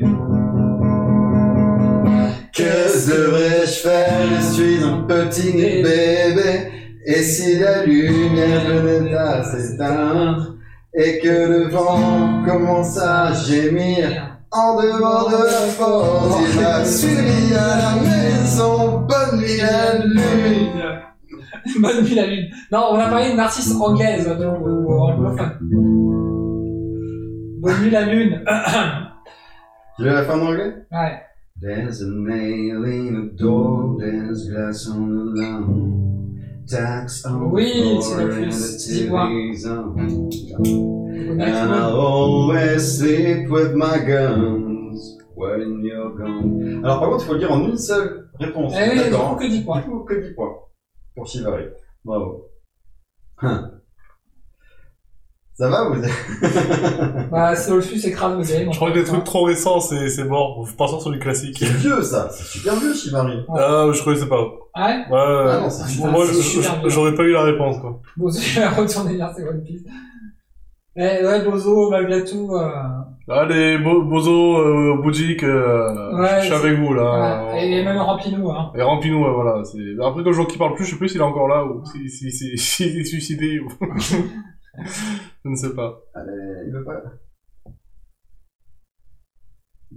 S4: Que devrais-je faire Je suis un petit bébé. Et si la lumière venait à s'éteindre et que le vent commence à gémir, en dehors de la porte, il m'a suivi à la maison. Bonne nuit la lune.
S3: [LAUGHS] Bonne nuit la lune. Non, on a parlé d'une artiste anglaise euh, donc, ou ou anglophone. Bonne nuit la lune.
S4: Je vais la fin en anglais
S3: ouais.
S4: There's a nail in the door, there's glass on the lawn. Tax on
S3: Oui,
S4: the
S3: c'est
S4: floor
S3: la
S4: and
S3: plus,
S4: the
S3: dis moi.
S4: TV's on.
S3: Bonne nuit,
S4: And I
S3: Simone.
S4: always sleep with my guns when you're gone. Alors par contre, il faut le dire en une seule
S2: Ah,
S4: réponse.
S3: Eh oui,
S4: D'accord.
S3: du coup, que 10 points.
S4: Du coup, que 10 points pour Chivalry. Bravo. Hein. Ça va, vous
S3: Bah, c'est Olfus écrase vous euh, avez.
S2: Je crois que des trucs trop récents, c'est c'est mort. Vous passez sur du classique.
S4: C'est vieux, ça. C'est super vieux, Chivalry.
S2: Ah, je connaissais pas. Ouais,
S3: Ouais.
S4: Ah non,
S2: ouais.
S4: c'est
S3: Putain,
S2: Moi,
S3: c'est
S2: je-
S3: super
S2: je-
S3: bien.
S2: j'aurais pas eu la réponse, quoi.
S3: Bozo, il va retourner vers ses One Piece. Mais ouais, Bozo, malgré tout. euh,
S2: Allez, Bo- Bozo, euh, Boudjik, euh,
S3: Ouais,
S2: je suis avec vous, là.
S3: ouais, Et même Rampinou, hein.
S2: Et Rampinou, ouais, voilà. c'est- Après, le jour qui parle plus, je sais plus s'il est encore là ou s'il [LAUGHS] si, si, s'il est suicidé ou. [LAUGHS] je ne sais pas.
S4: Allez, Ah, il veut pas.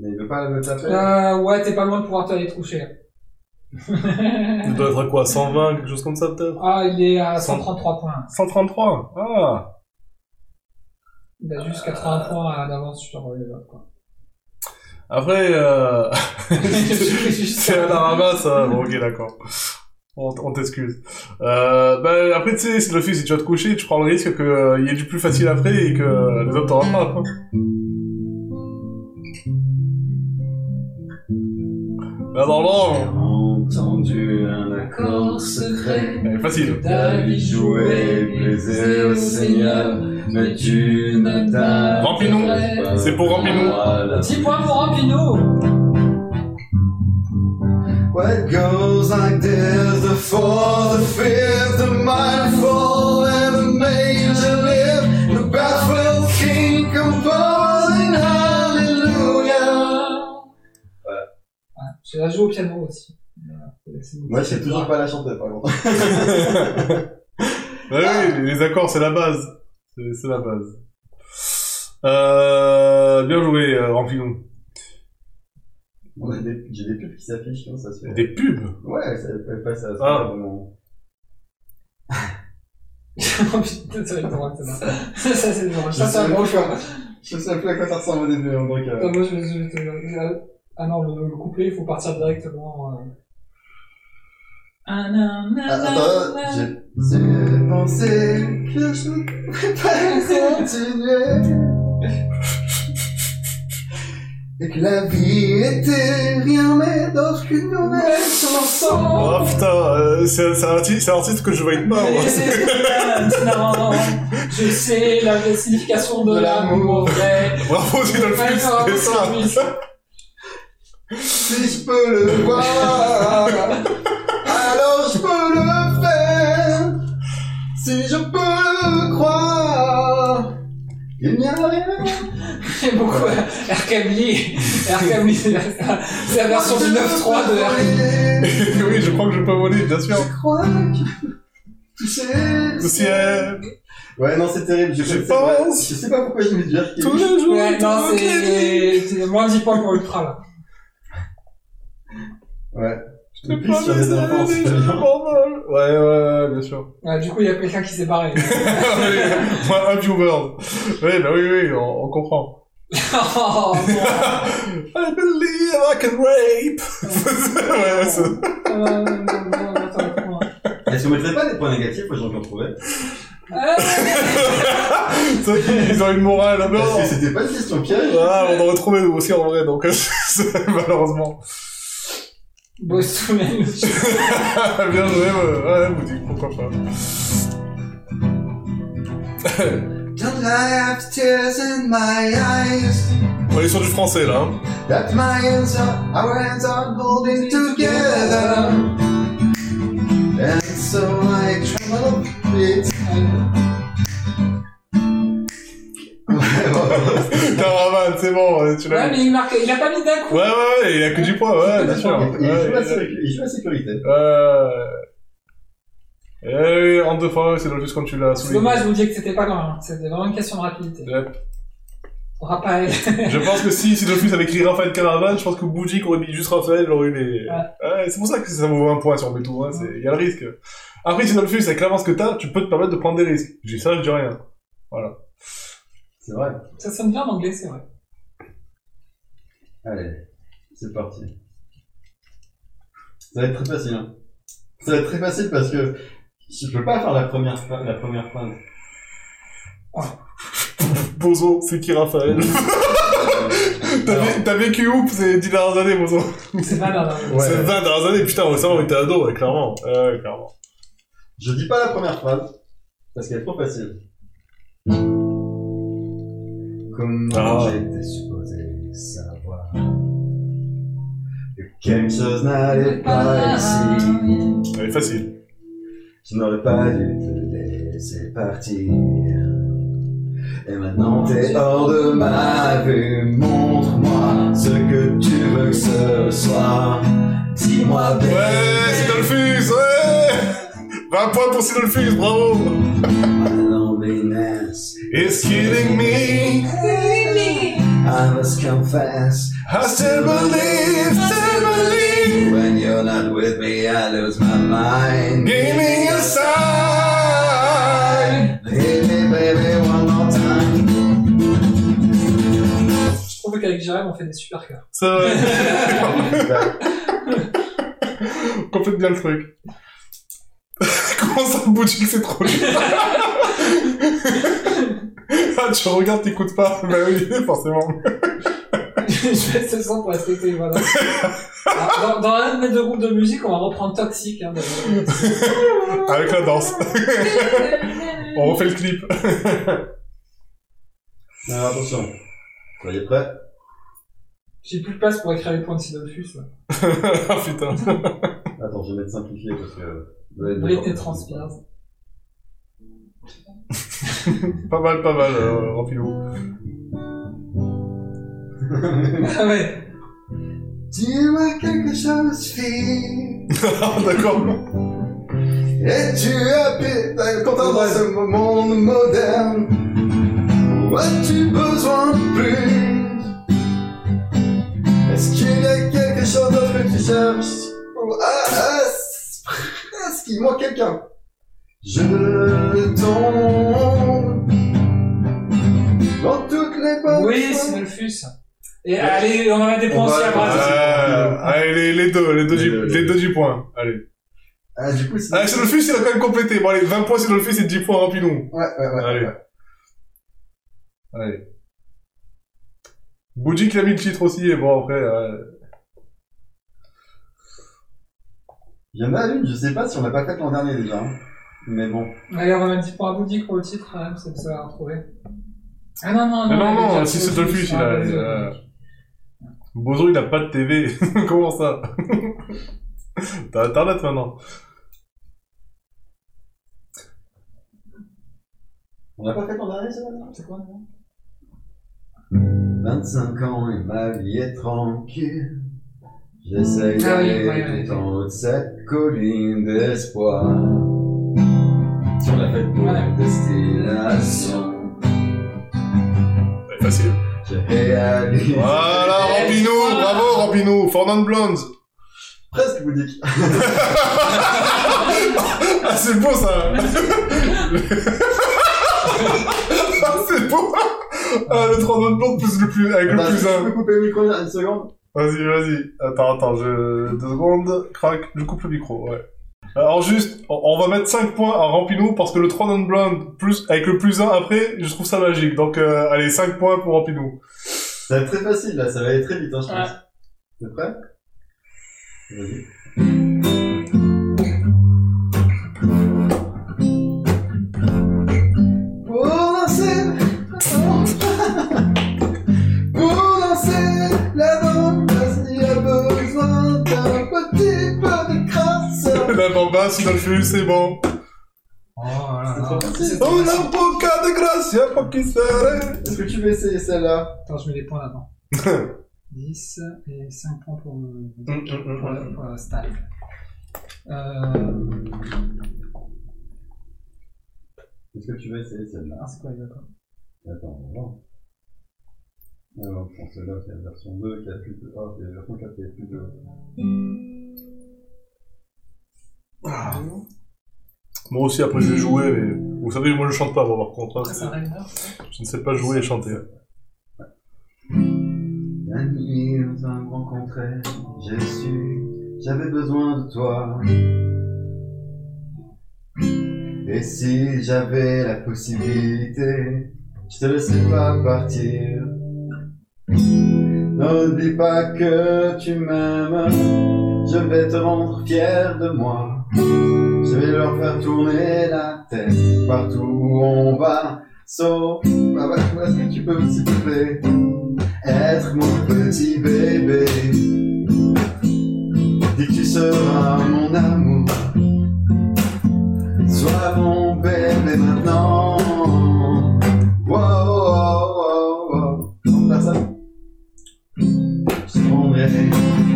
S4: Mais il veut pas me taper.
S3: Euh, ouais, t'es pas loin de pouvoir te les toucher.
S2: Il doit être à quoi 120, quelque chose comme ça, peut-être
S3: ah, il est à 133 points.
S2: 133 Ah
S3: Il a juste 80 points à- d'avance sur les autres, quoi.
S2: Après, euh...
S3: Juste-
S2: c'est à la ramasse, hein. Bon, ok, d'accord. On, t- on t'excuse. Euh, ben, après, tu sais, si le fils, si tu vas te coucher, tu prends le risque qu'il y ait du plus facile après et que les autres t'en rattrapent. hein. Ah non, non
S4: Entendu un accord secret.
S2: Elle est facile.
S4: Ta vie jouée, plaisait au Seigneur, mais tu ne t'as.
S2: Rampinou. C'est pour Rampinou.
S3: 10 points pour Rampinou
S4: What goes like this? The fourth, the fifth, the mindful, and the major live.
S3: Ah, J'ai la joué au piano aussi.
S4: Moi, c'est
S3: [LAUGHS]
S4: toujours pas la chanter, par contre. [LAUGHS]
S2: Bah oui, les accords, c'est la base. C'est c'est la base. Euh, bien joué, euh, Ramplilon.
S4: On a des- J'ai des pubs qui s'affichent, comment ça se fait
S2: Des pubs
S4: Ouais, ça fait pas ça. ça
S2: Ah.
S4: fait vraiment-
S3: Oh putain, ça va être drôle, ça. va. Ça, [LAUGHS] ça, c'est drôle. Ça,
S4: Je
S3: c'est un
S4: sais
S3: gros
S4: plus
S3: choix.
S4: à- Je sais plus à quoi ça ressemble au début, hein, donc. euh,
S3: Euh, Moi, je vais, je vais te- Ah non, le, le couplet, il faut partir directement. Euh... Ah, nan, nan,
S4: Ah, Attends,
S3: nan,
S4: j'ai j'ai pensé que je ne pourrais [LAUGHS] pas continuer. Et que la vie était rien mais dans qu'une nouvelle chanson.
S2: Oh putain, euh, c'est c'est un, titre- c'est un titre que je vais pas.
S3: [LAUGHS]
S2: moi.
S3: Mais c'est- c'est- non, je sais la la signification de
S4: De l'amour.
S3: l'amour vrai.
S2: [LAUGHS] Bravo, Sidolphus, c'est ça.
S4: Si je peux le voir, alors je peux le faire. Si je peux le croire, il n'y a rien.
S3: J'ai beaucoup Erkabli. Erkabli, c'est la, c'est la version du 9.3 de Erkabli.
S2: [LAUGHS]
S4: de
S2: oui, je crois que je peux voler, bien sûr.
S4: Je crois que
S2: Tout
S4: j'ai-
S2: ciel,
S4: Ouais, non, c'est terrible. Je,
S2: Je
S4: sais
S2: pense.
S4: pas- Je sais pas pourquoi je me dis Arcade.
S2: tous les jours,
S3: Ouais, non,
S2: tout le
S3: c'est c'est moins 10 points pour Ultra là.
S4: Ouais.
S2: Je
S4: Depuis sur les enfants, c'est
S2: je
S4: bien.
S2: m'envole. Ouais, ouais, ouais, bien
S4: [LAUGHS]
S2: sûr. Ah,
S3: Ouais, du coup, il y a quelqu'un qui s'est barré. [LAUGHS]
S2: Moi, un viewer. Oui, bah oui, oui, on, on comprend.
S3: Oh, non.
S2: I believe I can rape. [LAUGHS] ouais, ouais, c'est-
S3: Euh, non, non, non, attends, comment-
S4: Est-ce qu'on mettrait pas des points négatifs aux gens qui ont trouvé
S3: Ah,
S2: c'est vrai qu'ils ont une morale à
S4: Parce
S2: mort.
S4: que c'était pas une question piège.
S2: Ah, on en retrouvait nous aussi en vrai, donc [LAUGHS] c'est- malheureusement.
S3: Boss to men.
S2: Ah, Bien joué, ouais, ouais, vous dites pourquoi pas.
S4: Don't I have tears in my eyes
S2: On est sur du français là.
S4: [LAUGHS]
S2: hein.
S4: That my hands are, our hands are holding together And so I tremble a bit
S2: Caravan, c'est bon, euh, tu l'as.
S3: Ouais, mais il marque, il a pas mis d'un coup.
S2: Ouais, ouais, ouais, il a que du poids, ouais, bien sûr.
S4: Il joue la
S2: Ouais,
S4: sécu- il joue la sécurité.
S2: Euh. Eh oui, en deux fois, c'est juste quand tu l'as
S3: C'est
S2: souligné.
S3: dommage, je vous dis que c'était pas loin. hein. C'était vraiment une question de rapidité.
S2: Ouais.
S3: Raphaël.
S2: Je pense que si Sidolphus avait écrit Raphaël Caravan, je pense que Boudic aurait mis juste Raphaël, il aurait eu les. Ouais. c'est pour ça que ça vaut un point si on met tout, hein, c'est- il y a le risque. Après, Sidolphus, avec l'avance que t'as, tu peux te permettre de prendre des risques. Je dis ça, je dis rien.
S4: C'est vrai.
S3: Ça sonne bien en anglais, c'est vrai.
S4: Allez, c'est parti. Ça va être très facile. hein. Ça va être très facile parce que je peux pas faire la première, phrase- la première phrase.
S2: Bozo, c'est qui Raphaël [LAUGHS] T'as vé- t'as vécu où ces 10 dernières années, Bozo
S3: C'est pas là.
S4: Ouais.
S2: Ces 20 dernières années, putain, ça, on était ados, ouais, clairement. Ouais, ouais, clairement.
S4: Je dis pas la première phrase parce qu'elle est trop facile. Comment
S2: Ah.
S4: j'étais supposé savoir que quelque chose n'allait pas ici.
S2: Elle est facile.
S4: Je n'aurais pas dû te laisser partir. Et maintenant t'es hors de ma vue. Montre-moi ce que tu veux que ce soit. Dis-moi,
S2: Ouais, Sidolphus, ouais [LAUGHS] 20 points pour Sidolphus, bravo
S4: my loneliness.
S2: It's killing me,
S4: I must confess.
S2: I still believe, still believe,
S4: When you're not with me, I lose my mind.
S2: give me a sign
S4: Hit me, baby, one more time.
S3: Je trouve qu'avec Jérém, on fait des super cœurs.
S2: [LAUGHS] Ça complète bien le truc. [LAUGHS] Comment ça, boutique, c'est trop dur [LAUGHS] Ah, tu regardes, t'écoutes pas [LAUGHS] Bah oui, forcément.
S3: [LAUGHS] je fais ce son pour respecter les voisins. Alors, Dans, dans un de mes deux groupes de musique, on va reprendre Toxic. Hein, de-
S2: Avec la danse. On refait le clip. [LAUGHS]
S4: Alors attention. Soyez prêts?
S3: J'ai plus de place pour écrire les points de Sidolphus. là.
S2: Ah, putain.
S4: Attends, je vais mettre simplifié parce que.
S3: Vous été transpire. [LAUGHS]
S2: Pas mal, pas mal, euh, Rampilou.
S3: Ah ouais.
S7: Dis-moi quelque chose, fille.
S2: Ah, [LAUGHS] D'accord.
S7: Es-tu habites content dans ce monde moderne? Ou as-tu besoin de plus? Est-ce qu'il y a quelque chose d'autre que tu cherches? Ou ah, est-ce est-ce qu'il manque quelqu'un? Je tombe dans toutes les bonnes
S3: Oui,
S7: choses.
S3: c'est Malfus. Et allez, on en a dépensé
S4: va-
S3: à bras.
S2: Euh, allez, les, les deux, les deux,
S4: Mais
S2: du,
S4: le-
S2: les deux du point. Allez.
S7: Ah, du coup, c'est.
S2: Allez, sur le fils, il a quand même complété. Bon, allez, 20 points sur le fils et 10 points rapidement. Ah,
S7: Ouais, ouais, ouais.
S2: Allez. Allez. Boudjik il a mis le titre aussi, et bon, après, euh,
S4: Il y en a une, je sais pas si on l'a pas faite l'an dernier déjà. hein. Mais bon.
S3: Allez, on va mettre 10 points à Bouddhique pour le titre, hein, ça ça va retrouver. Ah non, non,
S2: Mais
S3: non.
S2: non,
S3: il y a
S2: non,
S3: déjà
S2: si
S3: tout
S2: c'est Dolphus,
S3: sur
S2: il a-
S3: la base,
S2: il a-
S3: euh,
S2: Bozo, il a pas de TV. [LAUGHS] Comment ça? T'as internet maintenant.
S4: On l'a pas faite l'an dernier, c'est C'est quoi, 25 ans et ma vie est tranquille. J'essaye
S3: Ah oui,
S4: d'aller
S3: ouais, ouais,
S4: tout
S3: ouais.
S4: en haut de cette colline d'espoir. Sur la fête pour la destination.
S2: Ouais, Facile.
S4: Je réalise.
S2: Voilà, Rampino, bravo, Rampino, Fernand Blondes.
S4: Presque bouddhique.
S2: Ah, c'est beau ça! [LAUGHS] ah, c'est beau! Ah, le 3 de blonde plus le plus, avec le
S4: Attends,
S2: plus
S4: je
S2: 1.
S4: peux couper le micro une seconde
S2: Vas-y, vas-y. Attends, attends, je. Deux secondes. Crac, je coupe le micro, ouais. Alors, juste, on- on va mettre 5 points à Rampino parce que le 3 non blonde plus, avec le plus 1 après, je trouve ça magique. Donc, euh, allez, 5 points pour Rampino. [LAUGHS]
S4: Ça va être très facile là, ça va aller très vite, hein, je pense.
S3: Ouais.
S4: T'es prêt Vas-y.
S7: Pour danser,
S4: [LAUGHS]
S7: pour danser la danse, il y a besoin d'un petit peu de grâce.
S2: La bamba, sous Dolphus, c'est bon.
S3: Oh là
S2: Ah.
S3: là.
S7: facile.
S2: Una poca de gracia, pour qui serait.
S4: Oh, Est-ce que tu veux essayer celle-là
S3: Attends, je mets les points là-dedans.
S2: [LAUGHS]
S3: 10 et 5 points pour, le-
S2: Hum, hum, hum,
S3: pour, la,
S2: hum.
S3: pour la style. Euh...
S4: Est-ce que tu veux essayer celle-là
S3: Ah, c'est quoi les accords
S4: Attends, on va voir. Alors, pour celle-là, c'est la version 2 qui a plus de. Ah, c'est la version 4 qui a plus de.
S2: Moi aussi, après, je vais jouer, mais. Vous savez, moi, je chante pas, moi, par contre. hein,
S3: Ah, c'est un render.
S2: Je ne sais pas jouer et chanter. hein.
S4: La nuit, nous avons rencontré, j'ai su, j'avais besoin de toi. Et si j'avais la possibilité, je te laisserais pas partir. N'oublie pas que tu m'aimes, je vais te rendre fier de moi. Je vais leur faire tourner la tête partout où on va. So, bah bah, est-ce que tu peux s'il te plaît être mon petit bébé. Dès que tu seras mon amour, sois mon bébé maintenant. Wow, wow, wow, wow. On va faire ça. Je te rendrai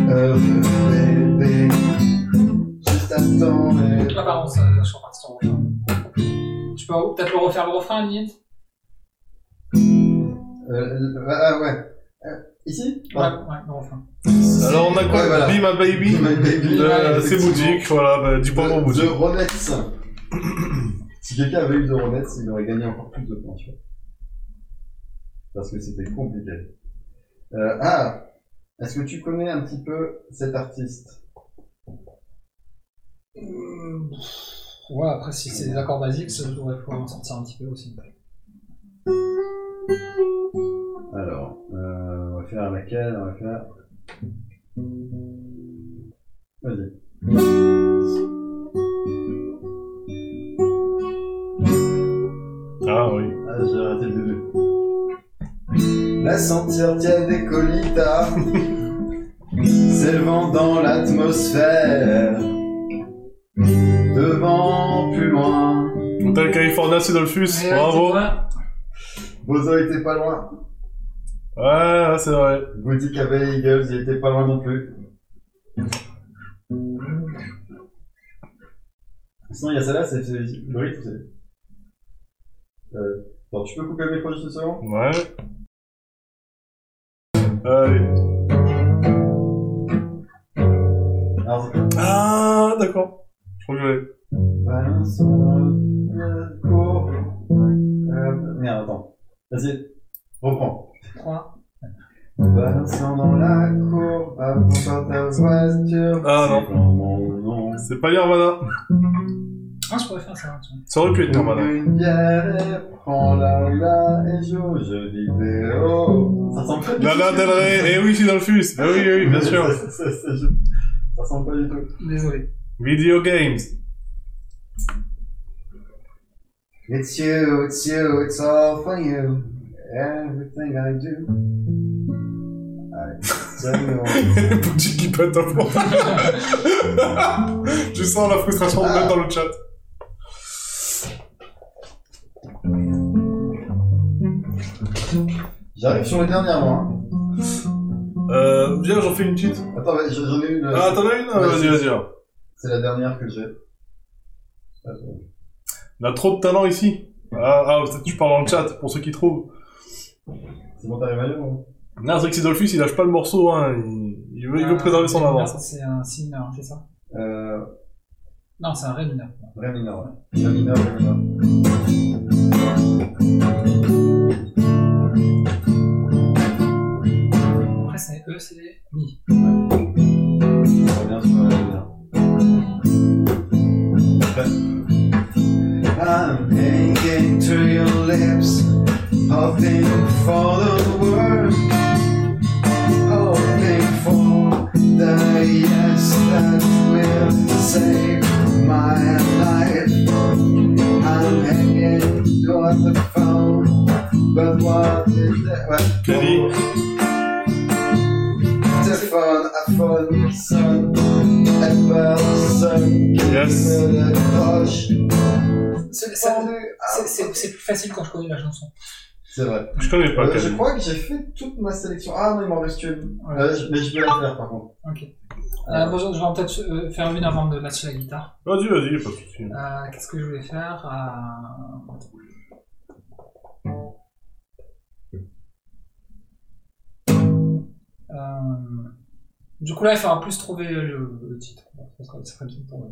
S4: heureux bébé. Juste attends et
S3: Ah, pardon, ça, je suis en partie sur le refrain. Tu peux peut-être le refaire le refrain, limite
S4: Euh, ah ouais. Euh, ici
S3: Ouais, ouais, le refrain.
S2: Alors on a quoi
S4: Ouais, voilà.
S2: Be My Baby
S4: My baby.
S2: de
S4: Ouais,
S2: C'est Boudic, voilà, bah, du point pour
S4: De, de
S2: Boudic.
S4: Ronettes. [CLEARS THROAT] si quelqu'un avait eu de Ronettes, il aurait gagné encore plus de points, tu vois. Parce que c'était compliqué. Euh, ah Est-ce que tu connais un petit peu cet artiste
S3: Euh, Ouais, après, si c'est des accords basiques, ça devrait pouvoir en sortir un petit peu aussi.
S4: Alors, euh, on va faire laquelle On va faire... Vas-y.
S2: Ah oui.
S4: Ah, j'ai arrêté le début. La sentir tiède des colitas s'élevant dans l'atmosphère, devant plus loin.
S2: Hotel California, c'est Dolphus, bravo.
S3: Ouais,
S4: Bozo était pas loin.
S2: Ouais, ouais, c'est vrai.
S4: Woody Cavell Eagles, il était pas loin non plus. Sinon, il y a celle-là, c'est c'est- le rythme, c'est. Euh, attends, tu peux couper le micro juste une seconde
S2: Ouais. Allez.
S4: Alors,
S2: Ah, d'accord. Je crois que j'avais.
S4: balançons le cours. Euh, merde, attends. Vas-y, reprends.
S3: 3.
S4: Balançons dans la cour, avant ta voiture.
S2: Ah, non.
S4: C'est pas mon nom.
S2: C'est pas Nirvana.
S3: Ah, je pourrais faire ça. tu vois.
S2: Ça aurait pu être Nirvana.
S4: Une bière et prends la la et joue aux jeux vidéo. Ça ressemble pas du
S2: Lana Del Rey. Eh oui, c'est dans le fus. Eh oui, eh oui, bien sûr.
S4: Ça, ça, ça, ça, ça ressemble pas du tout.
S3: Désolé.
S2: Video games. [LAUGHS]
S4: It's you, it's you, it's all for you. Everything I do. I tell you.
S2: Boutique qui pète un plomb. [LAUGHS] Je sens la frustration de mettre dans le chat.
S4: J'arrive sur les dernières, moi. hein.
S2: Euh, viens, j'en fais une petite.
S4: Attends, vas-y, j'en ai une. euh,
S2: Ah, t'en as une Vas-y, vas-y. alors.
S4: C'est la dernière que j'ai. Attends.
S2: On a trop de talent ici. Ah, ah peut-être que tu parles dans le chat, pour ceux qui trouvent.
S4: C'est bon, t'arrives à lire, non
S2: Non, c'est vrai que Sidolphus, il lâche pas le morceau, hein. Il, il veut, il veut
S3: Euh,
S2: préserver son
S3: ré mineur,
S2: avance.
S3: C'est un si mineur, c'est ça
S4: Euh,
S3: Non, c'est un ré mineur.
S4: Ré mineur, ouais. Ré mineur, Ré mineur.
S3: Après, c'est E, c'est Mi.
S4: On revient sur la lumière. I'm hanging to your lips, hoping for the worst, hoping for the yes that will save my life. I'm hanging to the phone, but what is that? What-
S2: Kenny.
S4: Téléphone, iPhone, Sun, Apple, Sun,
S2: Yes.
S4: C'est
S3: C'est- ça- c'est- C'est c'est plus facile quand je connais la chanson.
S4: C'est vrai.
S2: Je connais pas,
S4: Euh,
S2: Kenny.
S4: je crois que j'ai fait toute ma sélection. Ah non, il m'en reste une. Euh, je- mais je vais la faire par contre.
S3: Euh, moi, je je vais peut-être euh, faire une avant de lâcher la guitare.
S2: Vas-y, vas-y, pas de soucis.
S3: Euh, Qu'est-ce que je voulais faire Euh, Euh, Du coup, là, il faudra plus trouver le, le titre. Ça serait, ça serait bien pour moi.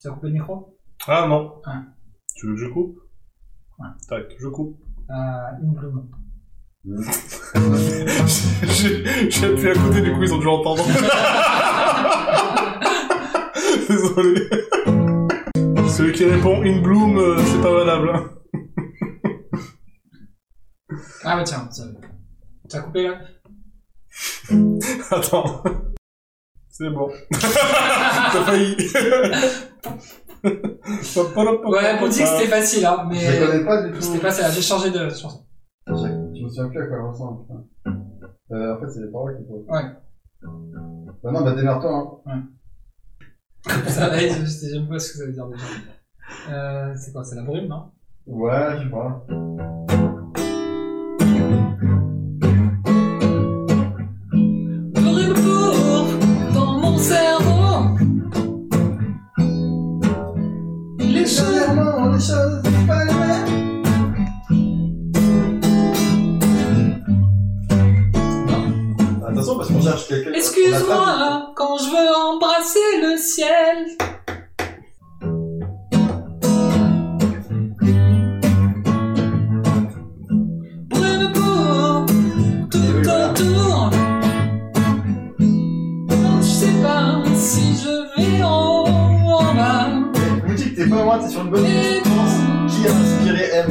S3: Tu as coupé le micro
S2: Ah non.
S3: Ouais.
S2: Tu veux que je coupe
S3: Hein. Ouais.
S2: Tac, je coupe.
S3: euh, In Bloom.
S2: [LAUGHS] J'ai j'ai appuyé à côté, du coup, ils ont dû entendre. [LAUGHS] Désolé. Celui qui répond In Bloom, euh, c'est pas valable. hein. [LAUGHS]
S3: Ah, bah tiens, ça- tu as coupé là
S2: Attends. C'est bon. [LAUGHS] T'as failli. [LAUGHS]
S3: Ouais, pour dire que c'était facile, hein,
S4: Je la
S3: mais
S4: connais pas du tout.
S3: c'était pas ça. J'ai changé de chanson.
S4: Je je me souviens plus à quoi elle ressemble. putain. Euh, en fait, c'est les paroles qu'il faut.
S3: Ouais.
S4: Bah non, bah démerde-toi. Hein.
S3: ça va être, je sais même pas ce que ça veut dire déjà. Euh, c'est quoi C'est la brume, non
S4: Ouais, je crois.
S8: brûle pour dans mon cerveau. Les choses
S4: Légèrement, les choses, pas les mêmes. Attention, parce qu'on cherche quelqu'un. On a pas-
S8: Excuse-moi quand je veux embrasser le ciel. Brûle pour
S4: Eh oui,
S8: tout
S4: voilà.
S8: autour. Je sais pas si je vais en, en bas.
S4: Boutique, t'es pas loin, t'es sur une bonne
S8: Et
S4: distance. Qui a inspiré M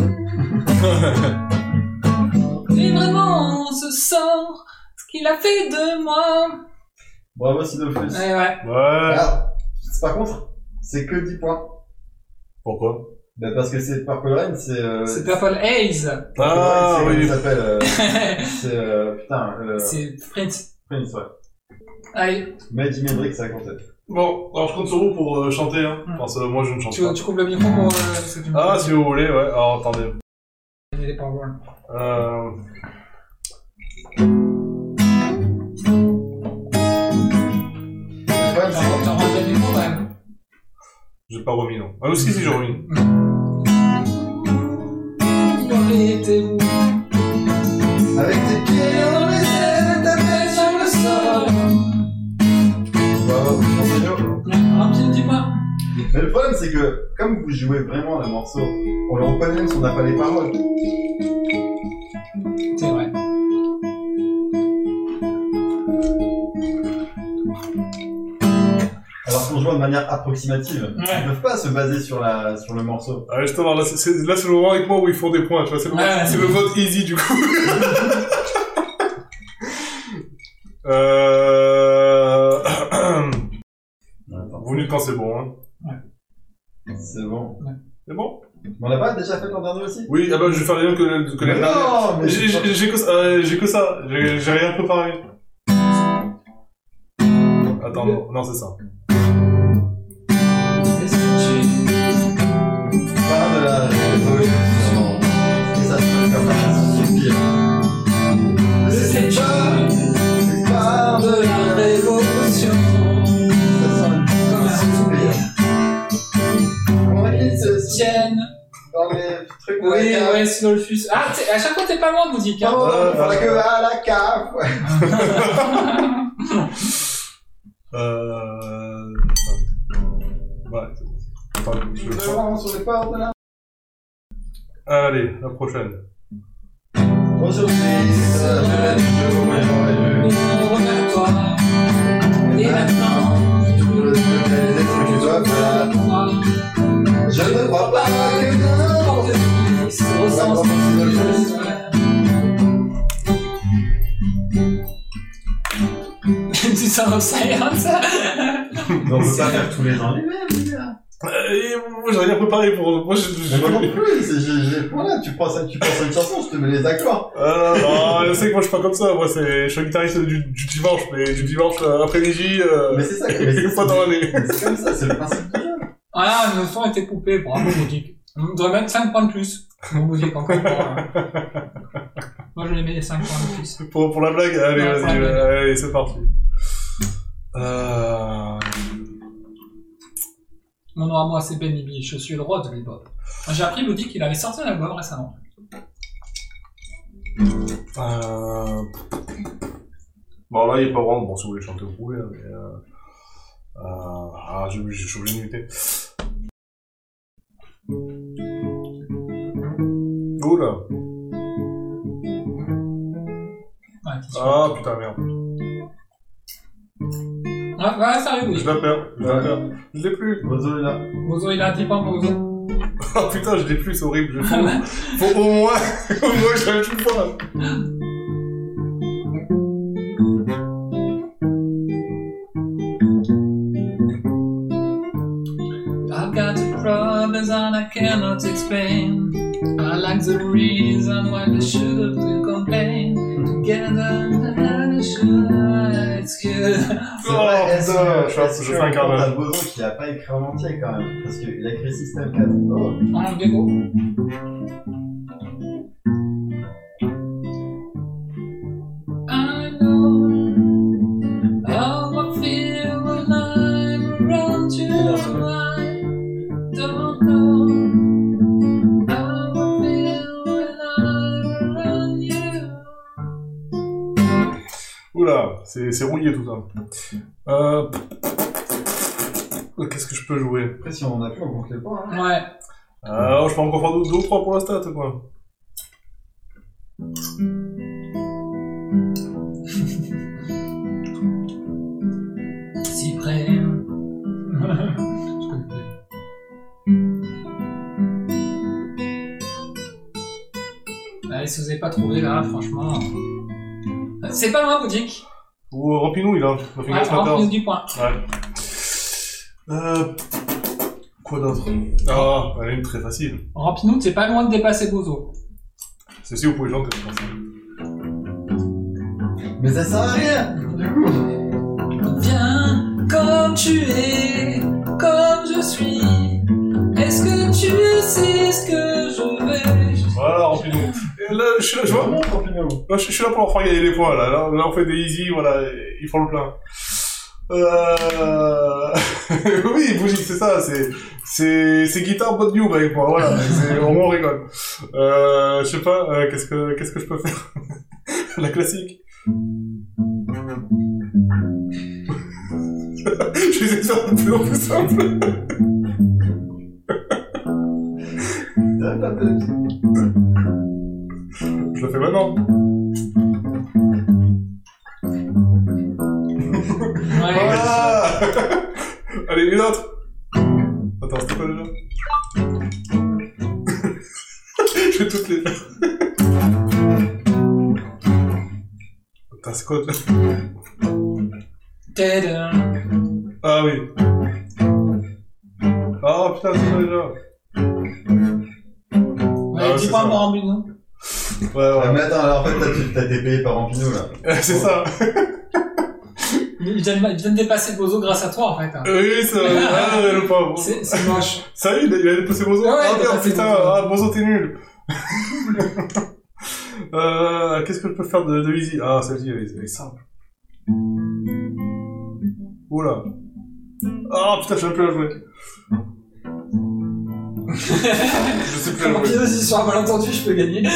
S8: Mais vraiment, on se sort ce qu'il a fait de moi.
S4: Bravo, Sidolphus.
S3: Ouais, Eh ouais.
S2: Ouais.
S4: Ah, c'est- par contre, c'est que 10 points.
S2: Pourquoi
S4: Bah parce que c'est Purple Rain, c'est. Euh,
S3: C'est Purple Haze.
S4: Purple Rain,
S2: Ah,
S4: c'est
S2: oui.
S4: comment il s'appelle.
S2: [LAUGHS]
S4: euh, c'est. Euh, putain, euh,
S3: C'est Prince.
S4: Prince, ouais.
S3: Allez,
S4: Mais Jimi Hendrix, ça comptait.
S2: Bon, alors je compte sur vous pour euh, chanter. Hein.
S3: Mm.
S2: Parce que moi je ne chante
S3: tu,
S2: pas.
S3: tu coupes le micro pour. euh, parce que tu me-
S2: Ah, si vous voulez, ouais. Alors Ah, attendez.
S3: Il y a des paroles.
S2: Euh...
S5: Le problème,
S3: T'as
S5: c'est-
S3: t'as rendu du quand même.
S2: J'ai pas remis, non. Ah, aussi, si, j'ai remis.
S3: Où arrêtez-vous
S7: Avec tes pieds dans les ailes, ta tête sur le sol.
S4: Bah,
S5: Wow, c'est
S4: hein.
S5: chaud.
S3: Un petit, dis-moi.
S5: Mais le problème, c'est
S4: C'est que, comme vous jouez vraiment le morceau, on le reconnaît même si on n'a pas les paroles.
S3: C'est vrai.
S4: Alors qu'on joue de manière approximative.
S3: Ouais.
S4: Ils ne peuvent pas se baser sur, la, sur le morceau.
S2: Ah, justement, là, c'est- c'est là, c'est le moment avec moi où ils font des points, tu vois. C'est le,
S3: Ouais.
S2: c'est le mode easy, du coup. [LAUGHS] euh... Vous venez quand c'est bon, hein.
S4: C'est bon.
S2: C'est bon
S4: Mais On l'a pas déjà fait l'an dernier aussi
S2: Oui, ah bah, je vais faire les mêmes que, le- que l'année
S4: Mais
S2: dernière.
S4: Non, mais
S2: J'ai j'ai- j'ai que ça, euh, j'ai que ça. J'ai j'ai rien préparé. Attends, non, non, c'est ça.
S3: Est-ce que
S4: je parle de la Ah, révolution. Et ça se passe comme ça, c'est pire.
S7: C'est pas, c'est pas
S3: tu
S7: de la
S3: révolution
S4: Ça sent le
S3: comme un
S4: pire.
S7: On va qu'il se tient
S3: tienne
S7: dans les trucs
S3: Oui,
S7: de la cave.
S3: ouais, c'est Dolphus. Ah, t'es- à chaque fois, t'es pas loin, Boudic. Hein.
S7: Oh,
S2: Ouais,
S7: on fera
S2: ouais.
S7: que à la cave. Ouais.
S2: Euh... Ouais. Attends, je vais le prendre.
S7: Devant, sur les portes de la
S2: Allez, la prochaine.
S4: Aujourd'hui, c'est la journée du jeu au
S3: Nous
S4: merveilleux.
S3: nous remercions toi. Et maintenant,
S4: Tout le secret des trucs qui doivent faire.
S3: toi,
S4: Je ne crois pas que
S3: porte
S4: n'importe
S3: de vie, se ressent [LAUGHS] Tu sors of silence.
S4: Mais on peut pas faire tous les ans les mêmes.
S2: Euh, et moi, j'ai rien préparé pour... Moi, je...
S4: Mais
S2: je-
S4: moi non plus, c'est- j'ai- j'ai- voilà, tu prends ça- tu prends une chanson, je te mets les accords.
S2: Ah, non, je sais que moi, je suis pas comme ça. Moi, c'est... Je suis un guitariste du, du dimanche, mais du dimanche euh, après-midi, euh,
S4: Mais c'est ça que mais c'est-
S2: une fois dans l'année.
S4: mais c'est comme ça, c'est le principe du jeu.
S3: Ah, nos sons étaient coupés. Bravo, Boudic. On devrait mettre 5 points de plus. Bon, Boudic, encore pour,
S4: [LAUGHS]
S3: euh, Moi, je les mets les 5 points de plus.
S2: Pour, pour la blague Allez,
S3: Non, pour
S2: vas-y,
S3: la blague.
S2: euh, allez, c'est parti. Euh...
S3: Mon nom à moi, c'est Benny B. Je suis le roi de l'hip-hop. J'ai appris, Boudic, qu'il avait sorti un album récemment.
S2: Euh... Bon, là, il est pas vraiment. Bon, si vous voulez chanter, vous pouvez, hein, mais. Euh... Euh... Ah, je je- je suis obligé de muter. Oula!
S3: Ouais, qui-
S2: Ah putain, merde.
S3: ouais, ouais, sérieux,
S2: Je
S3: Boudic.
S2: la perds, je la perds. Je l'ai plus! [LAUGHS]
S4: Bozo est là.
S3: Bozo, il a un petit point, Bozo.
S2: Ah putain, je l'ai plus, c'est
S4: [LAUGHS]
S2: horrible. Je faut, faut au moins, [LAUGHS] au moins, je l'ai plus pas.
S8: I've got problems and I cannot explain. I like the reason why they should have to complain. Together, I should. It's good.
S4: C'est vrai,
S2: Oh, putain,
S4: est-ce que-
S2: je fais un-
S4: est-ce
S2: je
S4: que
S2: fais un carnage.
S4: t'as Bozo qui a pas écrit en entier quand même, parce qu'il a créé System 4. Oh.
S3: Enlève des mots.
S8: I know how I feel when I'm around you. I don't know how I feel when I'm around you.
S2: Oula, c'est c'est rouillé tout ça. Euh... oh, Qu'est-ce que je peux jouer?
S4: Après, si on en a plus, on compte les points. hein.
S3: Ouais.
S2: Ah, je peux encore faire deux deux ou trois pour la stat, quoi.
S3: Si près. Je connais plus. Allez, si vous n'avez pas trouvé là, franchement. euh, C'est pas loin, Ah, Boudic.
S2: Ou euh, Rampinouille, là. La
S3: Ouais,
S4: Ah,
S2: Fingers
S3: en
S2: Matters.
S3: plus du point.
S2: Ouais. Euh... Quoi d'autre Ah, elle est une très facile.
S3: Rampinou, t'es pas loin de dépasser Bozo.
S2: Celle-ci, vous pouvez chanter, je pense.
S4: hein. Mais ça sert à rien! Du coup,
S8: Viens comme tu es, comme je suis. Est-ce que tu sais ce que je veux
S2: Voilà, Rampinouille. je suis là, je vois- moi, je, je suis là pour leur faire gagner les points, là. Là, là, on fait des easy, voilà, et- ils font le plein. Euh... [LAUGHS] oui, Bougie, c'est ça, c'est, c'est, c'est guitare bonne new avec moi, voilà, c'est, au moins on rigole. Euh, je sais pas, euh, qu'est-ce que, qu'est-ce que je peux faire? [LAUGHS] La classique. [LAUGHS] je suis de faire de plus en plus simple. Je le fais maintenant.
S3: Ouais.
S2: Ah [LAUGHS] Allez, une autre Attends, c'était quoi déjà [LAUGHS] Je vais toutes les faire. Putain, c'est quoi déjà
S3: Tadam.
S2: Ah oui. Ah putain, c'est quoi déjà Ah
S3: Ouais,
S2: ouais,
S3: dis
S2: c'est
S3: pas
S2: ça.
S3: mort en but, non
S2: Ouais,
S4: Ah,
S2: ouais. [LAUGHS]
S4: mais attends, alors en fait, là, tu t'as été payé par Rampino, là.
S2: c'est ça.
S3: Il vient de- il vient de dépasser Bozo grâce à toi, en fait. hein.
S2: Oui, c'est vrai. Ah, le pauvre.
S3: C'est c'est moche.
S2: Sérieux, il a- il a dépassé Bozo
S3: Ouais,
S2: Ah
S3: il a
S2: merde,
S3: dépassé
S2: putain,
S3: Bozo.
S2: ah, Bozo, t'es nul [LAUGHS] euh, Qu'est-ce que je peux faire de, de easy Ah, celle-ci, elle, est- elle est simple. Oula Ah putain, je sais plus la jouer. je sais plus la
S3: Comme [LAUGHS]
S2: jouer.
S3: Pino, si sur un malentendu, je peux gagner.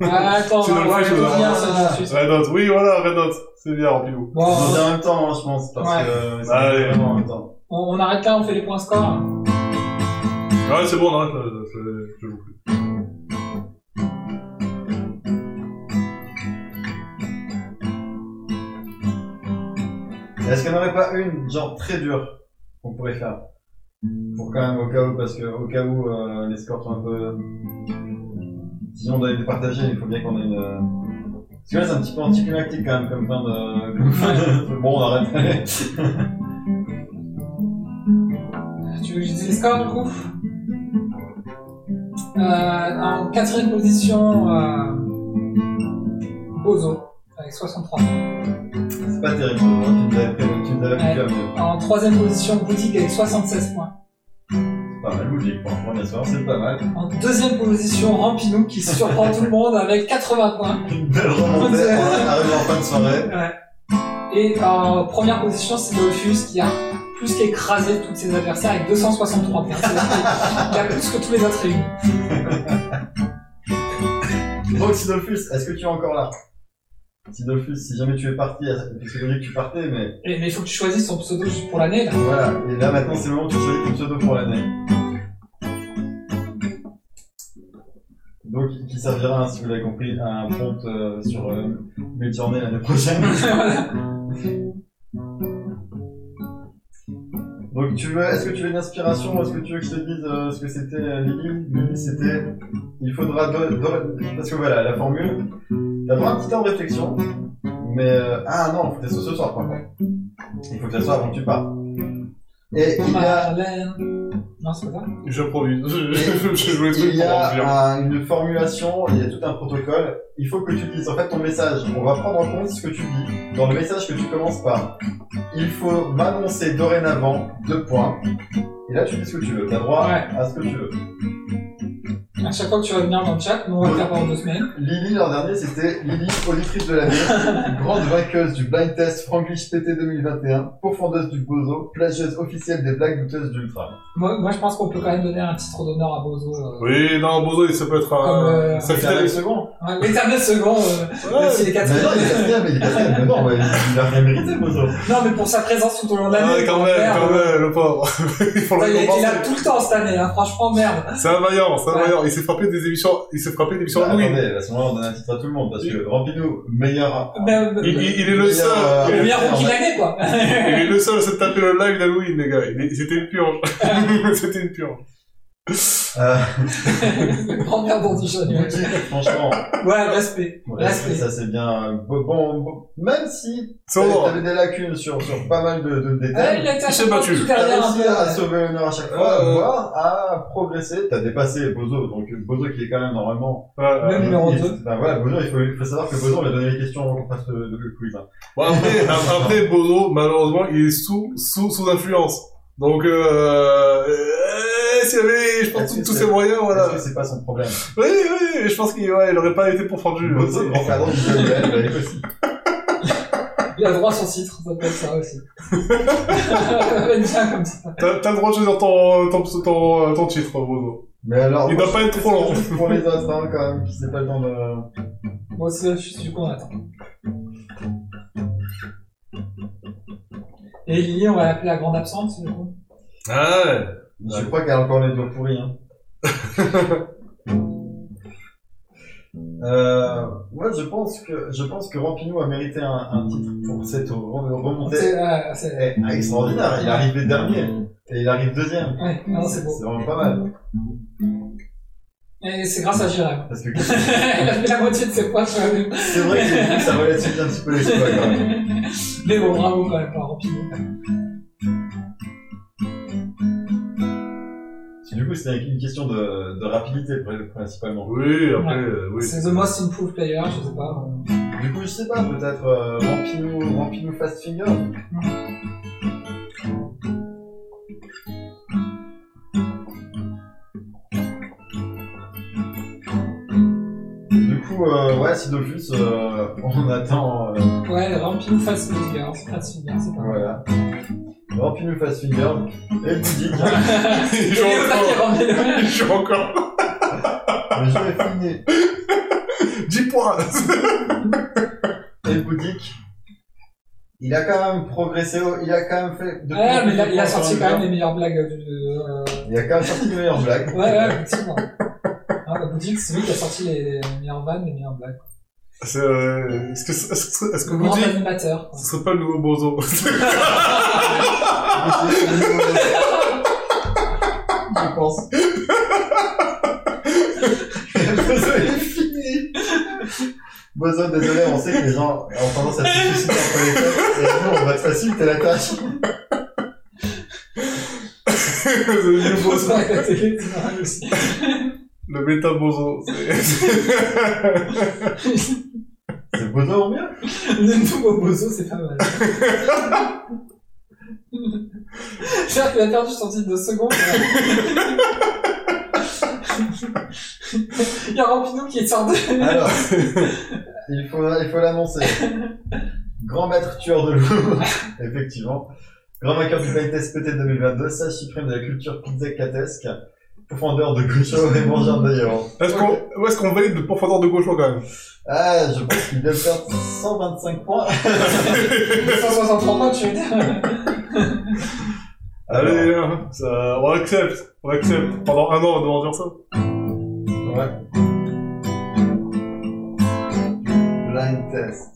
S3: Ah, Attends,
S2: C'est dans le
S3: on va
S2: jeu,
S3: répondre
S2: là.
S3: bien, ça, tout de suite.
S2: Red Hot, oui, voilà, Red Hot. C'est bien, remplis-vous.
S3: euh, Bon,
S4: On dit
S3: on-
S4: en même temps, hein, je pense, parce
S3: Ouais.
S4: que c'est
S2: Allez.
S4: vraiment en même temps.
S3: on, on arrête là, on fait les points score.
S2: Ouais, Ah, c'est bon, on arrête là, là, c'est- je joue plus.
S4: Est-ce qu'il n'y en aurait pas une, genre, très dure, qu'on pourrait faire Pour quand même, au cas où, parce que au cas où, euh, les scores sont un peu... Sinon, on doit les départager, il faut bien qu'on ait une... euh, Parce que là, c'est un petit peu anticlimactique, quand même, comme fin de... comme fin de- bon, on arrête. [LAUGHS]
S3: Tu veux que je dise les scores du coup euh, En quatrième position, euh, Bozo, avec 63.
S4: c'est pas terrible, hein, tu nous avais prévu, tu nous avais prévu, mais
S3: En troisième position, Boutique avec 76 points.
S4: c'est pas mal, logique, pour un premier soir, c'est pas mal.
S3: En deuxième position, Rampinou qui surprend tout le monde avec 80 points.
S4: Une belle remontée,
S3: Ouais.
S4: on arrive en fin de soirée.
S3: Et en première position, c'est Dofus qui a plus qu'écrasé tous ses adversaires avec 263 points. C'est-à-dire qu'il a plus que tous les autres réunis.
S4: Donc Sidolphus, est-ce que tu es encore là Sidolphus, si jamais tu es parti, parce que j'ai dit que tu partais, mais
S3: Et- Mais il faut que tu choisisses son pseudo juste pour l'année. là.
S4: voilà. Et là maintenant, c'est le moment où tu choisis ton pseudo pour l'année. Donc, qui servira, si vous l'avez compris, à un prompt euh, sur euh, mes journées l'année prochaine. Donc, tu veux, est-ce que tu veux une inspiration ou Est-ce que tu veux que je te dise euh, ce que c'était euh, Lily Lily, c'était il faudra do- do- parce que voilà la formule. T'as droit à un petit temps de réflexion, mais euh, ah non, faut que ça soit ce soir par contre. Il faut que ça soit avant que tu partes. Et il y a,
S3: Marlène. Non, c'est pas ça.
S2: J'improvise. [LAUGHS] Je, je, je joue les trucs
S4: il y
S2: pour remplir.
S4: a un- une formulation, il y a tout un protocole. Il faut que tu dises en fait ton message. On va prendre en compte ce que tu dis dans le message que tu commences par. Il faut m'annoncer dorénavant deux points. Et là, tu dis ce que tu veux. T'as droit
S3: Ouais.
S4: à ce que tu veux.
S3: À chaque fois que tu vas venir dans le chat, nous on va le faire pendant deux semaines.
S4: Lily, l'an dernier, c'était Lily, auditrice de l'année, grande vainqueuse du blind test Franglish PT 2021, cofondeuse du Bozo, plagieuse officielle des blagues douteuses d'Ultra.
S3: Moi, moi je pense qu'on peut quand même donner un titre d'honneur à Bozo. euh.
S2: Oui, non, Bozo, il- ça peut être
S3: Comme, euh,
S2: un... ça fait
S4: L'éternel second
S3: Ouais, L'éternel second, euh, même s'il est
S4: Mais non, il est
S3: quatrième.
S4: quatrième, il est quatrième, mais non, ouais, il a rien mérité, Bozo.
S3: Non, mais pour sa présence tout au long de l'année.
S2: Ah, quand
S3: on
S2: même,
S3: perd,
S2: quand
S3: euh,
S2: même, le pauvre. [LAUGHS] Il faut le
S3: putain, il est- Il a
S2: récompenser.
S3: tout le temps cette année, hein, franchement, merde.
S2: C'est un vaillant, c'est un
S3: Ouais.
S2: vaillant. Il s'est frappé des émissions, il s'est frappé des émissions
S4: Bah,
S2: Halloween.
S4: attendez, à ce moment-là, on donne un titre à tout le monde, parce que Rampino, meilleur...
S3: Mais- mais-
S2: Il, il- il est
S4: Il
S2: le
S4: est,
S2: seul,
S4: euh,
S2: il,
S3: Le
S2: est,
S3: bah, meilleur rookie de l'année, quoi. [LAUGHS]
S2: il est le seul à se taper le live d'Halloween, les gars. Il est- C'était une purge. [LAUGHS] C'était une purge.
S4: Euh,
S3: Grand perdant du jeune. Ouais,
S4: boutique, Euh, [LAUGHS] franchement,
S3: respect.
S4: respect,
S3: Respect.
S4: ça c'est bien... euh, Bon, bon, bon. même si
S2: C'est
S4: t'avais
S2: bon.
S4: t'avais des lacunes sur, sur pas mal de, de
S3: Ouais,
S4: détails,
S3: Ah, il a été à
S2: Il s'est
S3: chaque fois
S2: battu.
S3: tout
S4: T'as
S3: derrière un
S4: réussi
S3: peu. euh,
S4: à
S3: ouais.
S4: sauver l'honneur à chaque fois,
S2: Euh,
S4: voire à progresser. T'as dépassé Bozo, donc Bozo qui est quand même normalement. euh,
S2: Ouais, ouais.
S3: Le numéro
S4: il-
S3: 2.
S4: Ben voilà, Bozo, il faut, il faut savoir que Bozo, on lui a donné les questions avant qu'on fasse le, le quiz. hein.
S2: Bon, après, après, Bozo, malheureusement, il est sous, sous, sous influence. Donc, euh, euh, s'il avait, je pense,
S4: Est-ce que
S2: tous
S4: c'est-
S2: ses moyens, voilà.
S4: Est-ce que c'est pas son problème
S2: Oui, oui, je pense qu'il ouais, il aurait pas été pourfendu.
S4: Bon, c'est-
S2: Ouais.
S4: pardon, je le lève, elle est possible.
S3: Il a droit à son titre, ça peut être ça aussi. [LAUGHS] J'aime bien comme ça.
S2: T'as t'as le droit de choisir ton, ton, ton, ton, ton titre, Bruno.
S4: Mais alors,
S2: Il
S4: Ah, moi,
S2: doit pas être trop long.
S4: je suis pour les autres, hein, quand même, qui c'est pas le temps de...
S3: Bon, c'est je suis du coup, on attend. Et Lily, on va l'appeler la grande absente, du coup.
S2: Ah ouais.
S4: Je crois qu'elle a encore les doigts pourris, hein. [LAUGHS] Euh, moi, je pense que, je pense que Rampinou a mérité un, un titre pour cette re- remontée.
S3: C'est, euh, c'est-
S4: Eh, extraordinaire, il est arrivé dernier, et il arrive deuxième.
S3: Ouais, non, c'est beau.
S4: vraiment pas mal.
S3: Et c'est grâce à Jérém. [LAUGHS]
S4: [LAUGHS] Parce que
S3: Elle a fait la moitié de ses points sur la même.
S4: c'est vrai que c'est- ça relativise un petit peu l'exploit quand même.
S3: [LAUGHS] Mais bon, bravo quand même, pas Rampino.
S4: Parce que Du coup, c'était une question de, de rapidité pri- principalement.
S2: Oui, après,
S3: Ouais.
S2: euh, oui.
S3: C'est The Most Improved Player, je sais pas. euh,
S4: Du coup, je sais pas, peut-être euh, Rampinou, Rampinou Fast Finger Du coup, euh, ouais, si Dofus, euh, on attend. euh,
S3: Ouais, Rampino face Finger, c'est pas de souvenir, c'est pas mal.
S4: [LAUGHS] voilà. Rampinou Fast Finger et Boudic.
S2: Il
S3: Et
S2: joue
S3: le papier
S2: encore.
S3: rempli de-
S2: [LAUGHS] Il joue encore.
S4: Le jeu est fini.
S2: 10 points. [LAUGHS]
S4: Et Boudic. Il a quand même progressé, au- il a quand même fait. de plus en
S3: Ouais, mais
S4: plus
S3: il a,
S4: de
S3: il a
S4: points sur
S3: sorti
S4: le
S3: quand
S4: jeu.
S3: même les meilleures blagues du. euh,
S4: Il a quand même sorti les meilleures blagues.
S3: Ouais, ouais, effectivement. Ah, bah, Boudix, c'est lui qui a sorti les meilleures vannes, les meilleures blagues.
S2: C'est, euh, Est-ce que, est-ce que, est-ce que
S3: Le
S2: vous
S3: grand
S2: dites
S3: animateur. quoi.
S2: ce serait pas le nouveau Bozo [LAUGHS]
S4: Je pense. Bozo est fini. Bozo, désolé, on sait que les gens ont tendance à se suicider entre les fêtes, et nous, on va te faciliter la tâche.
S2: Le
S3: Je
S2: nouveau
S3: pense
S4: [LAUGHS]
S3: [LAUGHS]
S2: Bozo.
S3: pas que la télé, c'est normal aussi.
S2: Le méta Bozo. C'est- [LAUGHS]
S4: C'est Bozo en mieux
S3: Le nouveau bozo, c'est pas
S4: [LAUGHS]
S3: mal. J'espère qu'il a perdu son titre de
S4: [LAUGHS]
S3: seconde. Il y a Rampinou qui est sorti. [LAUGHS]
S4: Alors, il faut il faut l'annoncer. Grand maître tueur de loups, [LAUGHS] effectivement. Grand vainqueur du playtest PT 2022, sage suprême de la culture pizzacatesque, profondeur de Gojo et mangeur d'ailleurs.
S2: Est-ce qu'on, où est-ce qu'on valide le pourfendeur de gauche, quand même
S4: Ah, je pense qu'il vient de perdre 125 points.
S3: 163 points, tu veux dire.
S4: Alors,
S2: Allez, hein, ça, on accepte. On accepte. Pendant un an, on va devoir dire ça. [LAUGHS]
S4: ouais. Blind test.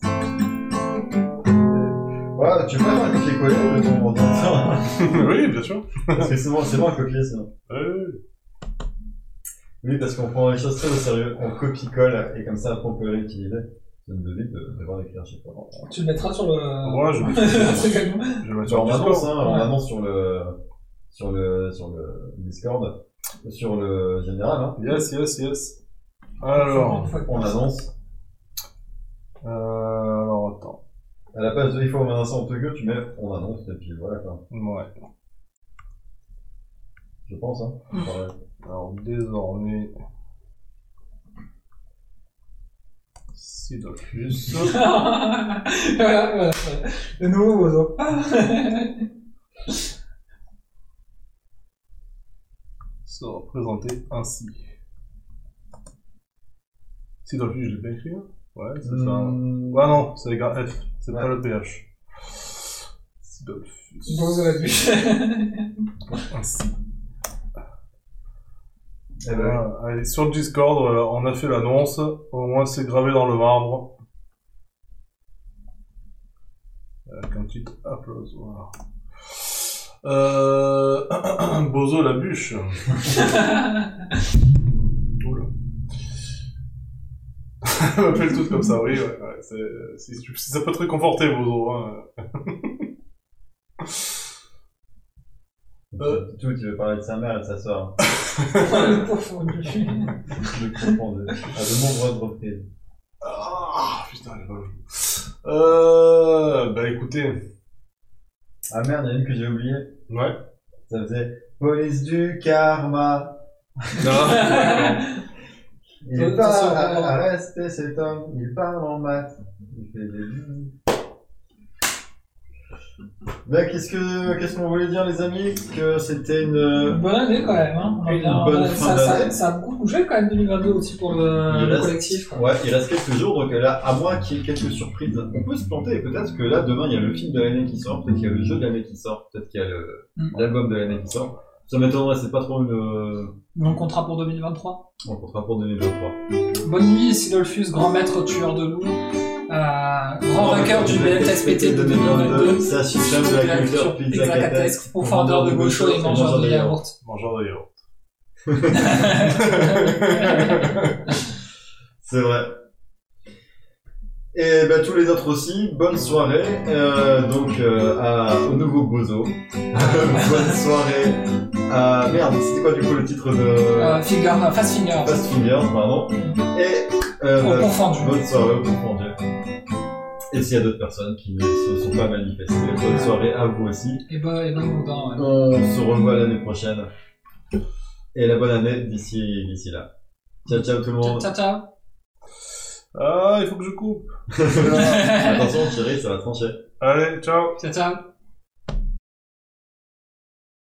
S4: Ouais, tu peux faire un copier-coller de ton ordinateur.
S2: oui, bien sûr.
S4: [LAUGHS] Parce que c'est bon, c'est bon à copier, sinon.
S2: Oui,
S4: Oui, parce qu'on prend les choses très au sérieux, on copie-colle, et comme ça, après, on peut les réutiliser. Ça me donne de devoir écrire chez toi.
S3: Tu le mettras sur le. [LAUGHS]
S2: Moi, je
S3: le truc à nous.
S2: je vais
S4: Genre,
S2: sur le
S4: on annonce,
S2: Discord.
S4: hein, on
S3: Ouais.
S4: annonce sur le, sur le, sur le Discord, sur le général, hein.
S2: Yes, yes, yes. Alors,
S3: [LAUGHS] Une fois que-
S4: On annonce.
S2: euh, alors, attends.
S4: À la place de il faut un instant de gueule, tu mets on annonce et puis voilà quoi.
S2: Ouais.
S4: Je pense hein. Voilà.
S2: Alors désormais. Sidocus.
S3: voilà, voilà. Le nouveau bozo.
S2: sera présenté ainsi. Sidocus, je l'ai bien écrit là Ouais, c'est ça.
S4: Hmm,
S2: Ah non, c'est avec un F, c'est
S4: Ouais.
S2: pas le PH. Sidocus.
S3: Bozo la bûche.
S2: Ainsi.
S4: eh ben,
S2: Voilà. Allez, sur le Discord, euh, on a fait l'annonce. Au moins, c'est gravé dans le marbre. Avec un Euh, petit applause. Voilà. Euh... [CLEARS THROAT] Bozo la bûche. Oula. [LAUGHS] On appelle tout comme ça, oui. Ouais, ouais, c'est- si, tu- si ça peut te réconforter, Bozo. hein. euh.
S4: Tout, tu veux parler de sa mère et de sa soeur.
S3: le pauvre bûche.
S4: Je le comprends de, euh, à de nombreuses reprises.
S2: Ah, putain, elle est pas jolie. Euh... Bah écoutez.
S4: Ah merde, il y en a une que j'ai oubliée.
S2: Ouais.
S4: Ça faisait Police du karma.
S2: [LAUGHS] Non.
S4: Il
S3: Attention,
S4: parle
S3: on va-
S4: à rester cet homme, il parle en maths. Il fait des... Bah, qu'est-ce que, qu'est-ce qu'on voulait dire, les amis? Que c'était une, euh,
S3: Une bonne année quand même. Hein.
S4: Une
S3: On a-
S4: bonne
S3: on a- ça,
S4: fin
S3: ça,
S4: d'année.
S3: ça a beaucoup bougé quand même 2022 aussi pour le,
S4: Il
S3: le
S4: reste-
S3: collectif. Quoi.
S4: Ouais, il reste quelques jours, donc là, à moins qu'il y ait quelques surprises, on peut se planter, et peut-être que là, demain, il y a le film de l'année qui sort, peut-être qu'il y a le jeu de l'année qui sort, peut-être qu'il y a le-
S3: Mm.
S4: l'album de l'année qui sort. Ça m'étonnerait, c'est pas trop une, euh,
S3: Mon contrat pour 2023.
S4: on comptera pour 2023.
S3: Bonne nuit, Sidolfus, grand maître tueur de loups. Euh, grand vainqueur du BFSPT 2022.
S4: ça suscite de la culture pizza catesque,
S3: profondeur de gaucho et mangeur de yaourt.
S2: Mangeur de yaourt.
S4: C'est vrai. Et bah, tous les autres aussi, bonne soirée euh, donc euh, à, au nouveau Bozo. [LAUGHS] bonne soirée à. Merde, c'était quoi du coup le titre de.
S3: Euh, finger, euh, fast finger.
S4: Fast Fingers, pardon. Et. euh,
S3: Au
S4: bah,
S3: confondu.
S4: bonne soirée au confondu. Et s'il y a d'autres personnes qui ne se sont pas manifestées, bonne soirée à vous aussi.
S3: Et bah, et bah, boudin, ouais.
S4: On se revoit l'année prochaine. Et la bonne année d'ici d'ici là. Ciao ciao tout le monde.
S3: Ciao, ciao.
S2: Ah, il faut que je coupe.
S4: [LAUGHS] Attention Thierry, ça va trancher.
S2: Allez, ciao.
S3: Ciao, ciao.